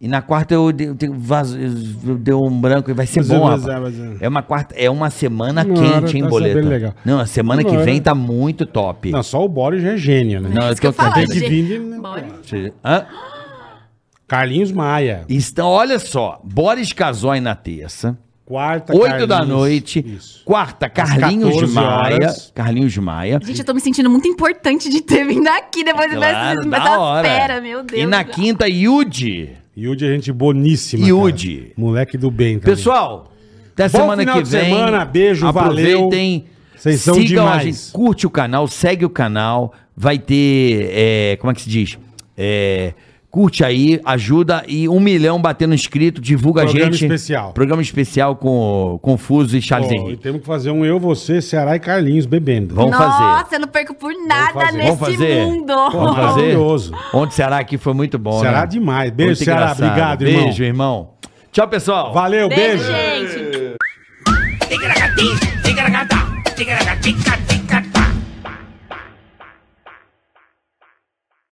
Speaker 3: e na quarta eu, de- eu, tenho vaso- eu- eu deu um branco e vai ser
Speaker 2: Mas
Speaker 3: bom,
Speaker 2: é, mas
Speaker 3: rapaz.
Speaker 2: é, mas é.
Speaker 3: É uma quarta, é uma semana
Speaker 2: Não,
Speaker 3: quente, hein,
Speaker 2: tá
Speaker 3: boleta.
Speaker 2: sabendo legal.
Speaker 3: Não, a semana que
Speaker 2: Não,
Speaker 3: vem
Speaker 2: é.
Speaker 3: tá muito top.
Speaker 2: Não, só o Boris já é gênio, né?
Speaker 3: Não, eu
Speaker 4: Isso que
Speaker 3: tô
Speaker 4: eu falo,
Speaker 3: tentando-
Speaker 2: Tem que vir, né?
Speaker 4: Bora.
Speaker 3: Hã?
Speaker 2: Carlinhos Maia.
Speaker 3: Então, olha só, Boris Casoy na terça.
Speaker 2: Quarta,
Speaker 3: 8 da
Speaker 2: Carlinhos.
Speaker 3: noite.
Speaker 2: Isso.
Speaker 3: Quarta, Carlinhos
Speaker 2: 14
Speaker 3: de Maia.
Speaker 2: horas.
Speaker 3: Carlinhos de Maia.
Speaker 4: Gente, eu tô me sentindo muito importante de ter vindo aqui depois
Speaker 3: Claro,
Speaker 4: dessa,
Speaker 3: da
Speaker 4: dessa
Speaker 3: hora.
Speaker 4: fera, meu Deus.
Speaker 3: E na quinta, Yudi.
Speaker 2: Yudi é gente boníssima. cara.
Speaker 3: Yudi.
Speaker 2: Moleque do bem. também.
Speaker 3: Pessoal, até
Speaker 2: Bom
Speaker 3: semana
Speaker 2: final
Speaker 3: que
Speaker 2: de
Speaker 3: vem.
Speaker 2: semana, beijo,
Speaker 3: Aproveitem,
Speaker 2: valeu. Vocês são
Speaker 3: sigam
Speaker 2: demais.
Speaker 3: a gente, curte o canal, segue o canal. Vai ter, é, como é que se diz? É, Curte aí, ajuda e um milhão batendo inscrito, divulga a
Speaker 2: Programa
Speaker 3: gente.
Speaker 2: especial.
Speaker 3: Programa especial com o Confuso e Charles
Speaker 2: Ó, e
Speaker 3: Henrique.
Speaker 2: temos que fazer um eu, você, Ceará e Carlinhos bebendo.
Speaker 3: Vamos
Speaker 4: Nossa,
Speaker 3: fazer.
Speaker 4: eu não perco por nada
Speaker 2: Vamos fazer.
Speaker 4: nesse
Speaker 3: Vamos fazer.
Speaker 4: mundo.
Speaker 2: Vamos fazer. maravilhoso.
Speaker 3: Ontem Ceará aqui foi muito bom,
Speaker 2: Ceará
Speaker 3: né?
Speaker 2: demais. Beijo,
Speaker 3: Muito
Speaker 2: Ceará.
Speaker 3: engraçado.
Speaker 2: Obrigado, irmão.
Speaker 3: Beijo, irmão. Tchau, pessoal.
Speaker 2: Valeu,
Speaker 4: Beijo,
Speaker 2: beijo.
Speaker 4: gente.
Speaker 6: Ticaracati, ticaracata, ticaracati,